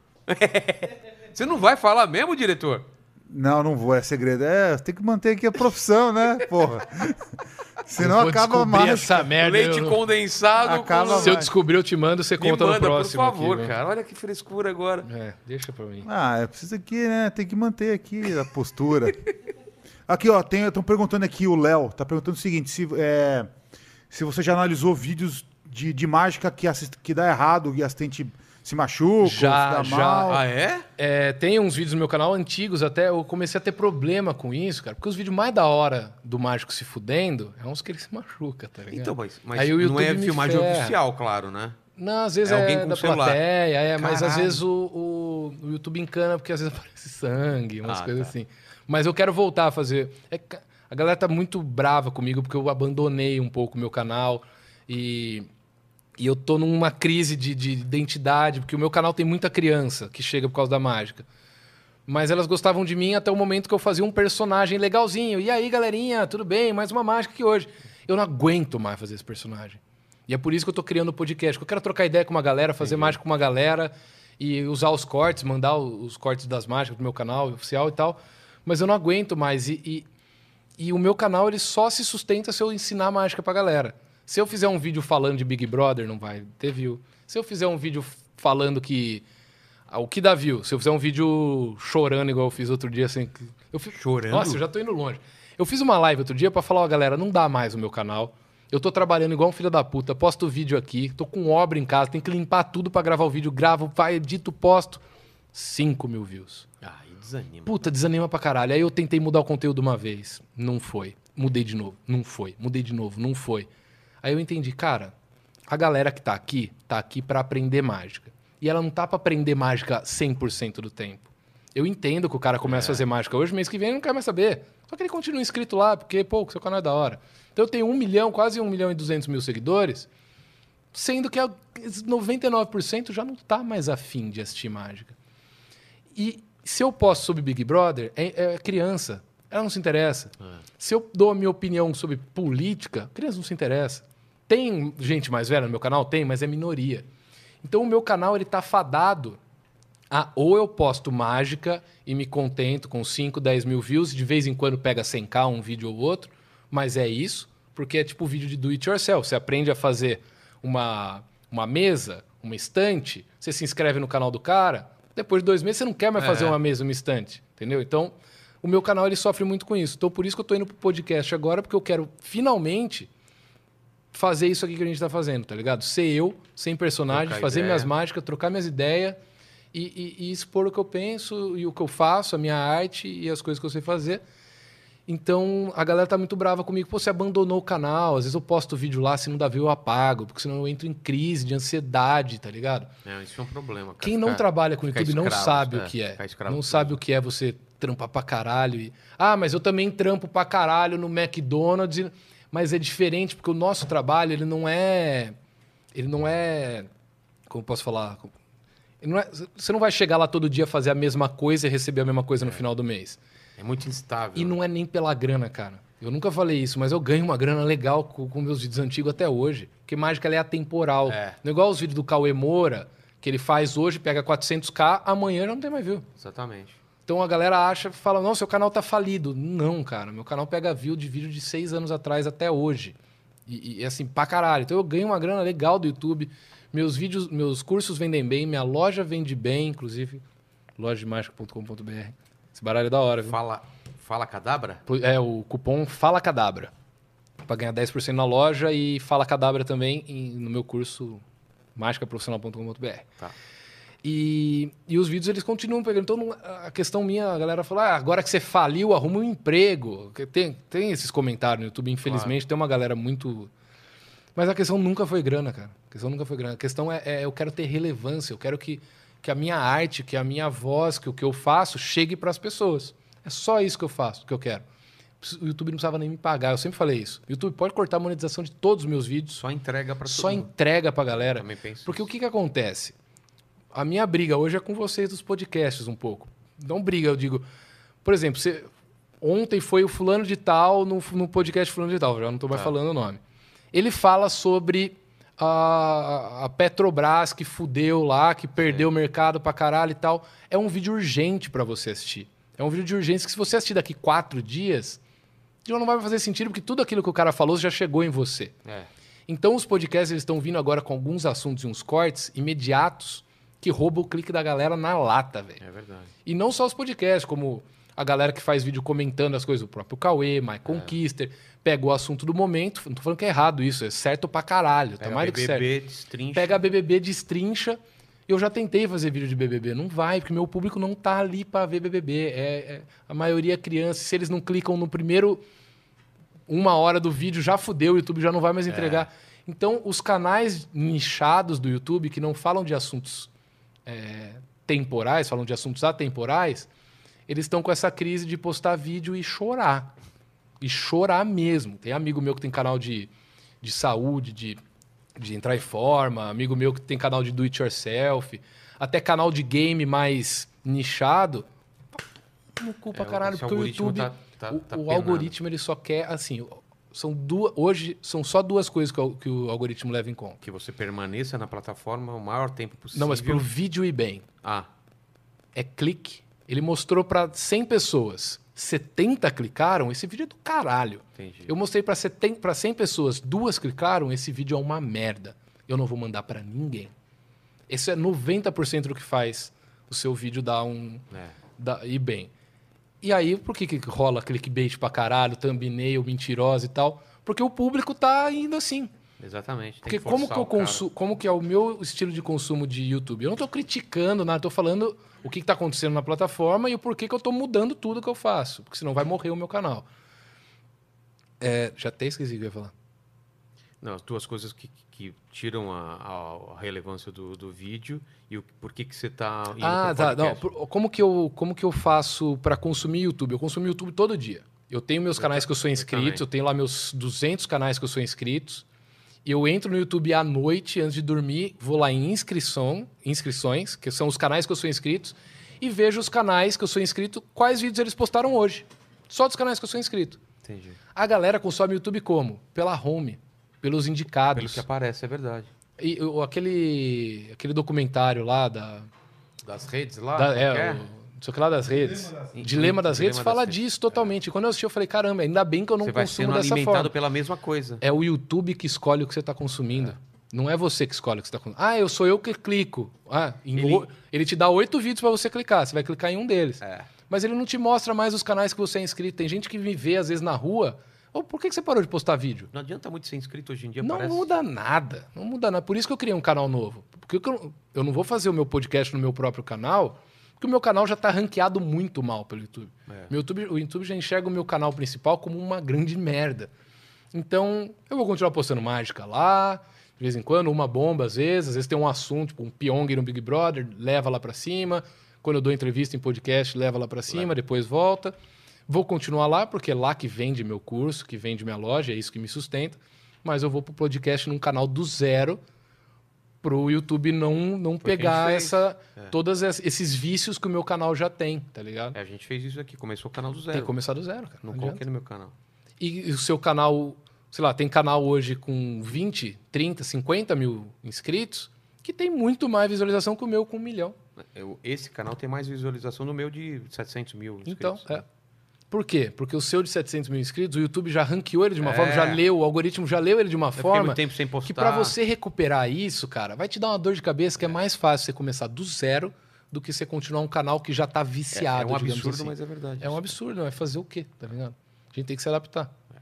Speaker 7: Você não vai falar mesmo, diretor?
Speaker 6: Não, não vou, é segredo. É, tem que manter aqui a profissão, né, porra? Senão
Speaker 2: Vou
Speaker 6: acaba
Speaker 2: descobrir
Speaker 6: mais.
Speaker 2: essa merda.
Speaker 7: Leite
Speaker 2: eu não-
Speaker 7: condensado
Speaker 6: Acaba
Speaker 7: com.
Speaker 2: Se eu
Speaker 6: Vai.
Speaker 2: descobrir, eu te mando, você
Speaker 7: Me
Speaker 2: conta
Speaker 7: manda,
Speaker 2: no próximo.
Speaker 7: por favor,
Speaker 2: aqui, né?
Speaker 7: cara. Olha que frescura agora.
Speaker 2: É, deixa pra mim.
Speaker 6: Ah, é preciso aqui, né? Tem que manter aqui a postura. aqui, ó, estão perguntando aqui, o Léo tá perguntando o seguinte: se, é, se você já analisou vídeos de, de mágica que, assist- que dá errado, que assistente se machuca,
Speaker 2: Já,
Speaker 6: se
Speaker 2: já.
Speaker 6: dá mal.
Speaker 7: Ah, é?
Speaker 2: É, tem uns vídeos no meu canal antigos até, eu comecei a ter problema com isso, cara. Porque os vídeos mais da hora do mágico se fudendo é uns que ele se machuca, tá ligado?
Speaker 7: Então, mas, mas
Speaker 2: Aí o
Speaker 7: não é
Speaker 2: YouTube me
Speaker 7: filmagem
Speaker 2: ferra.
Speaker 7: oficial, claro, né?
Speaker 2: Não, às vezes
Speaker 7: É
Speaker 2: é,
Speaker 7: alguém com
Speaker 2: da
Speaker 7: celular.
Speaker 2: plateia, é, mas às
Speaker 7: Caralho.
Speaker 2: vezes o, o, o YouTube encana porque às vezes aparece sangue, umas
Speaker 7: Ah,
Speaker 2: coisas
Speaker 7: tá.
Speaker 2: assim. Mas eu quero voltar a fazer. É ca- a galera tá muito brava comigo porque eu abandonei um pouco o meu canal e, e eu tô numa crise de, de identidade, porque o meu canal tem muita criança que chega por causa da mágica. Mas elas gostavam de mim até o momento que eu fazia um personagem legalzinho. E aí, galerinha, tudo bem? Mais uma mágica aqui hoje. Eu não aguento mais fazer esse personagem. E é por isso que eu tô criando o podcast. que Eu quero trocar ideia com uma galera, fazer mágica com uma galera e usar os cortes, mandar o- os cortes das mágicas pro meu canal oficial e tal. Mas eu não aguento mais. E, e- e o meu canal ele só se sustenta se eu ensinar mágica pra galera. Se eu fizer um vídeo falando de Big Brother, não vai ter view. Se eu fizer um vídeo falando que. ah, O que dá view? Se eu fizer um vídeo chorando, igual eu fiz outro dia, assim. que- Eu fi-
Speaker 7: Chorando?
Speaker 2: Nossa, eu já tô indo longe. Eu fiz uma live outro dia pra falar, ó, galera, não dá mais o meu canal. Eu tô trabalhando igual um filho da puta, posto vídeo aqui, tô com obra em casa, tenho que limpar tudo pra gravar o vídeo, gravo, vai, edito, posto. 5 mil views.
Speaker 7: Aí desanima.
Speaker 2: Puta, desanima pra caralho. Aí eu tentei mudar o conteúdo uma vez. Não foi. Mudei de novo. Não foi. Mudei de novo. Não foi. Aí eu entendi, cara, a galera que tá aqui, tá aqui pra aprender mágica. E ela não tá pra aprender mágica 100% do tempo. Eu entendo que o cara começa a fazer mágica hoje, mês que vem ele não quer mais saber. Só que ele continua inscrito lá, porque, pô, o seu canal é da hora. Então eu tenho um milhão, quase um milhão e duzentos mil seguidores, sendo que é a- 99% já não tá mais afim de assistir mágica. E se eu posso sobre Big Brother, é, é criança. Ela não se interessa. Se eu dou a minha opinião sobre política, criança não se interessa. Tem gente mais velha no meu canal? Tem, mas é minoria. Então o meu canal ele tá fadado a Ah, ou eu posto mágica e me contento com 5, 10 mil views, de vez em quando pega 100k um vídeo ou outro, mas é isso, porque é tipo vídeo de do it yourself. Você aprende a fazer uma, uma mesa, uma estante, você se inscreve no canal do cara, depois de dois meses você não quer mais fazer uma mesa, uma estante, entendeu? Então, o meu canal ele sofre muito com isso. Então, por isso que eu tô indo pro podcast agora, porque eu quero finalmente fazer isso aqui que a gente tá fazendo, tá ligado? Ser eu, sem personagem,
Speaker 7: Trocar
Speaker 2: fazer
Speaker 7: ideia.
Speaker 2: minhas mágicas, trocar minhas ideias e, e- e expor o que eu penso e o que eu faço, a minha arte e as coisas que eu sei fazer. Então, a galera tá muito brava comigo. Pô, você abandonou o canal. Às vezes eu posto vídeo lá, se não dá view, eu apago. Porque senão eu entro em crise de ansiedade, tá ligado?
Speaker 7: É, isso é um problema. cara.
Speaker 2: Quem não
Speaker 7: Ficar-
Speaker 2: trabalha com
Speaker 7: ficar
Speaker 2: YouTube não
Speaker 7: escravo,
Speaker 2: sabe
Speaker 7: é,
Speaker 2: o que é.
Speaker 7: ficar escravo
Speaker 2: Não
Speaker 7: de
Speaker 2: sabe o que é você trampar pra caralho. e, Ah, mas eu também trampo pra caralho no McDonald's. e- Mas é diferente, porque o nosso trabalho, ele não é. Ele não é. Como posso falar? Ele não é- Você não vai chegar lá todo dia fazer a mesma coisa e receber a mesma coisa no final do mês.
Speaker 7: É muito instável.
Speaker 2: E não é nem pela grana, cara. Eu nunca falei isso, mas eu ganho uma grana legal co- com, meus vídeos antigos até hoje. Porque mágica ela é atemporal.
Speaker 7: É.
Speaker 2: Não é igual os vídeos do Cauê Moura, que ele faz hoje, pega 400k, amanhã já não tem mais view.
Speaker 7: Exatamente.
Speaker 2: Então a galera acha, fala, não, seu canal tá falido. Não, cara, meu canal pega view de vídeo de seis anos atrás até hoje. E, e, assim, pra caralho. Então eu ganho uma grana legal do YouTube. Meus vídeos, meus cursos vendem bem, minha loja vende bem, inclusive, lojademagica.com.br. Esse baralho é da hora, viu?
Speaker 7: Fala, fala cadabra?
Speaker 2: Pro- É o cupom Fala Cadabra. Pra ganhar 10% na loja e Fala Cadabra também em- no meu curso mágicaprofissional.com.br.
Speaker 7: Tá.
Speaker 2: E, e os vídeos eles continuam pegando. Então não- a questão minha, a galera fala: ah, agora que você faliu, arruma um emprego. Que Tem, tem esses comentários no YouTube, infelizmente, tem uma galera muito. Mas a questão nunca foi grana, cara. A questão nunca foi grana. A questão é, é eu quero ter relevância, eu quero que, que a minha arte, que a minha voz, que o que eu faço chegue para as pessoas. É só isso que eu faço, que eu quero. o YouTube não precisava nem me pagar. Eu sempre falei isso. YouTube pode cortar a monetização de todos os meus vídeos,
Speaker 7: Só entrega pra
Speaker 2: só
Speaker 7: todo mundo.
Speaker 2: entrega pra galera.
Speaker 7: Também penso
Speaker 2: Porque o que que acontece? A minha briga hoje é com vocês dos podcasts um pouco. Não briga, eu digo. Por exemplo, você- ontem foi o fulano de tal no, no podcast fulano de tal, já não estou mais falando o nome. Ele fala sobre a, a Petrobras que fudeu lá, que perdeu o mercado pra caralho e tal. É um vídeo urgente pra você assistir. É um vídeo de urgência que se você assistir daqui quatro dias, já não vai fazer sentido, porque tudo aquilo que o cara falou já chegou em você.
Speaker 7: É.
Speaker 2: Então os podcasts eles estão vindo agora com alguns assuntos e uns cortes imediatos que roubam o clique da galera na lata, velho.
Speaker 7: É verdade.
Speaker 2: E não só os podcasts, como a galera que faz vídeo comentando as coisas, o próprio Cauê, Mike Conquister, pega o assunto do momento. Não tô falando que é errado isso, é certo pra caralho, tá
Speaker 7: Pega
Speaker 2: mais do que certo.
Speaker 7: BBB, destrincha.
Speaker 2: Pega a BBB, destrincha. Eu já tentei fazer vídeo de BBB, não vai, porque meu público não tá ali pra ver BBB. É, é- a maioria é criança, se eles não clicam no primeiro uma hora do vídeo, já fudeu, o YouTube já não vai mais entregar. Então, os canais nichados do YouTube, que não falam de assuntos é, temporais, falam de assuntos atemporais, eles estão com essa crise de postar vídeo e chorar. E chorar mesmo. Tem amigo meu que tem canal de, de saúde, de, de entrar em forma, amigo meu que tem canal de do it yourself, até canal de game mais nichado. Não culpa,
Speaker 7: É,
Speaker 2: caralho,
Speaker 7: esse
Speaker 2: porque o
Speaker 7: algoritmo
Speaker 2: YouTube.
Speaker 7: tá- tá-
Speaker 2: o
Speaker 7: tá
Speaker 2: o
Speaker 7: penado.
Speaker 2: algoritmo ele só quer, assim. São duas, hoje são só duas coisas que o, que o algoritmo leva em conta.
Speaker 7: Que você permaneça na plataforma o maior tempo possível.
Speaker 2: Não, mas pro vídeo e bem.
Speaker 7: Ah,
Speaker 2: é clique. Ele mostrou para 100 pessoas, 70 clicaram, esse vídeo é do caralho.
Speaker 7: entendi.
Speaker 2: Eu mostrei para 100 pessoas, duas clicaram, esse vídeo é uma merda. Eu não vou mandar para ninguém. Isso é 90% do que faz o seu vídeo dar um
Speaker 7: É.
Speaker 2: dar, ir bem. E aí, por que, que rola clickbait pra caralho, thumbnail, mentirosa e tal? Porque o público tá indo assim.
Speaker 7: Exatamente. tem
Speaker 2: Porque
Speaker 7: que
Speaker 2: como
Speaker 7: forçar
Speaker 2: que eu
Speaker 7: o cara.
Speaker 2: consumo, como que é o meu estilo de consumo de YouTube? Eu não tô criticando nada, eu tô falando o que, que tá acontecendo na plataforma e o porquê que eu tô mudando tudo que eu faço, porque senão vai morrer o meu canal. É, já até esqueci o que eu ia falar.
Speaker 7: Não, as duas coisas que, que tiram a, a- a relevância do, do vídeo e o, por que, que você tá indo
Speaker 2: ah,
Speaker 7: pro
Speaker 2: tá, não,
Speaker 7: podcast.
Speaker 2: por- como que eu, como que eu faço pra consumir YouTube? Eu consumo YouTube todo dia. Eu tenho meus canais que eu sou inscrito,
Speaker 7: também.
Speaker 2: eu tenho lá meus 200 canais que eu sou inscritos. Eu entro no YouTube à noite, antes de dormir, vou lá em inscrição, inscrições, que são os canais que eu sou inscrito, e vejo os canais que eu sou inscrito, quais vídeos eles postaram hoje. Só dos canais que eu sou inscrito.
Speaker 7: Entendi.
Speaker 2: A galera consome YouTube como? Pela home, pelos indicados.
Speaker 7: Pelo que aparece, é verdade.
Speaker 2: E, o- aquele, aquele documentário lá da,
Speaker 7: Das redes lá?
Speaker 2: da-
Speaker 7: como
Speaker 2: é, o,
Speaker 7: que é?
Speaker 2: não sei o que lá das redes. Dilema das, redes
Speaker 7: Dilema
Speaker 2: fala
Speaker 7: das
Speaker 2: disso totalmente. Quando eu assisti, eu falei, caramba, ainda bem que eu não
Speaker 7: Você vai
Speaker 2: consumo
Speaker 7: sendo
Speaker 2: dessa
Speaker 7: alimentado
Speaker 2: forma.
Speaker 7: pela mesma coisa.
Speaker 2: É o YouTube que escolhe o que você está consumindo. Não é você que escolhe o que você está consumindo. Ah, eu sou eu que clico. Ah, em
Speaker 7: Ele-
Speaker 2: o- ele... te dá oito vídeos para você clicar. Você vai clicar em um deles.
Speaker 7: É.
Speaker 2: Mas ele não te mostra mais os canais que você é inscrito. Tem gente que me vê, às vezes, na rua. Ô, por que que você parou de postar vídeo?
Speaker 7: Não adianta muito ser inscrito hoje em dia,
Speaker 2: Não
Speaker 7: parece.
Speaker 2: muda nada. Não muda nada. Por isso que eu criei um canal novo. Porque eu- eu, eu não vou fazer o meu podcast no meu próprio canal, porque o meu canal já está ranqueado muito mal pelo YouTube.
Speaker 7: É.
Speaker 2: Meu YouTube. O YouTube já enxerga o meu canal principal como uma grande merda. Então, eu vou continuar postando mágica lá, de vez em quando, uma bomba às vezes. Às vezes tem um assunto, tipo um Pyong no Big Brother, leva lá para cima. Quando eu dou entrevista em podcast, leva lá para cima, depois volta. Vou continuar lá, porque é lá que vende meu curso, que vende minha loja, é isso que me sustenta. Mas eu vou pro podcast num canal do zero, pro YouTube não,
Speaker 7: Foi
Speaker 2: não
Speaker 7: o que a gente
Speaker 2: pegar
Speaker 7: fez.
Speaker 2: essa, todos esses vícios que o meu canal já tem, tá ligado?
Speaker 7: É, a gente fez isso aqui, começou o canal do
Speaker 2: Tem
Speaker 7: zero.
Speaker 2: que começar do zero, cara.
Speaker 7: Não
Speaker 2: adianta.
Speaker 7: coloquei É. no meu canal.
Speaker 2: E o seu canal, sei lá, tem canal hoje com 20, 30, 50 mil inscritos, que tem muito mais visualização que o meu com um milhão.
Speaker 7: É, Eu- esse canal tem mais visualização no meu de 700 mil
Speaker 2: Então,
Speaker 7: inscritos.
Speaker 2: é. Por quê? Porque o seu de 700 mil inscritos, o YouTube já ranqueou ele de uma
Speaker 7: É.
Speaker 2: forma, já leu, o algoritmo já leu ele de uma
Speaker 7: Eu fiquei
Speaker 2: forma.
Speaker 7: muito tempo sem postar.
Speaker 2: Que pra você recuperar isso, cara, vai te dar uma dor de cabeça que é, mais fácil você começar do zero do que você continuar um canal que já tá
Speaker 7: É,
Speaker 2: viciado.
Speaker 7: é um
Speaker 2: digamos
Speaker 7: absurdo,
Speaker 2: assim.
Speaker 7: mas é verdade.
Speaker 2: É um absurdo, vai fazer o quê? Tá ligado? A gente tem que se adaptar.
Speaker 7: É.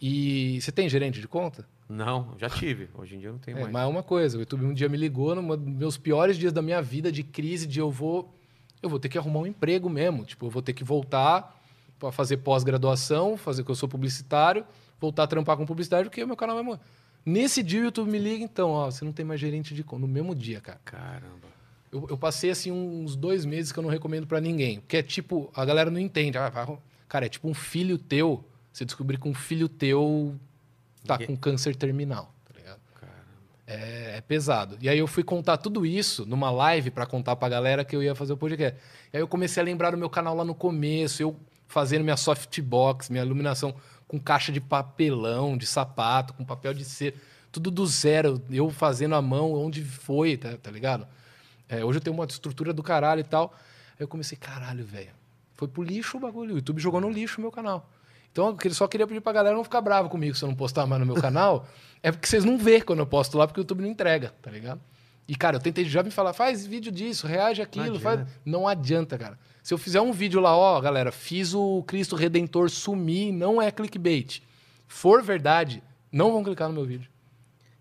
Speaker 2: E você tem gerente de conta?
Speaker 7: Não, já tive. Hoje em dia eu não tenho
Speaker 2: É,
Speaker 7: mais.
Speaker 2: mas é uma coisa, o YouTube um dia me ligou nos meus piores dias da minha vida de crise, de eu vou eu vou ter que arrumar um emprego mesmo, tipo, eu vou ter que voltar para fazer pós-graduação, fazer que eu sou publicitário, voltar a trampar com publicidade, porque o meu canal vai morrer. Nesse dia o YouTube me liga, então, ó, você não tem mais gerente de conta, no mesmo dia, cara.
Speaker 7: Caramba. É,
Speaker 2: Eu, eu passei assim uns dois meses que eu não recomendo pra ninguém. Porque é tipo, a galera não entende. Ah, vai arrum- Cara, é tipo um filho teu Você descobrir que um filho teu tá com câncer terminal, tá ligado? É, é pesado. E aí eu fui contar tudo isso numa live pra contar pra galera que eu ia fazer o podcast. E aí eu comecei a lembrar do meu canal lá no começo, eu fazendo minha softbox, minha iluminação com caixa de papelão, de sapato, com papel de cera, tudo do zero, eu fazendo a mão onde foi, tá, tá ligado? É, hoje eu tenho uma estrutura do caralho e tal. Aí eu comecei, caralho, velho. Foi pro lixo o bagulho. O YouTube jogou no lixo o meu canal. Então, eu que- só queria pedir pra galera não ficar bravo comigo se eu não postar mais no meu canal. é porque vocês não vê quando eu posto lá, porque o YouTube não entrega, tá ligado? E, cara, eu tentei já me falar, faz vídeo disso, reage aquilo, não faz. Não adianta, cara. Se eu fizer um vídeo lá, ó, galera, fiz o Cristo Redentor sumir, não é clickbait. For verdade, não vão clicar no meu vídeo.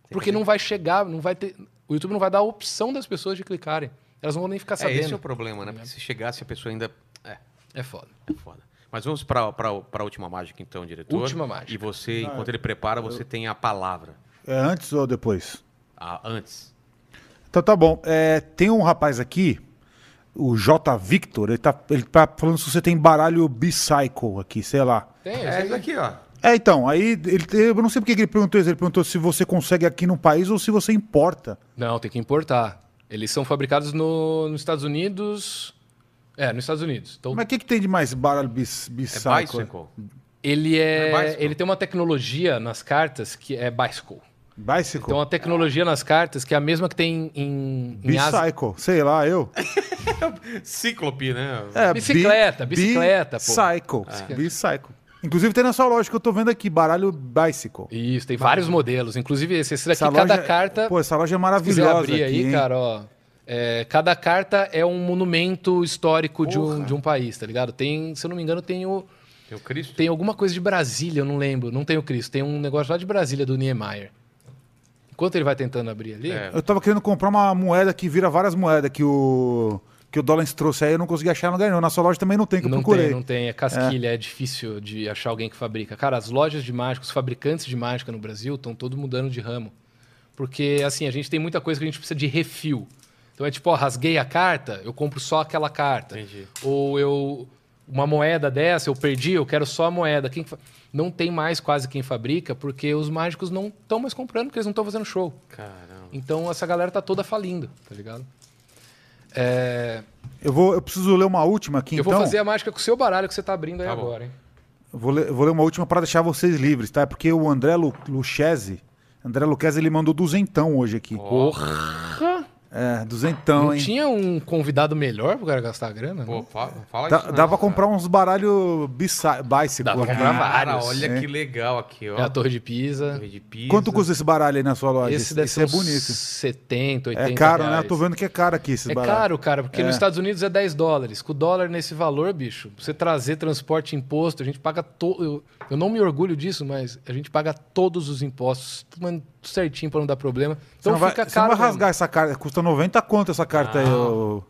Speaker 2: Porque não vai chegar, não vai ter. O YouTube não vai dar a opção das pessoas de clicarem. Elas não vão nem ficar
Speaker 1: É,
Speaker 2: sabendo.
Speaker 1: esse é o problema, né? Porque se chegasse a pessoa ainda. É,
Speaker 2: É foda.
Speaker 1: é foda. Mas vamos pra, pra, pra última mágica, então, diretor.
Speaker 2: Última mágica.
Speaker 1: E você, enquanto ele prepara, você tem a palavra.
Speaker 6: É antes ou depois?
Speaker 1: Ah, antes.
Speaker 6: Então tá bom. É, tem um rapaz aqui, o J. Victor, ele tá, ele tá falando se você tem baralho Bicycle aqui, sei lá.
Speaker 2: Tem,
Speaker 1: É
Speaker 2: é,
Speaker 1: isso aqui, ó.
Speaker 6: É, então, aí ele, eu não sei porque que ele perguntou isso. Ele perguntou se você consegue aqui no país ou se você importa.
Speaker 2: Não, tem que importar. Eles são fabricados no, nos Estados Unidos. É, nos Estados Unidos. Então,
Speaker 6: Mas o que, que tem de mais baralho bis,
Speaker 1: É
Speaker 6: Bicycle?
Speaker 1: bicycle.
Speaker 2: ele é,
Speaker 1: É bicycle.
Speaker 2: ele tem uma tecnologia nas cartas que é bicycle.
Speaker 6: Bicycle?
Speaker 2: Então a tecnologia nas cartas que é a mesma que tem em, em Ásia.
Speaker 6: Bicycle, sei lá, eu.
Speaker 1: Cíclope, né?
Speaker 6: É,
Speaker 2: Bicicleta, bicicleta, pô. É.
Speaker 6: Bicycle, bicycle. Inclusive tem na sua loja que eu tô vendo aqui, baralho Bicycle.
Speaker 2: Isso, tem vários modelos. Inclusive esse, esse daqui,
Speaker 6: Essa
Speaker 2: cada
Speaker 6: loja- é-
Speaker 2: carta.
Speaker 6: Pô, essa loja é
Speaker 2: se quiser
Speaker 6: maravilhosa
Speaker 2: abrir
Speaker 6: aqui,
Speaker 2: aí,
Speaker 6: hein?
Speaker 2: cara, ó. é, cada carta é um monumento histórico de um, de um país, tá ligado? Tem, se eu não me engano, tem o.
Speaker 1: Tem o Cristo.
Speaker 2: Tem alguma coisa de Brasília, eu não lembro. Não tem o Cristo. Tem um negócio lá de Brasília do Niemeyer. Enquanto ele vai tentando abrir ali.
Speaker 1: É.
Speaker 6: Eu tava querendo comprar uma moeda que vira várias moedas que o que o Dollars trouxe aí, eu não consegui achar em lugar nenhum. Na sua loja também não tem, que eu
Speaker 2: Não
Speaker 6: procurei.
Speaker 2: tem, não tem. É casquilha, é. difícil de achar alguém que fabrica. Cara, as lojas de mágica, os fabricantes de mágica no Brasil estão todo mudando de ramo. Porque, assim, a gente tem muita coisa que a gente precisa de refil. Então é tipo, ó, rasguei a carta, eu compro só aquela carta.
Speaker 1: Entendi.
Speaker 2: Ou eu. Uma moeda dessa, eu perdi, eu quero só a moeda. Quem fa- Não tem mais quase quem fabrica, porque os mágicos não estão mais comprando, porque eles não estão fazendo show.
Speaker 1: Caramba.
Speaker 2: Então essa galera tá toda falindo, tá ligado? É,
Speaker 6: Eu vou, eu preciso ler uma última aqui
Speaker 2: eu
Speaker 6: então.
Speaker 2: vou fazer a mágica com o seu baralho que você tá abrindo aí
Speaker 1: Tá bom.
Speaker 2: agora, hein?
Speaker 6: Eu Vou ler, eu vou ler uma última para deixar vocês livres, tá? Porque o André Lu, Luchesi, André Luchesi, ele mandou duzentão hoje aqui.
Speaker 2: Porra!
Speaker 6: É,
Speaker 2: Não
Speaker 6: duzentão, hein?
Speaker 2: tinha um convidado melhor pro cara gastar a grana? né?
Speaker 1: Pô,
Speaker 2: Pô,
Speaker 1: fala, fala
Speaker 6: Dá,
Speaker 1: isso.
Speaker 6: dá
Speaker 1: não,
Speaker 6: pra
Speaker 1: cara.
Speaker 6: comprar uns baralho bici- bicycle.
Speaker 2: Dá né? pra
Speaker 6: aqui.
Speaker 2: comprar
Speaker 1: Cara,
Speaker 2: vários. né?
Speaker 1: olha
Speaker 6: É.
Speaker 1: que legal aqui, ó.
Speaker 2: É a Torre de Pisa.
Speaker 1: Torre de Pisa.
Speaker 6: Quanto custa esse baralho aí na sua loja?
Speaker 2: Esse deve ser
Speaker 6: é
Speaker 2: uns
Speaker 6: bonito.
Speaker 2: 70, 80
Speaker 6: É caro, né?
Speaker 2: reais.
Speaker 6: Eu tô vendo que é caro aqui esses
Speaker 2: É
Speaker 6: baralhos.
Speaker 2: caro, cara, porque nos Estados Unidos é 10 dólares. Com o dólar nesse valor, bicho, pra você trazer transporte, imposto, a gente paga todo. Eu, eu não me orgulho disso, mas a gente paga todos os impostos, tudo mano, tudo certinho pra não dar problema.
Speaker 6: Você
Speaker 2: Então
Speaker 6: não vai,
Speaker 2: fica
Speaker 6: você não
Speaker 2: caro.
Speaker 6: vai
Speaker 2: mesmo. Ah.
Speaker 6: rasgar essa carta. Custa 90 conto essa carta aí, ô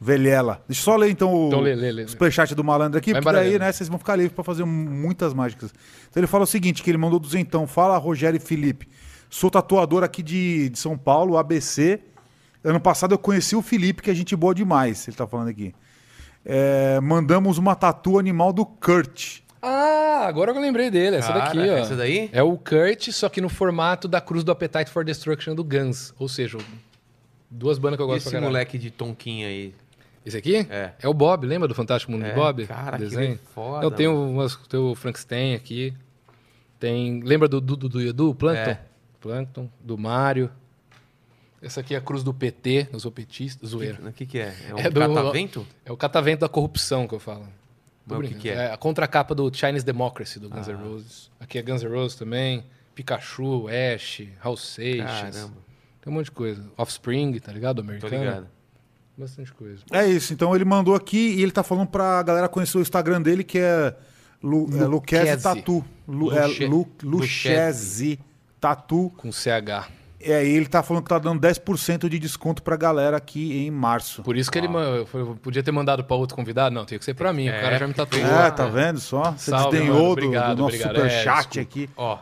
Speaker 6: Velhela. Deixa eu só ler então o
Speaker 2: Então lê, lê, lê.
Speaker 6: superchat do malandro aqui,
Speaker 2: Vai
Speaker 6: porque daí,
Speaker 2: embaralhando.
Speaker 6: né, vocês vão ficar livres pra fazer muitas mágicas. Então ele fala o seguinte, que ele mandou duzentão. Fala, Rogério e Felipe. Sou tatuador aqui de, de São Paulo, ABC. Ano passado eu conheci o Felipe, que é gente boa demais, ele tá falando aqui. É, mandamos uma tatu animal do Kurt.
Speaker 2: Ah, agora eu lembrei dele. Essa
Speaker 1: Cara,
Speaker 2: daqui, ó.
Speaker 1: essa daí?
Speaker 2: É o Kurt, só que no formato da cruz do Appetite for Destruction do Guns. Ou seja, o- duas bandas que eu
Speaker 1: E
Speaker 2: gosto
Speaker 1: esse
Speaker 2: pra caralho.
Speaker 1: moleque de tonquinha aí?
Speaker 2: Esse aqui?
Speaker 1: É.
Speaker 2: o Bob, lembra do Fantástico Mundo
Speaker 1: É,
Speaker 2: do Bob?
Speaker 1: cara,
Speaker 2: O
Speaker 1: que é
Speaker 2: desenho.
Speaker 1: foda,
Speaker 2: Eu tenho umas, tem o Frankenstein aqui. Tem, lembra do Dudu do Edu, o Plankton?
Speaker 1: É.
Speaker 2: Plankton, do Mario. Essa aqui é a cruz do PT, eu sou petista, zoeira.
Speaker 1: O que que é? É um
Speaker 2: É do-
Speaker 1: catavento?
Speaker 2: É o catavento da corrupção que eu falo.
Speaker 1: Mas o que
Speaker 2: brincando.
Speaker 1: que é? Ah.
Speaker 2: a contracapa do Chinese Democracy, do Guns N' Roses. Aqui é Guns N' Roses também. Pikachu, Ash, Hal Seixas.
Speaker 1: Caramba.
Speaker 2: Tem um monte de coisa. Offspring, tá ligado?
Speaker 1: Tô
Speaker 2: Americano.
Speaker 1: ligado.
Speaker 2: Bastante coisa.
Speaker 6: É isso, então ele mandou aqui e ele tá falando pra galera conhecer o Instagram dele, que é, Lu, é Luquezzi
Speaker 2: Luquezzi.
Speaker 6: Tatu. Lu, é,
Speaker 1: Luche-
Speaker 6: Lu, Luchezzi Tatu.
Speaker 2: Com CH.
Speaker 6: É, e ele tá falando que tá dando 10% de desconto pra galera aqui em março.
Speaker 2: Por isso que ele man- eu fui- eu podia ter mandado pra outro convidado. Não, tinha que ser pra mim. o cara já me tatuou.
Speaker 6: É, tá vendo só? Você
Speaker 2: Salve,
Speaker 6: desdenhou
Speaker 2: mano.
Speaker 6: do-
Speaker 2: Obrigado,
Speaker 6: do, nosso
Speaker 2: obrigado. É,
Speaker 6: superchat
Speaker 2: desculpa. Tá
Speaker 6: aqui.
Speaker 1: Ó,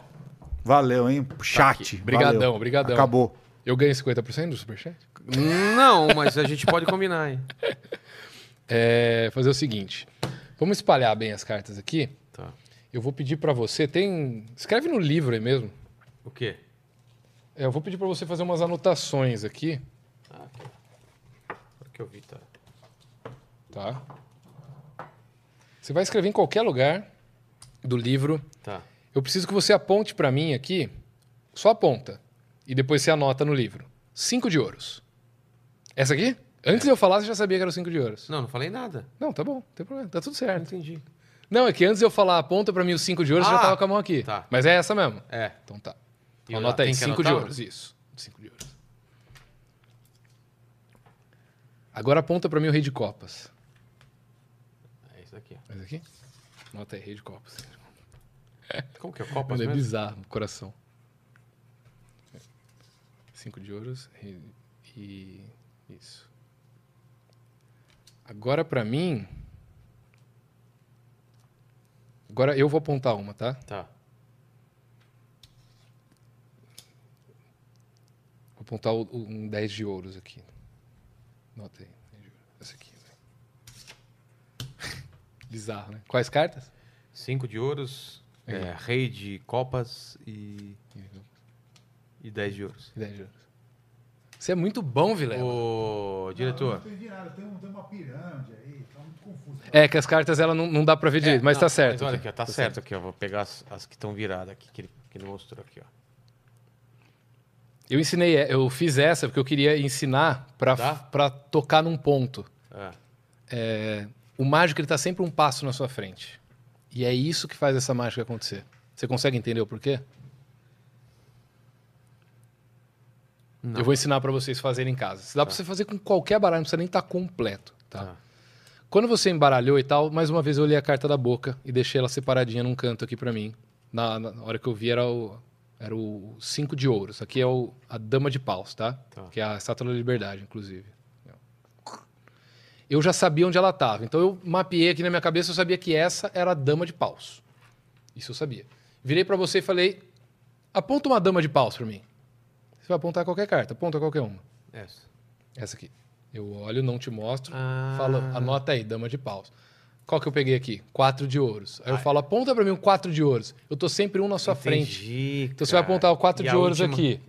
Speaker 6: Valeu, hein? Chat. valeu.
Speaker 2: Brigadão, brigadão.
Speaker 6: Acabou.
Speaker 2: Eu ganho 50% do superchat?
Speaker 1: não, mas a gente pode combinar, hein?
Speaker 2: É, fazer o seguinte. Vamos espalhar bem as cartas aqui.
Speaker 1: Tá.
Speaker 2: Eu vou pedir para você, tem, escreve no livro aí mesmo.
Speaker 7: O quê?
Speaker 2: É, eu vou pedir para você fazer umas anotações aqui,
Speaker 7: Ah, aqui. Agora que eu vi, tá.
Speaker 2: tá? Você vai escrever em qualquer lugar do livro.
Speaker 7: Tá.
Speaker 2: Eu preciso que você aponte para mim aqui, só aponta e depois você anota no livro. Cinco de ouros. Essa aqui? Antes de eu falar, você já sabia que era o cinco de ouros.
Speaker 7: Não, não falei nada.
Speaker 2: Não, tá bom, não tem problema, tá tudo certo.
Speaker 7: Entendi.
Speaker 2: Não, é que antes de eu falar, aponta pra mim os cinco de ouros, eu
Speaker 7: Ah,
Speaker 2: já tava com a mão aqui.
Speaker 7: tá.
Speaker 2: Mas é essa mesmo.
Speaker 7: É.
Speaker 2: Então tá.
Speaker 7: E eu
Speaker 2: Anota aí,
Speaker 7: tenho que
Speaker 2: cinco de
Speaker 7: anotar?
Speaker 2: ouros, isso. Cinco de ouros. Agora aponta pra mim o rei de copas.
Speaker 7: É isso daqui, ó.
Speaker 2: Mas aqui? Anota aí, rei de copas.
Speaker 7: Como que é? Copas
Speaker 2: Mano, é
Speaker 7: mesmo?
Speaker 2: bizarro, coração. Cinco de ouros rei- e... Isso. Agora pra mim... Agora eu vou apontar uma, tá?
Speaker 7: Tá.
Speaker 2: Vou apontar o- o- um 10 de ouros aqui. Nota aí. 10 de ouros. Essa aqui. velho. Bizarro, né? Quais cartas?
Speaker 7: Cinco de ouros, é, rei de copas e, e dez de ouros.
Speaker 2: 10 de ouros. Você é muito bom, Vilela.
Speaker 7: Ô,
Speaker 8: Eu
Speaker 7: diretor.
Speaker 8: não entendi nada, tem, um- tem uma pirâmide aí, tá muito confuso.
Speaker 2: É que as cartas ela não, não dá pra ver direito, mas
Speaker 7: É, não,
Speaker 2: tá certo.
Speaker 7: olha
Speaker 2: aqui.
Speaker 7: aqui, ó, tá, certo, aqui, ó. Vou pegar as, as que estão viradas aqui, que ele, que ele mostrou aqui, ó.
Speaker 2: Eu ensinei, é, eu fiz essa porque eu queria ensinar pra,
Speaker 7: Tá.
Speaker 2: pra tocar num ponto.
Speaker 7: É.
Speaker 2: É, o mágico ele tá sempre um passo na sua frente. E é isso que faz essa mágica acontecer. Você consegue entender o porquê? Eu vou ensinar pra vocês fazerem em casa. Isso dá pra você fazer com qualquer baralho, não precisa nem estar completo, tá?
Speaker 7: Tá.
Speaker 2: Quando você embaralhou e tal, mais uma vez eu olhei a carta da boca e deixei ela separadinha num canto aqui pra mim. Na, na hora que eu vi era o era o cinco de ouros. Aqui é o, a dama de paus, tá?
Speaker 7: Tá.
Speaker 2: Que é a estátua da liberdade, inclusive. Eu já sabia onde ela estava, então eu mapeei aqui na minha cabeça, eu sabia que essa era a dama de paus. Isso eu sabia. Virei pra você e falei: aponta uma dama de paus pra mim. Você vai apontar qualquer carta, aponta qualquer uma.
Speaker 7: Essa.
Speaker 2: Essa aqui. Eu olho, não te mostro.
Speaker 7: Ah.
Speaker 2: Falo, anota aí, dama de paus. Qual que eu peguei aqui? Quatro de ouros. Aí eu falo, aponta pra mim um quatro de ouros. Eu tô sempre um na sua frente.
Speaker 7: Entendi,
Speaker 2: Então você vai
Speaker 7: cara.
Speaker 2: apontar o quatro
Speaker 7: É, E
Speaker 2: de
Speaker 7: a
Speaker 2: ouros
Speaker 7: última?
Speaker 2: aqui.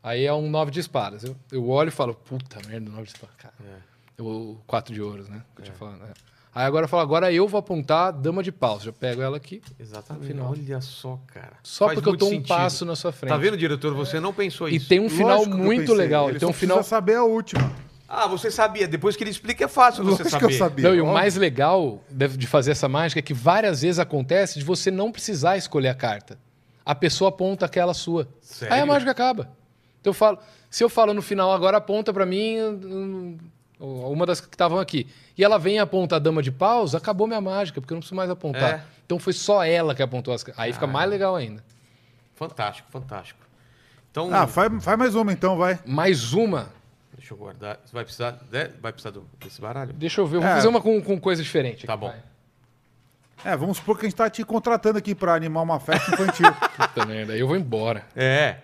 Speaker 2: Aí é um nove de espadas. Eu, eu olho e falo, puta merda, nove de espadas. Cara.
Speaker 7: É.
Speaker 2: O quatro de ouros, né? Que eu tinha falado, é. Aí agora eu falo, agora eu vou apontar a dama de paus. Eu pego ela aqui,
Speaker 7: Exatamente.
Speaker 2: Final.
Speaker 7: Olha só, cara.
Speaker 2: só
Speaker 7: Faz
Speaker 2: porque eu
Speaker 7: muito
Speaker 2: tô um
Speaker 7: sentido.
Speaker 2: passo na sua frente.
Speaker 7: Tá vendo, diretor? Você não pensou
Speaker 2: E
Speaker 7: isso.
Speaker 2: tem um final
Speaker 6: Lógico que eu
Speaker 2: muito
Speaker 6: pensei,
Speaker 2: legal.
Speaker 6: Ele
Speaker 2: Tem um
Speaker 6: só
Speaker 2: final
Speaker 6: precisa saber a última.
Speaker 7: Ah, você sabia. Depois que ele explica, é fácil você
Speaker 6: Lógico
Speaker 7: saber.
Speaker 6: que eu sabia.
Speaker 2: Não, e o
Speaker 6: Óbvio.
Speaker 2: mais legal de de fazer essa mágica é que várias vezes acontece de você não precisar escolher a carta. A pessoa aponta aquela sua.
Speaker 7: Sério?
Speaker 2: Aí a mágica acaba. Então eu falo, se eu falo no final agora aponta pra mim hum, uma das que estavam aqui. E ela vem e aponta a dama de paus, acabou minha mágica, porque eu não preciso mais apontar.
Speaker 7: É. Ah.
Speaker 2: Então foi só ela que apontou as Aí fica mais legal ainda.
Speaker 7: Fantástico, fantástico. Então,
Speaker 6: Ah, faz, faz mais uma então, vai.
Speaker 2: Mais uma.
Speaker 7: deixa eu guardar. Você vai precisar, né? vai precisar do- desse baralho?
Speaker 2: Deixa eu ver, eu vou
Speaker 6: É.
Speaker 2: fazer uma com, com coisa diferente.
Speaker 7: Tá
Speaker 2: aqui,
Speaker 7: bom.
Speaker 2: vai.
Speaker 6: É, vamos supor que a gente tá te contratando aqui pra animar uma festa infantil.
Speaker 2: Puta merda, aí eu vou embora.
Speaker 7: É.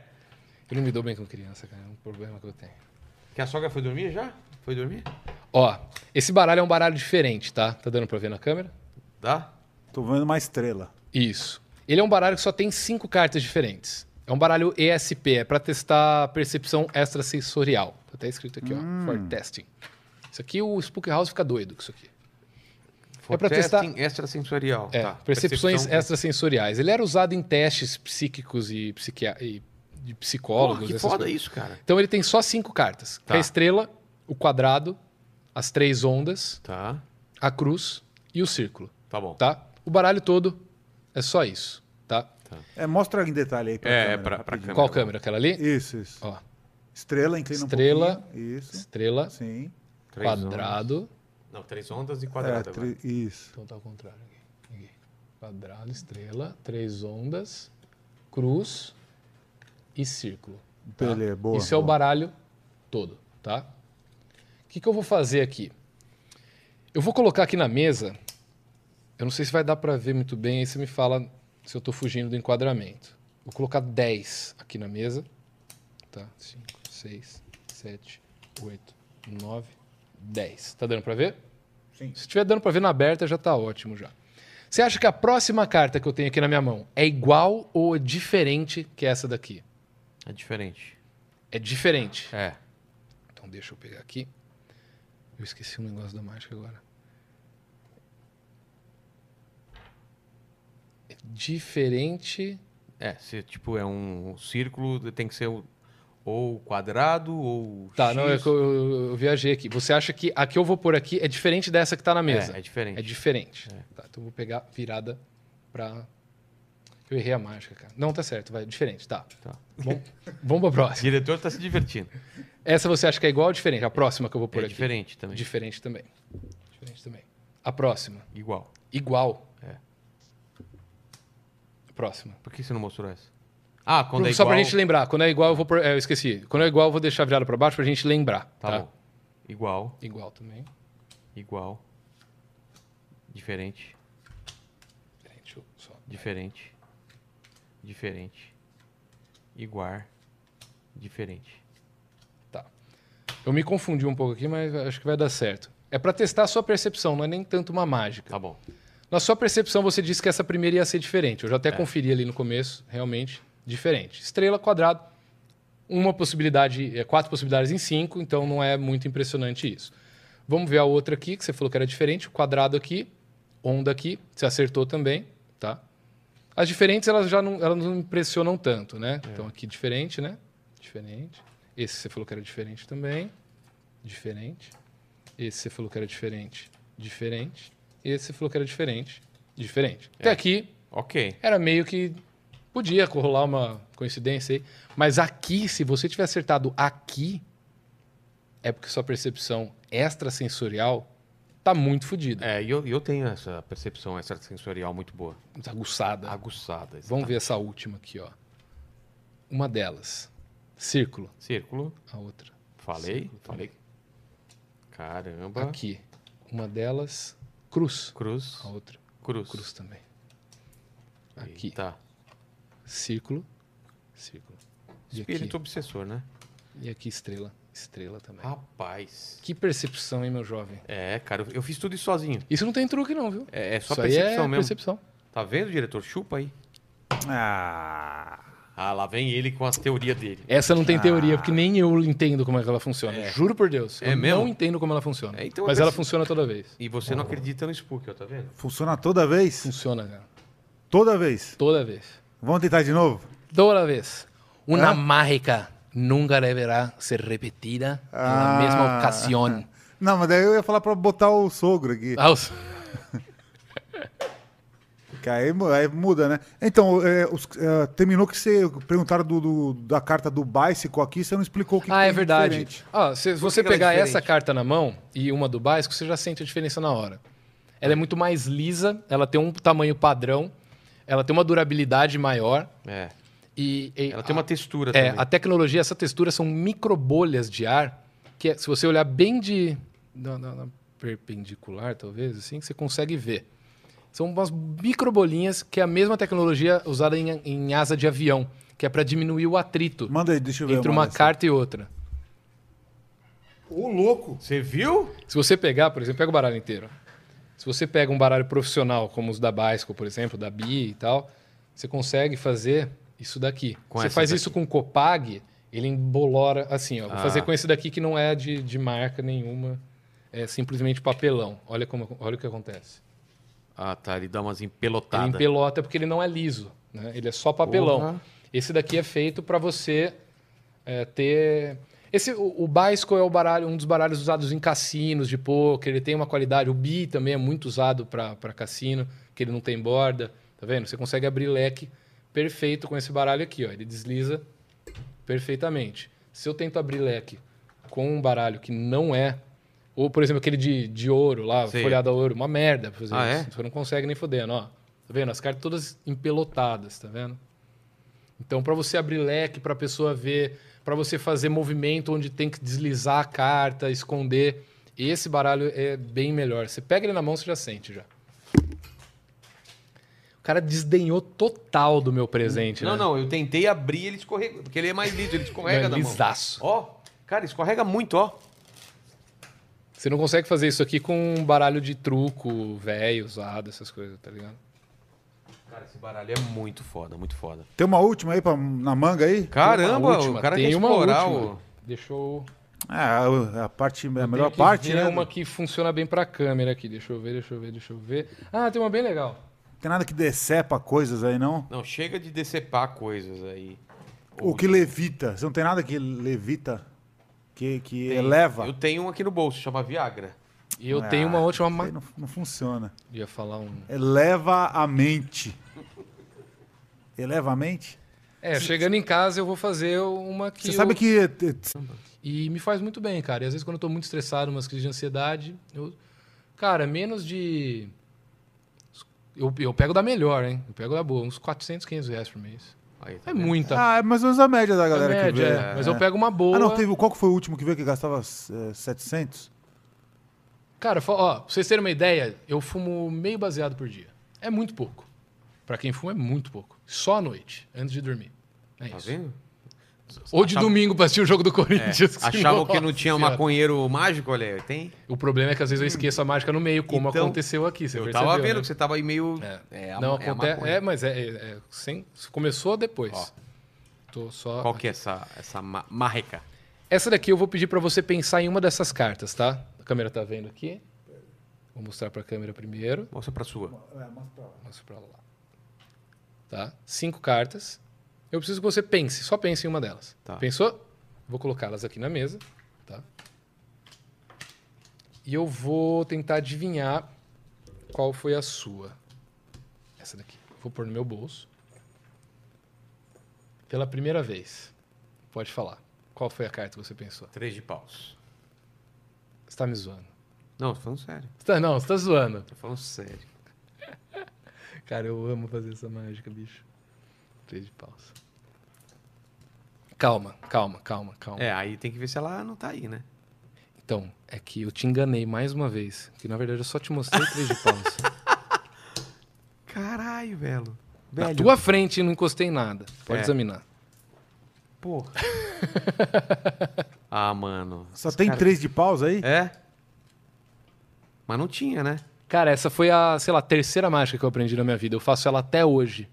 Speaker 2: Eu não me dou bem com criança, cara. É um problema que eu tenho.
Speaker 7: Que a sogra foi dormir já? Foi dormir?
Speaker 2: Ó, esse baralho é um baralho diferente, tá? Tá dando pra ver na câmera?
Speaker 7: Dá?
Speaker 6: Tô vendo uma estrela.
Speaker 2: Isso. Ele é um baralho que só tem cinco cartas diferentes. É um baralho ESP, é pra testar percepção extrasensorial. Tá até escrito aqui,
Speaker 7: Hum.
Speaker 2: ó. For testing. Isso aqui, o Spook House fica doido com isso aqui.
Speaker 7: For
Speaker 2: É pra
Speaker 7: testing extrasensorial.
Speaker 2: É,
Speaker 7: Tá.
Speaker 2: percepções
Speaker 7: Percepção-
Speaker 2: extrasensoriais. Ele era usado em testes psíquicos e, psiquia- e de psicólogos.
Speaker 7: Porra, que
Speaker 2: essas
Speaker 7: foda
Speaker 2: coisas.
Speaker 7: isso, cara.
Speaker 2: Então ele tem só cinco cartas.
Speaker 7: Tá.
Speaker 2: A estrela, o quadrado, as três ondas,
Speaker 7: Tá.
Speaker 2: a cruz e o círculo.
Speaker 7: Tá bom.
Speaker 2: tá? O baralho todo é só isso, tá?
Speaker 6: É, mostra em detalhe aí pra
Speaker 7: É,
Speaker 6: câmera,
Speaker 7: pra- pra
Speaker 6: rapidinho.
Speaker 2: Qual câmera? Aquela ali?
Speaker 6: Isso, isso.
Speaker 2: Ó,
Speaker 6: Estrela, inclina
Speaker 2: Estrela.
Speaker 6: um pouquinho. Isso,
Speaker 2: estrela,
Speaker 6: sim.
Speaker 7: Três ondas.
Speaker 2: quadrado.
Speaker 7: Não, três ondas e
Speaker 6: É,
Speaker 7: quadrado agora.
Speaker 6: tri- isso.
Speaker 2: Então tá ao contrário aqui. Aqui. Quadrado, estrela, três ondas, cruz e círculo. tá?
Speaker 6: Beleza, boa.
Speaker 2: Isso é o
Speaker 6: boa.
Speaker 2: baralho todo, tá? O que, que eu vou fazer aqui? Eu vou colocar aqui na mesa. Eu não sei se vai dar pra ver muito bem, aí você me fala se eu tô fugindo do enquadramento. Vou colocar 10 aqui na mesa. Tá? 5, 6, 7, 8, 9, 10. Tá dando pra ver? Sim. Se estiver dando pra ver na aberta, já tá ótimo já. Você acha que a próxima carta que eu tenho aqui na minha mão é igual ou diferente que essa daqui?
Speaker 1: É diferente.
Speaker 2: É diferente.
Speaker 1: É.
Speaker 2: Então deixa eu pegar aqui. Eu esqueci um negócio da mágica agora. É diferente.
Speaker 1: É, se tipo é um círculo, tem que ser o- ou quadrado ou
Speaker 2: Tá,
Speaker 1: X.
Speaker 2: não, é que eu, eu- eu viajei aqui. Você acha que a que eu vou pôr aqui é diferente dessa que tá na mesa?
Speaker 1: É, é diferente.
Speaker 2: É diferente. Tá, então eu vou pegar virada pra. Eu errei a mágica, cara. Não, tá certo, vai. Diferente, tá.
Speaker 1: Tá.
Speaker 2: Bom, vamos pra
Speaker 1: O
Speaker 2: próxima.
Speaker 1: diretor tá se divertindo.
Speaker 2: Essa você acha que é igual ou diferente? A próxima que eu vou pôr
Speaker 1: é
Speaker 2: aqui.
Speaker 1: diferente também.
Speaker 2: Diferente também. Diferente também. A próxima.
Speaker 1: Igual.
Speaker 2: Igual.
Speaker 1: É.
Speaker 2: A próxima.
Speaker 1: Por que você não mostrou essa? Ah, quando é
Speaker 2: Só
Speaker 1: igual.
Speaker 2: pra gente lembrar. Quando é igual, eu vou pôr. É, eu esqueci. Quando é igual, eu vou deixar virada pra baixo pra gente lembrar.
Speaker 1: Tá, bom. Igual,
Speaker 2: Igual também.
Speaker 1: igual. Diferente,
Speaker 2: Peraí, deixa eu só.
Speaker 1: diferente. Diferente. Igual. Diferente.
Speaker 2: Eu me confundi um pouco aqui, mas acho que vai dar certo. É pra testar a sua percepção, não é nem tanto uma mágica.
Speaker 1: Tá bom.
Speaker 2: Na sua percepção, você disse que essa primeira ia ser diferente. Eu já até conferi ali no começo, realmente, diferente. Estrela, quadrado, uma possibilidade, é, quatro possibilidades em cinco, então não é muito impressionante isso. Vamos ver a outra aqui, que você falou que era diferente. Quadrado aqui, onda aqui, você acertou também, tá? As diferentes, elas já não, elas não impressionam tanto, né? Então aqui, diferente, né? Diferente. Esse você falou que era diferente também. Diferente. Esse você falou que era diferente. Diferente. Esse você falou que era diferente. Diferente.
Speaker 1: É.
Speaker 2: Até aqui
Speaker 1: Ok.
Speaker 2: era meio que. Podia rolar uma coincidência aí. Mas aqui, se você tiver acertado aqui, é porque sua percepção extrasensorial tá muito fodida.
Speaker 1: É, e eu, e eu tenho essa percepção extrasensorial muito boa.
Speaker 2: Muito aguçada.
Speaker 1: Aguçada.
Speaker 2: Vamos ver essa última aqui, ó. Uma delas. Círculo.
Speaker 1: Círculo.
Speaker 2: A outra.
Speaker 1: Falei.
Speaker 2: Círculo
Speaker 1: falei. Caramba.
Speaker 2: Aqui. Uma delas. Cruz.
Speaker 1: Cruz.
Speaker 2: A outra.
Speaker 1: Cruz.
Speaker 2: Cruz também. Aqui.
Speaker 1: Tá.
Speaker 2: Círculo. Círculo. E aqui,
Speaker 1: Espírito obsessor, né?
Speaker 2: e aqui estrela. Estrela também. Ah,
Speaker 1: Rapaz.
Speaker 2: Que percepção, hein, meu jovem?
Speaker 1: É, cara, eu- eu fiz tudo isso sozinho.
Speaker 2: Isso não tem truque, não, viu?
Speaker 1: É, é só
Speaker 2: Isso aí
Speaker 1: percepção
Speaker 2: é
Speaker 1: mesmo.
Speaker 2: percepção.
Speaker 1: Tá vendo, diretor? Chupa aí.
Speaker 6: Ah,
Speaker 1: Ah, lá vem ele com as teorias dele.
Speaker 2: Essa não tem teoria, porque nem eu entendo como é que ela funciona. Juro por Deus.
Speaker 1: É
Speaker 2: eu
Speaker 1: mesmo?
Speaker 2: não entendo como ela funciona.
Speaker 1: É, então
Speaker 2: mas
Speaker 1: eu
Speaker 2: ela
Speaker 1: perce-
Speaker 2: funciona toda vez.
Speaker 1: E você não acredita no Spook, ó, tá vendo?
Speaker 6: funciona toda vez?
Speaker 2: Funciona, cara.
Speaker 6: Toda vez.
Speaker 2: Toda vez.
Speaker 6: Vamos tentar de novo?
Speaker 2: Toda vez.
Speaker 1: Ah.
Speaker 2: Uma mágica nunca deverá ser repetida
Speaker 1: Ah.
Speaker 2: na mesma ocasião.
Speaker 6: Ah. Não, mas daí eu ia falar pra botar o sogro aqui.
Speaker 2: Ah, os-
Speaker 6: Que aí, mu- aí muda, né? Então, é, os- é, terminou que você perguntaram do, do- da carta do Bicycle aqui, você não explicou o que
Speaker 2: Ah,
Speaker 6: que
Speaker 2: é
Speaker 6: tem
Speaker 2: verdade.
Speaker 6: diferente.
Speaker 2: Ah, se você
Speaker 1: que ela é
Speaker 2: pegar
Speaker 1: diferente?
Speaker 2: essa carta na mão e uma do Basco, você já sente a diferença na hora. Ela é muito mais lisa, ela tem um tamanho padrão, ela tem uma durabilidade maior
Speaker 1: É.
Speaker 2: e, e
Speaker 1: Ela tem uma textura
Speaker 2: É,
Speaker 1: também.
Speaker 2: a tecnologia, essa textura são microbolhas de ar, que é- se você olhar bem de. na- na- na perpendicular, talvez, assim, que você consegue ver. São umas microbolinhas que é a mesma tecnologia usada em, em asa de avião, que é para diminuir o atrito
Speaker 6: Manda aí, deixa eu ver.
Speaker 2: entre uma
Speaker 6: dessa.
Speaker 2: carta e outra.
Speaker 13: Ô, louco!
Speaker 1: Você viu?
Speaker 2: Se você pegar, por exemplo, pega o baralho inteiro. Se você pega um baralho profissional, como os da Baisco, por exemplo, da Bi e tal, você consegue fazer isso daqui.
Speaker 1: Com
Speaker 2: você
Speaker 1: essas
Speaker 2: faz
Speaker 1: daqui.
Speaker 2: isso com Copag, ele embolora assim, ó. Vou
Speaker 1: Ah.
Speaker 2: fazer com esse daqui que não é de, de marca nenhuma, é simplesmente papelão. Olha, como, olha o que acontece.
Speaker 1: Ah, tá. Ele dá umas
Speaker 2: Ele
Speaker 1: empelotadas.
Speaker 2: empelota porque ele não é liso, né? Ele é só papelão.
Speaker 1: Porra.
Speaker 2: Esse daqui é feito para você é, ter. Esse, o, o Baisco é o baralho, um dos baralhos usados em cassinos de poker. Ele tem uma qualidade. O Bi também é muito usado para cassino, que ele não tem borda. Tá vendo? Você consegue abrir leque perfeito com esse baralho aqui. Ó. Ele desliza perfeitamente. Se eu tento abrir leque com um baralho que não é. Ou, por exemplo, aquele de, de ouro lá,
Speaker 1: Sei.
Speaker 2: folhado a ouro, uma merda pra fazer
Speaker 1: Ah,
Speaker 2: isso.
Speaker 1: é?
Speaker 2: Você não consegue nem fodendo, ó. Tá vendo? As cartas todas empelotadas, tá vendo? Então, para você abrir leque, para a pessoa ver, para você fazer movimento onde tem que deslizar a carta, esconder, esse baralho é bem melhor. Você pega ele na mão, você já sente já. O cara desdenhou total do meu presente,
Speaker 1: Não,
Speaker 2: né?
Speaker 1: não. Eu tentei abrir ele escorrega. Porque ele é mais liso. Ele escorrega
Speaker 2: Não,
Speaker 1: na
Speaker 2: é lisaço.
Speaker 1: mão. Ó. Cara, escorrega muito, ó.
Speaker 2: Você não consegue fazer isso aqui com um baralho de truco, velho, usado, essas coisas, tá ligado?
Speaker 1: Cara, esse baralho é muito foda, muito foda.
Speaker 6: Tem uma última aí pra, na manga aí?
Speaker 1: Caramba,
Speaker 2: última,
Speaker 1: o cara
Speaker 2: tem
Speaker 1: quer
Speaker 2: uma
Speaker 1: explorar
Speaker 2: última.
Speaker 1: o...
Speaker 2: Deixa eu.
Speaker 6: É, a, a parte, a melhor
Speaker 2: Tem que
Speaker 6: parte,
Speaker 2: ver
Speaker 6: né?
Speaker 2: uma que funciona bem pra câmera aqui. Deixa eu ver, deixa eu ver, deixa eu ver. Ah, tem uma bem legal.
Speaker 6: Tem nada que decepa coisas aí, não?
Speaker 1: Não, chega de decepar coisas aí.
Speaker 6: Ou que levita. Você não tem nada que levita, que, que eleva.
Speaker 1: Eu tenho um aqui no bolso, chama Viagra.
Speaker 2: E eu tenho uma última.
Speaker 6: Isso aí
Speaker 2: Ma...
Speaker 6: Não, não funciona.
Speaker 2: Ia falar um.
Speaker 6: Eleva a mente. Eleva a mente?
Speaker 2: É, chegando em casa eu vou fazer uma que.
Speaker 6: Você
Speaker 2: eu-
Speaker 6: sabe que eh,
Speaker 2: E me faz muito bem, cara. E às vezes quando eu tô muito estressado, umas crises de ansiedade, eu. Cara, menos de. Eu, eu pego da melhor, hein? Eu pego da boa, uns 400, 500 reais por mês.
Speaker 1: Aí, tá
Speaker 2: É
Speaker 1: vendo?
Speaker 2: muita.
Speaker 6: Ah, é mais ou menos a média da galera
Speaker 2: média,
Speaker 6: que vê.
Speaker 2: é. Mas eu pego uma boa.
Speaker 6: Ah, não, teve, qual que foi o último que veio que gastava eh, 700?
Speaker 2: Cara, fa- ó, pra vocês terem uma ideia, eu fumo meio baseado por dia. É muito pouco. Pra quem fuma, é muito pouco. Só à noite, antes de dormir. É
Speaker 1: Tá
Speaker 2: isso.
Speaker 1: vendo?
Speaker 2: Ou de domingo pra assistir o jogo do Corinthians. que
Speaker 1: Achavam
Speaker 2: nossa
Speaker 1: que não tinha um
Speaker 2: senhora.
Speaker 1: maconheiro mágico, olha, aí, tem.
Speaker 2: O problema é que às vezes eu esqueço a mágica no meio, como
Speaker 1: Então,
Speaker 2: aconteceu aqui. Você
Speaker 1: eu
Speaker 2: percebeu,
Speaker 1: tava vendo
Speaker 2: né?
Speaker 1: que você tava aí meio.
Speaker 2: É.
Speaker 1: a-
Speaker 2: não,
Speaker 1: é a
Speaker 2: acontece.
Speaker 1: maconha.
Speaker 2: É, mas é. é- é- sem- começou depois. Tô só.
Speaker 1: Qual que é essa, essa ma- marreca?
Speaker 2: Essa daqui eu vou pedir pra você pensar em uma dessas cartas, tá? A câmera tá vendo aqui. Vou mostrar pra câmera primeiro.
Speaker 1: Mostra pra sua.
Speaker 2: Mostra pra lá. Tá? Cinco cartas. Eu preciso que você pense, só pense em uma delas.
Speaker 1: Tá.
Speaker 2: Pensou? Vou colocá-las aqui na mesa. Tá? E eu vou tentar adivinhar qual foi a sua. Essa daqui. Vou pôr no meu bolso. Pela primeira vez. Pode falar. Qual foi a carta que você pensou?
Speaker 1: Três de paus.
Speaker 2: Você tá me zoando.
Speaker 1: Não, tô falando sério.
Speaker 2: Você tá- não, você tá zoando.
Speaker 1: Tô falando sério.
Speaker 2: Cara, eu amo fazer essa mágica, bicho. Três de paus. Calma, calma, calma, calma.
Speaker 1: É, aí tem que ver se ela não tá aí, né?
Speaker 2: Então, é que eu te enganei mais uma vez. Que na verdade eu só te mostrei três de paus.
Speaker 1: Caralho, velho.
Speaker 2: na
Speaker 1: Velho,
Speaker 2: tua frente eu não encostei em nada. Pode
Speaker 1: É.
Speaker 2: examinar.
Speaker 1: porra. ah, mano.
Speaker 6: Só tem três de pausa aí?
Speaker 1: É? Mas não tinha, né?
Speaker 2: Cara, essa foi a, sei lá, terceira mágica que eu aprendi na minha vida. Eu faço ela até hoje.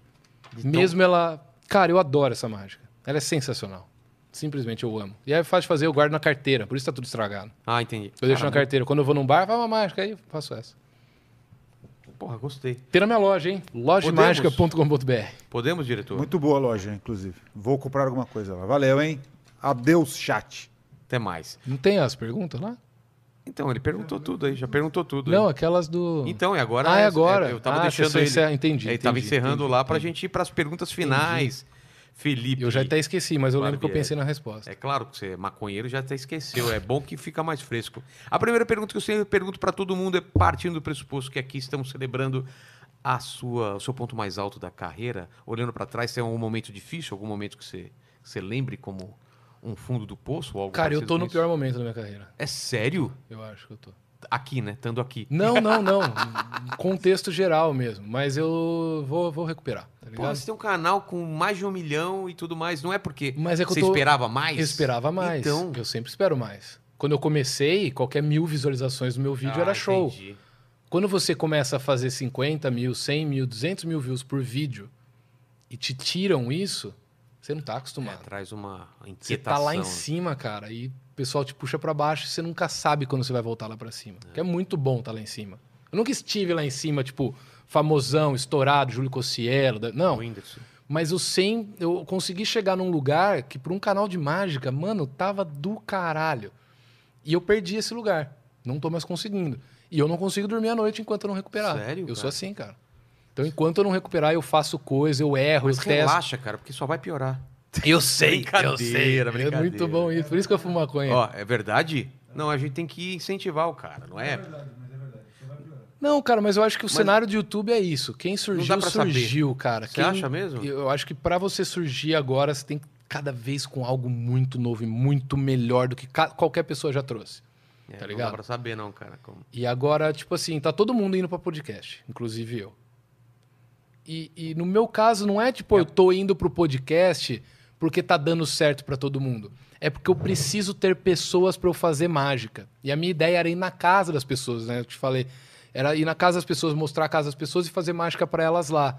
Speaker 1: Então-
Speaker 2: Mesmo ela. Cara, eu adoro essa mágica. Ela é sensacional. Simplesmente eu amo. E aí é fácil de fazer, eu guardo na carteira. Por isso tá tudo estragado.
Speaker 1: Ah, entendi.
Speaker 2: Eu deixo na
Speaker 1: Caramba.
Speaker 2: carteira. Quando eu vou num bar, vai uma mágica aí, eu faço essa.
Speaker 1: Porra, gostei.
Speaker 2: Tem na minha loja, hein? Lojamagica.com.br.
Speaker 1: Podemos, diretor?
Speaker 6: Muito boa a loja, inclusive. Vou comprar alguma coisa lá. Valeu, hein? Adeus, chat.
Speaker 1: Até mais.
Speaker 2: Não tem as perguntas lá?
Speaker 1: Então, ele perguntou tudo aí, já perguntou tudo. aí.
Speaker 2: Não, aquelas do.
Speaker 1: Então, e agora?
Speaker 2: Ah, é
Speaker 1: é-
Speaker 2: agora.
Speaker 1: é- Eu tava
Speaker 2: Ah,
Speaker 1: deixando
Speaker 2: você
Speaker 1: ele.
Speaker 2: encerra- entendi,
Speaker 1: Ele tava
Speaker 2: entendi,
Speaker 1: encerrando
Speaker 2: entendi,
Speaker 1: lá pra gente ir pras perguntas finais. Felipe.
Speaker 2: eu já até esqueci, mas eu lembro que eu
Speaker 1: Barbieri.
Speaker 2: pensei na resposta.
Speaker 1: É claro que você é maconheiro já até esqueceu. É bom que fica mais fresco. A primeira pergunta que eu sempre pergunto pra todo mundo é partindo do pressuposto que aqui estamos celebrando a sua, o seu ponto mais alto da carreira. Olhando pra trás, tem algum momento difícil, algum momento que você, que você lembre como um fundo do poço? Ou algo
Speaker 2: Cara, eu
Speaker 1: parecido
Speaker 2: tô
Speaker 1: com
Speaker 2: no
Speaker 1: isso?
Speaker 2: pior momento da minha carreira.
Speaker 1: É sério?
Speaker 2: Eu acho que eu tô.
Speaker 1: Aqui, né? Estando aqui.
Speaker 2: Não, não, não. Contexto geral mesmo. Mas eu vou, vou recuperar, tá
Speaker 1: Pô,
Speaker 2: ligado?
Speaker 1: você tem um canal com mais de um milhão e tudo mais. Não é porque
Speaker 2: Mas é que eu
Speaker 1: você
Speaker 2: tô-
Speaker 1: esperava mais?
Speaker 2: eu esperava mais.
Speaker 1: Então...
Speaker 2: Eu sempre espero mais. Quando eu comecei, qualquer mil visualizações do meu vídeo era
Speaker 1: Ah,
Speaker 2: show.
Speaker 1: entendi.
Speaker 2: Quando você começa a fazer 50 mil, 100 mil, 200 mil views por vídeo e te tiram isso, você não tá
Speaker 1: É,
Speaker 2: acostumado.
Speaker 1: traz uma inquietação.
Speaker 2: Você tá lá em
Speaker 1: né?
Speaker 2: cima, cara, e o pessoal te puxa pra baixo e você nunca sabe quando você vai voltar lá pra cima. Que é muito bom tá lá em cima. Eu nunca estive lá em cima, tipo, famosão, estourado, Júlio Cossiello. da- Não,
Speaker 1: Whindersson.
Speaker 2: mas eu sem, eu consegui chegar num lugar que por um canal de mágica, mano, tava do caralho. E eu perdi esse lugar. Não tô mais conseguindo. E eu não consigo dormir à noite enquanto eu não recuperar.
Speaker 1: Sério,
Speaker 2: Eu sou
Speaker 1: cara?
Speaker 2: assim, cara. Então, enquanto eu não recuperar, eu faço coisa, eu erro, eu testo.
Speaker 1: Relaxa, cara, porque só vai piorar.
Speaker 2: Eu sei, eu sei.
Speaker 1: Brincadeira,
Speaker 2: É
Speaker 1: brincadeira.
Speaker 2: muito bom isso. Por isso que eu fumo maconha.
Speaker 1: Ó, é verdade? Não, a gente tem que incentivar o cara, não é?
Speaker 2: Não, cara, mas eu acho que o cenário do YouTube é isso. Quem surgiu,
Speaker 1: dá pra saber.
Speaker 2: surgiu, cara.
Speaker 1: Você
Speaker 2: Quem-
Speaker 1: acha mesmo?
Speaker 2: Eu acho que pra você surgir agora, você tem que cada vez com algo muito novo e muito melhor do que ca- qualquer pessoa já trouxe.
Speaker 1: É,
Speaker 2: tá
Speaker 1: Não dá
Speaker 2: ligado?
Speaker 1: pra saber, não, cara. Como...
Speaker 2: E agora, tipo assim, tá todo mundo indo pra podcast, inclusive eu. E, e no meu caso, não é tipo, eu tô indo pro podcast porque tá dando certo pra todo mundo. é porque eu preciso ter pessoas para eu fazer mágica. E a minha ideia era ir na casa das pessoas, né? Eu te falei, era ir na casa das pessoas, mostrar a casa das pessoas e fazer mágica para elas lá.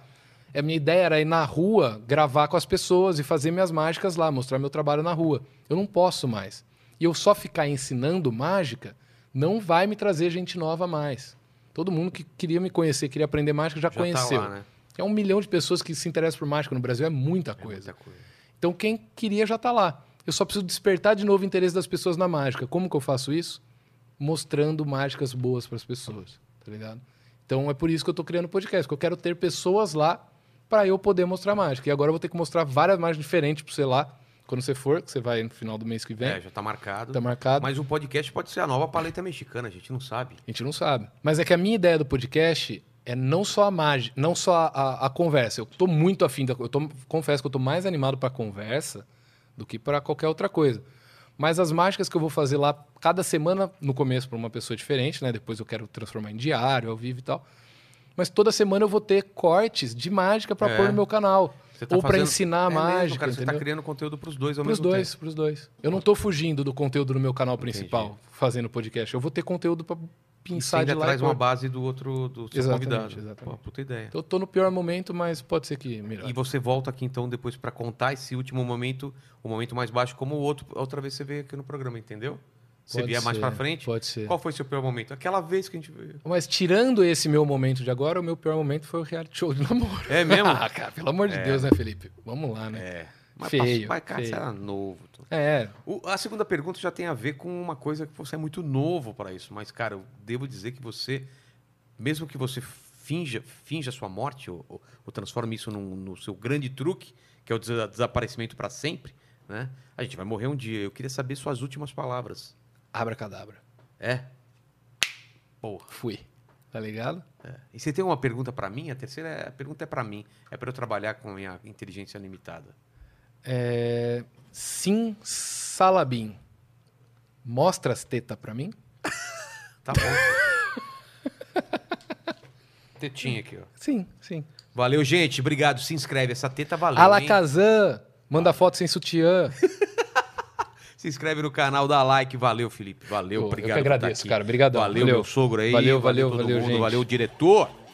Speaker 2: A minha ideia era ir na rua, gravar com as pessoas e fazer minhas mágicas lá, mostrar meu trabalho na rua. Eu não posso mais. E eu só ficar ensinando mágica não vai me trazer gente nova mais. Todo mundo que queria me conhecer, queria aprender mágica, já,
Speaker 1: Já tá
Speaker 2: conheceu.
Speaker 1: lá, né?
Speaker 2: É um milhão de pessoas que se interessam por mágica no Brasil, é muita coisa. Então quem queria já está lá. Eu só preciso despertar de novo o interesse das pessoas na mágica. Como que eu faço isso? Mostrando mágicas boas para as pessoas, tá ligado? Então é por isso que eu estou criando o podcast, porque eu quero ter pessoas lá para eu poder mostrar mágica. E agora eu vou ter que mostrar várias mágicas diferentes para você lá, quando você for, que você vai no final do mês que vem.
Speaker 1: É, já tá marcado.
Speaker 2: Tá marcado.
Speaker 1: Mas o podcast pode ser a nova paleta mexicana, a gente não sabe.
Speaker 2: A gente não sabe. Mas é que a minha ideia do podcast é não só a mágica, não só a, a- a conversa. Eu tô muito afim da. Eu tô- confesso que eu tô mais animado pra conversa do que pra qualquer outra coisa. Mas as mágicas que eu vou fazer lá cada semana, no começo pra uma pessoa diferente, né? Depois eu quero transformar em diário, ao vivo e tal. Mas toda semana eu vou ter cortes de mágica pra
Speaker 1: É.
Speaker 2: pôr no meu canal.
Speaker 1: Você tá
Speaker 2: Ou pra
Speaker 1: fazendo-
Speaker 2: ensinar a
Speaker 1: É mesmo,
Speaker 2: mágica.
Speaker 1: cara, você tá
Speaker 2: entendeu?
Speaker 1: criando conteúdo pros dois ao
Speaker 2: Pros
Speaker 1: mesmo
Speaker 2: dois,
Speaker 1: tempo.
Speaker 2: pros dois. Eu não tô fugindo do conteúdo do meu canal principal, fazendo podcast. Eu vou ter conteúdo pra
Speaker 1: E Você
Speaker 2: pinçar de
Speaker 1: ainda
Speaker 2: lá e
Speaker 1: traz
Speaker 2: pôr.
Speaker 1: uma base do outro do seu
Speaker 2: Exatamente,
Speaker 1: convidado. Pô,
Speaker 2: exatamente.
Speaker 1: puta ideia.
Speaker 2: Eu tô no pior momento, mas pode ser que melhore.
Speaker 1: E você volta aqui então depois pra contar esse último momento, o momento mais baixo, como o outro, a outra vez você veio aqui no programa, entendeu? Você
Speaker 2: Pode
Speaker 1: vier mais
Speaker 2: ser,
Speaker 1: pra frente.
Speaker 2: Pode ser.
Speaker 1: Qual foi seu pior momento? Aquela vez que a gente veio.
Speaker 2: Mas tirando esse meu momento de agora, o meu pior momento foi o reality show de namoro.
Speaker 1: É mesmo?
Speaker 2: ah, cara, pelo amor de Deus, né, Felipe? Vamos lá, né?
Speaker 1: É. Mas
Speaker 2: Feio,
Speaker 1: passou, mas, cara,
Speaker 2: feio.
Speaker 1: você era novo. tu.
Speaker 2: É,
Speaker 1: O- a segunda pergunta já tem a ver com uma coisa que você é muito novo pra isso, mas cara, eu devo dizer que você, mesmo que você finja, finja sua morte ou, ou- ou transforme isso num- no seu grande truque, que é o desa- desaparecimento pra sempre, né? A gente vai morrer um dia. Eu queria saber suas últimas palavras.
Speaker 2: abra cadabra.
Speaker 1: É? Porra.
Speaker 2: Fui. Tá ligado?
Speaker 1: E você tem uma pergunta pra mim? A terceira é- a pergunta é pra mim. É pra eu trabalhar com a minha inteligência limitada.
Speaker 2: É... Sim, Salabim. Mostra as tetas pra mim?
Speaker 1: Tá bom. Tetinha aqui, ó.
Speaker 2: Sim, sim.
Speaker 1: Valeu, gente. Obrigado. Se inscreve. Essa teta valeu, hein?
Speaker 2: Alakazam, manda foto sem sutiã.
Speaker 1: Se inscreve no canal, dá like. Valeu, Felipe. Valeu,
Speaker 2: Pô, eu
Speaker 1: obrigado.
Speaker 2: que
Speaker 1: por tá
Speaker 2: agradeço,
Speaker 1: aqui.
Speaker 2: cara. Obrigadão.
Speaker 1: Valeu,
Speaker 2: Valeu.
Speaker 1: meu sogro aí.
Speaker 2: Valeu, valeu,
Speaker 1: todo
Speaker 2: valeu,
Speaker 1: mundo.
Speaker 2: gente.
Speaker 1: Valeu, diretor.